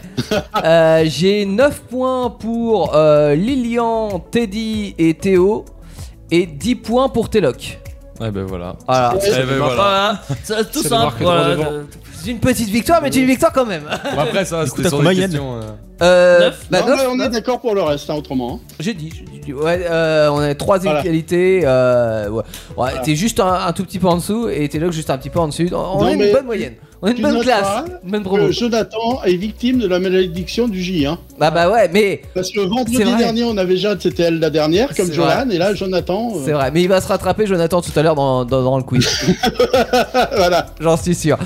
[SPEAKER 2] Euh, j'ai 9 points pour euh, Lilian, Teddy et Théo. Et 10 points pour Teloc.
[SPEAKER 4] Ouais, ben voilà.
[SPEAKER 2] Voilà.
[SPEAKER 4] Eh ben voilà.
[SPEAKER 3] Voilà, Ah, ça, tout
[SPEAKER 6] C'est le
[SPEAKER 3] simple.
[SPEAKER 6] marqueur
[SPEAKER 3] Bah, hein. Voilà. euh,
[SPEAKER 6] devant.
[SPEAKER 3] de-
[SPEAKER 2] C'est une petite victoire, mais c'est une victoire quand même.
[SPEAKER 4] Bon, après, ça,
[SPEAKER 7] t'as
[SPEAKER 4] c'était sur
[SPEAKER 7] combien,
[SPEAKER 4] les
[SPEAKER 7] Yann
[SPEAKER 4] questions. euh.
[SPEAKER 2] Euh,
[SPEAKER 3] Neuf
[SPEAKER 2] bah,
[SPEAKER 5] Non,
[SPEAKER 2] neuf,
[SPEAKER 5] mais on est
[SPEAKER 2] neuf.
[SPEAKER 5] d'accord pour le reste, hein, autrement. hein.
[SPEAKER 2] J'ai dit, j'ai dit, ouais, euh, on a trois
[SPEAKER 5] Voilà.
[SPEAKER 2] égalités. Euh, ouais. Ouais,
[SPEAKER 5] Voilà.
[SPEAKER 2] T'es juste un, un tout petit peu en dessous et t'es là juste un petit peu en dessus. On, Oh, on
[SPEAKER 5] Non,
[SPEAKER 2] est une
[SPEAKER 5] mais
[SPEAKER 2] bonne moyenne. On est une
[SPEAKER 5] tu
[SPEAKER 2] bonne
[SPEAKER 5] noteras
[SPEAKER 2] classe. Une bonne promo.
[SPEAKER 5] Que Jonathan est victime de la malédiction du J. Hein.
[SPEAKER 2] Bah, bah ouais, mais
[SPEAKER 5] Parce que
[SPEAKER 2] C'est
[SPEAKER 5] vendredi
[SPEAKER 2] vrai.
[SPEAKER 5] dernier, on avait Jade, c'était elle la dernière, comme
[SPEAKER 2] C'est
[SPEAKER 5] Jolan, et là, Jonathan. euh,
[SPEAKER 2] c'est vrai. Mais il va se rattraper, Jonathan, tout à l'heure dans, dans, dans le quiz.
[SPEAKER 5] voilà.
[SPEAKER 2] J'en suis sûr.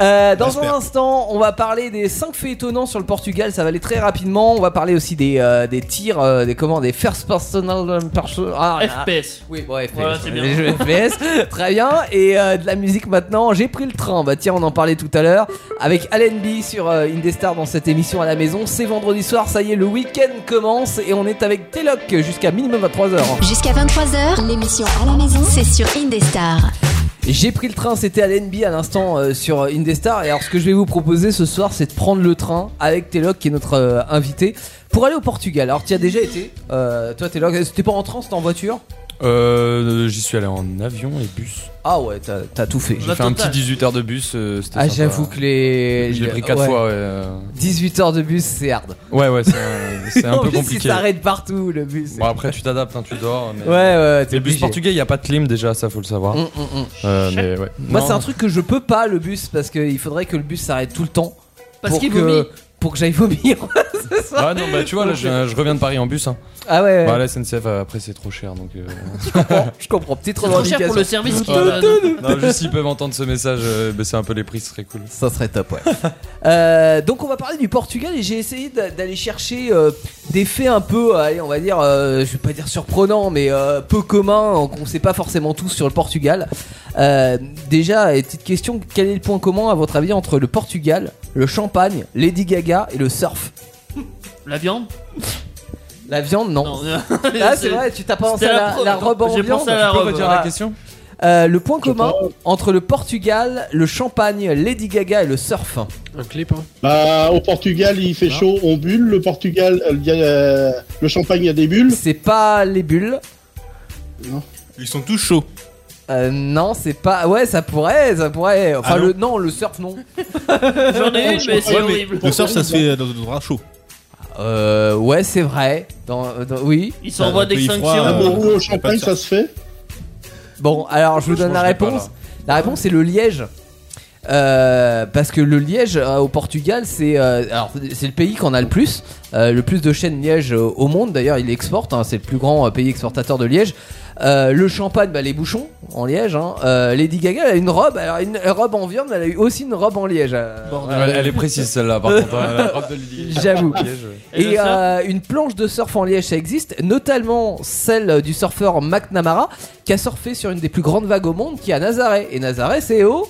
[SPEAKER 2] Euh, dans un
[SPEAKER 7] J'espère.
[SPEAKER 2] instant, on va parler des 5 faits étonnants sur le Portugal. Ça va aller très rapidement. On va parler aussi des, euh, des tirs, euh, des comment, des first personal. euh, perso- ah, là.
[SPEAKER 3] FPS.
[SPEAKER 2] Oui, bon, FPS.
[SPEAKER 3] Voilà, c'est bien.
[SPEAKER 2] Les jeux FPS. Très bien. Et euh, de la musique maintenant. J'ai pris le train. Bah, tiens, on en parlait tout à l'heure. Avec Allen B sur euh, Indestar dans cette émission à la maison. C'est vendredi soir. Ça y est, le week-end commence. Et on est avec Teloc jusqu'à minimum 23h.
[SPEAKER 1] Jusqu'à 23h, l'émission à la maison, c'est sur Indestar.
[SPEAKER 2] J'ai pris le train, c'était à l'NB à l'instant euh, sur euh, Indestar. Et alors, ce que je vais vous proposer ce soir, c'est de prendre le train avec Teloc, qui est notre euh, invité, pour aller au Portugal. Alors, tu y as déjà été, euh, toi, Teloc C'était pas en train, c'était en voiture
[SPEAKER 4] Euh, j'y suis allé en avion et bus.
[SPEAKER 2] Ah ouais, t'as t'as tout fait.
[SPEAKER 4] J'ai
[SPEAKER 3] La
[SPEAKER 4] fait un petit
[SPEAKER 3] totale.
[SPEAKER 4] 18 heures de bus. euh, c'était
[SPEAKER 2] Ah,
[SPEAKER 4] sympa.
[SPEAKER 2] j'avoue que les.
[SPEAKER 4] J'ai pris 4
[SPEAKER 2] ouais.
[SPEAKER 4] fois, ouais. euh.
[SPEAKER 2] 18 heures de bus, c'est hard.
[SPEAKER 4] Ouais, ouais, c'est un, c'est un
[SPEAKER 2] En
[SPEAKER 4] peu
[SPEAKER 2] plus, Il
[SPEAKER 4] compliqué.
[SPEAKER 2] s'arrête partout, le bus.
[SPEAKER 4] Bon, après, tu t'adaptes, hein, tu dors. Mais...
[SPEAKER 2] ouais, ouais, t'es
[SPEAKER 4] Et le bus
[SPEAKER 2] obligé.
[SPEAKER 4] portugais, il n'y a pas de clim déjà, ça faut le savoir.
[SPEAKER 2] Hum, hum, hum.
[SPEAKER 4] Euh, mais ouais.
[SPEAKER 2] Moi,
[SPEAKER 4] Non.
[SPEAKER 2] c'est un truc que je peux pas, le bus, parce qu'il faudrait que le bus s'arrête tout le temps.
[SPEAKER 3] Parce
[SPEAKER 2] pour
[SPEAKER 3] qu'il
[SPEAKER 2] que-
[SPEAKER 3] vomit.
[SPEAKER 2] Pour que j'aille vomir ce soir.
[SPEAKER 4] Ah non, bah tu vois, là, je, je reviens de Paris en bus. Hein.
[SPEAKER 2] Ah ouais, ouais.
[SPEAKER 4] Bah, la SNCF, euh, après, c'est trop cher donc. euh,
[SPEAKER 2] Bon, je comprends. Petite
[SPEAKER 3] C'est trop cher
[SPEAKER 2] revendication.
[SPEAKER 3] pour le service qu'il
[SPEAKER 4] Voilà.
[SPEAKER 3] donne.
[SPEAKER 4] non, juste s'ils peuvent entendre ce message, euh, bah, c'est un peu les prix, ce serait cool.
[SPEAKER 2] Ça serait top, ouais. Euh, donc on va parler du Portugal et j'ai essayé d'a- d'aller chercher euh, des faits un peu, euh, allez, on va dire, euh, je vais pas dire surprenants, mais euh, peu communs, euh, qu'on sait pas forcément tous sur le Portugal. Euh, déjà, euh, petite question, quel est le point commun à votre avis entre le Portugal, le champagne, Lady Gaga et le surf
[SPEAKER 3] La viande
[SPEAKER 2] La viande, non.
[SPEAKER 3] Non.
[SPEAKER 2] Ah c'est vrai, tu t'as pensé
[SPEAKER 3] c'était
[SPEAKER 2] à
[SPEAKER 3] la
[SPEAKER 2] la, la robe en
[SPEAKER 3] J'ai pensé
[SPEAKER 2] viande
[SPEAKER 3] à la
[SPEAKER 4] Tu peux
[SPEAKER 3] robe.
[SPEAKER 4] redire la question
[SPEAKER 2] Euh, Le point commun
[SPEAKER 5] pense.
[SPEAKER 2] entre le Portugal, le champagne, Lady Gaga et le surf
[SPEAKER 6] Un clip, hein.
[SPEAKER 5] Bah, au Portugal, il
[SPEAKER 2] Ah.
[SPEAKER 5] fait chaud, on bulle. Le Portugal, euh, il y a, euh, le champagne, il y a des bulles.
[SPEAKER 2] C'est pas les bulles.
[SPEAKER 7] Ils sont tous chauds.
[SPEAKER 2] Euh, non, c'est pas. Ouais, ça pourrait, ça pourrait. Enfin,
[SPEAKER 7] Ah non.
[SPEAKER 2] le non, le surf non.
[SPEAKER 3] J'en ai une, mais c'est
[SPEAKER 5] Ouais,
[SPEAKER 3] horrible.
[SPEAKER 7] Le surf, ça se fait euh, dans des endroits chauds.
[SPEAKER 2] Euh, ouais, c'est vrai. Dans, dans- oui.
[SPEAKER 3] Ils
[SPEAKER 7] Dans
[SPEAKER 3] sont en voie
[SPEAKER 7] un pays froid,
[SPEAKER 5] Un
[SPEAKER 7] euh,
[SPEAKER 3] d'extinction.
[SPEAKER 5] Nauru au
[SPEAKER 7] y a pas de
[SPEAKER 5] Ah, champagne,
[SPEAKER 7] surf.
[SPEAKER 5] ça se fait.
[SPEAKER 2] Bon, alors je vous donne la
[SPEAKER 4] Franchement, je l'ai pas,
[SPEAKER 2] réponse. La réponse c'est le Liège. Euh, parce que le Liège euh, au Portugal, c'est euh, alors, c'est le pays qu'on a le plus, euh, le plus de chaînes Liège euh, au monde. D'ailleurs, il exporte, hein, c'est le plus grand euh, pays exportateur de Liège. Euh, le champagne, bah, les bouchons en Liège. hein. Euh, Lady Gaga elle a une robe, alors une robe en viande, mais elle a eu aussi une robe en Liège. euh,
[SPEAKER 4] Elle, elle est précise celle-là par contre. hein, la robe de Lily.
[SPEAKER 2] J'avoue.
[SPEAKER 4] Piège, ouais.
[SPEAKER 3] Et le
[SPEAKER 2] Et
[SPEAKER 3] surf
[SPEAKER 2] euh, une planche de surf en Liège, ça existe, notamment celle du surfeur McNamara, qui a surfé sur une des plus grandes vagues au monde, qui est à Nazaré. Et Nazaré, c'est au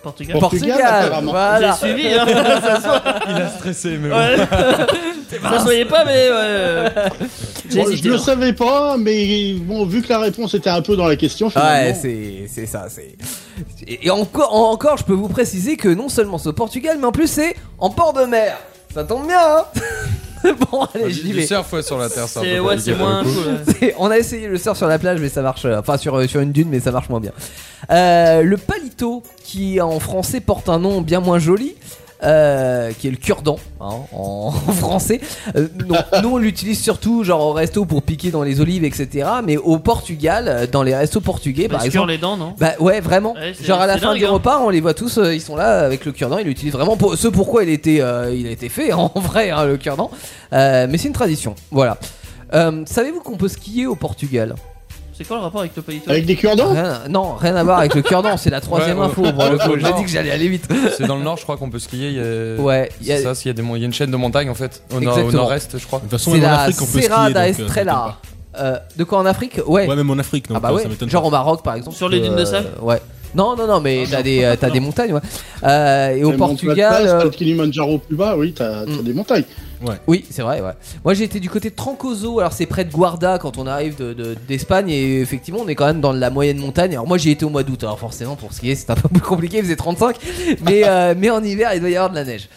[SPEAKER 3] Portugal.
[SPEAKER 5] Bon. Portugal,
[SPEAKER 2] Portugal.
[SPEAKER 5] apparemment.
[SPEAKER 2] Voilà.
[SPEAKER 3] J'ai suivi, hein. ça, se voit.
[SPEAKER 4] Il a stressé, mais bon.
[SPEAKER 3] Ouais. ça se voyait pas, mais ouais. J'ai
[SPEAKER 5] Bon, je
[SPEAKER 3] hésité. hein.
[SPEAKER 5] le savais pas, mais bon, vu que la réponse était un peu dans la question,
[SPEAKER 2] Ouais,
[SPEAKER 5] finalement.
[SPEAKER 2] c'est c'est ça. c'est Et, et encore, en- encore, je peux vous préciser que non seulement c'est au Portugal, mais en plus c'est en port de mer. Ça tombe bien, hein Bon, allez, j'y
[SPEAKER 4] du,
[SPEAKER 2] vais.
[SPEAKER 4] du surf ouais, sur la terre, ça.
[SPEAKER 3] C'est ouais, c'est moins cool. ouais.
[SPEAKER 2] Hein. C'est- On a essayé le surf sur la plage, mais ça marche. euh, Enfin, sur, euh, sur une dune, mais ça marche moins bien. Euh, le palito, qui en français porte un nom bien moins joli. euh, qui est le cure-dent hein, en, en français. Euh, non, nous, on l'utilise surtout genre au resto pour piquer dans les olives, etc. Mais au Portugal, euh, dans les restos portugais,
[SPEAKER 3] Bah,
[SPEAKER 2] par
[SPEAKER 3] se cure
[SPEAKER 2] exemple,
[SPEAKER 3] les dents, non
[SPEAKER 2] bah ouais, vraiment.
[SPEAKER 3] Ouais, c'est-
[SPEAKER 2] Genre à la
[SPEAKER 3] c'est
[SPEAKER 2] fin
[SPEAKER 3] dingue,
[SPEAKER 2] du
[SPEAKER 3] hein.
[SPEAKER 2] repas, on les voit tous, euh, ils sont là avec le cure-dent, ils l'utilisent vraiment pour ce pourquoi il, était, euh, il a été fait, hein, en vrai, hein, le cure-dent. Euh, mais c'est une tradition, voilà. Euh, Savez-vous qu'on peut skier au Portugal
[SPEAKER 3] C'est quoi le rapport avec le palito
[SPEAKER 5] Avec des cure-dents
[SPEAKER 2] Rien- Non, rien à voir avec le cure-dent, c'est la troisième
[SPEAKER 4] Ouais, ouais.
[SPEAKER 2] info pour le coup.
[SPEAKER 4] Ouais,
[SPEAKER 2] J'ai
[SPEAKER 4] non.
[SPEAKER 2] dit que j'allais aller vite.
[SPEAKER 4] C'est dans le nord, je crois qu'on peut skier. il y a-
[SPEAKER 2] Ouais, il y
[SPEAKER 4] C'est
[SPEAKER 2] a-
[SPEAKER 4] ça, s'il y a des mon- il y a une chaîne de montagne en fait, au nord- au
[SPEAKER 2] Exactement.
[SPEAKER 4] nord-est, je crois.
[SPEAKER 7] De toute façon,
[SPEAKER 2] c'est
[SPEAKER 7] même en
[SPEAKER 2] la
[SPEAKER 7] Afrique, on peut
[SPEAKER 2] Serra
[SPEAKER 7] skier.
[SPEAKER 2] da
[SPEAKER 7] donc, euh,
[SPEAKER 2] Estrella. Euh, de quoi en Afrique Ouais.
[SPEAKER 7] Ouais, même en Afrique, non
[SPEAKER 2] Ah bah ouais,
[SPEAKER 7] ça m'étonne
[SPEAKER 2] genre
[SPEAKER 7] pas.
[SPEAKER 2] au Maroc par exemple.
[SPEAKER 3] Sur les
[SPEAKER 2] tu peux,
[SPEAKER 3] dunes de
[SPEAKER 2] euh,
[SPEAKER 3] sable Ah,
[SPEAKER 2] Ouais. Non, non, non, mais t'as des, euh, t'as des montagnes, ouais. Euh, et au
[SPEAKER 5] Mais bon,
[SPEAKER 2] Portugal.
[SPEAKER 5] Peut-être
[SPEAKER 2] euh,
[SPEAKER 5] peut-être Kilimanjaro plus bas, oui, t'as t'as
[SPEAKER 2] Mm.
[SPEAKER 5] des montagnes.
[SPEAKER 2] Oui, c'est vrai, ouais. Moi, j'ai été du côté de Trancoso, alors c'est près de Guarda quand on arrive de- de- d'Espagne, et effectivement, on est quand même dans la moyenne montagne. Alors, moi, j'y étais au mois d'août, alors forcément, pour skier, c'est un peu plus compliqué, il faisait 35, mais, euh, mais en hiver, il doit y avoir de la neige.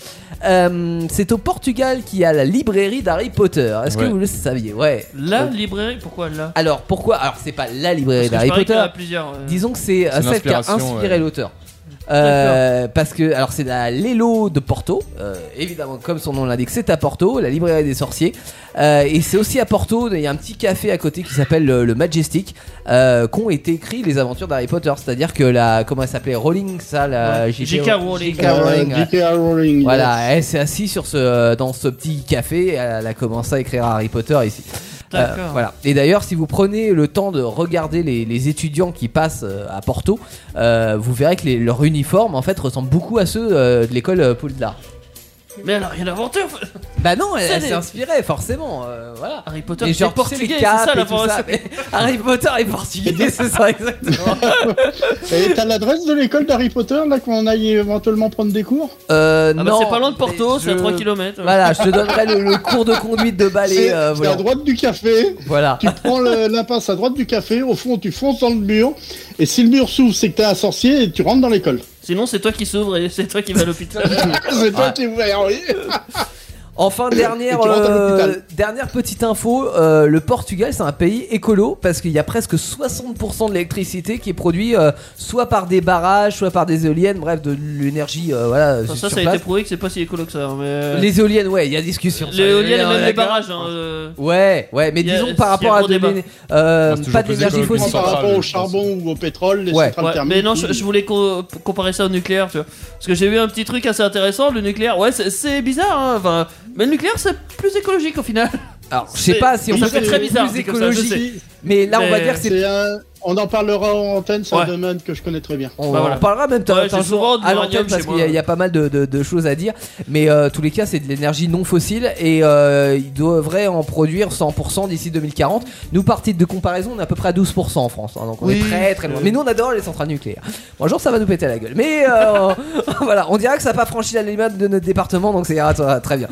[SPEAKER 2] Euh, c'est au Portugal qu'il y a la librairie d'Harry Potter. Est-ce que
[SPEAKER 4] Ouais.
[SPEAKER 2] vous le saviez Ouais.
[SPEAKER 3] La
[SPEAKER 2] Euh,
[SPEAKER 3] librairie, pourquoi là
[SPEAKER 2] alors, pourquoi Alors, c'est pas la
[SPEAKER 3] Parce
[SPEAKER 2] librairie
[SPEAKER 3] que je
[SPEAKER 2] d'Harry
[SPEAKER 3] parie qu'il y en
[SPEAKER 2] Potter,
[SPEAKER 3] a plusieurs. euh.
[SPEAKER 2] disons que c'est euh,
[SPEAKER 4] C'est
[SPEAKER 2] celle qui a
[SPEAKER 4] l'inspiration,
[SPEAKER 2] inspiré
[SPEAKER 4] ouais.
[SPEAKER 2] l'auteur. Euh, parce que alors c'est à Lelo de Porto, euh, évidemment comme son nom l'indique, c'est à Porto, la librairie des sorciers, Euh, et c'est aussi à Porto, il y a un petit café à côté qui s'appelle le, le Majestic, euh, qu'ont été écrits les aventures d'Harry Potter, c'est-à-dire que la comment elle s'appelait Rowling, ça, la
[SPEAKER 3] Ouais. J.K. Rowling.
[SPEAKER 2] J.K. Rowling,
[SPEAKER 5] Euh,
[SPEAKER 2] ouais.
[SPEAKER 5] J.K. Rowling,
[SPEAKER 2] Voilà, elle s'est assise sur ce, euh, dans ce petit café, elle a commencé à écrire Harry Potter ici.
[SPEAKER 3] D'accord.
[SPEAKER 2] Euh, voilà. Et d'ailleurs, si vous prenez le temps de regarder les, les étudiants qui passent euh, à Porto, euh, vous verrez que les- leur uniforme en fait ressemble beaucoup à ceux euh, de l'école euh, Poudlard.
[SPEAKER 3] Mais alors, il y a l'aventure
[SPEAKER 2] Bah non, elle,
[SPEAKER 3] Ça,
[SPEAKER 2] elle
[SPEAKER 3] les-
[SPEAKER 2] s'est inspirée forcément, euh, voilà.
[SPEAKER 3] Harry Potter,
[SPEAKER 2] Mais
[SPEAKER 3] c'est
[SPEAKER 2] genre, tu sais, les
[SPEAKER 3] portugais, c'est
[SPEAKER 2] capes
[SPEAKER 3] ça
[SPEAKER 2] et
[SPEAKER 3] la
[SPEAKER 2] tout ça,
[SPEAKER 3] formation.
[SPEAKER 2] mais Harry Potter est portugais, c'est ça exactement.
[SPEAKER 5] yes. Et t'as l'adresse de l'école d'Harry Potter, là, qu'on aille éventuellement prendre des cours
[SPEAKER 2] Euh,
[SPEAKER 3] Ah bah,
[SPEAKER 2] non,
[SPEAKER 3] c'est pas loin de Porto,
[SPEAKER 2] mais
[SPEAKER 3] c'est à
[SPEAKER 2] je-
[SPEAKER 3] 3 km.
[SPEAKER 2] Voilà, je te donnerai le, le cours de conduite de balai.
[SPEAKER 5] C'est
[SPEAKER 2] euh,
[SPEAKER 5] c'est à
[SPEAKER 2] voilà.
[SPEAKER 5] droite du café,
[SPEAKER 2] voilà.
[SPEAKER 5] tu prends le- l'impasse à droite du café, au fond, tu fonces dans le mur, et si le mur s'ouvre, c'est que t'es un sorcier et tu rentres dans l'école.
[SPEAKER 3] Sinon, c'est toi qui s'ouvre et c'est toi qui vas à l'hôpital.
[SPEAKER 5] c'est toi qui es ouvert, oui.
[SPEAKER 2] Enfin, dernière,
[SPEAKER 5] Et tu rentres à
[SPEAKER 2] euh,
[SPEAKER 5] l'hôpital.
[SPEAKER 2] dernière petite info, euh, le Portugal c'est un pays écolo parce qu'il y a presque 60% de l'électricité qui est produite euh, soit par des barrages, soit par des éoliennes, bref de l'énergie euh, voilà.
[SPEAKER 3] Enfin,
[SPEAKER 2] sur
[SPEAKER 3] ça, ça a
[SPEAKER 2] place.
[SPEAKER 3] été prouvé que c'est pas si écolo que ça. hein, Mais... euh,
[SPEAKER 2] Les éoliennes, ouais, il y a discussion.
[SPEAKER 3] les
[SPEAKER 2] ça,
[SPEAKER 3] éoliennes et
[SPEAKER 2] on est
[SPEAKER 3] même les
[SPEAKER 2] d'accord.
[SPEAKER 3] barrages. hein, euh,
[SPEAKER 2] Ouais, ouais, mais
[SPEAKER 3] Il y a-
[SPEAKER 2] disons que par
[SPEAKER 3] il y a
[SPEAKER 2] rapport à
[SPEAKER 3] gros
[SPEAKER 2] de
[SPEAKER 3] débat.
[SPEAKER 2] l'éne- euh,
[SPEAKER 5] Ah,
[SPEAKER 4] Ça, Ah, c'est toujours
[SPEAKER 2] pas
[SPEAKER 4] plus
[SPEAKER 2] d'énergie
[SPEAKER 4] écolo que
[SPEAKER 2] fossile.
[SPEAKER 4] les
[SPEAKER 5] par
[SPEAKER 4] centrales,
[SPEAKER 5] rapport au
[SPEAKER 4] je pense.
[SPEAKER 5] charbon ou au pétrole, les
[SPEAKER 2] Ouais.
[SPEAKER 5] centrales
[SPEAKER 3] ouais,
[SPEAKER 5] thermiques.
[SPEAKER 3] mais non, je, je voulais co- comparer ça au nucléaire, tu vois. Parce que j'ai vu un petit truc assez intéressant. Le nucléaire, ouais, c'est- c'est bizarre. hein, enfin, mais le nucléaire, c'est plus écologique au final.
[SPEAKER 2] Alors, je sais
[SPEAKER 3] C'est-
[SPEAKER 2] pas si on
[SPEAKER 5] ça
[SPEAKER 2] peut
[SPEAKER 5] fait très
[SPEAKER 2] plus
[SPEAKER 3] bizarre, dit comme ça, je
[SPEAKER 2] écologique,
[SPEAKER 3] sais.
[SPEAKER 2] mais là on va
[SPEAKER 3] Mais-
[SPEAKER 2] dire que c'est
[SPEAKER 5] C'est un- On en parlera en antenne, c'est
[SPEAKER 3] Ouais.
[SPEAKER 5] un domaine que je connais très bien.
[SPEAKER 2] On
[SPEAKER 3] Bah voilà.
[SPEAKER 2] en parlera même temps
[SPEAKER 3] Ouais, j'ai souvent de
[SPEAKER 2] à
[SPEAKER 3] l'uranium
[SPEAKER 2] l'antenne
[SPEAKER 3] chez
[SPEAKER 2] parce
[SPEAKER 3] moi.
[SPEAKER 2] qu'il y, a- il y a pas mal de, de- de choses à dire. Mais euh, tous les cas, c'est de l'énergie non fossile et euh, il devrait en produire 100% d'ici 2040. Nous, par titre de comparaison, on est à peu près à 12% en France. hein, donc on est
[SPEAKER 3] Oui,
[SPEAKER 2] très très loin.
[SPEAKER 3] euh.
[SPEAKER 2] Mais nous, on adore les centrales nucléaires. Bon, un jour, ça va nous péter la gueule. Mais euh, voilà, on dirait que ça n'a pas franchi la limite de notre département, donc ça ira ça va très bien.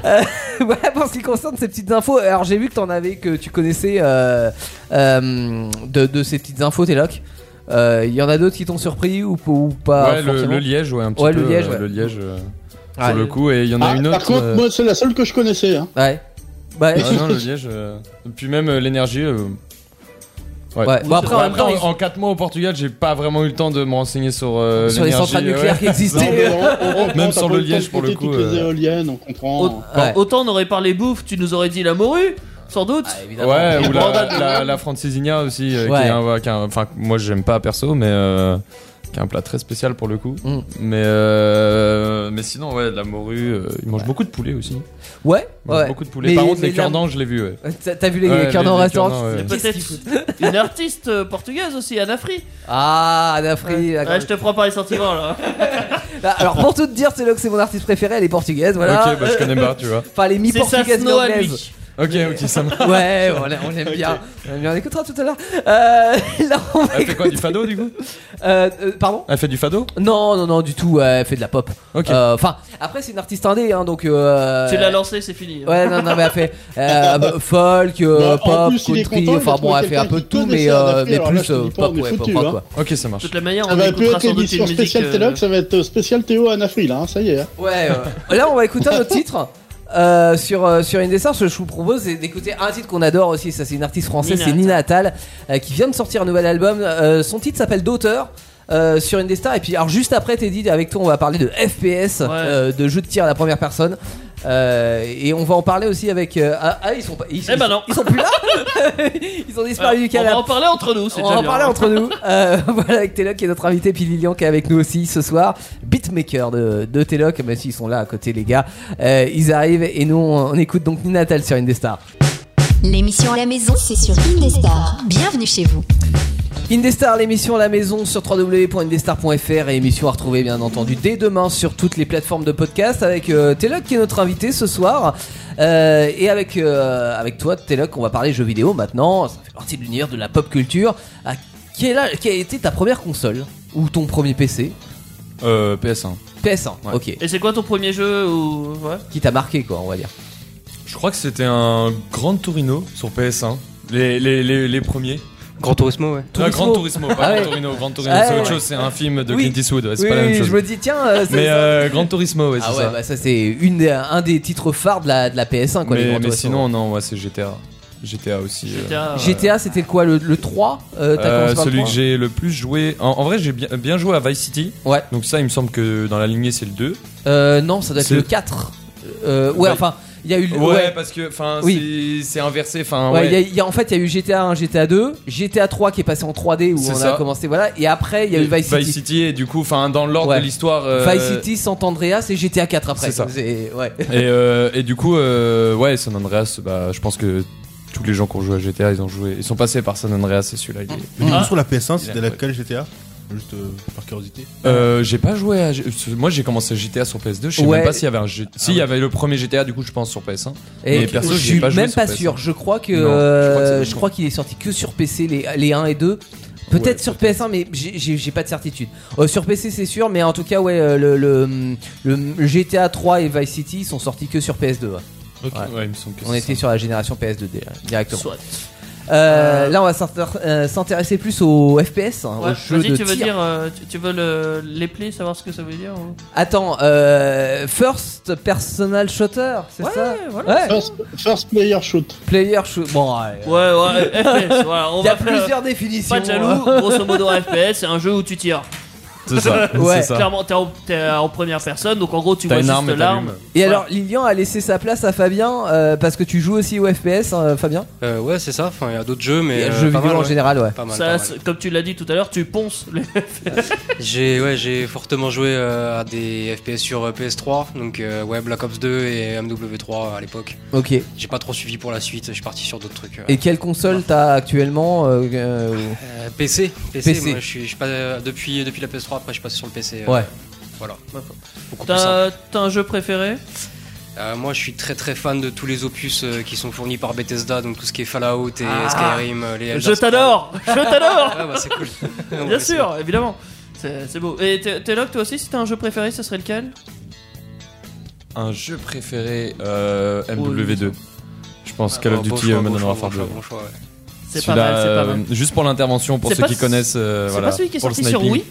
[SPEAKER 2] Euh, voilà pour ce qui concerne ces petites infos. Alors j'ai vu que t'en avais, que tu connaissais euh, euh, de, de ces petites infos, Téloc. Euh, Il y en a d'autres qui t'ont surpris ou, ou pas
[SPEAKER 4] ouais, le,
[SPEAKER 2] forcément
[SPEAKER 4] le Liège, ouais, un petit
[SPEAKER 2] Ouais,
[SPEAKER 4] peu.
[SPEAKER 2] le Liège,
[SPEAKER 4] euh,
[SPEAKER 2] ouais.
[SPEAKER 4] le Liège euh,
[SPEAKER 2] Ouais.
[SPEAKER 4] pour le coup, et il y en a
[SPEAKER 5] Ah,
[SPEAKER 4] une autre.
[SPEAKER 5] par contre,
[SPEAKER 4] euh,
[SPEAKER 5] moi, c'est la seule que je connaissais. Hein.
[SPEAKER 2] Ouais. Ouais.
[SPEAKER 4] ah non, le Liège. euh, Puis même euh, l'énergie. euh, Ouais.
[SPEAKER 2] Ouais. Bon après en
[SPEAKER 4] Ouais,
[SPEAKER 2] même temps,
[SPEAKER 4] en, 4 mois au Portugal, j'ai pas vraiment eu le temps de me renseigner sur, euh,
[SPEAKER 2] ils- sur les
[SPEAKER 4] l'énergie,
[SPEAKER 2] centrales
[SPEAKER 4] ouais.
[SPEAKER 2] nucléaires qui
[SPEAKER 5] Non, mais
[SPEAKER 2] existaient.
[SPEAKER 5] on- on reprend,
[SPEAKER 4] Même
[SPEAKER 5] t'as
[SPEAKER 4] sur
[SPEAKER 5] pas
[SPEAKER 4] le
[SPEAKER 5] temps
[SPEAKER 4] Liège,
[SPEAKER 5] de
[SPEAKER 4] pour le
[SPEAKER 5] compter
[SPEAKER 4] coup,
[SPEAKER 5] Toutes les
[SPEAKER 4] euh,
[SPEAKER 5] éoliennes, on comprend.
[SPEAKER 3] Au-
[SPEAKER 2] Ouais.
[SPEAKER 3] Autant on aurait parlé bouffe, tu nous aurais dit la morue, sans doute.
[SPEAKER 2] Ah, évidemment.
[SPEAKER 4] Ouais,
[SPEAKER 3] Et
[SPEAKER 4] ou
[SPEAKER 3] Brandon,
[SPEAKER 4] la, la, la Francésinia aussi, euh,
[SPEAKER 2] Ouais.
[SPEAKER 4] qui est un- qui est un- Enfin, que moi j'aime pas perso, mais. euh, qui est un plat très spécial pour le coup.
[SPEAKER 2] Mm.
[SPEAKER 4] Mais, euh, mais sinon, ouais, de la morue, euh, ils mangent beaucoup de poulet aussi.
[SPEAKER 2] Ouais,
[SPEAKER 4] Ils mangent
[SPEAKER 2] ouais.
[SPEAKER 4] beaucoup de poulet.
[SPEAKER 2] Mais-
[SPEAKER 4] Par contre,
[SPEAKER 2] mais
[SPEAKER 4] les
[SPEAKER 2] la-
[SPEAKER 4] cœurs d'ange, je l'ai vu, ouais.
[SPEAKER 2] Euh, T'as t'as vu les
[SPEAKER 4] Ouais,
[SPEAKER 2] cœurs
[SPEAKER 4] les-
[SPEAKER 2] dans le
[SPEAKER 4] les
[SPEAKER 2] restaurant
[SPEAKER 4] cœurs dans,
[SPEAKER 2] tu te dis,
[SPEAKER 4] ouais.
[SPEAKER 2] qu'est-ce qu'ils
[SPEAKER 3] Peut-être.
[SPEAKER 2] foutent
[SPEAKER 3] Une artiste euh, portugaise aussi, Anna Free.
[SPEAKER 2] Ah, Anna Free, d'accord.
[SPEAKER 3] Ouais, je te prends par les sentiments là.
[SPEAKER 2] Bah, Alors, pour tout te dire, c'est là que c'est mon artiste préféré, elle est portugaise, voilà.
[SPEAKER 4] Ok, bah je connais pas, tu vois.
[SPEAKER 2] Enfin, elle est
[SPEAKER 3] C'est sa
[SPEAKER 2] mi-portugaise
[SPEAKER 3] snow à lui.
[SPEAKER 2] mi-anglaise.
[SPEAKER 4] Ok, ok, ça marche.
[SPEAKER 2] Ouais, voilà, on l'aime bien. On l'aime bien, on écoutera tout à l'heure. Euh, là, on va
[SPEAKER 4] Elle fait quoi du
[SPEAKER 2] écouter-
[SPEAKER 4] fado du coup
[SPEAKER 2] Euh, euh, Pardon
[SPEAKER 4] Elle fait du fado
[SPEAKER 2] Non, non, non, du tout, euh, elle fait de la pop.
[SPEAKER 4] Ok.
[SPEAKER 2] Euh, Enfin, après, c'est une artiste indé, hein, donc. euh,
[SPEAKER 3] Tu l'as lancé, c'est fini. hein.
[SPEAKER 2] Ouais, non, non, mais elle fait euh, bah, folk, euh,
[SPEAKER 5] Bah, en
[SPEAKER 2] pop,
[SPEAKER 5] plus, il est content,
[SPEAKER 2] country,
[SPEAKER 5] il a
[SPEAKER 2] enfin bon,
[SPEAKER 5] trouvé
[SPEAKER 2] elle fait un peu de
[SPEAKER 5] quelqu'un
[SPEAKER 2] tout,
[SPEAKER 5] qui
[SPEAKER 2] mais,
[SPEAKER 5] connaissait Anna
[SPEAKER 2] euh,
[SPEAKER 5] Free,
[SPEAKER 2] mais
[SPEAKER 5] alors là,
[SPEAKER 2] plus
[SPEAKER 5] je te dis
[SPEAKER 2] euh,
[SPEAKER 5] pas,
[SPEAKER 2] pop,
[SPEAKER 5] on est
[SPEAKER 2] ouais,
[SPEAKER 5] foutu,
[SPEAKER 2] pop,
[SPEAKER 5] hein.
[SPEAKER 2] quoi.
[SPEAKER 4] Ok, ça
[SPEAKER 3] De
[SPEAKER 4] marche.
[SPEAKER 3] toute manière,
[SPEAKER 5] Ça
[SPEAKER 3] on
[SPEAKER 5] va
[SPEAKER 3] écoutera
[SPEAKER 5] être
[SPEAKER 3] sans doute une
[SPEAKER 5] l'édition
[SPEAKER 3] musique.
[SPEAKER 5] spéciale
[SPEAKER 3] euh,
[SPEAKER 5] Téloc, ça va être euh, spécial Théo Anafri là, hein, ça y est. hein.
[SPEAKER 2] Ouais, euh, là on va écouter un autre titre. Euh, sur euh, sur Indestar, ce que je vous propose c'est d'écouter un titre qu'on adore aussi. Ça, c'est une artiste française,
[SPEAKER 3] Nina
[SPEAKER 2] c'est Nina Attal euh, qui vient de sortir un nouvel album. Euh, son titre s'appelle D'auteur. euh, sur Indestar et puis alors juste après Teddy avec toi on va parler de FPS euh, de jeu de tir à la première personne Euh, et on va en parler aussi avec euh, ah, ah, ils sont pas ils,
[SPEAKER 3] Eh
[SPEAKER 2] ils
[SPEAKER 3] ben
[SPEAKER 2] sont-
[SPEAKER 3] non.
[SPEAKER 2] ils sont plus là ils ont disparu du
[SPEAKER 3] alors, on
[SPEAKER 2] canapé
[SPEAKER 3] va en parler entre nous, c'est
[SPEAKER 2] on
[SPEAKER 3] déjà
[SPEAKER 2] va en
[SPEAKER 3] bien.
[SPEAKER 2] parler entre nous. Euh, voilà, avec Teloc qui est notre invité, puis Lilian qui est avec nous aussi ce soir. Beatmaker de, de Teloc, même s'ils sont là à côté, les gars. Euh, ils arrivent et nous, on, on écoute donc Nina Tal sur Indestar.
[SPEAKER 1] L'émission à la maison, c'est sur Indestar. Bienvenue chez vous.
[SPEAKER 2] Indestar, l'émission à la maison sur www.indestar.fr et émission à retrouver bien entendu dès demain sur toutes les plateformes de podcast avec euh, Teloc qui est notre invité ce soir Euh, et avec euh, avec toi Teloc on va parler jeux vidéo maintenant ça fait partie de l'univers de la pop culture Ah, à quel âge- quelle a été ta première console ou ton premier PC
[SPEAKER 4] Euh, PS1.
[SPEAKER 2] PS1
[SPEAKER 4] Ouais.
[SPEAKER 2] ok
[SPEAKER 3] Et c'est quoi ton premier jeu ou... ouais.
[SPEAKER 2] qui t'a marqué quoi on va dire
[SPEAKER 4] Je crois que c'était un Grand Torino sur PS1. Les, les, les, les premiers.
[SPEAKER 8] Grand Turismo, ouais.
[SPEAKER 4] Un
[SPEAKER 2] Turismo.
[SPEAKER 4] Grand Turismo, pas
[SPEAKER 2] Ah ouais.
[SPEAKER 4] Grand Torino. Grand Torino,
[SPEAKER 2] Ah
[SPEAKER 4] c'est
[SPEAKER 2] ouais.
[SPEAKER 4] autre chose, c'est un film de
[SPEAKER 2] Oui.
[SPEAKER 4] Clint Eastwood, ouais, c'est
[SPEAKER 2] oui,
[SPEAKER 4] pas la même
[SPEAKER 2] oui,
[SPEAKER 4] chose.
[SPEAKER 2] je me dis tiens euh, c'est
[SPEAKER 4] Mais
[SPEAKER 2] ça.
[SPEAKER 4] euh, Grand Turismo, ouais, c'est
[SPEAKER 2] ah ouais
[SPEAKER 4] ça.
[SPEAKER 2] bah ça c'est une des- un des titres phares de la de la PS1 quoi les
[SPEAKER 4] mais
[SPEAKER 2] grands
[SPEAKER 4] mais
[SPEAKER 2] tours.
[SPEAKER 4] sinon, non, ouais, c'est GTA. GTA aussi. euh.
[SPEAKER 3] GTA, ouais.
[SPEAKER 2] GTA c'était quoi le, le 3 euh, t'as
[SPEAKER 4] Euh,
[SPEAKER 2] commencé par le
[SPEAKER 4] celui que
[SPEAKER 2] 3?
[SPEAKER 4] j'ai le plus joué. En, en vrai, j'ai bien, bien joué à Vice City.
[SPEAKER 2] Ouais.
[SPEAKER 4] Donc, ça, il me semble que dans la lignée, c'est le 2.
[SPEAKER 2] Euh, non, ça doit être
[SPEAKER 4] C'est-
[SPEAKER 2] le 4. Euh, ouais,
[SPEAKER 4] Ouais.
[SPEAKER 2] enfin, il y a eu le.
[SPEAKER 4] Ouais,
[SPEAKER 2] Ouais.
[SPEAKER 4] parce que enfin,
[SPEAKER 2] Oui.
[SPEAKER 4] c'est c'est inversé. Enfin,
[SPEAKER 2] Ouais,
[SPEAKER 4] ouais.
[SPEAKER 2] il y a- il y a- en fait, il y a eu GTA 1, GTA 2, GTA 3 qui est passé en 3D où
[SPEAKER 4] C'est
[SPEAKER 2] on
[SPEAKER 4] ça.
[SPEAKER 2] a commencé, voilà, et après il y a eu Vice City. Vice City,
[SPEAKER 4] et du coup, enfin, dans l'ordre
[SPEAKER 2] Ouais.
[SPEAKER 4] de l'histoire. euh,
[SPEAKER 2] San Andreas et GTA 4 après.
[SPEAKER 4] C'est ça.
[SPEAKER 2] Ouais.
[SPEAKER 4] Et, euh, et du coup, euh, ouais, San Andreas, bah, je pense que tous les gens qui ont joué à GTA, ils ont joué, ils sont passés par San Andreas et celui-là. il est-
[SPEAKER 7] Mais du
[SPEAKER 3] Ah.
[SPEAKER 7] coup, sur la PS1,
[SPEAKER 4] Il
[SPEAKER 7] c'était
[SPEAKER 4] a-
[SPEAKER 7] laquelle GTA Juste euh, par curiosité.
[SPEAKER 4] Euh, j'ai pas joué. à G- Moi, j'ai commencé GTA sur PS2. Je sais
[SPEAKER 2] Ouais.
[SPEAKER 4] même pas s'il y avait un. G- Si, il y
[SPEAKER 7] ouais.
[SPEAKER 4] avait le premier GTA, du coup, je pense sur PS1.
[SPEAKER 2] Et
[SPEAKER 4] Mais perso,
[SPEAKER 2] je
[SPEAKER 4] j'y ai
[SPEAKER 2] suis
[SPEAKER 4] pas joué
[SPEAKER 2] même
[SPEAKER 4] sur
[SPEAKER 2] pas
[SPEAKER 4] PS1.
[SPEAKER 2] sûr. Je crois que
[SPEAKER 4] Non, je crois que
[SPEAKER 2] euh,
[SPEAKER 4] c'est
[SPEAKER 2] je crois qu'il est sorti que sur PC les, les 1 et 2.
[SPEAKER 4] Ouais,
[SPEAKER 2] Peut-être sur PS1, mais j'ai- j'ai j'ai pas de certitude. Euh, sur PC, c'est sûr, mais en tout cas, ouais, euh, le, le, le GTA 3 et Vice City sont sortis que sur PS2. ouais. Ouais.
[SPEAKER 4] Ouais, il me semble que
[SPEAKER 2] On
[SPEAKER 4] c'est
[SPEAKER 2] était
[SPEAKER 4] ça.
[SPEAKER 2] sur la génération PS2 dé- directement.
[SPEAKER 3] Soit.
[SPEAKER 2] Euh,
[SPEAKER 3] Euh,
[SPEAKER 2] là, on va s'intér- euh, s'intéresser plus aux FPS, hein, aux
[SPEAKER 3] Ouais,
[SPEAKER 2] jeux
[SPEAKER 3] Vas-y,
[SPEAKER 2] de
[SPEAKER 3] tu veux
[SPEAKER 2] tir.
[SPEAKER 3] dire, euh, tu, tu veux le, les plaies, savoir ce que ça veut dire ou-
[SPEAKER 2] Attends, euh, first personal shooter, c'est ça
[SPEAKER 3] Ouais, voilà.
[SPEAKER 2] Ouais.
[SPEAKER 5] First, first player shoot.
[SPEAKER 2] Player shoot. Bon, ouais.
[SPEAKER 3] Ouais, ouais, FPS, voilà, on
[SPEAKER 2] Il y a
[SPEAKER 3] va faire- euh,
[SPEAKER 2] plusieurs définitions.
[SPEAKER 3] Pas de jaloux, grosso modo, un FPS, c'est un jeu où tu tires.
[SPEAKER 4] C'est ça.
[SPEAKER 2] Ouais.
[SPEAKER 4] c'est ça.
[SPEAKER 3] Clairement, t'es en, t'es en première personne, donc en gros, tu vois
[SPEAKER 4] T'as une
[SPEAKER 3] juste
[SPEAKER 4] arme et
[SPEAKER 3] l'arme.
[SPEAKER 4] t'allumes.
[SPEAKER 2] Et alors, Lilian a laissé sa place à Fabien euh, parce que tu joues aussi au FPS, hein, Fabien.
[SPEAKER 8] Euh, ouais, c'est ça. Enfin, il y a d'autres jeux, mais.
[SPEAKER 2] Et
[SPEAKER 8] euh,
[SPEAKER 2] jeux
[SPEAKER 8] pas
[SPEAKER 2] vidéo
[SPEAKER 8] mal,
[SPEAKER 2] en
[SPEAKER 8] ouais.
[SPEAKER 2] général, ouais.
[SPEAKER 8] Pas mal,
[SPEAKER 3] Ça,
[SPEAKER 8] pas mal.
[SPEAKER 3] c'est- comme tu l'as dit tout à l'heure, tu ponces. les-
[SPEAKER 8] J'ai ouais, j'ai fortement joué euh, à des FPS sur euh, PS3, donc euh, ouais, Black Ops 2 et MW3 euh, à l'époque.
[SPEAKER 2] Ok. Et
[SPEAKER 8] J'ai pas trop suivi pour la suite, je suis parti sur d'autres trucs. euh.
[SPEAKER 2] quelle console t'as actuellement euh, euh,
[SPEAKER 8] Euh, PC, PC,
[SPEAKER 2] PC.
[SPEAKER 8] moi, je suis, je suis pas, euh, depuis, depuis la PS3, après je suis passé sur le PC. euh,
[SPEAKER 2] Ouais.
[SPEAKER 8] Voilà. Beaucoup plus simple.
[SPEAKER 3] T'as t'as un jeu préféré
[SPEAKER 8] Euh, moi je suis très très fan de tous les opus euh, qui sont fournis par Bethesda, donc tout ce qui est Fallout et
[SPEAKER 3] Ah.
[SPEAKER 8] Skyrim, euh, les Elder
[SPEAKER 3] Je
[SPEAKER 8] Scrolls.
[SPEAKER 3] t'adore Je t'adore
[SPEAKER 8] Ouais, bah c'est cool. Ouais,
[SPEAKER 3] Bien
[SPEAKER 8] ouais,
[SPEAKER 3] sûr, évidemment. C'est c'est beau. Et Té- Téloc, toi aussi, si t'as un jeu préféré, ça serait lequel
[SPEAKER 4] Un jeu préféré euh,
[SPEAKER 3] Ouais,
[SPEAKER 4] MW2. Je pense
[SPEAKER 8] c'est-
[SPEAKER 4] Call of
[SPEAKER 8] Ah, bon, bon
[SPEAKER 4] Duty
[SPEAKER 8] choix,
[SPEAKER 4] euh,
[SPEAKER 8] bon
[SPEAKER 4] Modern
[SPEAKER 8] choix,
[SPEAKER 4] Warfare
[SPEAKER 8] bon
[SPEAKER 4] 2.
[SPEAKER 8] choix, bon choix, ouais.
[SPEAKER 3] C'est pas
[SPEAKER 4] Celui-là,
[SPEAKER 3] mal, c'est pas mal.
[SPEAKER 4] euh, Juste pour l'intervention, pour
[SPEAKER 3] C'est
[SPEAKER 4] ceux
[SPEAKER 3] pas
[SPEAKER 4] qui
[SPEAKER 3] ce-
[SPEAKER 4] connaissent. euh,
[SPEAKER 3] C'est
[SPEAKER 4] voilà,
[SPEAKER 3] pas celui qui est
[SPEAKER 4] pour le
[SPEAKER 3] sorti sur
[SPEAKER 4] sniping.
[SPEAKER 3] Wii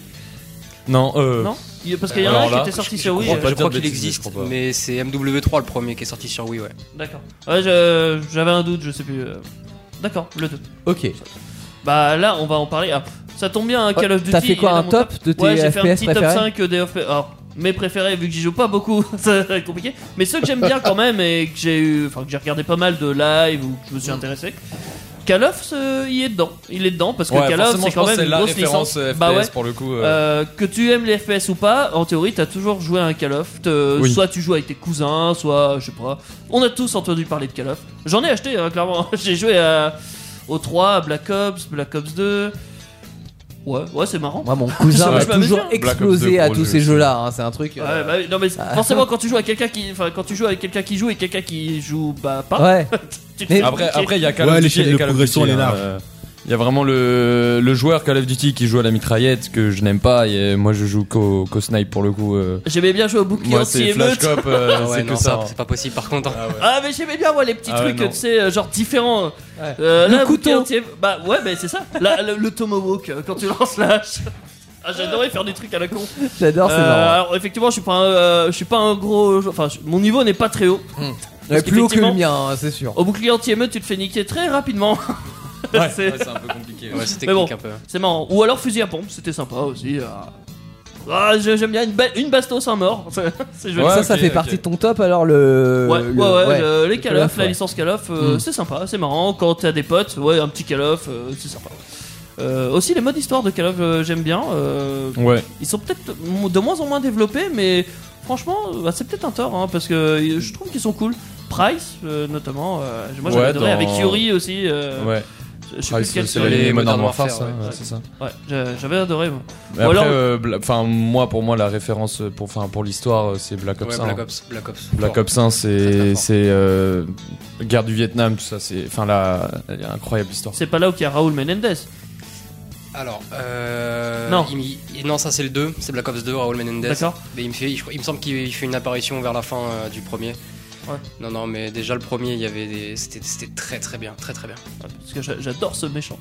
[SPEAKER 4] Non, euh,
[SPEAKER 3] Non Il- Parce qu'il y en a
[SPEAKER 4] Alors
[SPEAKER 3] un qui
[SPEAKER 4] là,
[SPEAKER 3] était sorti sur Wii.
[SPEAKER 8] je,
[SPEAKER 4] crois
[SPEAKER 3] euh,
[SPEAKER 4] pas
[SPEAKER 8] je
[SPEAKER 4] dire
[SPEAKER 8] crois
[SPEAKER 4] de
[SPEAKER 8] qu'il
[SPEAKER 4] bêtises, je
[SPEAKER 8] existe,
[SPEAKER 4] crois pas.
[SPEAKER 8] mais c'est MW3 le premier qui est sorti sur Wii, ouais.
[SPEAKER 3] D'accord. Ouais, je- j'avais un doute, je sais plus. euh. D'accord, le 2.
[SPEAKER 2] Ok.
[SPEAKER 3] Bah là, on va en parler. Ah, ça tombe bien,
[SPEAKER 4] Oh,
[SPEAKER 3] hein, Call of Duty.
[SPEAKER 2] T'as fait quoi
[SPEAKER 3] est dans
[SPEAKER 2] un
[SPEAKER 3] mon
[SPEAKER 2] top de tes
[SPEAKER 3] Ouais, j'ai
[SPEAKER 2] FPS
[SPEAKER 3] fait un petit top
[SPEAKER 2] préférés
[SPEAKER 3] 5 des FPS. Alors, mes préférés, vu que j'y joue pas beaucoup, ça va être compliqué.
[SPEAKER 4] Mm.
[SPEAKER 3] Mais ceux que j'aime bien quand même et que j'ai eu. Enfin, que j'ai regardé pas mal de live ou que je me suis intéressé. Call-off ce- y est dedans. Il est dedans parce que
[SPEAKER 4] Ouais,
[SPEAKER 3] Call-off
[SPEAKER 4] forcément,
[SPEAKER 3] c'est
[SPEAKER 4] je
[SPEAKER 3] quand
[SPEAKER 4] pense
[SPEAKER 3] même
[SPEAKER 4] que c'est
[SPEAKER 3] une
[SPEAKER 4] la
[SPEAKER 3] grosse
[SPEAKER 4] référence
[SPEAKER 3] licence.
[SPEAKER 4] FPS
[SPEAKER 3] bah ouais.
[SPEAKER 4] pour le coup. euh.
[SPEAKER 3] Euh, que tu aimes les FPS ou pas, en théorie, t'as toujours joué à un Call of. Te-
[SPEAKER 4] Oui.
[SPEAKER 3] Soit tu joues avec tes cousins, soit je sais pas. On a tous entendu parler de Call of. J'en ai acheté, hein, clairement. J'ai joué à, au 3, à Black Ops, Black Ops 2. Ouais, ouais, c'est marrant.
[SPEAKER 2] Moi, mon cousin
[SPEAKER 4] Ça
[SPEAKER 2] m'a
[SPEAKER 4] va, je
[SPEAKER 3] m'amuse
[SPEAKER 2] toujours
[SPEAKER 3] bien.
[SPEAKER 4] Black Ops 2
[SPEAKER 2] explosé à
[SPEAKER 4] pour le jeu,
[SPEAKER 2] tous ces
[SPEAKER 4] c'est-
[SPEAKER 2] jeux-là. hein, C'est un truc. euh,
[SPEAKER 3] hein. Ouais, bah oui, non mais
[SPEAKER 4] Ah.
[SPEAKER 3] forcément quand tu joues à quelqu'un qui, enfin quand tu joues avec quelqu'un qui joue et quelqu'un qui joue bah pas.
[SPEAKER 2] Ouais.
[SPEAKER 3] tu te
[SPEAKER 2] Mais-
[SPEAKER 3] fais
[SPEAKER 4] Après,
[SPEAKER 3] niquer.
[SPEAKER 4] après, il y a Call
[SPEAKER 7] Ouais,
[SPEAKER 4] of Duty.
[SPEAKER 7] l'échelle
[SPEAKER 4] et
[SPEAKER 7] de
[SPEAKER 4] Call of
[SPEAKER 7] progression,
[SPEAKER 4] Duty,
[SPEAKER 7] elle est
[SPEAKER 4] hein,
[SPEAKER 7] large.
[SPEAKER 4] euh, Il y a vraiment le, le joueur Call of Duty qui joue à la mitraillette que je n'aime pas et euh, moi je joue qu'au qu'au snipe pour le coup. euh.
[SPEAKER 3] j'aimais bien jouer au bouclier
[SPEAKER 4] Moi c'est Flash
[SPEAKER 3] anti-émeute.
[SPEAKER 4] Cop, euh,
[SPEAKER 8] Ah ouais,
[SPEAKER 4] c'est
[SPEAKER 8] non,
[SPEAKER 4] que ça.
[SPEAKER 8] c'est pas possible par contre. hein.
[SPEAKER 3] Ah mais j'aimais bien moi les petits
[SPEAKER 4] Ah ouais,
[SPEAKER 3] trucs
[SPEAKER 4] non.
[SPEAKER 3] tu sais euh, genre différents.
[SPEAKER 2] Ouais.
[SPEAKER 3] Euh,
[SPEAKER 2] Le
[SPEAKER 3] là, bouclier
[SPEAKER 2] couteau.
[SPEAKER 3] anti- Bah ouais mais c'est ça. Là, le, le tomahawk euh, quand tu lances la hache. Ah, j'adorais faire des trucs à la con.
[SPEAKER 2] J'adore, c'est
[SPEAKER 3] Euh,
[SPEAKER 2] marrant.
[SPEAKER 3] alors effectivement je suis pas un, euh, je suis pas un gros enfin je- mon niveau n'est pas très haut.
[SPEAKER 2] Hmm. Ouais, Plus haut que le
[SPEAKER 3] qu'effectivement-
[SPEAKER 2] mien, hein, c'est sûr.
[SPEAKER 3] Au bouclier anti-émeute tu te fais niquer très rapidement. C'est-
[SPEAKER 4] Ouais, c'est un peu compliqué.
[SPEAKER 8] Ouais, c'est
[SPEAKER 3] Mais bon.
[SPEAKER 8] technique un peu.
[SPEAKER 3] C'est marrant. Ou alors fusil à pompe, c'était sympa aussi. euh. Ah, j'ai- j'aime bien une, ba- une bastos, un mort. C'est- C'est joli.
[SPEAKER 4] Ouais,
[SPEAKER 2] ça, ça
[SPEAKER 4] ok,
[SPEAKER 2] fait
[SPEAKER 4] ok.
[SPEAKER 2] partie de ton top alors le.
[SPEAKER 3] Ouais,
[SPEAKER 2] le-
[SPEAKER 3] ouais, ouais,
[SPEAKER 2] ouais.
[SPEAKER 3] euh, les Call
[SPEAKER 2] Call
[SPEAKER 3] of,
[SPEAKER 2] of,
[SPEAKER 3] la
[SPEAKER 2] ouais.
[SPEAKER 3] licence Call of, euh,
[SPEAKER 4] Hmm.
[SPEAKER 2] Mm.
[SPEAKER 3] c'est sympa, c'est marrant. Quand t'as des potes, ouais, un petit Call of, euh, c'est sympa. Euh, aussi, les modes histoire de Call of, euh, j'aime bien. euh,
[SPEAKER 4] Ouais.
[SPEAKER 3] ils sont peut-être mo- de moins en moins développés, mais franchement, bah, c'est peut-être un tort, hein, parce que euh, je trouve qu'ils sont cool. Price, euh, notamment, euh, moi j'avais
[SPEAKER 4] Ouais,
[SPEAKER 3] adoré
[SPEAKER 4] dans-
[SPEAKER 3] avec Yuri aussi. euh,
[SPEAKER 4] Ouais,
[SPEAKER 3] je- Je sais
[SPEAKER 4] Ah,
[SPEAKER 3] plus
[SPEAKER 4] c'est
[SPEAKER 3] lequel
[SPEAKER 4] c'est
[SPEAKER 3] sur les-
[SPEAKER 4] les Modern
[SPEAKER 8] Modern
[SPEAKER 4] Warfare,
[SPEAKER 8] Warfare,
[SPEAKER 4] ça,
[SPEAKER 8] ouais.
[SPEAKER 4] hein, ouais, c'est ça.
[SPEAKER 3] Ouais, j'a- j'avais adoré. moi.
[SPEAKER 4] Mais
[SPEAKER 3] Ou
[SPEAKER 4] après,
[SPEAKER 3] alors-
[SPEAKER 4] euh, Bla- enfin, moi, pour moi, la référence euh, pour, enfin, pour l'histoire, euh, c'est Black Ops
[SPEAKER 8] Ouais,
[SPEAKER 4] 1.
[SPEAKER 8] Black
[SPEAKER 4] hein.
[SPEAKER 8] Ops, Black Ops.
[SPEAKER 4] Black
[SPEAKER 8] fort.
[SPEAKER 4] Ops
[SPEAKER 8] Très,
[SPEAKER 4] 1,
[SPEAKER 8] très
[SPEAKER 4] c'est
[SPEAKER 8] fort.
[SPEAKER 4] c'est, euh, guerre du Vietnam, tout ça. C'est enfin la elle est incroyable histoire.
[SPEAKER 3] C'est pas là où il y a Raoul Menendez.
[SPEAKER 8] Alors, euh,
[SPEAKER 3] Non.
[SPEAKER 8] il m'y- il- non, ça c'est le 2, c'est Black Ops 2, Raoul Menendez.
[SPEAKER 3] D'accord.
[SPEAKER 8] Mais il me, fait, il, je crois- il me semble qu'il fait une apparition vers la fin euh, du premier.
[SPEAKER 3] Ouais.
[SPEAKER 8] Non, non, mais déjà le premier, il y avait des. C'était c'était très très bien, très très bien.
[SPEAKER 3] Parce que j'a- j'adore ce méchant.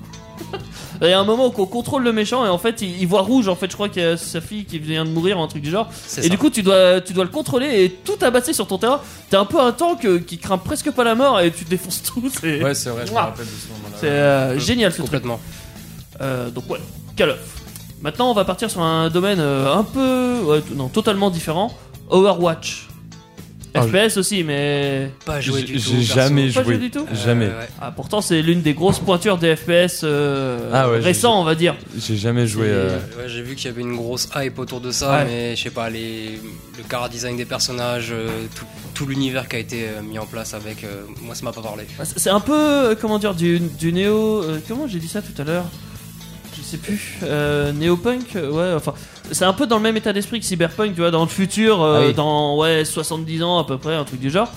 [SPEAKER 3] Il y a un moment où on contrôle le méchant et en fait il, il voit rouge. En fait, je crois qu'il y a sa fille qui vient de mourir, un truc du genre.
[SPEAKER 8] C'est
[SPEAKER 3] Et
[SPEAKER 8] ça.
[SPEAKER 3] du coup, tu dois, tu dois le contrôler et tout abattre sur ton terrain. T'es un peu un tank euh, qui craint presque pas la mort et tu défonces tout. C'est
[SPEAKER 4] Ouais, c'est vrai, je me
[SPEAKER 3] Ouah.
[SPEAKER 4] rappelle de ce moment-là.
[SPEAKER 3] c'est, euh, génial ce truc.
[SPEAKER 8] complètement.
[SPEAKER 3] Euh, donc, ouais, Call of. Maintenant, on va partir sur un domaine euh, un peu. ouais, t- non, totalement différent. Overwatch.
[SPEAKER 4] Ah, je-
[SPEAKER 3] FPS aussi, mais.
[SPEAKER 8] Pas joué du
[SPEAKER 4] J'ai
[SPEAKER 8] tout.
[SPEAKER 4] j'ai
[SPEAKER 8] perso.
[SPEAKER 4] jamais
[SPEAKER 3] Pas joué
[SPEAKER 4] joué.
[SPEAKER 3] du tout
[SPEAKER 8] Euh,
[SPEAKER 4] Jamais.
[SPEAKER 8] ouais.
[SPEAKER 3] Ah, pourtant, c'est l'une des grosses pointures des FPS euh,
[SPEAKER 4] Ah ouais, j'ai-
[SPEAKER 3] récents, on va dire.
[SPEAKER 4] J'ai jamais joué.
[SPEAKER 8] Et,
[SPEAKER 4] euh,
[SPEAKER 8] ouais, j'ai vu qu'il y avait une grosse hype autour de ça,
[SPEAKER 3] Ouais.
[SPEAKER 8] mais je sais pas, les, le cara design des personnages, euh, tout, tout l'univers qui a été euh, mis en place avec, euh, moi ça m'a pas parlé.
[SPEAKER 3] Bah, c'est- C'est un peu, euh, comment dire, du, du néo. euh, comment j'ai dit ça tout à l'heure Je sais plus. Euh, Néo-punk euh, Ouais, enfin. C'est un peu dans le même état d'esprit que Cyberpunk, tu vois, dans le futur, euh,
[SPEAKER 2] Ah oui.
[SPEAKER 3] dans ouais, 70 ans à peu près, un truc du genre.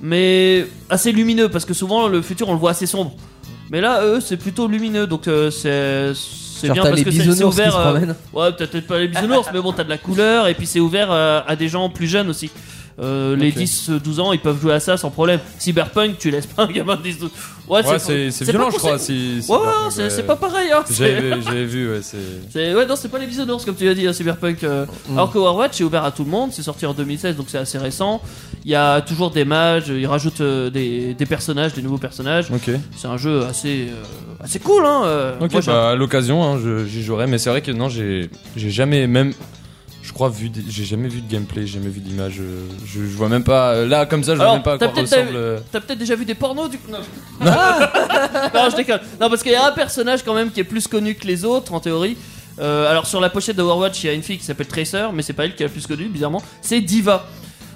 [SPEAKER 3] Mais assez lumineux, parce que souvent le futur on le voit assez sombre. Mais là, eux, c'est plutôt lumineux, donc euh, c'est. C'est
[SPEAKER 2] Genre,
[SPEAKER 3] bien
[SPEAKER 2] t'as
[SPEAKER 3] parce
[SPEAKER 2] les
[SPEAKER 3] que c'est c'est
[SPEAKER 2] bisounours qui se
[SPEAKER 3] ouvert. euh,
[SPEAKER 2] promènent.
[SPEAKER 3] ouais, peut-être peut-être pas les bisounours, mais bon, t'as de la couleur et puis c'est ouvert euh, à des gens plus jeunes aussi. Euh, Les
[SPEAKER 4] Ok.
[SPEAKER 3] 10-12 ans, ils peuvent jouer à ça sans problème. Cyberpunk, tu laisses pas un gamin de 10-12 Ouais,
[SPEAKER 4] Ouais,
[SPEAKER 3] c'est
[SPEAKER 4] c'est c'est
[SPEAKER 3] pas
[SPEAKER 4] violent, je
[SPEAKER 3] pour-
[SPEAKER 4] crois. si-
[SPEAKER 3] Ouais, ouais,
[SPEAKER 4] Cyberpunk,
[SPEAKER 3] c'est
[SPEAKER 4] ouais.
[SPEAKER 3] c'est pas pareil. Hein, c'est-
[SPEAKER 4] J'avais j'avais vu, ouais, c'est.
[SPEAKER 3] c'est- ouais, non, c'est pas les bisounours comme tu l'as dit, hein, Cyberpunk. euh.
[SPEAKER 4] Mm,
[SPEAKER 3] Alors que Overwatch est ouvert à tout le monde, c'est sorti en 2016 donc c'est assez récent. Il y a toujours des mages, ils rajoutent euh, des, des personnages, des nouveaux personnages.
[SPEAKER 4] Ok.
[SPEAKER 3] C'est un jeu assez, euh, assez cool. Hein, euh.
[SPEAKER 4] Ok,
[SPEAKER 3] Moi, j'ai-
[SPEAKER 4] bah à l'occasion, hein, je- j'y jouerai, mais c'est vrai que non, j'ai j'ai jamais même. Je crois vu, des- j'ai jamais vu de gameplay, j'ai jamais vu d'image. euh, Je, je vois même pas. euh, Là, comme ça, je vois
[SPEAKER 3] Alors,
[SPEAKER 4] même pas à
[SPEAKER 3] t'as
[SPEAKER 4] quoi
[SPEAKER 3] peut-être-
[SPEAKER 4] ressemble. euh,
[SPEAKER 3] T'as peut-être déjà vu des pornos du coup Non, Non, je déconne. Non, parce qu'il y a un personnage quand même qui est plus connu que les autres en théorie. Euh, alors sur la pochette d'Overwatch, il y a une fille qui s'appelle Tracer, mais c'est pas elle qui est la plus connue, bizarrement. C'est Diva.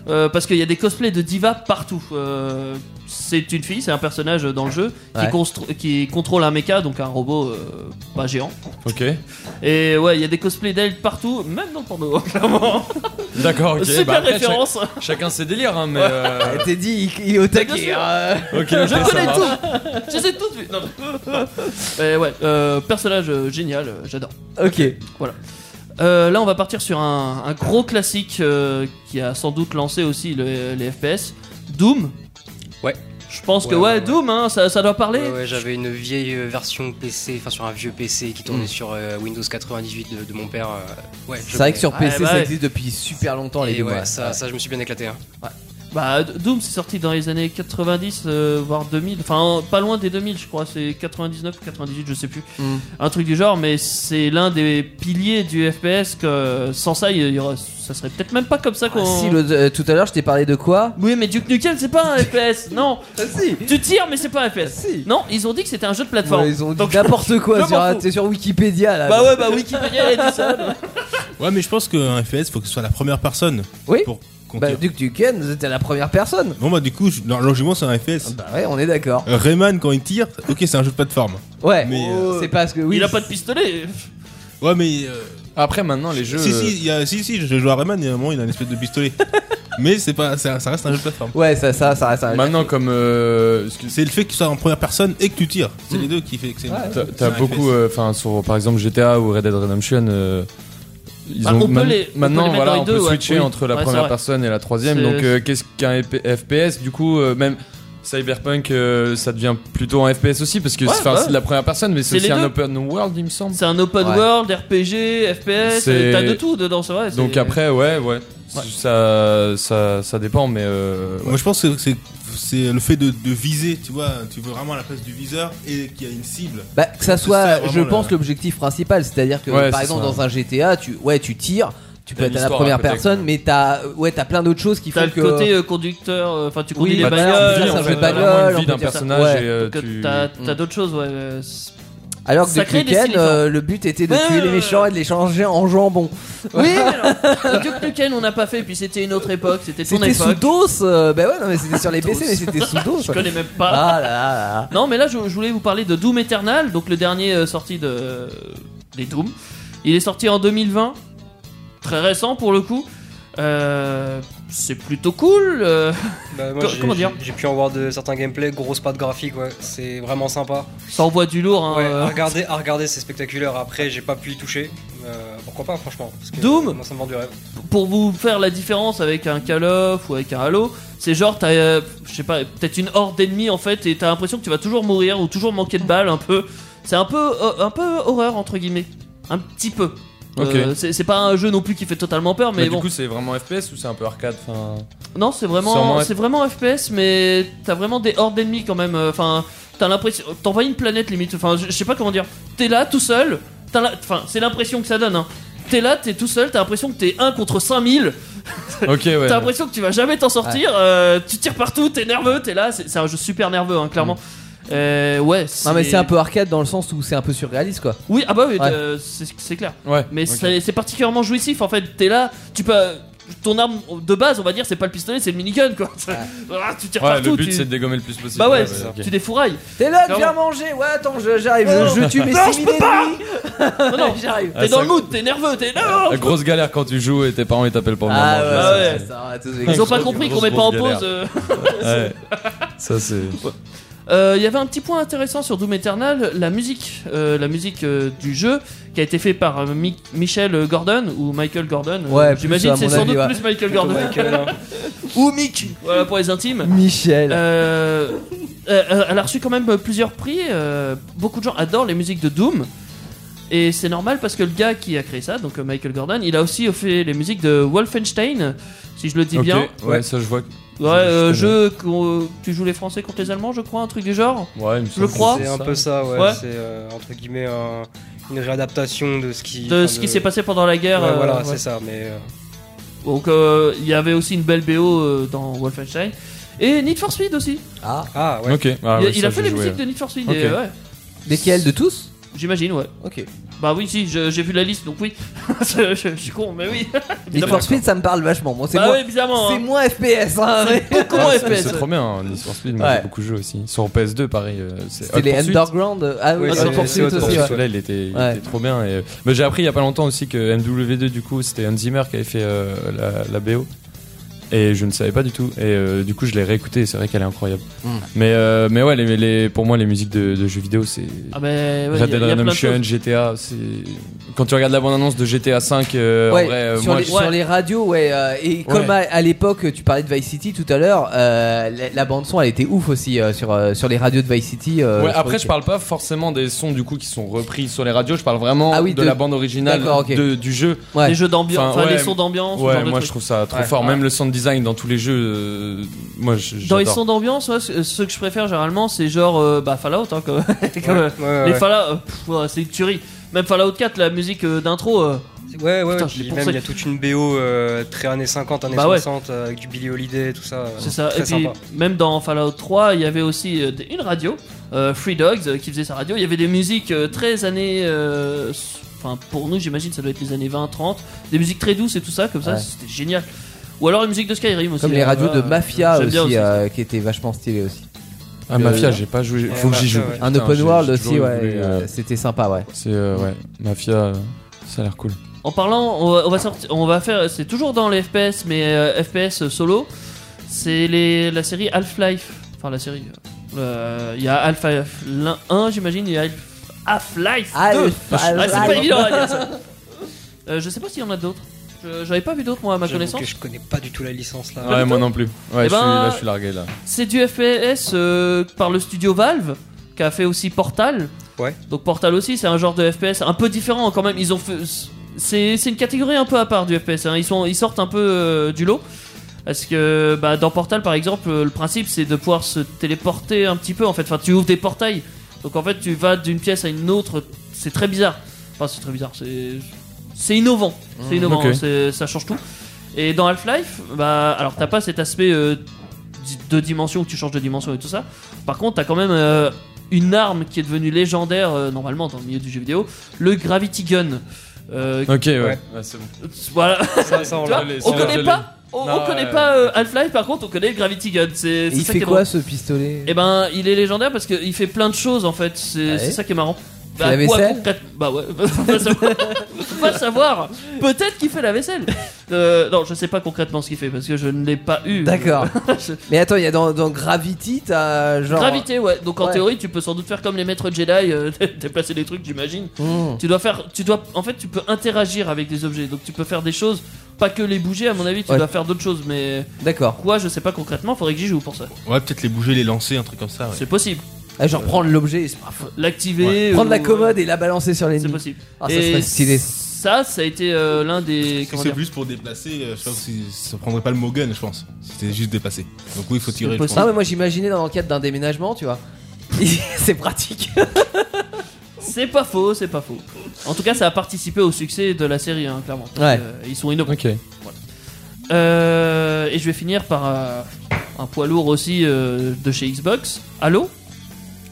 [SPEAKER 3] Euh, parce qu'il y a des cosplays de Diva partout. Euh, c'est une fille, c'est un personnage euh, dans le jeu qui,
[SPEAKER 2] Ouais.
[SPEAKER 3] constru- qui contrôle un mecha, donc un robot euh, pas géant.
[SPEAKER 4] Ok.
[SPEAKER 3] Et ouais, il y a des cosplays d'elle partout, même dans le porno, clairement.
[SPEAKER 4] D'accord, ok.
[SPEAKER 3] Super
[SPEAKER 4] bah, après,
[SPEAKER 3] référence.
[SPEAKER 4] chac- chacun ses délires, hein, mais. euh,
[SPEAKER 2] T'es dit, il, il est au
[SPEAKER 3] bien
[SPEAKER 2] taquet.
[SPEAKER 3] sûr.
[SPEAKER 2] hein.
[SPEAKER 4] ok, ok, ça
[SPEAKER 3] Je connais
[SPEAKER 4] marche.
[SPEAKER 3] tout Je les ai toutes vues Non. Mais ouais, euh, personnage euh, génial, euh, j'adore.
[SPEAKER 2] Ok.
[SPEAKER 3] Euh, là, on va partir sur un, un gros classique euh, qui a sans doute lancé aussi le- les FPS Doom.
[SPEAKER 8] Ouais.
[SPEAKER 3] Je pense que,
[SPEAKER 8] Ouais,
[SPEAKER 3] ouais,
[SPEAKER 8] ouais, ouais.
[SPEAKER 3] Doom, hein, ça, ça doit parler.
[SPEAKER 8] Ouais, ouais, j'avais une vieille euh, version PC, enfin sur un vieux PC qui
[SPEAKER 3] Mm.
[SPEAKER 8] tournait sur euh, Windows 98 de, de mon père. euh, ouais, je
[SPEAKER 2] C'est vrai
[SPEAKER 8] connais.
[SPEAKER 2] que sur
[SPEAKER 3] Ouais,
[SPEAKER 2] PC,
[SPEAKER 3] bah
[SPEAKER 2] ça
[SPEAKER 3] ouais.
[SPEAKER 2] existe depuis super longtemps les
[SPEAKER 8] Et
[SPEAKER 2] deux
[SPEAKER 8] ouais,
[SPEAKER 2] mois.
[SPEAKER 8] ça, ça, je me suis bien éclaté. hein.
[SPEAKER 3] Bah, D- Doom, c'est sorti dans les années 90, euh, voire 2000. Enfin, pas loin des 2000, je crois. C'est 99 ou 98, je sais plus. Un truc du genre, mais c'est l'un des piliers du FPS que sans ça, il y aura- ça serait peut-être même pas comme ça qu'on.
[SPEAKER 2] Si le- euh, tout à l'heure je t'ai parlé de quoi
[SPEAKER 3] Oui, mais Duke Nukem, c'est pas un FPS. Non,
[SPEAKER 2] Ah, si. Ah,
[SPEAKER 3] tu tires, mais c'est pas un FPS. Non, ils ont dit que c'était un jeu de plateforme.
[SPEAKER 2] Ils ont dit
[SPEAKER 3] Donc-
[SPEAKER 2] n'importe
[SPEAKER 3] Je
[SPEAKER 2] quoi,
[SPEAKER 3] m'en
[SPEAKER 2] sur-
[SPEAKER 3] fous.
[SPEAKER 2] c'est sur Wikipédia là.
[SPEAKER 3] Bah ouais, bah Wikipédia, elle a dit ça. donc.
[SPEAKER 7] Ouais, mais je pense qu'un FPS, faut que ce soit la première personne.
[SPEAKER 2] Oui.
[SPEAKER 7] Pour qu'on
[SPEAKER 2] Bah,
[SPEAKER 7] tire.
[SPEAKER 2] Duke Duken, vous étiez la première personne.
[SPEAKER 7] Bon, bah, du coup, je- non, logiquement, c'est un FPS.
[SPEAKER 2] Bah ouais, on est d'accord.
[SPEAKER 7] Euh, Rayman, quand il tire, ok, c'est un jeu de plateforme.
[SPEAKER 2] Ouais, Oh.
[SPEAKER 7] Mais, euh,
[SPEAKER 2] c'est parce que oui.
[SPEAKER 3] Il a pas de pistolet.
[SPEAKER 7] Ouais, mais. euh,
[SPEAKER 4] Après, maintenant, les jeux.
[SPEAKER 7] Si, si, il y a- si, si, je joue à Rayman, il y a un moment, il a une espèce de pistolet. mais c'est pas, ça, ça reste un jeu de plateforme.
[SPEAKER 2] Ouais, ça, ça, ça, ça.
[SPEAKER 4] Maintenant, comme. euh, excuse-
[SPEAKER 7] C'est le fait que tu sois en première personne et que tu tires. C'est les deux qui fait que c'est.
[SPEAKER 2] Hmm. Ouais.
[SPEAKER 4] T'as-
[SPEAKER 7] c'est un
[SPEAKER 4] T'as
[SPEAKER 7] FPS.
[SPEAKER 4] beaucoup, euh, enfin, sur par exemple GTA ou Red Dead Redemption, euh, ils
[SPEAKER 3] Bah, on peut
[SPEAKER 4] man-
[SPEAKER 3] les- on peut les
[SPEAKER 4] maintenant
[SPEAKER 3] mettre dans
[SPEAKER 4] voilà,
[SPEAKER 3] les
[SPEAKER 4] on
[SPEAKER 3] deux,
[SPEAKER 4] peut
[SPEAKER 3] ouais.
[SPEAKER 4] switcher
[SPEAKER 3] Oui.
[SPEAKER 4] entre la
[SPEAKER 3] Ouais, c'est
[SPEAKER 4] première
[SPEAKER 3] vrai.
[SPEAKER 4] personne et la troisième.
[SPEAKER 3] C'est-
[SPEAKER 4] Donc euh, qu'est-ce qu'un EP FPS Du coup, euh, même Cyberpunk, euh, ça devient plutôt un FPS aussi parce que
[SPEAKER 3] Ouais,
[SPEAKER 4] c'est- enfin,
[SPEAKER 3] ouais.
[SPEAKER 4] c'est de la première personne, mais
[SPEAKER 3] C'est
[SPEAKER 4] c'est
[SPEAKER 3] les
[SPEAKER 4] aussi un
[SPEAKER 3] deux.
[SPEAKER 4] open world, il me semble.
[SPEAKER 3] C'est un open
[SPEAKER 2] Ouais.
[SPEAKER 3] world, RPG, FPS.
[SPEAKER 4] C'est-
[SPEAKER 3] T'as de tout dedans, c'est vrai. c'est-
[SPEAKER 4] Donc après, ouais, ouais, Ça, ça, ça dépend, mais euh, ouais.
[SPEAKER 7] Moi, je pense que c'est. C'est le fait de, de viser, tu vois, tu veux vraiment à la place du viseur et qu'il y a une cible.
[SPEAKER 2] Bah, que ça
[SPEAKER 7] ça,
[SPEAKER 2] soit,
[SPEAKER 7] vraiment,
[SPEAKER 2] je
[SPEAKER 7] le-
[SPEAKER 2] pense, l'objectif principal. C'est-à-dire que,
[SPEAKER 4] Ouais,
[SPEAKER 2] par
[SPEAKER 4] c'est
[SPEAKER 2] exemple,
[SPEAKER 4] ça.
[SPEAKER 2] dans un GTA, tu, ouais, tu tires, tu peux
[SPEAKER 4] T'as
[SPEAKER 2] être à la
[SPEAKER 4] l'histoire à
[SPEAKER 2] première
[SPEAKER 4] côté,
[SPEAKER 2] personne,
[SPEAKER 4] quoi.
[SPEAKER 2] mais t'as ouais, t'as plein d'autres choses qui
[SPEAKER 3] T'as
[SPEAKER 2] font
[SPEAKER 3] le
[SPEAKER 2] que.
[SPEAKER 3] côté euh, conducteur, euh, enfin tu conduis
[SPEAKER 2] Oui, bah,
[SPEAKER 3] les
[SPEAKER 4] t'as une
[SPEAKER 3] bagnoles.
[SPEAKER 4] vie,
[SPEAKER 2] c'est un
[SPEAKER 4] en
[SPEAKER 2] jeu
[SPEAKER 4] fait,
[SPEAKER 2] de
[SPEAKER 4] t'as
[SPEAKER 2] bagnole,
[SPEAKER 4] vraiment
[SPEAKER 2] on
[SPEAKER 4] une vie
[SPEAKER 2] peut
[SPEAKER 4] d'un
[SPEAKER 2] dire ça.
[SPEAKER 4] personnage
[SPEAKER 2] Ouais.
[SPEAKER 4] et euh,
[SPEAKER 3] que
[SPEAKER 4] tu-
[SPEAKER 3] T'as t'as d'autres choses, ouais. euh, c'est-
[SPEAKER 2] Alors que
[SPEAKER 3] Ça
[SPEAKER 2] Duke
[SPEAKER 3] crée des
[SPEAKER 2] Nukem,
[SPEAKER 3] styles
[SPEAKER 2] euh, le but était de
[SPEAKER 3] Ouais,
[SPEAKER 2] tuer
[SPEAKER 3] ouais,
[SPEAKER 2] les
[SPEAKER 3] ouais.
[SPEAKER 2] méchants et de les changer en jambon.
[SPEAKER 3] Oui, mais alors, Duke Nukem on n'a pas fait, puis c'était une autre époque, c'était ton
[SPEAKER 2] C'était sous
[SPEAKER 3] époque.
[SPEAKER 2] DOS. euh, bah ouais, non, mais c'était sur les PC, mais
[SPEAKER 3] DOS.
[SPEAKER 2] c'était sous DOS.
[SPEAKER 3] Je connais même pas.
[SPEAKER 2] Ah là là là.
[SPEAKER 3] Non, mais là, je, je voulais vous parler de Doom Eternal, donc le dernier euh, sorti de euh, des Doom. Il est sorti en 2020, très récent pour le coup. Euh, c'est plutôt cool. euh,
[SPEAKER 8] Bah, moi,
[SPEAKER 3] Co-
[SPEAKER 8] j'ai-
[SPEAKER 3] comment dire
[SPEAKER 8] j'ai- J'ai pu en voir de certains gameplays, grosse patte graphique, ouais. C'est vraiment sympa.
[SPEAKER 3] ça envoie du lourd. Hein,
[SPEAKER 8] Ouais,
[SPEAKER 3] euh.
[SPEAKER 8] à regarder, à regarder, c'est spectaculaire. Après, j'ai pas pu y toucher. Euh, pourquoi pas, franchement parce que,
[SPEAKER 3] Doom
[SPEAKER 8] euh, Moi, ça me vend du rêve.
[SPEAKER 3] pour vous faire la différence avec un Call of ou avec un Halo, c'est genre t'as, euh, je sais pas, peut-être une horde d'ennemis en fait, et t'as l'impression que tu vas toujours mourir ou toujours manquer de balles un peu. C'est un peu, euh, un peu horreur entre guillemets, un petit peu. Euh, c'est, c'est pas un jeu non plus qui fait totalement peur, mais,
[SPEAKER 4] Mais
[SPEAKER 3] bon.
[SPEAKER 4] du coup, c'est vraiment FPS ou c'est un peu arcade enfin...
[SPEAKER 3] non, c'est vraiment,
[SPEAKER 4] c'est vraiment-
[SPEAKER 3] c'est vraiment FPS, mais t'as vraiment des hordes d'ennemis quand même. euh, Enfin, t'as l'impression, t'envahis une planète limite. Enfin, je je sais pas comment dire. T'es là tout seul. T'as la- enfin, c'est l'impression que ça donne. Hein. T'es là, t'es tout seul, t'as l'impression que t'es 1 contre 5000
[SPEAKER 4] Ok, ouais.
[SPEAKER 3] T'as l'impression que tu vas jamais t'en sortir, euh, tu tires partout, t'es nerveux, t'es là, c'est c'est un jeu super nerveux, hein, clairement. Euh, ouais,
[SPEAKER 2] Mm. Non, mais c'est un peu arcade dans le sens où c'est un peu surréaliste quoi.
[SPEAKER 3] Oui, ah bah oui,
[SPEAKER 2] Ouais.
[SPEAKER 3] euh, c'est c'est clair.
[SPEAKER 4] Ouais.
[SPEAKER 3] Mais
[SPEAKER 4] ok.
[SPEAKER 3] c'est- c'est particulièrement jouissif en fait, t'es là, tu peux. Ton arme de base, on va dire, c'est pas le pistolet, c'est le minigun quoi. Ah, tu tires
[SPEAKER 4] Ouais,
[SPEAKER 3] partout,
[SPEAKER 4] le but
[SPEAKER 3] tu...
[SPEAKER 4] c'est de dégommer le plus possible.
[SPEAKER 3] Bah ouais,
[SPEAKER 4] c'est ça.
[SPEAKER 3] tu défourailles.
[SPEAKER 2] T'es là,
[SPEAKER 3] Clairement.
[SPEAKER 2] viens manger. Ouais, attends, je- j'arrive. Je, je tue mes
[SPEAKER 3] Non, je
[SPEAKER 2] civils
[SPEAKER 3] peux pas
[SPEAKER 2] ennemis.
[SPEAKER 3] Non, non,
[SPEAKER 2] J'arrive.
[SPEAKER 4] Ah,
[SPEAKER 3] T'es dans
[SPEAKER 4] ça-
[SPEAKER 3] le mood, t'es nerveux, t'es là.
[SPEAKER 4] La grosse galère quand tu joues et tes parents ils t'appellent pour venir
[SPEAKER 2] Ah
[SPEAKER 4] manger,
[SPEAKER 3] bah
[SPEAKER 4] ça,
[SPEAKER 3] ouais.
[SPEAKER 2] ouais, ça arrête, c'est-
[SPEAKER 3] Ils ont pas
[SPEAKER 4] grosse-
[SPEAKER 3] compris qu'on
[SPEAKER 4] grosse-
[SPEAKER 3] met pas en
[SPEAKER 4] grosse
[SPEAKER 3] pause.
[SPEAKER 4] galère.
[SPEAKER 3] euh.
[SPEAKER 4] c'est- ouais. Ça c'est.
[SPEAKER 3] Euh, Il y avait un petit point intéressant sur Doom Eternal, la musique, euh, la musique euh, du jeu qui a été fait par euh, Mi- Michel Gordon ou Michael Gordon. euh,
[SPEAKER 2] Ouais, plus,
[SPEAKER 3] j'imagine
[SPEAKER 2] à
[SPEAKER 3] c'est
[SPEAKER 2] mon
[SPEAKER 3] sans
[SPEAKER 2] avis,
[SPEAKER 3] doute
[SPEAKER 2] ouais.
[SPEAKER 3] plus Michael Gordon
[SPEAKER 8] Michael, hein.
[SPEAKER 3] ou Mick, voilà pour les intimes.
[SPEAKER 2] Michel.
[SPEAKER 3] Euh, euh, elle a reçu quand même plusieurs prix. euh, beaucoup de gens adorent les musiques de Doom. Et c'est normal parce que le gars qui a créé ça, donc euh, Michael Gordon, il a aussi fait les musiques de Wolfenstein, si je le dis
[SPEAKER 4] Ok,
[SPEAKER 3] bien.
[SPEAKER 4] Ouais, ça je vois.
[SPEAKER 3] Ouais, euh, jeu qu'on- tu joues les Français contre les Allemands, je crois, un truc du genre.
[SPEAKER 4] Ouais, il me semble que
[SPEAKER 3] crois.
[SPEAKER 8] C'est un peu ça, ouais.
[SPEAKER 3] Ouais.
[SPEAKER 8] C'est euh, entre guillemets un- une réadaptation de ce qui.
[SPEAKER 3] de
[SPEAKER 8] enfin,
[SPEAKER 3] ce qui s'est passé pendant la
[SPEAKER 8] Ouais,
[SPEAKER 3] guerre. euh,
[SPEAKER 8] voilà,
[SPEAKER 3] ouais.
[SPEAKER 8] c'est ça. Mais euh,
[SPEAKER 3] Donc euh, il y avait aussi une belle BO euh, dans Wolfenstein. Et Need for Speed aussi.
[SPEAKER 2] Ah,
[SPEAKER 8] ah ouais.
[SPEAKER 4] Ok. ah
[SPEAKER 3] il
[SPEAKER 4] ouais,
[SPEAKER 3] il
[SPEAKER 4] ça,
[SPEAKER 3] a fait
[SPEAKER 4] j'ai
[SPEAKER 3] les
[SPEAKER 4] joué,
[SPEAKER 3] musiques
[SPEAKER 4] ouais.
[SPEAKER 3] de Need for Speed.
[SPEAKER 4] Ok.
[SPEAKER 3] et, ouais,
[SPEAKER 2] lesquels de tous
[SPEAKER 3] J'imagine, ouais.
[SPEAKER 2] Ok.
[SPEAKER 3] Bah oui, si, je- j'ai vu la liste, donc oui. je, je- je suis con, mais oui.
[SPEAKER 2] Need
[SPEAKER 3] Évidemment.
[SPEAKER 2] for Speed, ça me parle vachement. Moi, c'est
[SPEAKER 3] Bah
[SPEAKER 2] moi-
[SPEAKER 3] oui, bizarrement.
[SPEAKER 2] c'est
[SPEAKER 3] hein.
[SPEAKER 2] moins FPS. Hein, mais-
[SPEAKER 3] Beaucoup
[SPEAKER 4] Ah,
[SPEAKER 3] moins
[SPEAKER 4] c'est-
[SPEAKER 3] FPS.
[SPEAKER 4] C'est trop bien, hein, Need for Speed. Moi
[SPEAKER 2] E. Ouais.
[SPEAKER 4] j'ai beaucoup joué aussi. Sur PS2, pareil. euh, C'est
[SPEAKER 2] C'était
[SPEAKER 4] Hot
[SPEAKER 2] les
[SPEAKER 4] Pursuit.
[SPEAKER 2] Underground. euh, Ah
[SPEAKER 8] Oui,
[SPEAKER 2] oui, Hot
[SPEAKER 8] c'est-
[SPEAKER 2] Pursuit
[SPEAKER 8] c'est Hot
[SPEAKER 2] aussi.
[SPEAKER 4] Pursuit,
[SPEAKER 2] ouais.
[SPEAKER 4] celui-là, il était, il
[SPEAKER 2] Ouais.
[SPEAKER 4] était trop bien. Et... Mais j'ai appris il y a pas longtemps aussi que MW2, du coup, c'était Hans Zimmer qui avait fait euh, la, la BO. Et je ne savais pas du tout. Et euh, du coup, je l'ai réécouté. et C'est vrai qu'elle est incroyable.
[SPEAKER 2] Mm.
[SPEAKER 4] Mais, euh, mais ouais, les, les- pour moi, les musiques de, de jeux vidéo, c'est.
[SPEAKER 3] Ah ben,
[SPEAKER 4] Red
[SPEAKER 3] ouais, il y a-
[SPEAKER 4] Dead
[SPEAKER 3] il y a plein de
[SPEAKER 4] Redemption,
[SPEAKER 3] choses.
[SPEAKER 4] GTA, c'est. Quand tu regardes la bande-annonce de GTA 5, euh,
[SPEAKER 2] Ouais,
[SPEAKER 4] en vrai, euh,
[SPEAKER 2] sur,
[SPEAKER 4] moi,
[SPEAKER 2] les,
[SPEAKER 4] je-
[SPEAKER 2] sur les radios, ouais. euh, et comme à, à l'époque, tu parlais de Vice City tout à l'heure, euh, la, la bande son, elle était ouf aussi euh, sur, euh, sur les radios de Vice City. euh,
[SPEAKER 4] Ouais,
[SPEAKER 2] je
[SPEAKER 4] après,
[SPEAKER 2] trouvais
[SPEAKER 4] je
[SPEAKER 2] que-
[SPEAKER 4] parle pas forcément des sons du coup qui sont repris sur les radios. Je parle vraiment
[SPEAKER 2] Ah oui,
[SPEAKER 4] de,
[SPEAKER 2] de-
[SPEAKER 4] la bande originale
[SPEAKER 2] D'accord, ok.
[SPEAKER 4] de- du jeu.
[SPEAKER 2] Ouais.
[SPEAKER 3] Les jeux d'ambiance,
[SPEAKER 4] Enfin,
[SPEAKER 3] enfin, les
[SPEAKER 4] ouais.
[SPEAKER 3] sons d'ambiance. ce
[SPEAKER 4] Ouais,
[SPEAKER 3] genre de
[SPEAKER 4] moi je
[SPEAKER 3] trucs.
[SPEAKER 4] trouve ça trop
[SPEAKER 8] Ouais.
[SPEAKER 4] fort. Même le sound design dans tous les jeux, euh, moi je-
[SPEAKER 3] Dans les
[SPEAKER 4] j'adore.
[SPEAKER 3] sons d'ambiance, ouais, ce ce que je préfère généralement, c'est genre euh, bah, Fallout. hein, comme, comme, euh,
[SPEAKER 6] ouais,
[SPEAKER 3] les
[SPEAKER 6] ouais.
[SPEAKER 3] Fallout, euh, pff, ouais, c'est une tuerie. Même Fallout 4, la musique euh, d'intro. euh,
[SPEAKER 8] Ouais, ouais,
[SPEAKER 3] Putain,
[SPEAKER 8] ouais,
[SPEAKER 3] je l'ai
[SPEAKER 8] puis
[SPEAKER 3] pensé.
[SPEAKER 8] même il y a toute une BO euh, très années 50, années
[SPEAKER 3] Bah ouais.
[SPEAKER 8] 60, euh, avec du Billy Holiday et tout ça. euh,
[SPEAKER 3] C'est ça.
[SPEAKER 8] Très
[SPEAKER 3] Et puis
[SPEAKER 8] sympa.
[SPEAKER 3] même dans Fallout 3, il y avait aussi euh, des- une radio, euh, Free Dogs, euh, qui faisait sa radio. Il y avait des musiques euh, très années, euh, s- enfin pour nous j'imagine ça doit être les années 20-30, des musiques très douces et tout ça, comme ça
[SPEAKER 2] Ouais.
[SPEAKER 3] c'était génial. Ou alors une musique de Skyrim aussi.
[SPEAKER 2] Comme les
[SPEAKER 3] hein,
[SPEAKER 2] radios de
[SPEAKER 3] voilà.
[SPEAKER 2] Mafia
[SPEAKER 3] J'aime
[SPEAKER 2] aussi,
[SPEAKER 3] bien aussi.
[SPEAKER 2] euh, qui étaient vachement stylées aussi.
[SPEAKER 4] Ah,
[SPEAKER 2] Euh,
[SPEAKER 4] Mafia, j'ai pas joué, faut que j'y joue.
[SPEAKER 8] Mafia, ouais.
[SPEAKER 2] Un
[SPEAKER 4] Putain,
[SPEAKER 2] open
[SPEAKER 4] j'ai-
[SPEAKER 2] world
[SPEAKER 4] j'ai
[SPEAKER 2] aussi,
[SPEAKER 4] toujours
[SPEAKER 2] ouais,
[SPEAKER 4] voulu, euh,
[SPEAKER 2] euh, c'était sympa, ouais.
[SPEAKER 4] C'est euh, ouais, Mafia, euh, ça a l'air cool.
[SPEAKER 3] En parlant, on va, on va sortir, on va faire, c'est toujours dans les FPS, mais euh, FPS solo. C'est les, la série Half-Life. Enfin, la série. euh, Il y a Half-Life 1, j'imagine, il y a Half-Life 2. Ah, c'est pas évident à dire ça. Euh, je sais pas s'il y en a d'autres. Je- J'avais pas vu d'autres, moi, à ma
[SPEAKER 8] J'avoue
[SPEAKER 3] connaissance.
[SPEAKER 8] que je connais pas du tout la licence là.
[SPEAKER 4] Ouais, moi non plus. Ouais,
[SPEAKER 3] Eh
[SPEAKER 4] je suis,
[SPEAKER 3] ben,
[SPEAKER 4] là, je suis largué là.
[SPEAKER 3] C'est du FPS euh, par le studio Valve qui a fait aussi Portal.
[SPEAKER 8] Ouais.
[SPEAKER 3] Donc Portal aussi, c'est un genre de FPS un peu différent quand même. Ils ont fait, c'est c'est une catégorie un peu à part du FPS. hein. Ils sont ils sortent un peu euh, du lot. Parce que bah, dans Portal par exemple, euh, le principe c'est de pouvoir se téléporter un petit peu en fait. Enfin, tu ouvres des portails. Donc en fait, tu vas d'une pièce à une autre. C'est très bizarre. Enfin, c'est très bizarre. C'est c'est innovant. C'est innovant.
[SPEAKER 4] Mm. ok.
[SPEAKER 3] hein. C'est- Ça change tout. Et dans Half-Life, bah, alors t'as pas cet aspect euh, di- de dimension où tu changes de dimension et tout ça. Par contre, t'as quand même euh, une arme qui est devenue légendaire euh, normalement dans le milieu du jeu vidéo, le Gravity Gun. Euh,
[SPEAKER 4] Ok, ouais,
[SPEAKER 8] Ouais.
[SPEAKER 4] Ouais, c'est bon.
[SPEAKER 3] Voilà.
[SPEAKER 8] Ça, ça, on
[SPEAKER 3] Tu vois,
[SPEAKER 8] l'a.
[SPEAKER 4] l'ai,
[SPEAKER 3] on
[SPEAKER 4] ça, je
[SPEAKER 3] connaît
[SPEAKER 4] l'ai.
[SPEAKER 3] pas, on, on
[SPEAKER 4] Non,
[SPEAKER 3] connaît
[SPEAKER 4] ouais.
[SPEAKER 3] pas euh, Half-Life. Par contre, on connaît le Gravity Gun. C'est
[SPEAKER 2] Et
[SPEAKER 3] c'est
[SPEAKER 2] il
[SPEAKER 3] ça
[SPEAKER 2] fait
[SPEAKER 3] qui est
[SPEAKER 2] quoi
[SPEAKER 3] drôle.
[SPEAKER 2] ce pistolet Ah
[SPEAKER 3] Et ben, il est légendaire parce qu'il fait plein de choses en fait. C'est
[SPEAKER 2] Ouais.
[SPEAKER 3] c'est ça qui est marrant.
[SPEAKER 2] la
[SPEAKER 3] quoi
[SPEAKER 2] vaisselle
[SPEAKER 3] concrète- Bah ouais, faut pas savoir. Faut pas savoir. Peut-être qu'il fait la vaisselle. Euh, non, je sais pas concrètement ce qu'il fait parce que je ne l'ai pas eu.
[SPEAKER 2] D'accord.
[SPEAKER 3] Je-
[SPEAKER 2] Mais attends, il y a dans, dans Gravity, t'as genre.
[SPEAKER 3] Gravité, ouais. Donc en
[SPEAKER 2] Ouais.
[SPEAKER 3] théorie, tu peux sans doute faire comme les maîtres Jedi, euh, déplacer des trucs, j'imagine.
[SPEAKER 2] Hmm.
[SPEAKER 3] Tu dois faire, tu dois, en fait, tu peux interagir avec des objets. Donc tu peux faire des choses, pas que les bouger. À mon avis, tu
[SPEAKER 2] Ouais.
[SPEAKER 3] dois faire d'autres choses. Mais
[SPEAKER 2] D'accord.
[SPEAKER 3] quoi, je sais pas concrètement. Faudrait que j'y joue pour ça.
[SPEAKER 7] Ouais, peut-être les bouger, les lancer, un truc comme ça. ouais.
[SPEAKER 3] C'est possible.
[SPEAKER 2] Ah, genre prendre l'objet, et se-
[SPEAKER 3] L'activer.
[SPEAKER 2] prendre la
[SPEAKER 3] ou- euh,
[SPEAKER 2] commode et la balancer sur
[SPEAKER 3] C'est
[SPEAKER 2] l'ennemi.
[SPEAKER 3] possible.
[SPEAKER 2] Ah, ça serait stylé.
[SPEAKER 3] Ça, ça a été euh, l'un des.
[SPEAKER 7] Si
[SPEAKER 3] comment
[SPEAKER 7] c'est
[SPEAKER 3] dire,
[SPEAKER 7] juste pour déplacer, euh, je pense que ça prendrait pas le mot gun, je pense. C'était juste déplacer. Donc oui, il faut tirer. je
[SPEAKER 3] possible.
[SPEAKER 2] Ah,
[SPEAKER 7] pense.
[SPEAKER 2] mais moi j'imaginais dans le cadre d'un déménagement, tu vois. c'est pratique.
[SPEAKER 3] C'est pas faux, c'est pas faux. En tout cas, ça a participé au succès de la série, hein, clairement. Parce
[SPEAKER 2] Ouais.
[SPEAKER 3] que, euh, ils sont innovants.
[SPEAKER 4] Ok.
[SPEAKER 3] Euh, et je vais finir par euh, un poids lourd aussi euh, de chez Xbox. Halo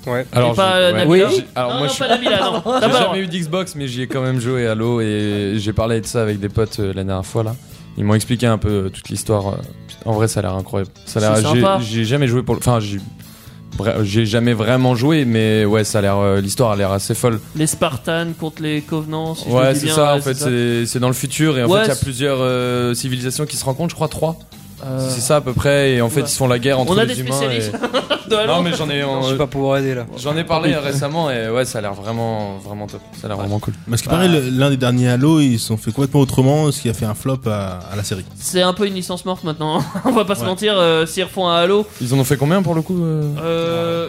[SPEAKER 8] Ouais.
[SPEAKER 4] Alors,
[SPEAKER 3] Et pas
[SPEAKER 4] je-
[SPEAKER 3] euh,
[SPEAKER 4] ouais.
[SPEAKER 3] Nabila
[SPEAKER 4] Oui. Alors,
[SPEAKER 3] non,
[SPEAKER 4] moi,
[SPEAKER 3] non,
[SPEAKER 4] je
[SPEAKER 3] pas Nabila, non. T'as pas
[SPEAKER 4] J'ai
[SPEAKER 3] le droit.
[SPEAKER 4] jamais eu d'Xbox, mais j'y ai quand même joué à l'eau et j'ai parlé de ça avec des potes euh, la dernière fois là. Ils m'ont expliqué un peu euh, toute l'histoire. euh, putain, En vrai, ça a l'air incroyable. Ça a
[SPEAKER 3] C'est
[SPEAKER 4] l'air. j'ai-
[SPEAKER 3] sympa.
[SPEAKER 4] J'ai jamais joué pour. le- Enfin, j'ai. vra- J'ai jamais vraiment joué, mais ouais, ça a l'air. euh, L'histoire a l'air assez folle.
[SPEAKER 3] Les Spartans contre les Covenants. si je le
[SPEAKER 4] ouais,
[SPEAKER 3] dis
[SPEAKER 4] c'est
[SPEAKER 3] bien,
[SPEAKER 4] ça.
[SPEAKER 3] ouais,
[SPEAKER 4] en fait,
[SPEAKER 3] c'est
[SPEAKER 4] c'est c'est dans le futur et en
[SPEAKER 3] Ouais,
[SPEAKER 4] fait, il y a
[SPEAKER 3] c'est-
[SPEAKER 4] plusieurs euh, civilisations qui se rencontrent. Je crois trois.
[SPEAKER 3] ça. Euh,
[SPEAKER 4] C'est ça à peu près. Et en fait,
[SPEAKER 3] Oula.
[SPEAKER 4] ils se font la guerre entre
[SPEAKER 3] On a
[SPEAKER 4] les
[SPEAKER 3] des
[SPEAKER 4] humains. et-
[SPEAKER 3] spécialistes de Halo.
[SPEAKER 4] Non, mais j'en ai. euh, en-
[SPEAKER 8] Je vais pas pouvoir aider là.
[SPEAKER 4] J'en ai parlé euh, récemment et ouais, ça a l'air vraiment, vraiment top. Ça a l'air vraiment cool.
[SPEAKER 7] Parce que
[SPEAKER 2] Bah.
[SPEAKER 7] pareil, le- l'un des derniers Halo, ils se sont fait complètement autrement, ce qui a fait un flop à, à la série.
[SPEAKER 3] C'est un peu une licence morte maintenant. hein. On va pas se
[SPEAKER 7] Ouais.
[SPEAKER 3] mentir. euh, S'ils refont un Halo,
[SPEAKER 4] Ils en ont fait combien pour le coup euh
[SPEAKER 3] euh,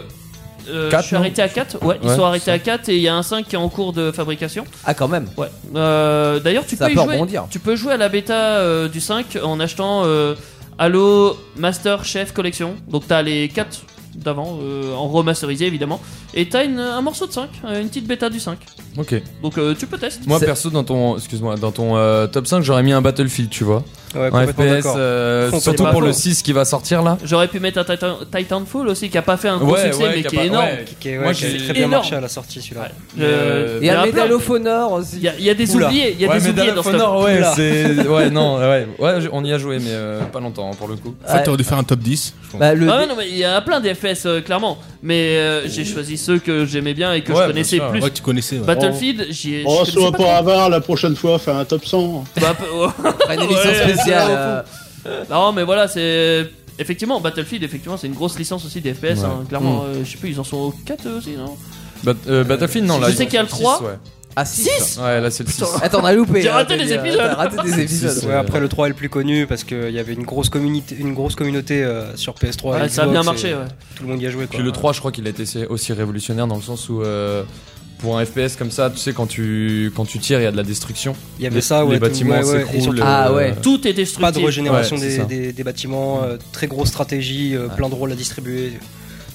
[SPEAKER 3] euh,
[SPEAKER 4] Quatre,
[SPEAKER 3] je suis
[SPEAKER 4] non
[SPEAKER 3] arrêté à 4. Ouais, ils
[SPEAKER 4] Ouais,
[SPEAKER 3] sont arrêtés
[SPEAKER 4] ça.
[SPEAKER 3] à 4 et il y a un 5 qui est en cours de fabrication.
[SPEAKER 2] Ah, quand même.
[SPEAKER 3] Ouais. Euh, D'ailleurs, tu
[SPEAKER 2] Ça
[SPEAKER 3] peux y
[SPEAKER 2] peut
[SPEAKER 3] jouer.
[SPEAKER 2] rebondir.
[SPEAKER 3] Tu peux jouer à la bêta euh, du 5 en achetant euh, Halo Master Chef Collection. Donc t'as les 4 d'avant euh, en remasterisé évidemment et t'as une- un morceau de 5 euh, une petite bêta du 5
[SPEAKER 4] Ok.
[SPEAKER 3] donc euh, tu peux tester
[SPEAKER 4] Moi
[SPEAKER 2] C'est-
[SPEAKER 4] perso dans ton excuse-moi dans ton euh, top 5 j'aurais mis un Battlefield tu vois
[SPEAKER 8] Ouais,
[SPEAKER 4] un
[SPEAKER 8] complètement
[SPEAKER 4] FPS
[SPEAKER 8] d'accord.
[SPEAKER 4] euh,
[SPEAKER 8] Complètement
[SPEAKER 4] surtout pour
[SPEAKER 8] d'accord.
[SPEAKER 4] le 6 qui va sortir là
[SPEAKER 3] j'aurais pu mettre un Titan- Titanfall aussi qui a pas fait un gros
[SPEAKER 4] Ouais,
[SPEAKER 3] succès
[SPEAKER 4] ouais,
[SPEAKER 3] mais
[SPEAKER 4] qui a
[SPEAKER 3] qui
[SPEAKER 4] pas-
[SPEAKER 3] est énorme
[SPEAKER 4] ouais.
[SPEAKER 8] Qui est, ouais,
[SPEAKER 4] Moi,
[SPEAKER 8] qui a
[SPEAKER 4] j'ai-
[SPEAKER 8] très bien
[SPEAKER 3] énorme.
[SPEAKER 8] marché à la sortie celui-là.
[SPEAKER 3] Euh,
[SPEAKER 4] Euh,
[SPEAKER 2] Il y a
[SPEAKER 3] mais
[SPEAKER 2] le
[SPEAKER 3] après,
[SPEAKER 2] Medal of Honor
[SPEAKER 3] il
[SPEAKER 2] aussi.
[SPEAKER 3] y, a- il y a des
[SPEAKER 8] Oula.
[SPEAKER 3] oubliés il y a des oubliés dans ce top.
[SPEAKER 4] ouais
[SPEAKER 8] Oula.
[SPEAKER 4] c'est ouais non ouais ouais je- on y a joué mais euh, pas longtemps hein, pour le coup
[SPEAKER 7] En fait, t'aurais dû faire un top 10, je pense.
[SPEAKER 2] Bah, le-
[SPEAKER 3] Ah ouais, non, mais il y a plein des FPS euh, clairement mais euh, j'ai choisi ceux que j'aimais bien et que
[SPEAKER 4] Ouais,
[SPEAKER 3] je connaissais
[SPEAKER 4] bien sûr,
[SPEAKER 3] plus Bah,
[SPEAKER 7] ouais, tu connaissais. ouais.
[SPEAKER 3] Battlefield j'y ai
[SPEAKER 5] Oh,
[SPEAKER 3] je
[SPEAKER 5] sois
[SPEAKER 3] connaissais
[SPEAKER 5] pas
[SPEAKER 3] pas
[SPEAKER 5] avare, la prochaine fois, faire un top 100.
[SPEAKER 3] trop. Bah, peu-
[SPEAKER 2] après une émission
[SPEAKER 3] Ouais,
[SPEAKER 2] spéciale.
[SPEAKER 3] c'est
[SPEAKER 2] euh,
[SPEAKER 3] Non, mais voilà, c'est. Effectivement, Battlefield, effectivement, c'est une grosse licence aussi des FPS. hein,
[SPEAKER 2] Mm.
[SPEAKER 3] clairement, euh, je sais plus, ils en sont au 4 eux aussi, non
[SPEAKER 4] Bat- euh, Battlefield non
[SPEAKER 3] je
[SPEAKER 4] là
[SPEAKER 3] sais
[SPEAKER 4] ils ont
[SPEAKER 3] qu'il y a
[SPEAKER 4] fait
[SPEAKER 3] le Ah, 3.
[SPEAKER 4] six, ouais.
[SPEAKER 2] à 6
[SPEAKER 4] ouais là c'est le 6
[SPEAKER 2] Attends, on a loupé.
[SPEAKER 3] J'ai
[SPEAKER 2] hein,
[SPEAKER 3] raté
[SPEAKER 2] t'as
[SPEAKER 3] des
[SPEAKER 2] dit, euh,
[SPEAKER 3] épisodes.
[SPEAKER 2] t'as raté des épisodes.
[SPEAKER 4] c'est-
[SPEAKER 8] Ouais, après le 3 est le plus connu parce qu'il y avait une grosse communauté, une grosse communauté euh, sur PS3. et
[SPEAKER 3] Ouais, Ça a
[SPEAKER 8] Xbox,
[SPEAKER 3] bien
[SPEAKER 8] et
[SPEAKER 3] marché, ouais.
[SPEAKER 8] Tout le monde y a joué quoi.
[SPEAKER 4] puis le 3 je crois qu'il a été aussi révolutionnaire dans le sens où euh, pour un FPS comme ça, tu sais, quand tu, quand tu tires, il y a de la destruction.
[SPEAKER 8] Il y avait
[SPEAKER 4] Les-
[SPEAKER 8] ça, ouais,
[SPEAKER 4] Les
[SPEAKER 8] tout-
[SPEAKER 4] bâtiments euh,
[SPEAKER 8] ouais, ouais, et
[SPEAKER 4] s'écroulent.
[SPEAKER 8] surtout-
[SPEAKER 2] Ah ouais.
[SPEAKER 3] Tout est
[SPEAKER 8] Pas de
[SPEAKER 3] destructif.
[SPEAKER 8] régénération
[SPEAKER 4] Ouais, c'est
[SPEAKER 8] des,
[SPEAKER 4] ça.
[SPEAKER 8] des- des bâtiments, euh, très grosse stratégie, euh, plein de rôles à distribuer.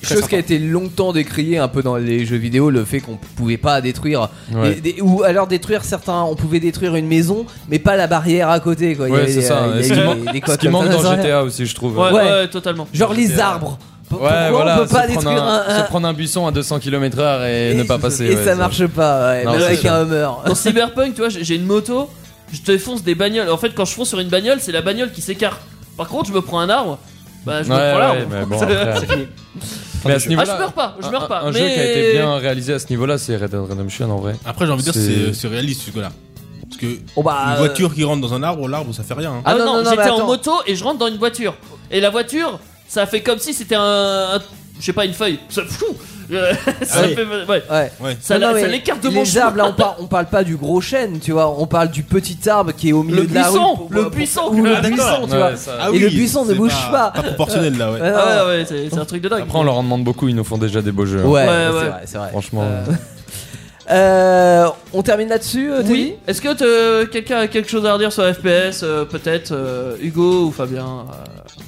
[SPEAKER 8] Très
[SPEAKER 2] Chose
[SPEAKER 8] sympa.
[SPEAKER 2] qui a été longtemps décriée un peu dans les jeux vidéo, le fait qu'on pouvait pas détruire
[SPEAKER 4] Ouais.
[SPEAKER 2] des- des- ou alors détruire certains, on pouvait détruire une maison, mais pas la barrière à côté. Quoi. Il y
[SPEAKER 4] Ouais,
[SPEAKER 2] avait,
[SPEAKER 4] c'est ça.
[SPEAKER 2] euh, il y
[SPEAKER 4] Ce qui
[SPEAKER 2] avait
[SPEAKER 4] manque-
[SPEAKER 2] des- des
[SPEAKER 4] Ce
[SPEAKER 2] codes
[SPEAKER 4] qui
[SPEAKER 2] comme
[SPEAKER 4] manque
[SPEAKER 2] ça,
[SPEAKER 4] dans
[SPEAKER 2] ça, ça.
[SPEAKER 4] GTA aussi, je trouve.
[SPEAKER 3] Ouais,
[SPEAKER 2] Ouais.
[SPEAKER 3] ouais, totalement.
[SPEAKER 2] Genre les arbres. P- Pourquoi
[SPEAKER 4] Ouais, voilà,
[SPEAKER 2] on peut pas
[SPEAKER 4] se, prendre
[SPEAKER 2] détruire un,
[SPEAKER 4] un,
[SPEAKER 2] un-
[SPEAKER 4] se prendre un buisson à 200 km/h et, ne pas passer.
[SPEAKER 2] Et
[SPEAKER 4] ouais,
[SPEAKER 2] ça marche pas, ouais,
[SPEAKER 4] Non,
[SPEAKER 2] Eh, même
[SPEAKER 4] c'est
[SPEAKER 2] avec
[SPEAKER 4] ça.
[SPEAKER 2] un Hummer.
[SPEAKER 3] Dans Cyberpunk, tu vois, j'ai j'ai une moto, je te fonce des bagnoles. En fait, quand je fonce sur une bagnole, c'est la bagnole qui s'écarte. Par contre, je me prends un arbre, bah je me
[SPEAKER 4] Ouais,
[SPEAKER 3] prends l'arbre.
[SPEAKER 4] ouais, mais bon, après-
[SPEAKER 8] C'est fini.
[SPEAKER 4] Mais à ce
[SPEAKER 3] ah,
[SPEAKER 4] niveau-là,
[SPEAKER 3] je meurs pas, je
[SPEAKER 4] un-
[SPEAKER 3] meurs pas.
[SPEAKER 4] Un, un
[SPEAKER 3] mais...
[SPEAKER 4] jeu qui a été bien réalisé à ce niveau-là, c'est Red Dead Redemption en vrai.
[SPEAKER 7] Après, j'ai envie de dire,
[SPEAKER 4] C'est-
[SPEAKER 7] c'est- c'est réaliste ce là Parce que
[SPEAKER 2] Bon, bah,
[SPEAKER 7] une
[SPEAKER 2] euh,
[SPEAKER 7] voiture qui rentre dans un arbre, l'arbre, ça fait rien. hein.
[SPEAKER 3] Ah
[SPEAKER 2] Ah
[SPEAKER 3] non,
[SPEAKER 2] non, non, non,
[SPEAKER 3] j'étais
[SPEAKER 2] mais
[SPEAKER 3] en
[SPEAKER 2] attends.
[SPEAKER 3] moto et je rentre dans une voiture. Et la voiture, ça fait comme si c'était un, un- je sais pas, une feuille. Ça, fou, euh, ça
[SPEAKER 7] Ah oui.
[SPEAKER 3] fait- ouais.
[SPEAKER 2] Ouais.
[SPEAKER 7] Ouais.
[SPEAKER 3] Ça,
[SPEAKER 2] Non,
[SPEAKER 3] la-
[SPEAKER 2] non,
[SPEAKER 3] ça
[SPEAKER 2] mais
[SPEAKER 3] l'écarte de
[SPEAKER 2] les
[SPEAKER 3] mon chemin.
[SPEAKER 2] arbres, là, on parle, on parle pas du gros chêne, tu vois, on parle du petit arbre qui est au milieu
[SPEAKER 3] Le
[SPEAKER 2] de la
[SPEAKER 3] buisson,
[SPEAKER 2] rue. pour-
[SPEAKER 3] le
[SPEAKER 2] pour-
[SPEAKER 3] buisson,
[SPEAKER 2] ou le
[SPEAKER 3] ah,
[SPEAKER 2] buisson, tu vois.
[SPEAKER 4] Ouais, ça-
[SPEAKER 2] Ah Et oui, le buisson ne
[SPEAKER 7] c'est
[SPEAKER 2] bouge pas.
[SPEAKER 7] Pas proportionnel là, ouais.
[SPEAKER 2] Ouais, ouais,
[SPEAKER 3] Ah ouais, ouais, c'est c'est un truc de dingue.
[SPEAKER 4] Après, on leur en demande beaucoup, ils nous font déjà des beaux jeux. hein.
[SPEAKER 2] Ouais,
[SPEAKER 3] Ouais,
[SPEAKER 2] c'est
[SPEAKER 3] ouais.
[SPEAKER 2] vrai, c'est vrai.
[SPEAKER 4] Franchement.
[SPEAKER 2] Euh, euh, on termine là-dessus, euh,
[SPEAKER 3] Oui. Est-ce que te- quelqu'un a quelque chose à redire sur FPS euh, Peut-être euh, Hugo ou Fabien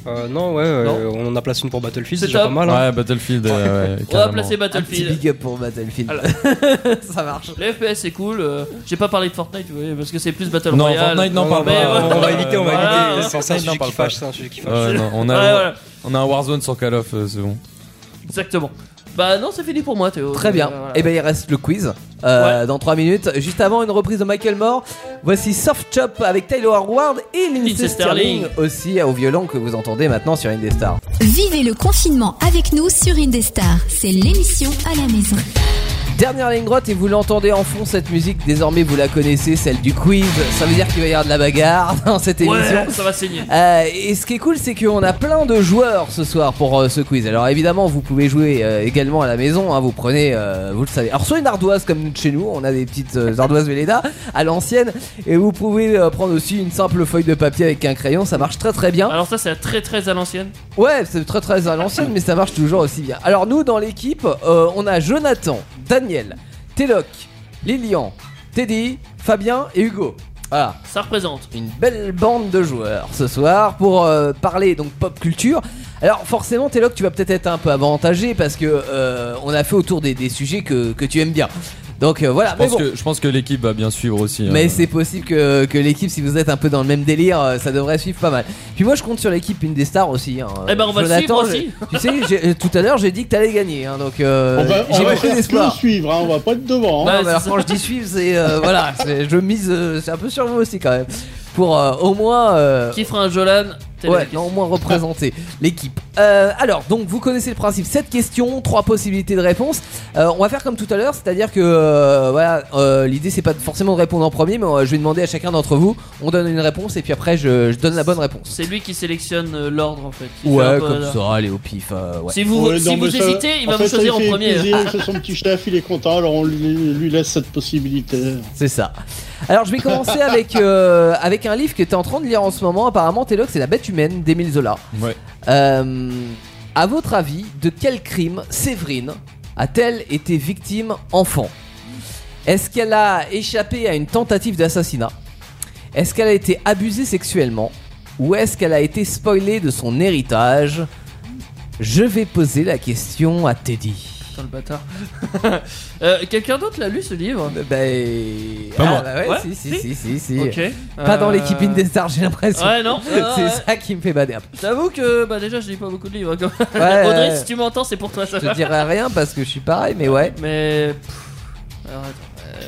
[SPEAKER 3] euh,
[SPEAKER 8] Euh, non, ouais, euh,
[SPEAKER 3] Non.
[SPEAKER 8] on en a placé une pour Battlefield, c'est
[SPEAKER 3] C'est
[SPEAKER 8] déjà
[SPEAKER 3] top.
[SPEAKER 8] pas mal. hein.
[SPEAKER 4] Ouais, Battlefield. euh, ouais,
[SPEAKER 3] On va
[SPEAKER 4] carrément.
[SPEAKER 3] placer
[SPEAKER 2] Teddy Un petit
[SPEAKER 3] Battlefield.
[SPEAKER 2] big up pour Battlefield.
[SPEAKER 3] Voilà.
[SPEAKER 2] Ça marche.
[SPEAKER 3] Les FPS c'est cool. euh, J'ai pas parlé de Fortnite, vous voyez, parce que c'est plus Battle
[SPEAKER 4] Non,
[SPEAKER 3] Royale. Euh,
[SPEAKER 4] Fortnite, non,
[SPEAKER 8] Non,
[SPEAKER 4] parle
[SPEAKER 8] non,
[SPEAKER 4] pas.
[SPEAKER 8] on, on va éviter, on va
[SPEAKER 3] Voilà,
[SPEAKER 8] éviter.
[SPEAKER 3] voilà.
[SPEAKER 8] C'est- C'est un
[SPEAKER 4] Fortnite, n'en
[SPEAKER 8] sujet
[SPEAKER 4] parle
[SPEAKER 8] qui
[SPEAKER 4] pas.
[SPEAKER 8] fâche, c'est un sujet qui fâche.
[SPEAKER 4] Ouais, non, on,
[SPEAKER 3] Ouais,
[SPEAKER 4] a,
[SPEAKER 3] voilà,
[SPEAKER 4] on a un Warzone sur Call of, euh, c'est bon.
[SPEAKER 3] exactement. Bah non, c'est fini pour moi, Théo.
[SPEAKER 2] Très bien.
[SPEAKER 3] Euh, voilà.
[SPEAKER 2] Et ben il reste le quiz euh, dans 3 minutes. Juste avant une reprise de Michael Moore. Voici Soft Chop avec Taylor Howard et Lindsay
[SPEAKER 3] Lindsey Sterling.
[SPEAKER 2] Sterling aussi euh, au violon que vous entendez maintenant sur Indestar.
[SPEAKER 1] Vivez le confinement avec nous sur Indestar. C'est l'émission à la maison.
[SPEAKER 2] Dernière ligne droite et vous l'entendez en fond cette musique. Désormais vous la connaissez, celle du quiz. Ça veut dire qu'il va y avoir de la bagarre dans cette émission.
[SPEAKER 3] Ouais, ça va saigner.
[SPEAKER 2] Euh, et ce qui est cool, c'est qu'on a plein de joueurs ce soir pour euh, ce quiz. Alors évidemment, vous pouvez jouer euh, également à la maison. hein, vous prenez, euh, vous le savez. Alors soit une ardoise comme chez nous, on a des petites euh, ardoises Velleda à l'ancienne, et vous pouvez euh, prendre aussi une simple feuille de papier avec un crayon. Ça marche très très bien.
[SPEAKER 3] Alors ça, c'est très très à l'ancienne.
[SPEAKER 2] Ouais, c'est très très à l'ancienne, mais ça marche toujours aussi bien. Alors nous, dans l'équipe, euh, on a Jonathan, Daniel, Téloc, Lilian, Teddy, Fabien et Hugo. Voilà.
[SPEAKER 3] Ça représente.
[SPEAKER 2] Une belle bande de joueurs ce soir pour euh, parler donc pop culture. Alors forcément Téloc tu vas peut-être être un peu avantagé parce que euh, on a fait autour des, des sujets que, que tu aimes bien. Donc euh, voilà,
[SPEAKER 4] Je
[SPEAKER 2] mais
[SPEAKER 4] pense,
[SPEAKER 2] bon.
[SPEAKER 4] que, je pense que l'équipe va bien suivre aussi.
[SPEAKER 2] Mais
[SPEAKER 4] hein.
[SPEAKER 2] c'est possible que, que l'équipe, si vous êtes un peu dans le même délire, euh, ça devrait suivre pas mal. Puis moi, je compte sur l'équipe Indestar aussi. Hein.
[SPEAKER 3] Eh ben, on va le
[SPEAKER 2] Jonathan,
[SPEAKER 3] suivre aussi.
[SPEAKER 2] je- Tu sais, j'ai- euh, tout à l'heure, j'ai dit que t'allais gagner. Hein, donc euh,
[SPEAKER 5] on va, on
[SPEAKER 2] j'ai
[SPEAKER 5] va faire
[SPEAKER 2] beaucoup
[SPEAKER 5] que le
[SPEAKER 2] d'espoir.
[SPEAKER 5] suivre, hein, on va pas être devant. hein.
[SPEAKER 3] Ouais,
[SPEAKER 2] Non, mais alors,
[SPEAKER 3] Bah, c'est
[SPEAKER 2] quand je dis suivre, c'est euh, voilà, c'est- je mise euh, c'est un peu sur vous aussi quand même. Pour euh, au moins euh,
[SPEAKER 3] Qui fera un Jolan Telle est la
[SPEAKER 2] Ouais,
[SPEAKER 3] question.
[SPEAKER 2] non, au moins représenter l'équipe. Euh, alors, donc, vous connaissez le principe. 7 questions, 3 possibilités de réponse. Euh, on va faire comme tout à l'heure, c'est-à-dire que euh, voilà, euh, l'idée c'est pas forcément de répondre en premier, mais euh, je vais demander à chacun d'entre vous. On donne une réponse et puis après je, je donne la bonne réponse.
[SPEAKER 3] C'est lui qui sélectionne euh, l'ordre en fait. Il fait
[SPEAKER 2] Ouais,
[SPEAKER 3] un peu
[SPEAKER 2] comme
[SPEAKER 3] hasard.
[SPEAKER 2] ça, allez au pif. euh, ouais.
[SPEAKER 3] Si vous,
[SPEAKER 5] Ouais,
[SPEAKER 3] si
[SPEAKER 5] non,
[SPEAKER 3] vous
[SPEAKER 5] mais ça-
[SPEAKER 3] hésitez, il va
[SPEAKER 5] fait,
[SPEAKER 3] vous
[SPEAKER 5] ça
[SPEAKER 3] choisir en
[SPEAKER 5] lui fait
[SPEAKER 3] premier.
[SPEAKER 5] plaisir, C'est son petit chef, il est content, alors on lui, lui laisse cette possibilité.
[SPEAKER 2] C'est ça. Alors, je vais commencer avec euh, avec un livre que t'es en train de lire en ce moment. Apparemment, Téloc, c'est La Bête Humaine d'Émile Zola.
[SPEAKER 4] Ouais.
[SPEAKER 2] Euh, à votre avis, de quel crime Séverine a-t-elle été victime enfant Est-ce qu'elle a échappé à une tentative d'assassinat Est-ce qu'elle a été abusée sexuellement Ou est-ce qu'elle a été spoilée de son héritage Je vais poser la question à Teddy.
[SPEAKER 3] Putain, le bâtard. Euh, Quelqu'un d'autre l'a lu ce livre
[SPEAKER 2] Euh, Ben.
[SPEAKER 7] Pas
[SPEAKER 2] ah,
[SPEAKER 7] moi.
[SPEAKER 2] bah ouais,
[SPEAKER 3] Ouais,
[SPEAKER 2] si, si,
[SPEAKER 3] si.
[SPEAKER 2] si, si, si.
[SPEAKER 3] Ok.
[SPEAKER 2] Pas dans
[SPEAKER 3] Euh,
[SPEAKER 2] l'équipe Indestar, j'ai l'impression.
[SPEAKER 3] Ouais, non.
[SPEAKER 2] C'est
[SPEAKER 3] Ah, ouais.
[SPEAKER 2] ça qui me fait bader un peu.
[SPEAKER 3] J'avoue que bah déjà je lis pas beaucoup de livres. hein, quand même.
[SPEAKER 2] Ouais,
[SPEAKER 3] Audrey,
[SPEAKER 2] ouais.
[SPEAKER 3] si tu m'entends, c'est pour toi ça.
[SPEAKER 2] Je te dirai rien parce que je suis pareil, mais ouais.
[SPEAKER 3] Mais pff, alors, attends. euh,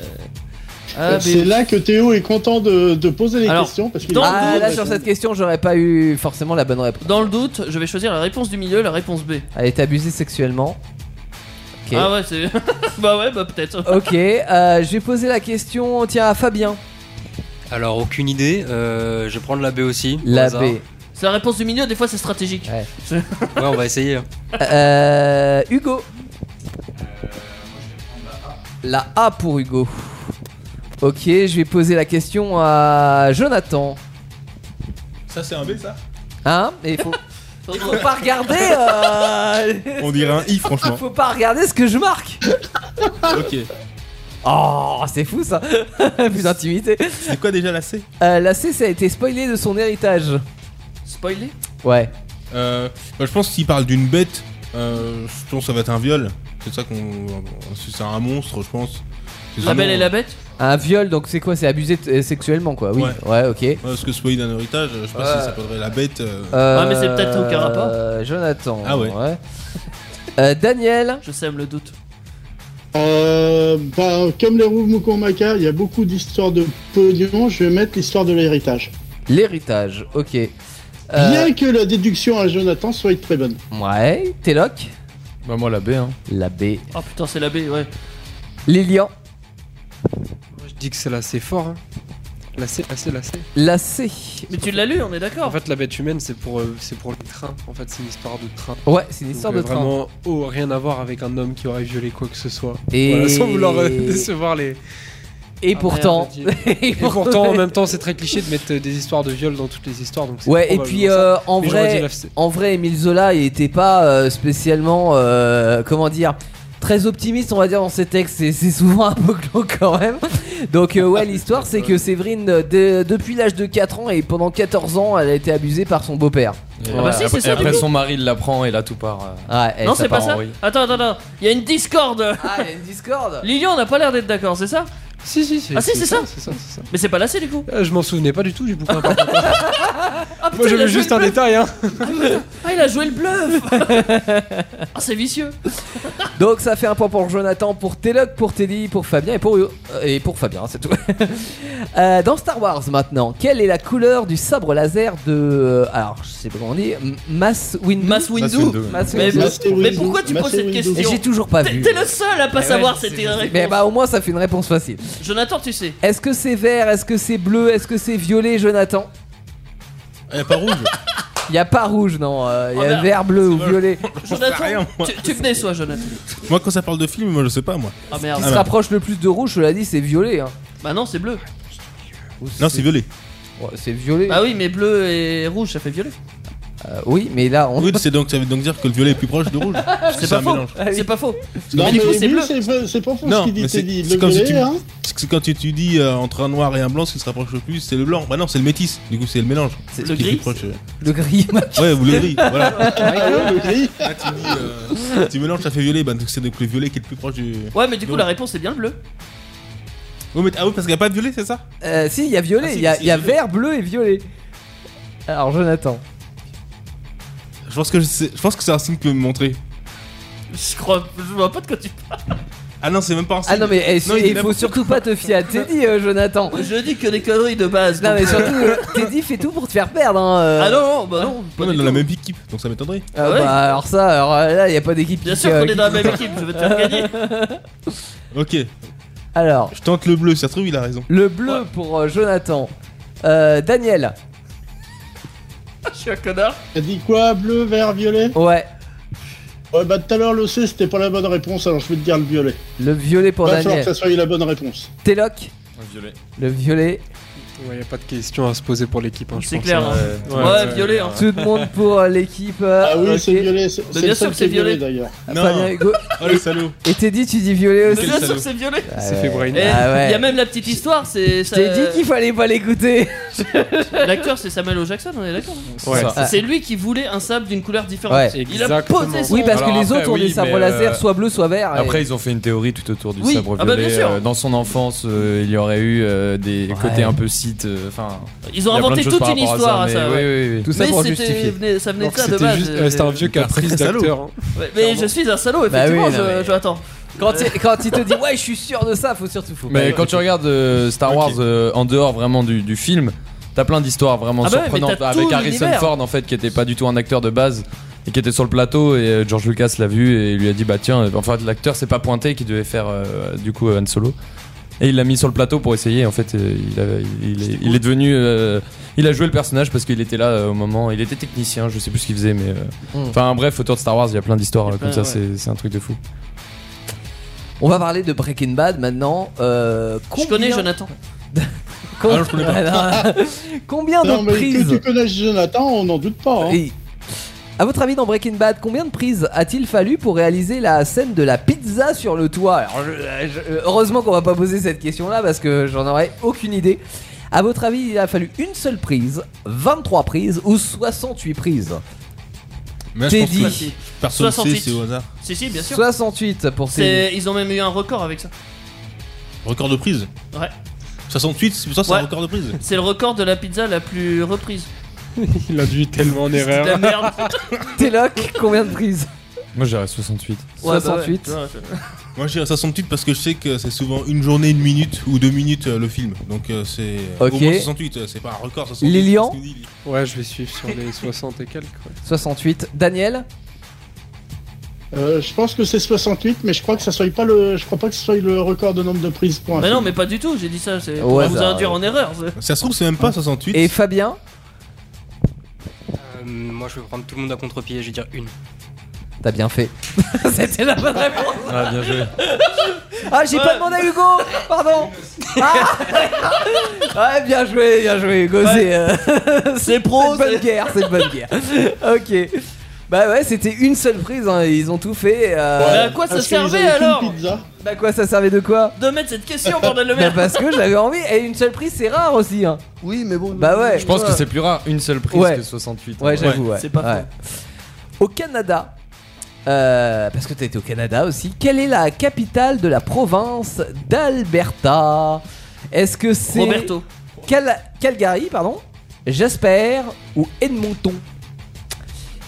[SPEAKER 3] Ah,
[SPEAKER 5] Euh, c'est là que Théo est content de, de poser les
[SPEAKER 3] Alors,
[SPEAKER 5] questions parce qu'il
[SPEAKER 3] dans
[SPEAKER 5] a-
[SPEAKER 2] Ah, là, sur cette question, j'aurais pas eu forcément la bonne réponse.
[SPEAKER 3] mais dans le doute, je vais choisir la réponse du milieu, la réponse B.
[SPEAKER 2] Elle est abusée sexuellement. Ok.
[SPEAKER 3] Ah ouais, c'est. bah ouais, bah peut-être.
[SPEAKER 2] Ok, euh, je vais poser la question, tiens, à Fabien.
[SPEAKER 8] Alors, aucune idée, euh, je vais prendre la B aussi. au
[SPEAKER 2] La
[SPEAKER 8] hasard.
[SPEAKER 2] B.
[SPEAKER 3] C'est la réponse du milieu, des fois c'est stratégique.
[SPEAKER 8] Ouais, on va essayer.
[SPEAKER 2] Euh, Hugo. La A pour Hugo. Ok, je vais poser la question à Jonathan.
[SPEAKER 7] Ça, c'est un B, ça
[SPEAKER 2] Hein Mais il faut, il faut pas regarder. euh,
[SPEAKER 7] On dirait un I, franchement.
[SPEAKER 2] faut pas regarder ce que je marque.
[SPEAKER 7] ok.
[SPEAKER 2] Oh, c'est fou ça Plus d'intimité.
[SPEAKER 7] C'est quoi déjà la C
[SPEAKER 2] Euh, la C, ça a été spoilé de son héritage.
[SPEAKER 3] Spoilé
[SPEAKER 2] Ouais.
[SPEAKER 7] Euh, bah, je pense qu'il parle d'une bête. Euh, je pense que ça va être un viol. C'est ça qu'on. si C'est un monstre, je pense. C'est
[SPEAKER 3] La
[SPEAKER 7] vraiment-
[SPEAKER 3] belle et la bête
[SPEAKER 2] Un viol, donc c'est quoi C'est abusé euh, sexuellement, quoi. Oui. Ouais,
[SPEAKER 7] Ouais.
[SPEAKER 2] ok.
[SPEAKER 7] Ouais, parce que spoiler d'un héritage, je sais pas
[SPEAKER 2] Ouais.
[SPEAKER 7] si ça s'appellerait la bête. euh,
[SPEAKER 2] Euh,
[SPEAKER 3] Ah, mais c'est peut-être aucun rapport.
[SPEAKER 2] euh, Jonathan.
[SPEAKER 7] Ah ouais.
[SPEAKER 2] Euh, Daniel.
[SPEAKER 3] Je sème le doute.
[SPEAKER 5] Euh, bah, comme les roues Mukomaka, il y a beaucoup d'histoires de pognon. Je vais mettre l'histoire de l'héritage.
[SPEAKER 2] L'héritage, ok. Euh,
[SPEAKER 5] Bien que la déduction à Jonathan soit très bonne.
[SPEAKER 2] Ouais. Téloc.
[SPEAKER 4] Bah, moi, la B, hein.
[SPEAKER 2] La B.
[SPEAKER 3] Oh putain, c'est la B, ouais.
[SPEAKER 2] Lilian.
[SPEAKER 6] Moi, je dis que c'est la C fort. Hein. La C, la C, la C.
[SPEAKER 2] La C.
[SPEAKER 3] Mais tu l'as lu, on est
[SPEAKER 6] En
[SPEAKER 3] d'accord.
[SPEAKER 6] fait, la bête humaine, c'est pour, euh, c'est pour le train. En fait, c'est une histoire de train.
[SPEAKER 2] Ouais, c'est une histoire
[SPEAKER 6] Donc, euh,
[SPEAKER 2] de train.
[SPEAKER 6] Vraiment, oh, rien à voir avec un homme qui aurait violé quoi que ce soit.
[SPEAKER 2] Et...
[SPEAKER 6] Voilà, sans vouloir euh, décevoir les.
[SPEAKER 2] Et
[SPEAKER 6] Ah,
[SPEAKER 2] pourtant.
[SPEAKER 6] merde,
[SPEAKER 2] et
[SPEAKER 6] Et pourtant, en même temps, c'est très cliché de mettre euh, des histoires de viol dans toutes les histoires. Donc c'est
[SPEAKER 2] Ouais, et
[SPEAKER 6] probablement
[SPEAKER 2] puis
[SPEAKER 6] ça.
[SPEAKER 2] euh, en
[SPEAKER 6] Mais j'aurais dit
[SPEAKER 2] vrai.
[SPEAKER 6] la C.
[SPEAKER 2] En vrai, Emile Zola il était pas euh, spécialement, euh, comment dire, très optimiste, on va dire, dans ses textes. C'est, c'est souvent un peu glauque quand même. Donc, euh, ouais, l'histoire, c'est que Séverine, euh, de- depuis l'âge de 4 ans et pendant 14 ans, elle a été abusée par son beau-père.
[SPEAKER 4] Et,
[SPEAKER 3] bah si, c'est
[SPEAKER 4] après,
[SPEAKER 3] ça,
[SPEAKER 4] et
[SPEAKER 3] du
[SPEAKER 4] après,
[SPEAKER 3] coup.
[SPEAKER 4] son mari il la prend et là tout part. euh.
[SPEAKER 2] Ouais, elle
[SPEAKER 3] non,
[SPEAKER 2] s'est-
[SPEAKER 3] c'est pas
[SPEAKER 4] part en
[SPEAKER 3] ça
[SPEAKER 4] vrille.
[SPEAKER 3] Attends, attends, attends. Il y a une discorde.
[SPEAKER 2] Ah, elle a une Discord
[SPEAKER 3] Lilian, on n'a pas l'air d'être d'accord, c'est ça
[SPEAKER 6] Si, si, si.
[SPEAKER 3] Ah, si, c'est ça.
[SPEAKER 6] C'est ça, c'est ça.
[SPEAKER 3] Mais c'est pas la C du coup.
[SPEAKER 6] Euh, je m'en souvenais pas du tout du bouquin. par contre.
[SPEAKER 3] Ah, putain,
[SPEAKER 6] Moi,
[SPEAKER 3] il a
[SPEAKER 6] j'avais
[SPEAKER 3] joué
[SPEAKER 6] juste
[SPEAKER 3] le
[SPEAKER 6] un
[SPEAKER 3] bluff.
[SPEAKER 6] détail. Hein.
[SPEAKER 3] Ah, il a joué le bluff. ah, c'est vicieux.
[SPEAKER 2] Donc, ça fait un point pour Jonathan, pour Téloc, pour Teddy, pour Fabien et pour, euh, et pour Fabien, c'est tout. Euh, dans Star Wars maintenant, quelle est la couleur du sabre laser de. euh, alors, je sais pas comment on dit. M- Mass Windu
[SPEAKER 7] Mass
[SPEAKER 3] Mass Windu.
[SPEAKER 7] Windu.
[SPEAKER 2] Mass
[SPEAKER 3] Mais,
[SPEAKER 2] Windu.
[SPEAKER 5] Master
[SPEAKER 3] mais
[SPEAKER 5] Windu,
[SPEAKER 3] pourquoi tu poses
[SPEAKER 5] Master
[SPEAKER 3] cette
[SPEAKER 5] Windu.
[SPEAKER 2] Et
[SPEAKER 3] question
[SPEAKER 2] j'ai toujours pas
[SPEAKER 3] T'es
[SPEAKER 2] vu.
[SPEAKER 3] t'es le seul à pas
[SPEAKER 4] Eh ouais,
[SPEAKER 3] savoir
[SPEAKER 4] c'est-
[SPEAKER 3] c'était une réponse.
[SPEAKER 2] Mais bah au moins ça fait une réponse facile.
[SPEAKER 3] Jonathan, tu sais.
[SPEAKER 2] Est-ce que c'est vert Est-ce que c'est bleu Est-ce que c'est violet, Jonathan
[SPEAKER 7] Elle est pas rouge
[SPEAKER 2] Il y a pas rouge, non. euh, Il y
[SPEAKER 3] Eh, Oh,
[SPEAKER 2] a
[SPEAKER 3] merde.
[SPEAKER 2] vert, bleu ou violet.
[SPEAKER 3] Jonathan,
[SPEAKER 7] rien, moi.
[SPEAKER 3] tu, tu venais, soit Jonathan.
[SPEAKER 7] Moi, quand ça parle de film, moi je sais pas moi.
[SPEAKER 3] Ah
[SPEAKER 2] Qui
[SPEAKER 3] merde.
[SPEAKER 2] se rapproche le plus de rouge, je l'ai dit, c'est violet. Hein. Oh,
[SPEAKER 3] Bah non, c'est bleu.
[SPEAKER 2] Ou
[SPEAKER 7] Non, c'est violet.
[SPEAKER 2] Ouais, Oh, c'est violet.
[SPEAKER 3] Bah oui, mais bleu et rouge, ça fait violet.
[SPEAKER 2] Euh, oui, mais là on.
[SPEAKER 7] Oui, c'est donc, ça veut donc dire que le violet est plus proche du rouge. Parce que
[SPEAKER 3] C'est pas
[SPEAKER 7] un
[SPEAKER 3] faux.
[SPEAKER 7] mélange.
[SPEAKER 2] oui.
[SPEAKER 3] C'est pas faux.
[SPEAKER 5] Non,
[SPEAKER 3] Mais
[SPEAKER 5] mais,
[SPEAKER 3] du coup, c'est
[SPEAKER 5] lui,
[SPEAKER 3] bleu.
[SPEAKER 5] c'est pas, c'est pas faux
[SPEAKER 7] Non,
[SPEAKER 5] ce qu'il
[SPEAKER 7] mais
[SPEAKER 5] dit,
[SPEAKER 7] c'est-
[SPEAKER 5] Teddy.
[SPEAKER 7] c'est
[SPEAKER 5] Le
[SPEAKER 7] comme si
[SPEAKER 5] violet,
[SPEAKER 7] tu-
[SPEAKER 5] hein.
[SPEAKER 7] C'est que quand tu tu dis euh, entre un noir et un blanc, ce qui se rapproche le plus, c'est le blanc. Bah non, c'est le métis. Du coup, c'est le mélange.
[SPEAKER 2] C'est
[SPEAKER 7] Ce
[SPEAKER 3] le
[SPEAKER 7] qui est
[SPEAKER 3] gris.
[SPEAKER 7] plus proche, euh.
[SPEAKER 2] Le gris.
[SPEAKER 7] Ouais, ou le gris. voilà.
[SPEAKER 5] Ah ouais, le gris.
[SPEAKER 7] Là, tu dis, euh, tu mélanges, ça fait violet. Bah, donc c'est donc le violet qui est le plus proche du.
[SPEAKER 3] Ouais, mais du coup,
[SPEAKER 7] Non.
[SPEAKER 3] la réponse c'est bien le bleu.
[SPEAKER 7] Oui, mais- ah oui, parce qu'il n'y a pas de violet, c'est ça
[SPEAKER 2] Euh, si, il y a violet.
[SPEAKER 7] Ah, si,
[SPEAKER 2] Il y a,
[SPEAKER 7] si,
[SPEAKER 2] il y a
[SPEAKER 7] violet.
[SPEAKER 2] vert, bleu et violet. Alors Jonathan.
[SPEAKER 7] Je pense que je sais- je pense que c'est un signe que me montrer.
[SPEAKER 3] Je crois. Je vois pas de quoi tu
[SPEAKER 7] Ah non, c'est même pas un signe.
[SPEAKER 2] Ah non mais eh, si-
[SPEAKER 7] Non, il
[SPEAKER 2] il
[SPEAKER 7] dit
[SPEAKER 2] faut surtout pas te fier à Teddy, euh, Jonathan.
[SPEAKER 3] Je dis que des conneries de base.
[SPEAKER 2] Non
[SPEAKER 3] donc-
[SPEAKER 2] mais surtout, euh, Teddy fait tout pour te faire perdre. Hein, euh.
[SPEAKER 3] Ah non, non, bah non. pas
[SPEAKER 7] Non, mais
[SPEAKER 3] du
[SPEAKER 7] dans
[SPEAKER 3] tout.
[SPEAKER 7] la même équipe, donc ça m'étonnerait.
[SPEAKER 2] Ah
[SPEAKER 3] Ah ouais
[SPEAKER 2] bah, alors ça, alors euh, là, il y a pas d'équipe.
[SPEAKER 3] Bien
[SPEAKER 2] qui-
[SPEAKER 3] sûr
[SPEAKER 2] euh,
[SPEAKER 3] qu'on
[SPEAKER 2] qui-
[SPEAKER 3] est dans la même équipe, je vais te faire gagner.
[SPEAKER 7] Ok,
[SPEAKER 2] Alors,
[SPEAKER 7] je tente le bleu, si ça se trouve, il a raison.
[SPEAKER 2] le bleu pour euh, Jonathan. Euh, Daniel.
[SPEAKER 3] Je suis un connard.
[SPEAKER 5] T'as dit quoi Bleu, vert, violet
[SPEAKER 2] Ouais.
[SPEAKER 5] Ouais, bah tout à l'heure, le C, c'était pas la bonne réponse, alors je vais te dire le violet.
[SPEAKER 2] Le violet pour
[SPEAKER 5] Va falloir que
[SPEAKER 2] Daniel.
[SPEAKER 5] ça soit la bonne réponse.
[SPEAKER 2] Téloc.
[SPEAKER 4] Ouais, Violet.
[SPEAKER 2] Le violet.
[SPEAKER 6] Ouais, y a pas de question à se poser pour l'équipe. Hein, je
[SPEAKER 3] C'est
[SPEAKER 6] pense,
[SPEAKER 3] clair.
[SPEAKER 6] hein.
[SPEAKER 3] hein.
[SPEAKER 4] Ouais.
[SPEAKER 3] Ouais,
[SPEAKER 4] Ouais.
[SPEAKER 3] violet. Hein.
[SPEAKER 2] Tout le monde pour euh, l'équipe. euh,
[SPEAKER 5] Ah oui,
[SPEAKER 2] ok.
[SPEAKER 5] c'est violet. C'est c'est
[SPEAKER 3] bien
[SPEAKER 5] le
[SPEAKER 3] sûr
[SPEAKER 5] seul
[SPEAKER 3] que
[SPEAKER 5] qui
[SPEAKER 3] c'est
[SPEAKER 5] est violet,
[SPEAKER 3] violet.
[SPEAKER 5] d'ailleurs.
[SPEAKER 2] Fabien
[SPEAKER 7] Non,
[SPEAKER 2] Hugo.
[SPEAKER 7] oh le salaud.
[SPEAKER 2] Et Teddy, tu dis violet
[SPEAKER 3] Mais
[SPEAKER 2] aussi.
[SPEAKER 3] bien
[SPEAKER 7] c'est
[SPEAKER 3] sûr
[SPEAKER 7] le-
[SPEAKER 3] que c'est violet.
[SPEAKER 6] Il s'est fait brainer.
[SPEAKER 3] Et Eh, Il
[SPEAKER 2] Ah ouais.
[SPEAKER 3] y a même la petite histoire, c'est.
[SPEAKER 2] Je
[SPEAKER 3] ça- euh,
[SPEAKER 2] t'ai dit qu'il fallait pas l'écouter.
[SPEAKER 3] L'acteur c'est Samuel L. Jackson, on est d'accord hein.
[SPEAKER 6] Ouais.
[SPEAKER 4] Ça.
[SPEAKER 2] Ah.
[SPEAKER 3] C'est lui qui voulait un sabre d'une couleur différente.
[SPEAKER 2] Ouais.
[SPEAKER 3] Il a posé
[SPEAKER 6] Exactement.
[SPEAKER 3] son
[SPEAKER 2] Oui, parce
[SPEAKER 4] Alors
[SPEAKER 2] que les
[SPEAKER 4] après,
[SPEAKER 2] autres ont
[SPEAKER 4] oui,
[SPEAKER 2] des sabres
[SPEAKER 4] mais,
[SPEAKER 2] laser,
[SPEAKER 4] euh,
[SPEAKER 2] soit bleu, soit vert. et-
[SPEAKER 4] Après, ils ont fait une théorie tout autour du
[SPEAKER 3] Oui,
[SPEAKER 4] sabre
[SPEAKER 3] ah
[SPEAKER 4] violet.
[SPEAKER 3] bah, bien sûr.
[SPEAKER 4] euh, dans son enfance, euh, il y aurait eu euh, des
[SPEAKER 2] Ouais.
[SPEAKER 4] côtés un peu site. euh, Enfin,
[SPEAKER 3] Ils ont
[SPEAKER 4] il y a plein de
[SPEAKER 3] inventé
[SPEAKER 4] choses
[SPEAKER 3] toute
[SPEAKER 4] par
[SPEAKER 3] une
[SPEAKER 4] rapport
[SPEAKER 3] histoire à
[SPEAKER 4] mais
[SPEAKER 3] ça.
[SPEAKER 4] oui,
[SPEAKER 3] ouais.
[SPEAKER 4] oui, oui.
[SPEAKER 2] Tout ça
[SPEAKER 3] mais
[SPEAKER 2] pour
[SPEAKER 3] c'était-
[SPEAKER 2] justifier.
[SPEAKER 3] venait- ça venait de
[SPEAKER 6] Donc,
[SPEAKER 3] ça de
[SPEAKER 6] c'était
[SPEAKER 3] base.
[SPEAKER 6] juste- euh, c'était un
[SPEAKER 3] euh,
[SPEAKER 6] vieux caprice
[SPEAKER 7] Très salaud.
[SPEAKER 6] d'acteur. hein.
[SPEAKER 3] ouais, Mais je suis un salaud,
[SPEAKER 2] Bah oui,
[SPEAKER 3] effectivement,
[SPEAKER 2] non, mais-
[SPEAKER 3] je- je attends.
[SPEAKER 2] Quand, il- quand il te dit ouais, je suis sûr de ça, faut surtout faut.
[SPEAKER 4] Mais
[SPEAKER 2] pas-
[SPEAKER 4] quand tu regardes euh, Star
[SPEAKER 7] Ok.
[SPEAKER 4] Wars euh, en dehors vraiment du, du film, t'as plein d'histoires vraiment
[SPEAKER 3] Ah bah ouais, mais
[SPEAKER 4] surprenantes
[SPEAKER 3] t'as
[SPEAKER 4] avec
[SPEAKER 3] tout
[SPEAKER 4] Harrison
[SPEAKER 3] l'univers.
[SPEAKER 4] Ford en fait qui était pas du tout un acteur de base et qui était sur le plateau et euh, George Lucas l'a vu et il lui a dit bah tiens euh, enfin l'acteur s'est pas pointé qui devait faire euh, du coup euh, Han Solo et il l'a mis sur le plateau pour essayer en fait euh, il, avait- il, est, il est devenu euh, il a joué le personnage parce qu'il était là euh, au moment il était technicien je sais plus ce qu'il faisait mais euh,
[SPEAKER 2] Hmm.
[SPEAKER 4] enfin bref autour de Star Wars il y a plein d'histoires
[SPEAKER 3] Il y a
[SPEAKER 4] euh, comme ça
[SPEAKER 3] plein,
[SPEAKER 4] c'est- c'est un truc de fou
[SPEAKER 2] On va parler de Breaking Bad maintenant. Euh,
[SPEAKER 3] Je connais
[SPEAKER 2] combien-
[SPEAKER 3] Jonathan.
[SPEAKER 2] Com-
[SPEAKER 7] Ah non, je connais
[SPEAKER 2] Combien
[SPEAKER 5] Non,
[SPEAKER 2] de
[SPEAKER 5] mais que
[SPEAKER 2] prises
[SPEAKER 5] tu connaisses Jonathan, on n'en doute pas. hein.
[SPEAKER 2] Et À votre avis, dans Breaking Bad, combien de prises a-t-il fallu pour réaliser la scène de la pizza sur le toit Alors, je- je- heureusement qu'on va pas poser cette question-là parce que j'en aurais aucune idée. À votre avis, il a fallu une seule prise, 23 prises ou 68 prises
[SPEAKER 7] Mais
[SPEAKER 2] T'es
[SPEAKER 7] je pense que
[SPEAKER 2] dit.
[SPEAKER 7] personne ne sait,
[SPEAKER 3] 68.
[SPEAKER 7] c'est au hasard.
[SPEAKER 3] Si, si, bien sûr.
[SPEAKER 2] 68 pour Teddy.
[SPEAKER 3] C'est- Ils ont même eu un record avec ça.
[SPEAKER 7] Record de prise
[SPEAKER 3] Ouais.
[SPEAKER 7] 68, c'est pour ça que c'est
[SPEAKER 3] Ouais.
[SPEAKER 7] un record de prise.
[SPEAKER 3] C'est le record de la pizza la plus reprise.
[SPEAKER 6] Il a dû tellement en
[SPEAKER 3] C'est de la
[SPEAKER 6] erreur.
[SPEAKER 3] merde.
[SPEAKER 2] Téloc, combien de prises
[SPEAKER 4] Moi j'irais 68.
[SPEAKER 3] Ouais, bah ouais,
[SPEAKER 2] 68.
[SPEAKER 3] tu vois, c'est-
[SPEAKER 7] Moi je dirais 68 parce que je sais que c'est souvent une journée, une minute ou deux minutes euh, le film. Donc euh, c'est
[SPEAKER 2] Ok.
[SPEAKER 7] au moins 68, euh, c'est pas un record 68.
[SPEAKER 2] Lilian
[SPEAKER 7] parce que Lily-
[SPEAKER 6] Ouais, je vais suivre sur les 60 et quelques. ouais.
[SPEAKER 2] 68. Daniel
[SPEAKER 5] Euh, je pense que c'est 68, mais je crois que ça soit pas le, je crois pas que ce soit le record de nombre de prises pour un
[SPEAKER 3] Bah non,
[SPEAKER 5] film.
[SPEAKER 3] mais pas du tout, j'ai dit ça, c'est
[SPEAKER 2] Au
[SPEAKER 3] pour vous
[SPEAKER 2] hasard,
[SPEAKER 3] induire
[SPEAKER 2] ouais.
[SPEAKER 3] en erreur.
[SPEAKER 7] Ça se trouve c'est même pas 68.
[SPEAKER 2] Et Fabien
[SPEAKER 8] Euh, moi, je vais prendre tout le monde à contre-pied, je vais dire une.
[SPEAKER 2] T'as bien fait.
[SPEAKER 3] Eh
[SPEAKER 2] C'était
[SPEAKER 3] ben,
[SPEAKER 2] la bonne réponse.
[SPEAKER 4] Ah bien joué.
[SPEAKER 2] Ah, j'ai pas demandé à Hugo Pardon ah Ouais, bien joué, bien joué, Hugo. C'est euh, c'est pro. C'est une bonne guerre, c'est une bonne guerre. ok. Bah ouais, c'était une seule prise, hein, ils ont tout fait.
[SPEAKER 3] Mais
[SPEAKER 2] euh,
[SPEAKER 3] Bah, à quoi ça
[SPEAKER 5] Parce qu'ils
[SPEAKER 3] servait
[SPEAKER 5] avaient qu'une
[SPEAKER 3] alors
[SPEAKER 5] pizza.
[SPEAKER 2] Bah quoi, ça servait de quoi
[SPEAKER 3] de mettre cette question, bordel de
[SPEAKER 2] Bah
[SPEAKER 3] merde
[SPEAKER 2] parce que j'avais envie, et une seule prise c'est rare aussi. Hein.
[SPEAKER 11] Oui, mais bon.
[SPEAKER 2] Bah ouais.
[SPEAKER 4] Je pense que c'est plus rare une seule prise
[SPEAKER 2] Ouais.
[SPEAKER 4] que hein. 68.
[SPEAKER 2] Ouais, j'avoue, ouais.
[SPEAKER 3] c'est pas
[SPEAKER 2] Ouais. Au Canada, euh, parce que t'as été au Canada aussi, quelle est la capitale de la province d'Alberta Est-ce que c'est.
[SPEAKER 3] Roberto.
[SPEAKER 2] Cal- Calgary, pardon, Jasper ou Edmonton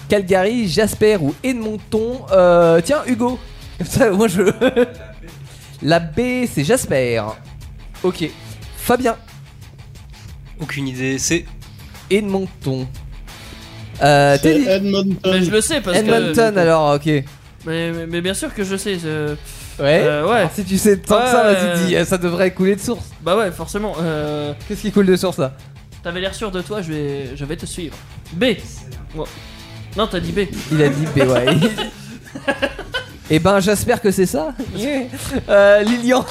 [SPEAKER 2] Calgary, Jasper ou Edmonton. Euh, tiens, Hugo. Comme ça, moi je. La B, c'est Jasper. Ok. Fabien,
[SPEAKER 8] Aucune idée, c'est.
[SPEAKER 2] Edmonton. Euh,
[SPEAKER 5] C'est
[SPEAKER 2] Teddy.
[SPEAKER 5] Edmonton.
[SPEAKER 3] Mais je le sais parce
[SPEAKER 2] Edmonton,
[SPEAKER 3] que.
[SPEAKER 2] alors, ok.
[SPEAKER 3] Mais, mais, mais bien sûr que je sais. je-
[SPEAKER 2] Ouais.
[SPEAKER 3] Euh, ouais.
[SPEAKER 2] Alors, si tu sais tant que ça,
[SPEAKER 3] Ouais.
[SPEAKER 2] vas-y, dis, euh, ça devrait couler de source.
[SPEAKER 3] Bah ouais, forcément. Euh,
[SPEAKER 2] Qu'est-ce qui coule de source là
[SPEAKER 3] T'avais l'air sûr de toi, je vais, je vais te suivre. B. Ouais. Non, t'as dit B.
[SPEAKER 2] Il a dit B, ouais. Eh ben, j'espère que c'est ça. Yeah. Euh, Lilian.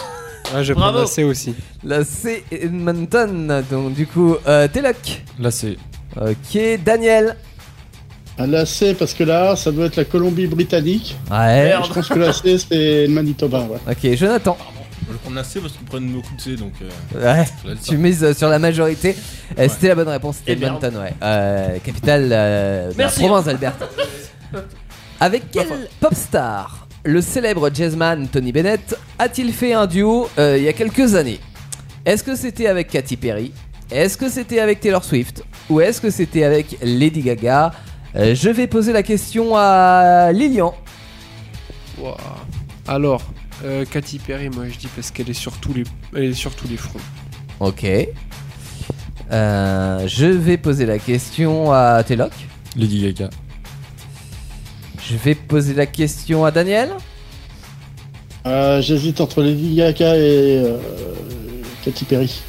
[SPEAKER 6] Ah, je vais
[SPEAKER 3] Bravo.
[SPEAKER 6] prendre assez aussi.
[SPEAKER 2] Là, c'est Edmonton. Donc, du coup, euh, Teloc.
[SPEAKER 4] Là c'est
[SPEAKER 2] Ok, Daniel.
[SPEAKER 5] Ah, la C, parce que là, ça doit être la Colombie-Britannique.
[SPEAKER 2] Ouais.
[SPEAKER 5] Je pense que la C, c'est le Manitoba, ouais.
[SPEAKER 2] Ok, Jonathan.
[SPEAKER 7] Je vais prendre la C parce qu'ils prennent beaucoup de C donc. euh,
[SPEAKER 2] Ouais.
[SPEAKER 7] ça doit être ça.
[SPEAKER 2] Tu mises euh, sur la majorité. Euh,
[SPEAKER 7] Ouais.
[SPEAKER 2] C'était la bonne réponse.
[SPEAKER 3] Eh
[SPEAKER 2] C'était Edmonton, ouais. Euh, capitale euh, de la
[SPEAKER 3] Merci.
[SPEAKER 2] province d'Alberta. Avec quel pop star le célèbre jazzman Tony Bennett a-t-il fait un duo euh, il y a quelques années Est-ce que c'était avec Katy Perry Est-ce que c'était avec Taylor Swift Ou est-ce que c'était avec Lady Gaga Euh, Je vais poser la question à Lilian.
[SPEAKER 6] Wow. Alors, euh, Katy Perry, moi je dis parce qu'elle est sur tous les, elle est sur tous les fronts.
[SPEAKER 2] Ok. Euh, je vais poser la question à Teloc.
[SPEAKER 4] Lady Gaga.
[SPEAKER 2] Je vais poser la question à Daniel.
[SPEAKER 5] Euh, J'hésite entre Lady Gaga et euh, Katy Perry.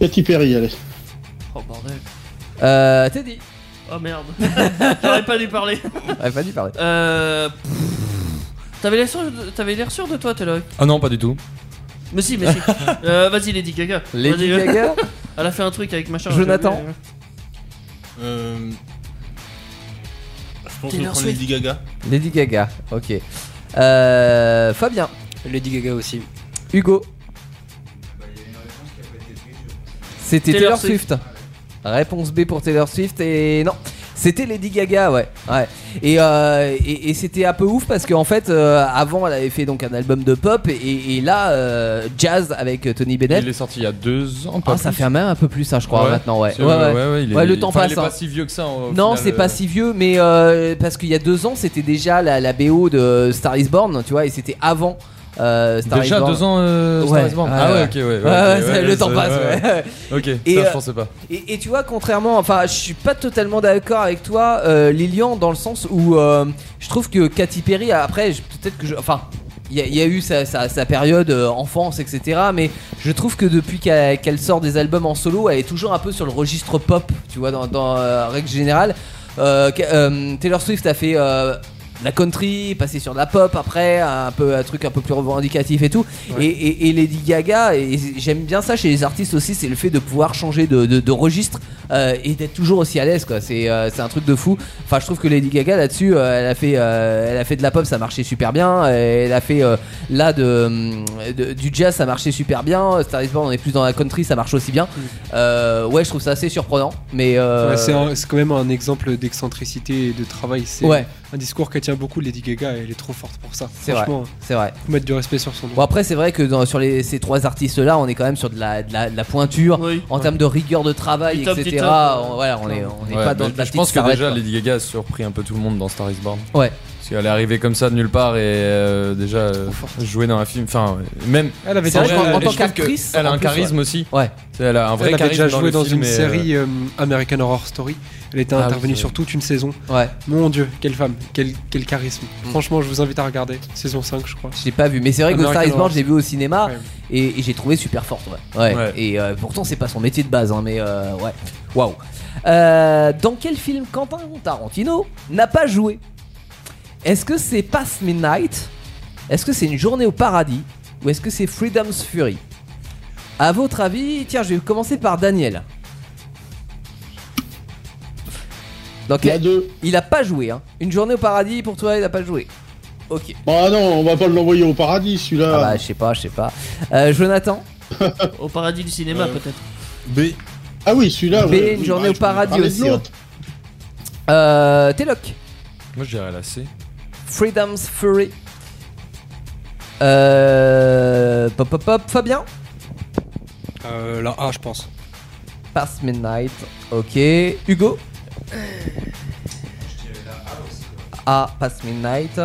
[SPEAKER 5] Katy Perry, allez.
[SPEAKER 3] Oh bordel.
[SPEAKER 2] Euh, Teddy.
[SPEAKER 3] Oh merde. J'aurais pas dû parler.
[SPEAKER 2] Ouais, pas dû parler.
[SPEAKER 3] Euh. pff. T'avais l'air sûr, de- t'avais l'air sûr de toi, Teloc.
[SPEAKER 4] Ah non pas du tout.
[SPEAKER 3] Mais si, mais si. Euh, Vas-y, Lady Gaga.
[SPEAKER 2] Lady
[SPEAKER 3] Vas-y.
[SPEAKER 2] Gaga.
[SPEAKER 3] Elle a fait un truc avec machin.
[SPEAKER 2] Jonathan.
[SPEAKER 3] j'ai oublié.
[SPEAKER 7] Euh, Je pense que je vais
[SPEAKER 3] Taylor
[SPEAKER 7] prendre Lady Gaga.
[SPEAKER 2] Lady Gaga. Ok. Euh, Fabien.
[SPEAKER 8] Lady Gaga aussi.
[SPEAKER 2] Hugo. C'était Taylor,
[SPEAKER 3] Taylor
[SPEAKER 2] Swift. Réponse B pour Taylor Swift et non. C'était Lady Gaga, ouais. ouais. Et, euh, et, et c'était un peu ouf parce qu'en fait, euh, avant, elle avait fait donc un album de pop et, et là, euh, jazz avec Tony Bennett.
[SPEAKER 4] Il est sorti il y a deux ans. pas
[SPEAKER 2] Ah, ça
[SPEAKER 4] plus.
[SPEAKER 2] fait même un peu plus, hein, je crois,
[SPEAKER 4] Ouais.
[SPEAKER 2] maintenant, ouais.
[SPEAKER 4] C'est-
[SPEAKER 2] Ouais, ouais.
[SPEAKER 4] il est-
[SPEAKER 2] Ouais, le temps
[SPEAKER 4] enfin, Il est
[SPEAKER 2] passe,
[SPEAKER 4] pas
[SPEAKER 2] hein.
[SPEAKER 4] si vieux que ça. au
[SPEAKER 2] Non,
[SPEAKER 4] final,
[SPEAKER 2] c'est
[SPEAKER 4] euh,
[SPEAKER 2] pas si vieux, mais euh, parce qu'il y a deux ans, c'était déjà la, la BO de Star is Born, tu vois, et c'était avant euh, Star
[SPEAKER 4] Déjà
[SPEAKER 2] is Born.
[SPEAKER 4] deux ans. euh, Star
[SPEAKER 2] Ouais,
[SPEAKER 4] is Born.
[SPEAKER 2] ouais,
[SPEAKER 4] Ah
[SPEAKER 2] ouais.
[SPEAKER 4] ouais ok ouais. ouais,
[SPEAKER 2] Ouais, ouais,
[SPEAKER 4] ok,
[SPEAKER 2] ça- le
[SPEAKER 4] ouais,
[SPEAKER 2] temps
[SPEAKER 4] ça-
[SPEAKER 2] passe,
[SPEAKER 4] ouais,
[SPEAKER 2] ouais.
[SPEAKER 4] ouais. Ok.
[SPEAKER 2] Et,
[SPEAKER 4] ça
[SPEAKER 2] euh,
[SPEAKER 4] je pensais pas.
[SPEAKER 2] Et, et tu vois, contrairement, enfin, je suis pas totalement d'accord avec toi, euh, Lilian, dans le sens où euh, je trouve que Katy Perry, après, je- peut-être que je. Enfin. Il y, a- il y a eu sa, sa- sa période euh, enfance, etc. Mais je trouve que depuis qu'elle qu'elle sort des albums en solo, elle est toujours un peu sur le registre pop, tu vois, dans, dans euh, règle générale. Euh, Ka- euh, Taylor Swift a fait euh, de la country, passer sur de la pop après, un peu un truc un peu plus revendicatif et tout. Et, et- et Lady Gaga, et j'aime bien ça chez les artistes aussi, c'est le fait de pouvoir changer de, de- de registre euh, et d'être toujours aussi à l'aise. quoi. C'est euh, c'est un truc de fou. Enfin, je trouve que Lady Gaga là-dessus, euh, elle a fait, euh, elle a fait de la pop, ça marchait super bien. Elle a fait euh, là de, hum, de- du jazz, ça marchait super bien. Star is Born, on est plus dans la country, ça marche aussi bien. Euh, ouais, je trouve ça assez surprenant, mais euh,
[SPEAKER 6] Mm. Ouais, c'est un- c'est quand même un exemple d'excentricité et de travail. C'est
[SPEAKER 2] Ouais.
[SPEAKER 6] un discours qu'elle tient beaucoup, Lady Gaga, et elle est trop forte pour ça.
[SPEAKER 2] c'est vrai,
[SPEAKER 6] Franchement,
[SPEAKER 2] c'est vrai.
[SPEAKER 6] faut mettre du respect sur son nom.
[SPEAKER 2] Bon après c'est vrai que dans- sur les- ces trois artistes là on est quand même sur de la, de la, de la pointure
[SPEAKER 3] Oui.
[SPEAKER 2] en termes de rigueur de travail
[SPEAKER 3] Du top,
[SPEAKER 2] etc.
[SPEAKER 3] du top.
[SPEAKER 2] on, voilà on est on est
[SPEAKER 4] Ouais,
[SPEAKER 2] pas dans
[SPEAKER 4] mais
[SPEAKER 2] de la
[SPEAKER 4] je
[SPEAKER 2] petite
[SPEAKER 4] pense que
[SPEAKER 2] starlette,
[SPEAKER 4] déjà
[SPEAKER 2] quoi.
[SPEAKER 4] Lady Gaga a surpris un peu tout le monde dans Star Is Born.
[SPEAKER 2] Ouais.
[SPEAKER 4] Parce qu'elle est arrivée comme ça de nulle part et euh, déjà euh, jouer dans un film. Enfin, ouais, même.
[SPEAKER 6] Elle avait
[SPEAKER 2] C'est
[SPEAKER 6] déjà
[SPEAKER 2] vrai
[SPEAKER 6] joué-
[SPEAKER 2] qu'en- en
[SPEAKER 4] je trouve
[SPEAKER 2] tant
[SPEAKER 4] que
[SPEAKER 2] qu'actrice,
[SPEAKER 4] Elle a
[SPEAKER 2] en
[SPEAKER 4] un
[SPEAKER 2] plus,
[SPEAKER 4] charisme aussi.
[SPEAKER 2] Ouais.
[SPEAKER 4] Tu sais, Elle a un vrai
[SPEAKER 6] elle avait
[SPEAKER 4] charisme.
[SPEAKER 6] déjà joué
[SPEAKER 4] le
[SPEAKER 6] dans
[SPEAKER 4] film,
[SPEAKER 6] une
[SPEAKER 4] et, euh,
[SPEAKER 6] série euh, American Horror Story. Elle était
[SPEAKER 4] Ah oui,
[SPEAKER 6] intervenue
[SPEAKER 4] c'est
[SPEAKER 6] sur
[SPEAKER 4] vrai.
[SPEAKER 6] toute une saison.
[SPEAKER 2] Ouais.
[SPEAKER 6] Mon dieu, quelle femme, quel, quel charisme. Franchement, je vous invite à regarder. Saison 5, je crois.
[SPEAKER 2] Je l'ai pas vu, mais c'est vrai que
[SPEAKER 6] American
[SPEAKER 2] Star is Born,
[SPEAKER 6] Horror.
[SPEAKER 2] j'ai vu au cinéma
[SPEAKER 6] Ouais.
[SPEAKER 2] et, et j'ai trouvé super forte. Ouais. Ouais.
[SPEAKER 4] Ouais.
[SPEAKER 2] Et euh, pourtant, c'est pas son métier de base, hein, mais euh, ouais. Waouh. Euh, Dans quel film Quentin Tarantino n'a pas joué Est-ce que c'est Past Midnight Est-ce que c'est Une Journée au Paradis Ou est-ce que c'est Freedom's Fury À votre avis, tiens, je vais commencer par Daniel. Donc,
[SPEAKER 5] Il y a deux.
[SPEAKER 2] il a pas joué. Hein. Une Journée au Paradis, pour toi, il a pas joué. Ok.
[SPEAKER 5] Ah non, on va pas l'envoyer au paradis celui-là.
[SPEAKER 2] Ah bah, je sais pas, je sais pas. Euh, Jonathan,
[SPEAKER 3] euh, Au paradis du cinéma,
[SPEAKER 7] Euh,
[SPEAKER 3] peut-être.
[SPEAKER 7] B.
[SPEAKER 5] Ah oui, celui-là.
[SPEAKER 2] B,
[SPEAKER 5] ouais.
[SPEAKER 2] une journée
[SPEAKER 5] Ah,
[SPEAKER 2] au
[SPEAKER 5] je
[SPEAKER 2] paradis
[SPEAKER 5] parlais de
[SPEAKER 2] aussi,
[SPEAKER 5] l'autre.
[SPEAKER 2] euh, Teloc,
[SPEAKER 4] Moi, je dirais la C.
[SPEAKER 2] Freedom's Fury, euh, pop, pop, pop, Fabien,
[SPEAKER 8] Euh, la A, je pense.
[SPEAKER 2] Past Midnight, ok, Hugo, ah, Past Midnight,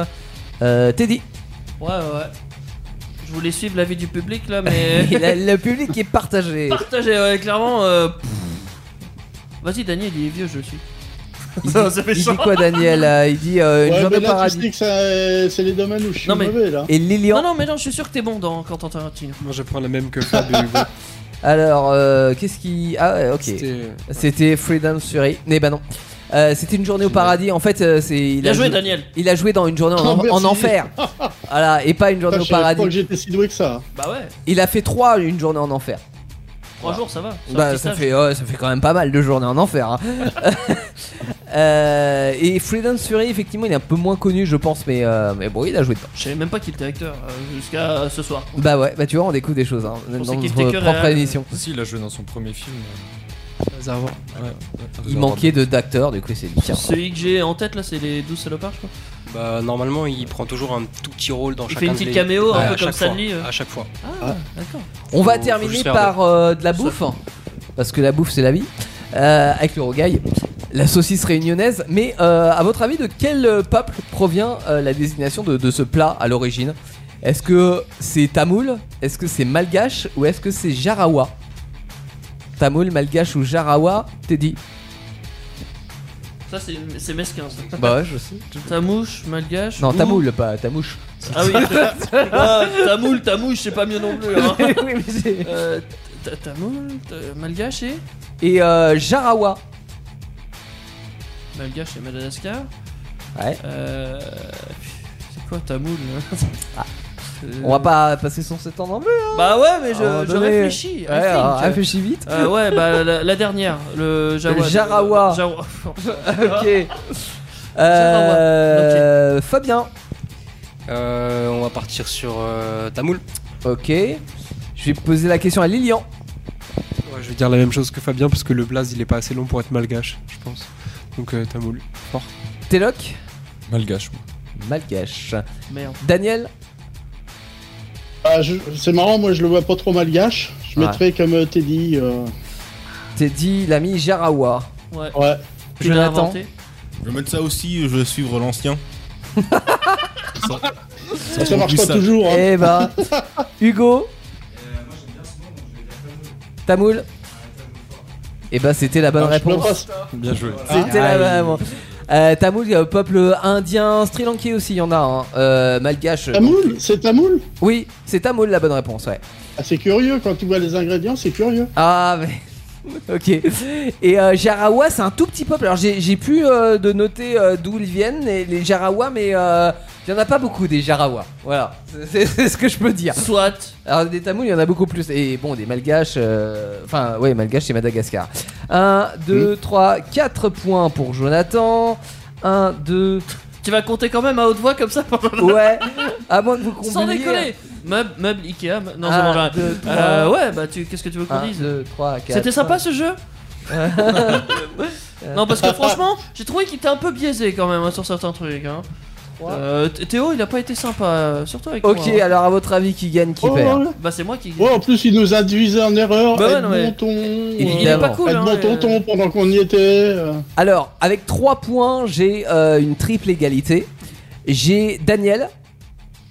[SPEAKER 2] euh, Teddy,
[SPEAKER 3] Ouais, ouais, ouais. Je voulais suivre l'avis du public là, mais.
[SPEAKER 2] Et la- le public est partagé.
[SPEAKER 3] Partagé, ouais, clairement. euh, pff. Vas-y, Daniel, il est vieux, je le suis.
[SPEAKER 2] Il
[SPEAKER 3] ça,
[SPEAKER 2] dit,
[SPEAKER 3] ça fait
[SPEAKER 2] il dit
[SPEAKER 3] chiant.
[SPEAKER 2] quoi, Daniel Euh, Il dit euh, une
[SPEAKER 5] Ouais,
[SPEAKER 2] journée
[SPEAKER 5] mais là,
[SPEAKER 2] au
[SPEAKER 5] tu
[SPEAKER 2] paradis.
[SPEAKER 5] sais que ça- c'est les domaines où je suis
[SPEAKER 3] Non, mais-
[SPEAKER 5] mauvais là.
[SPEAKER 2] Et
[SPEAKER 3] Non,
[SPEAKER 2] Lilian.
[SPEAKER 3] non, mais non, je suis sûr que t'es bon dans Quentin Tarantino.
[SPEAKER 6] Moi, je prends la même que Fab et Hugo.
[SPEAKER 2] Alors, euh, qu'est-ce qui. Ah, ouais, ok.
[SPEAKER 6] C'était-
[SPEAKER 2] C'était Freedom Fury. Eh ben non. Euh, c'était une journée au paradis. En fait, euh, c'est
[SPEAKER 3] Il a joué, Daniel.
[SPEAKER 2] il a joué dans une journée en,
[SPEAKER 5] Oh, merci.
[SPEAKER 2] en enfer. voilà, et pas une journée
[SPEAKER 5] Putain,
[SPEAKER 2] au
[SPEAKER 5] Je savais pas que
[SPEAKER 2] paradis.
[SPEAKER 5] j'étais si doué que ça.
[SPEAKER 3] Bah ouais,
[SPEAKER 2] Il a fait trois une journée en enfer.
[SPEAKER 3] trois jours, ça va. c'est un
[SPEAKER 2] Bah,
[SPEAKER 3] petit
[SPEAKER 2] ça
[SPEAKER 3] stage.
[SPEAKER 2] fait, ouais, ça fait quand même pas mal de journées en enfer. hein. Euh, et Freedom Fury, effectivement, il est un peu moins connu, je pense, mais, euh, mais bon, il a joué dedans.
[SPEAKER 3] Je savais même pas qu'il était acteur euh, jusqu'à euh, ce soir.
[SPEAKER 2] Bah ouais, bah tu vois, on découvre des choses, hein, même
[SPEAKER 3] pensais
[SPEAKER 2] dans
[SPEAKER 3] qu'il
[SPEAKER 2] notre
[SPEAKER 3] était que
[SPEAKER 2] propre
[SPEAKER 3] réel.
[SPEAKER 2] émission.
[SPEAKER 4] Si, il a joué dans son premier film. euh,
[SPEAKER 6] Réservoir.
[SPEAKER 2] Il manquait de d'acteurs, du coup, c'est dit, tiens.
[SPEAKER 3] Celui que j'ai en tête là, c'est les 12 salopards, je crois.
[SPEAKER 8] Bah, normalement, il prend toujours un tout petit rôle dans
[SPEAKER 3] Il
[SPEAKER 8] chacun
[SPEAKER 3] fait une
[SPEAKER 8] de
[SPEAKER 3] petite
[SPEAKER 8] les-
[SPEAKER 3] caméo,
[SPEAKER 8] Ouais,
[SPEAKER 3] un peu
[SPEAKER 8] à
[SPEAKER 3] comme
[SPEAKER 8] chaque fois.
[SPEAKER 3] Stanley, euh.
[SPEAKER 8] À chaque fois.
[SPEAKER 3] Ah, d'accord.
[SPEAKER 2] On va
[SPEAKER 8] Faut- faut
[SPEAKER 2] terminer
[SPEAKER 8] juste faire
[SPEAKER 2] par euh, de la
[SPEAKER 3] Ça-
[SPEAKER 2] bouffe, hein, parce que la bouffe c'est la vie, euh, avec le rogaille, la saucisse réunionnaise. Mais euh, à votre avis, de quel euh, peuple provient euh, la désignation de, de ce plat à l'origine Est-ce que c'est tamoul Est-ce que c'est malgache Ou est-ce que c'est jarawa Tamoul, malgache ou jarawa Teddy
[SPEAKER 3] Ça, c'est c'est mesquin. ça.
[SPEAKER 2] Bah ouais, je sais.
[SPEAKER 3] Tamouche, malgache.
[SPEAKER 2] Non,
[SPEAKER 3] ou-
[SPEAKER 2] tamoul, pas tamouche.
[SPEAKER 3] Ah oui, ah, tamoul, tamouche, c'est pas mieux non plus. Hein.
[SPEAKER 2] Oui, mais c'est-
[SPEAKER 3] Euh, ta- tamoul, ta- malgache et
[SPEAKER 2] Et euh, jarawa
[SPEAKER 3] Malgache et Madagascar.
[SPEAKER 2] Ouais.
[SPEAKER 3] Euh, c'est quoi tamoul hein Euh,
[SPEAKER 2] Ah. On va pas passer son 7 ans en bleu
[SPEAKER 3] Bah ouais, mais je,
[SPEAKER 2] à un moment
[SPEAKER 3] je
[SPEAKER 2] donné-
[SPEAKER 3] réfléchis.
[SPEAKER 2] Ouais,
[SPEAKER 3] un film,
[SPEAKER 2] alors,
[SPEAKER 3] tu vois.
[SPEAKER 2] réfléchis vite.
[SPEAKER 3] Euh, ouais, bah la, la dernière, le Jawa.
[SPEAKER 2] Le Jarawa.
[SPEAKER 3] Jawa.
[SPEAKER 2] Ok. Euh, Fabien.
[SPEAKER 8] Euh, on va partir sur euh, Tamoul.
[SPEAKER 2] Ok. Je vais poser la question à Lilian.
[SPEAKER 6] Ouais, je vais dire la même chose que Fabien parce que le blaze il est pas assez long pour être malgache, je pense. Donc euh, t'as moulu.
[SPEAKER 2] Teloc.
[SPEAKER 4] Malgache, moi.
[SPEAKER 2] Malgache.
[SPEAKER 3] Merde.
[SPEAKER 2] Daniel.
[SPEAKER 5] Ah, je- c'est marrant, moi je le vois pas trop malgache. Je
[SPEAKER 2] Ouais.
[SPEAKER 5] mettrais comme euh, Teddy. euh,
[SPEAKER 2] Teddy, l'ami Jarawa.
[SPEAKER 3] Ouais.
[SPEAKER 5] Ouais.
[SPEAKER 3] Tu l'as
[SPEAKER 2] Jonathan.
[SPEAKER 3] inventé.
[SPEAKER 7] Je vais mettre ça aussi, je vais suivre l'ancien.
[SPEAKER 5] Ça,
[SPEAKER 7] sent
[SPEAKER 5] marche
[SPEAKER 7] plus
[SPEAKER 5] pas
[SPEAKER 7] ça.
[SPEAKER 5] toujours. Hein.
[SPEAKER 2] Eh ben. Hugo. Tamoul. Eh ben, c'était la bonne
[SPEAKER 5] Alors, Ah, je peux
[SPEAKER 2] réponse.
[SPEAKER 5] pas-
[SPEAKER 4] Bien joué.
[SPEAKER 2] C'était la
[SPEAKER 5] Ah,
[SPEAKER 2] bonne réponse. Euh, Tamoul, euh, peuple indien, Sri Lankais aussi, il y en a. Hein. Euh, malgache.
[SPEAKER 5] Tamoul C'est Tamoul
[SPEAKER 2] Oui, c'est Tamoul la bonne réponse, ouais.
[SPEAKER 5] ah, C'est curieux, quand tu vois les ingrédients, c'est curieux.
[SPEAKER 2] Ah, mais. Ok. Et euh, Jarawa, c'est un tout petit peuple. Alors j'ai j'ai pu euh, de noter euh, d'où ils viennent, les, les Jarawa, mais euh, il y en a pas beaucoup des Jarawa. Voilà, C'est- c'est c'est ce que je peux dire.
[SPEAKER 3] Soit.
[SPEAKER 2] Alors des Tamouls, il y en a beaucoup plus. Et bon, des Malgaches, euh, enfin ouais, Malgaches, c'est Madagascar. 1, 2, 3, 4 points pour Jonathan. 1, 2,
[SPEAKER 3] Tu vas compter quand même à haute voix comme ça pendant le-
[SPEAKER 2] ouais. À moins que vous
[SPEAKER 3] Sans
[SPEAKER 2] combiniez.
[SPEAKER 3] décoller Meuble, meuble Ikea. meuble- Non,
[SPEAKER 2] Un,
[SPEAKER 3] c'est bon, j'arrête.
[SPEAKER 2] deux, trois.
[SPEAKER 3] Euh, ouais, bah tu... qu'est-ce que tu veux qu'on
[SPEAKER 2] 1,
[SPEAKER 3] dise
[SPEAKER 2] 2, 3, 4.
[SPEAKER 3] C'était sympa ce jeu Non, parce que franchement, j'ai trouvé qu'il était un peu biaisé quand même hein, sur certains trucs. Hein.
[SPEAKER 2] Trois.
[SPEAKER 3] Euh, Théo, il a pas été sympa, euh, surtout avec
[SPEAKER 2] Ok,
[SPEAKER 3] moi. hein.
[SPEAKER 2] alors à votre avis, qui gagne, qui
[SPEAKER 5] Oh,
[SPEAKER 2] perd
[SPEAKER 3] Bah, c'est moi qui.
[SPEAKER 5] oh, en plus, il nous induisait en erreur.
[SPEAKER 3] Bah ouais, non, mais-
[SPEAKER 5] Edmonton,
[SPEAKER 3] Il, il
[SPEAKER 5] euh,
[SPEAKER 3] est pas
[SPEAKER 2] évidemment.
[SPEAKER 3] cool. hein,
[SPEAKER 5] Edmonton,
[SPEAKER 3] euh.
[SPEAKER 5] ton, pendant qu'on y était. euh.
[SPEAKER 2] Alors, avec 3 points, j'ai euh, une triple égalité. J'ai Daniel,
[SPEAKER 3] hein.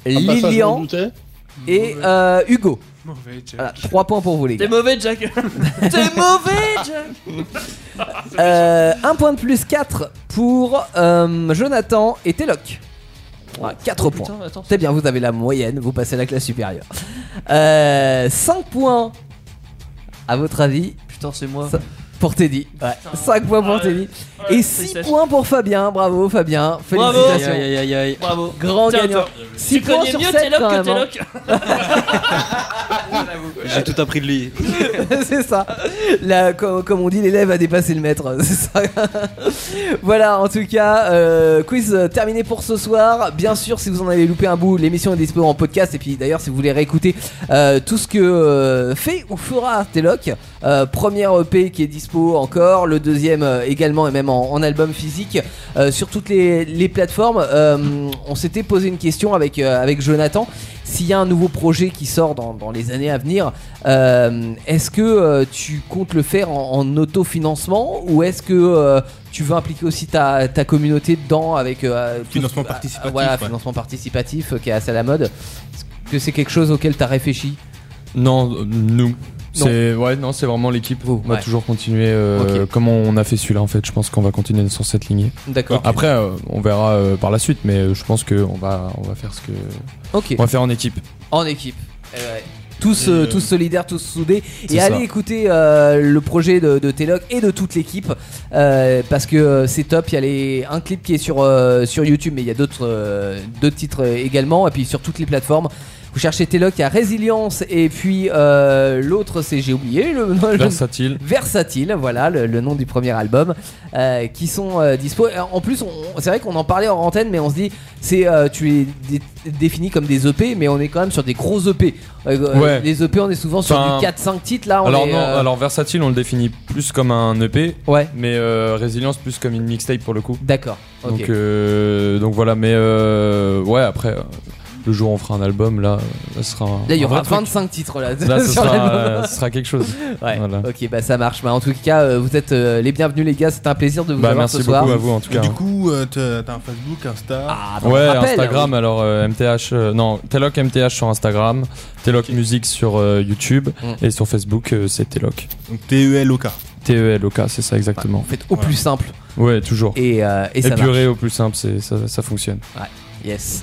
[SPEAKER 5] Ah, bah, ça, je m'en
[SPEAKER 2] Lilian
[SPEAKER 5] doutais.
[SPEAKER 2] et euh, Hugo.
[SPEAKER 6] Mauvais Jack.
[SPEAKER 2] Voilà, 3 points pour vous, Oh, les
[SPEAKER 3] T'es
[SPEAKER 2] gars.
[SPEAKER 3] mauvais, Jack T'es mauvais, Jack
[SPEAKER 2] Euh, Un point de plus, 4 pour euh, Jonathan et Teloc. 4
[SPEAKER 3] Oh,
[SPEAKER 2] points.
[SPEAKER 3] putain, attends.
[SPEAKER 2] C'est bien, vous avez la moyenne, vous passez à la classe supérieure. Euh, 5 points, à votre avis,
[SPEAKER 3] Putain, c'est moi. Ah
[SPEAKER 2] Ça- pour Teddy. Ouais, 5 points pour
[SPEAKER 3] Ouais.
[SPEAKER 2] Teddy.
[SPEAKER 3] Ouais,
[SPEAKER 2] Et
[SPEAKER 3] tristesse.
[SPEAKER 2] 6 points pour Fabien. Bravo, Fabien.
[SPEAKER 3] Bravo.
[SPEAKER 2] Félicitations.
[SPEAKER 8] Aïe, aïe, aïe, aïe.
[SPEAKER 3] Bravo.
[SPEAKER 2] Grand
[SPEAKER 3] Tiens,
[SPEAKER 2] gagnant.
[SPEAKER 3] toi,
[SPEAKER 2] 6
[SPEAKER 3] Tu
[SPEAKER 2] points
[SPEAKER 3] connais
[SPEAKER 2] sur
[SPEAKER 3] mieux
[SPEAKER 2] 7
[SPEAKER 3] Téloc
[SPEAKER 2] quand
[SPEAKER 3] que
[SPEAKER 2] même. hein.
[SPEAKER 3] Téloc.
[SPEAKER 8] J'ai tout appris de lui.
[SPEAKER 2] c'est ça. Là, comme, comme on dit, l'élève a dépassé le maître. C'est ça. voilà, en tout cas, euh, quiz euh, terminé pour ce soir. Bien sûr, si vous en avez loupé un bout, l'émission est disponible en podcast. Et puis d'ailleurs, si vous voulez réécouter euh, tout ce que euh, fait ou fera Teloc, euh, première EP qui est dispo encore, le deuxième euh, également et même en, en album physique, euh, sur toutes les, les plateformes, euh, on s'était posé une question avec, euh, avec Jonathan. S'il y a un nouveau projet qui sort dans, dans les années à venir, euh, est-ce que euh, tu comptes le faire en, en autofinancement ou est-ce que euh, tu veux impliquer aussi ta, ta communauté dedans avec euh, tout-
[SPEAKER 7] Financement
[SPEAKER 2] bah,
[SPEAKER 7] participatif,
[SPEAKER 2] Voilà,
[SPEAKER 7] ouais.
[SPEAKER 2] financement participatif euh, qui est assez à la mode. Est-ce que c'est quelque chose auquel tu as réfléchi
[SPEAKER 4] Non, euh, nous. C'est ouais, non, c'est vraiment l'équipe.
[SPEAKER 2] Vous,
[SPEAKER 4] on va
[SPEAKER 2] ouais.
[SPEAKER 4] toujours continuer euh,
[SPEAKER 2] Ok.
[SPEAKER 4] comme on a fait celui-là en fait. Je pense qu'on va continuer sur cette lignée.
[SPEAKER 2] D'accord.
[SPEAKER 4] Après, euh, on verra euh, par la suite, mais euh, je pense qu'on va on va faire ce que
[SPEAKER 2] Ok.
[SPEAKER 4] on va faire en équipe.
[SPEAKER 2] En équipe. Eh Tous,
[SPEAKER 4] Et,
[SPEAKER 2] euh,
[SPEAKER 4] euh,
[SPEAKER 2] tous solidaires, tous soudés. Et
[SPEAKER 4] ça.
[SPEAKER 2] allez écouter euh, le projet de, de Teloc et de toute l'équipe euh, parce que euh, c'est top. Il y a les, un clip qui est sur, euh, sur YouTube, mais il y a d'autres euh, d'autres titres euh, également. Et puis sur toutes les plateformes, vous cherchez Teloc, il y a Résilience. Et puis euh, l'autre, c'est j'ai oublié le nom. je-
[SPEAKER 4] Versatile.
[SPEAKER 2] Versatile, voilà le, le nom du premier album, euh, qui sont euh, dispo. En plus, on- on- c'est vrai qu'on en parlait en antenne, mais on se dit, c'est euh, tu les dé- définis comme des EP, mais on est quand même sur des gros EP. Euh,
[SPEAKER 4] Ouais.
[SPEAKER 2] Les EP, on est souvent sur
[SPEAKER 4] Enfin,
[SPEAKER 2] du 4-5 titres. Là, on
[SPEAKER 4] Alors
[SPEAKER 2] est,
[SPEAKER 4] non,
[SPEAKER 2] euh,
[SPEAKER 4] alors versatile, on le définit plus comme un EP,
[SPEAKER 2] ouais,
[SPEAKER 4] mais euh, résilience plus comme une mixtape pour le coup.
[SPEAKER 2] d'accord. ok.
[SPEAKER 4] Donc euh, donc voilà, mais euh, ouais après euh, le jour où on fera un album là, euh, ça sera. un-
[SPEAKER 2] Là, il y
[SPEAKER 4] un
[SPEAKER 2] aura
[SPEAKER 4] vrai truc.
[SPEAKER 2] 25 titres là.
[SPEAKER 4] Là, ce
[SPEAKER 2] sur
[SPEAKER 4] sera,
[SPEAKER 2] l'album.
[SPEAKER 4] euh, ce sera quelque chose.
[SPEAKER 2] Ouais.
[SPEAKER 4] Voilà.
[SPEAKER 2] Ok, bah ça marche. Bah, en tout cas, euh, vous êtes euh, les bienvenus, les gars. C'était un plaisir de vous
[SPEAKER 4] Bah,
[SPEAKER 2] avoir
[SPEAKER 4] merci
[SPEAKER 2] ce
[SPEAKER 4] beaucoup
[SPEAKER 2] soir.
[SPEAKER 4] à vous en tout
[SPEAKER 7] Et
[SPEAKER 4] cas.
[SPEAKER 7] du coup, euh, t'as t'as un Facebook, Insta.
[SPEAKER 2] Ah, bah, on
[SPEAKER 4] Ouais,
[SPEAKER 2] rappelle.
[SPEAKER 4] Instagram, alors euh, MTH, euh, non, Teloc MTH sur Instagram, Teloc Musique sur euh, YouTube
[SPEAKER 2] Mm.
[SPEAKER 4] et sur Facebook, euh, c'est E Teloc.
[SPEAKER 7] Donc T-E-L-O-K.
[SPEAKER 4] T-E-L-O-K, c'est ça exactement.
[SPEAKER 2] Faites au plus simple
[SPEAKER 4] Ouais, toujours.
[SPEAKER 2] et, euh, et
[SPEAKER 4] Et,
[SPEAKER 2] ça marche.
[SPEAKER 4] purée au plus simple, c'est- ça, ça fonctionne.
[SPEAKER 2] Yes.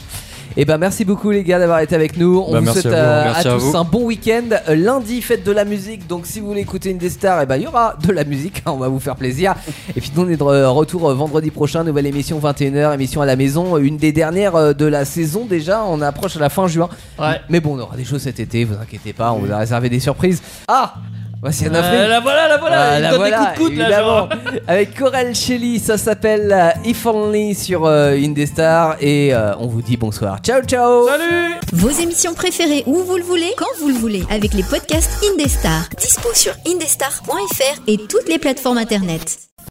[SPEAKER 2] Et ben merci beaucoup les gars d'avoir été avec nous. On
[SPEAKER 4] Bah,
[SPEAKER 2] vous
[SPEAKER 4] merci
[SPEAKER 2] souhaite
[SPEAKER 4] à vous.
[SPEAKER 2] euh,
[SPEAKER 4] Merci à
[SPEAKER 2] tous
[SPEAKER 4] vous.
[SPEAKER 2] un bon week-end. Euh, Lundi fête de la musique, donc si vous voulez écouter une des stars, et ben il y aura de la musique, on va vous faire plaisir. Et puis nous on est de re- retour euh, vendredi prochain, nouvelle émission 21h, émission à la maison, euh, une des dernières euh, de la saison déjà. On approche à la fin juin.
[SPEAKER 3] Ouais.
[SPEAKER 2] Mais bon, on aura des choses cet été, vous inquiétez pas, on vous a réservé des surprises. Ah, voici un
[SPEAKER 3] Euh, la voilà, la voilà,
[SPEAKER 2] ah,
[SPEAKER 3] il
[SPEAKER 2] la
[SPEAKER 3] donne
[SPEAKER 2] voilà,
[SPEAKER 3] des coups de coude là,
[SPEAKER 2] évidemment.
[SPEAKER 3] genre.
[SPEAKER 2] Avec Coral Shelley, ça s'appelle euh, If Only sur euh, Indestar. Et euh, on vous dit bonsoir. Ciao, ciao
[SPEAKER 3] Salut
[SPEAKER 1] Vos émissions préférées où vous le voulez, quand vous le voulez, avec les podcasts Indestar. Dispo sur indestar.fr et toutes les plateformes internet.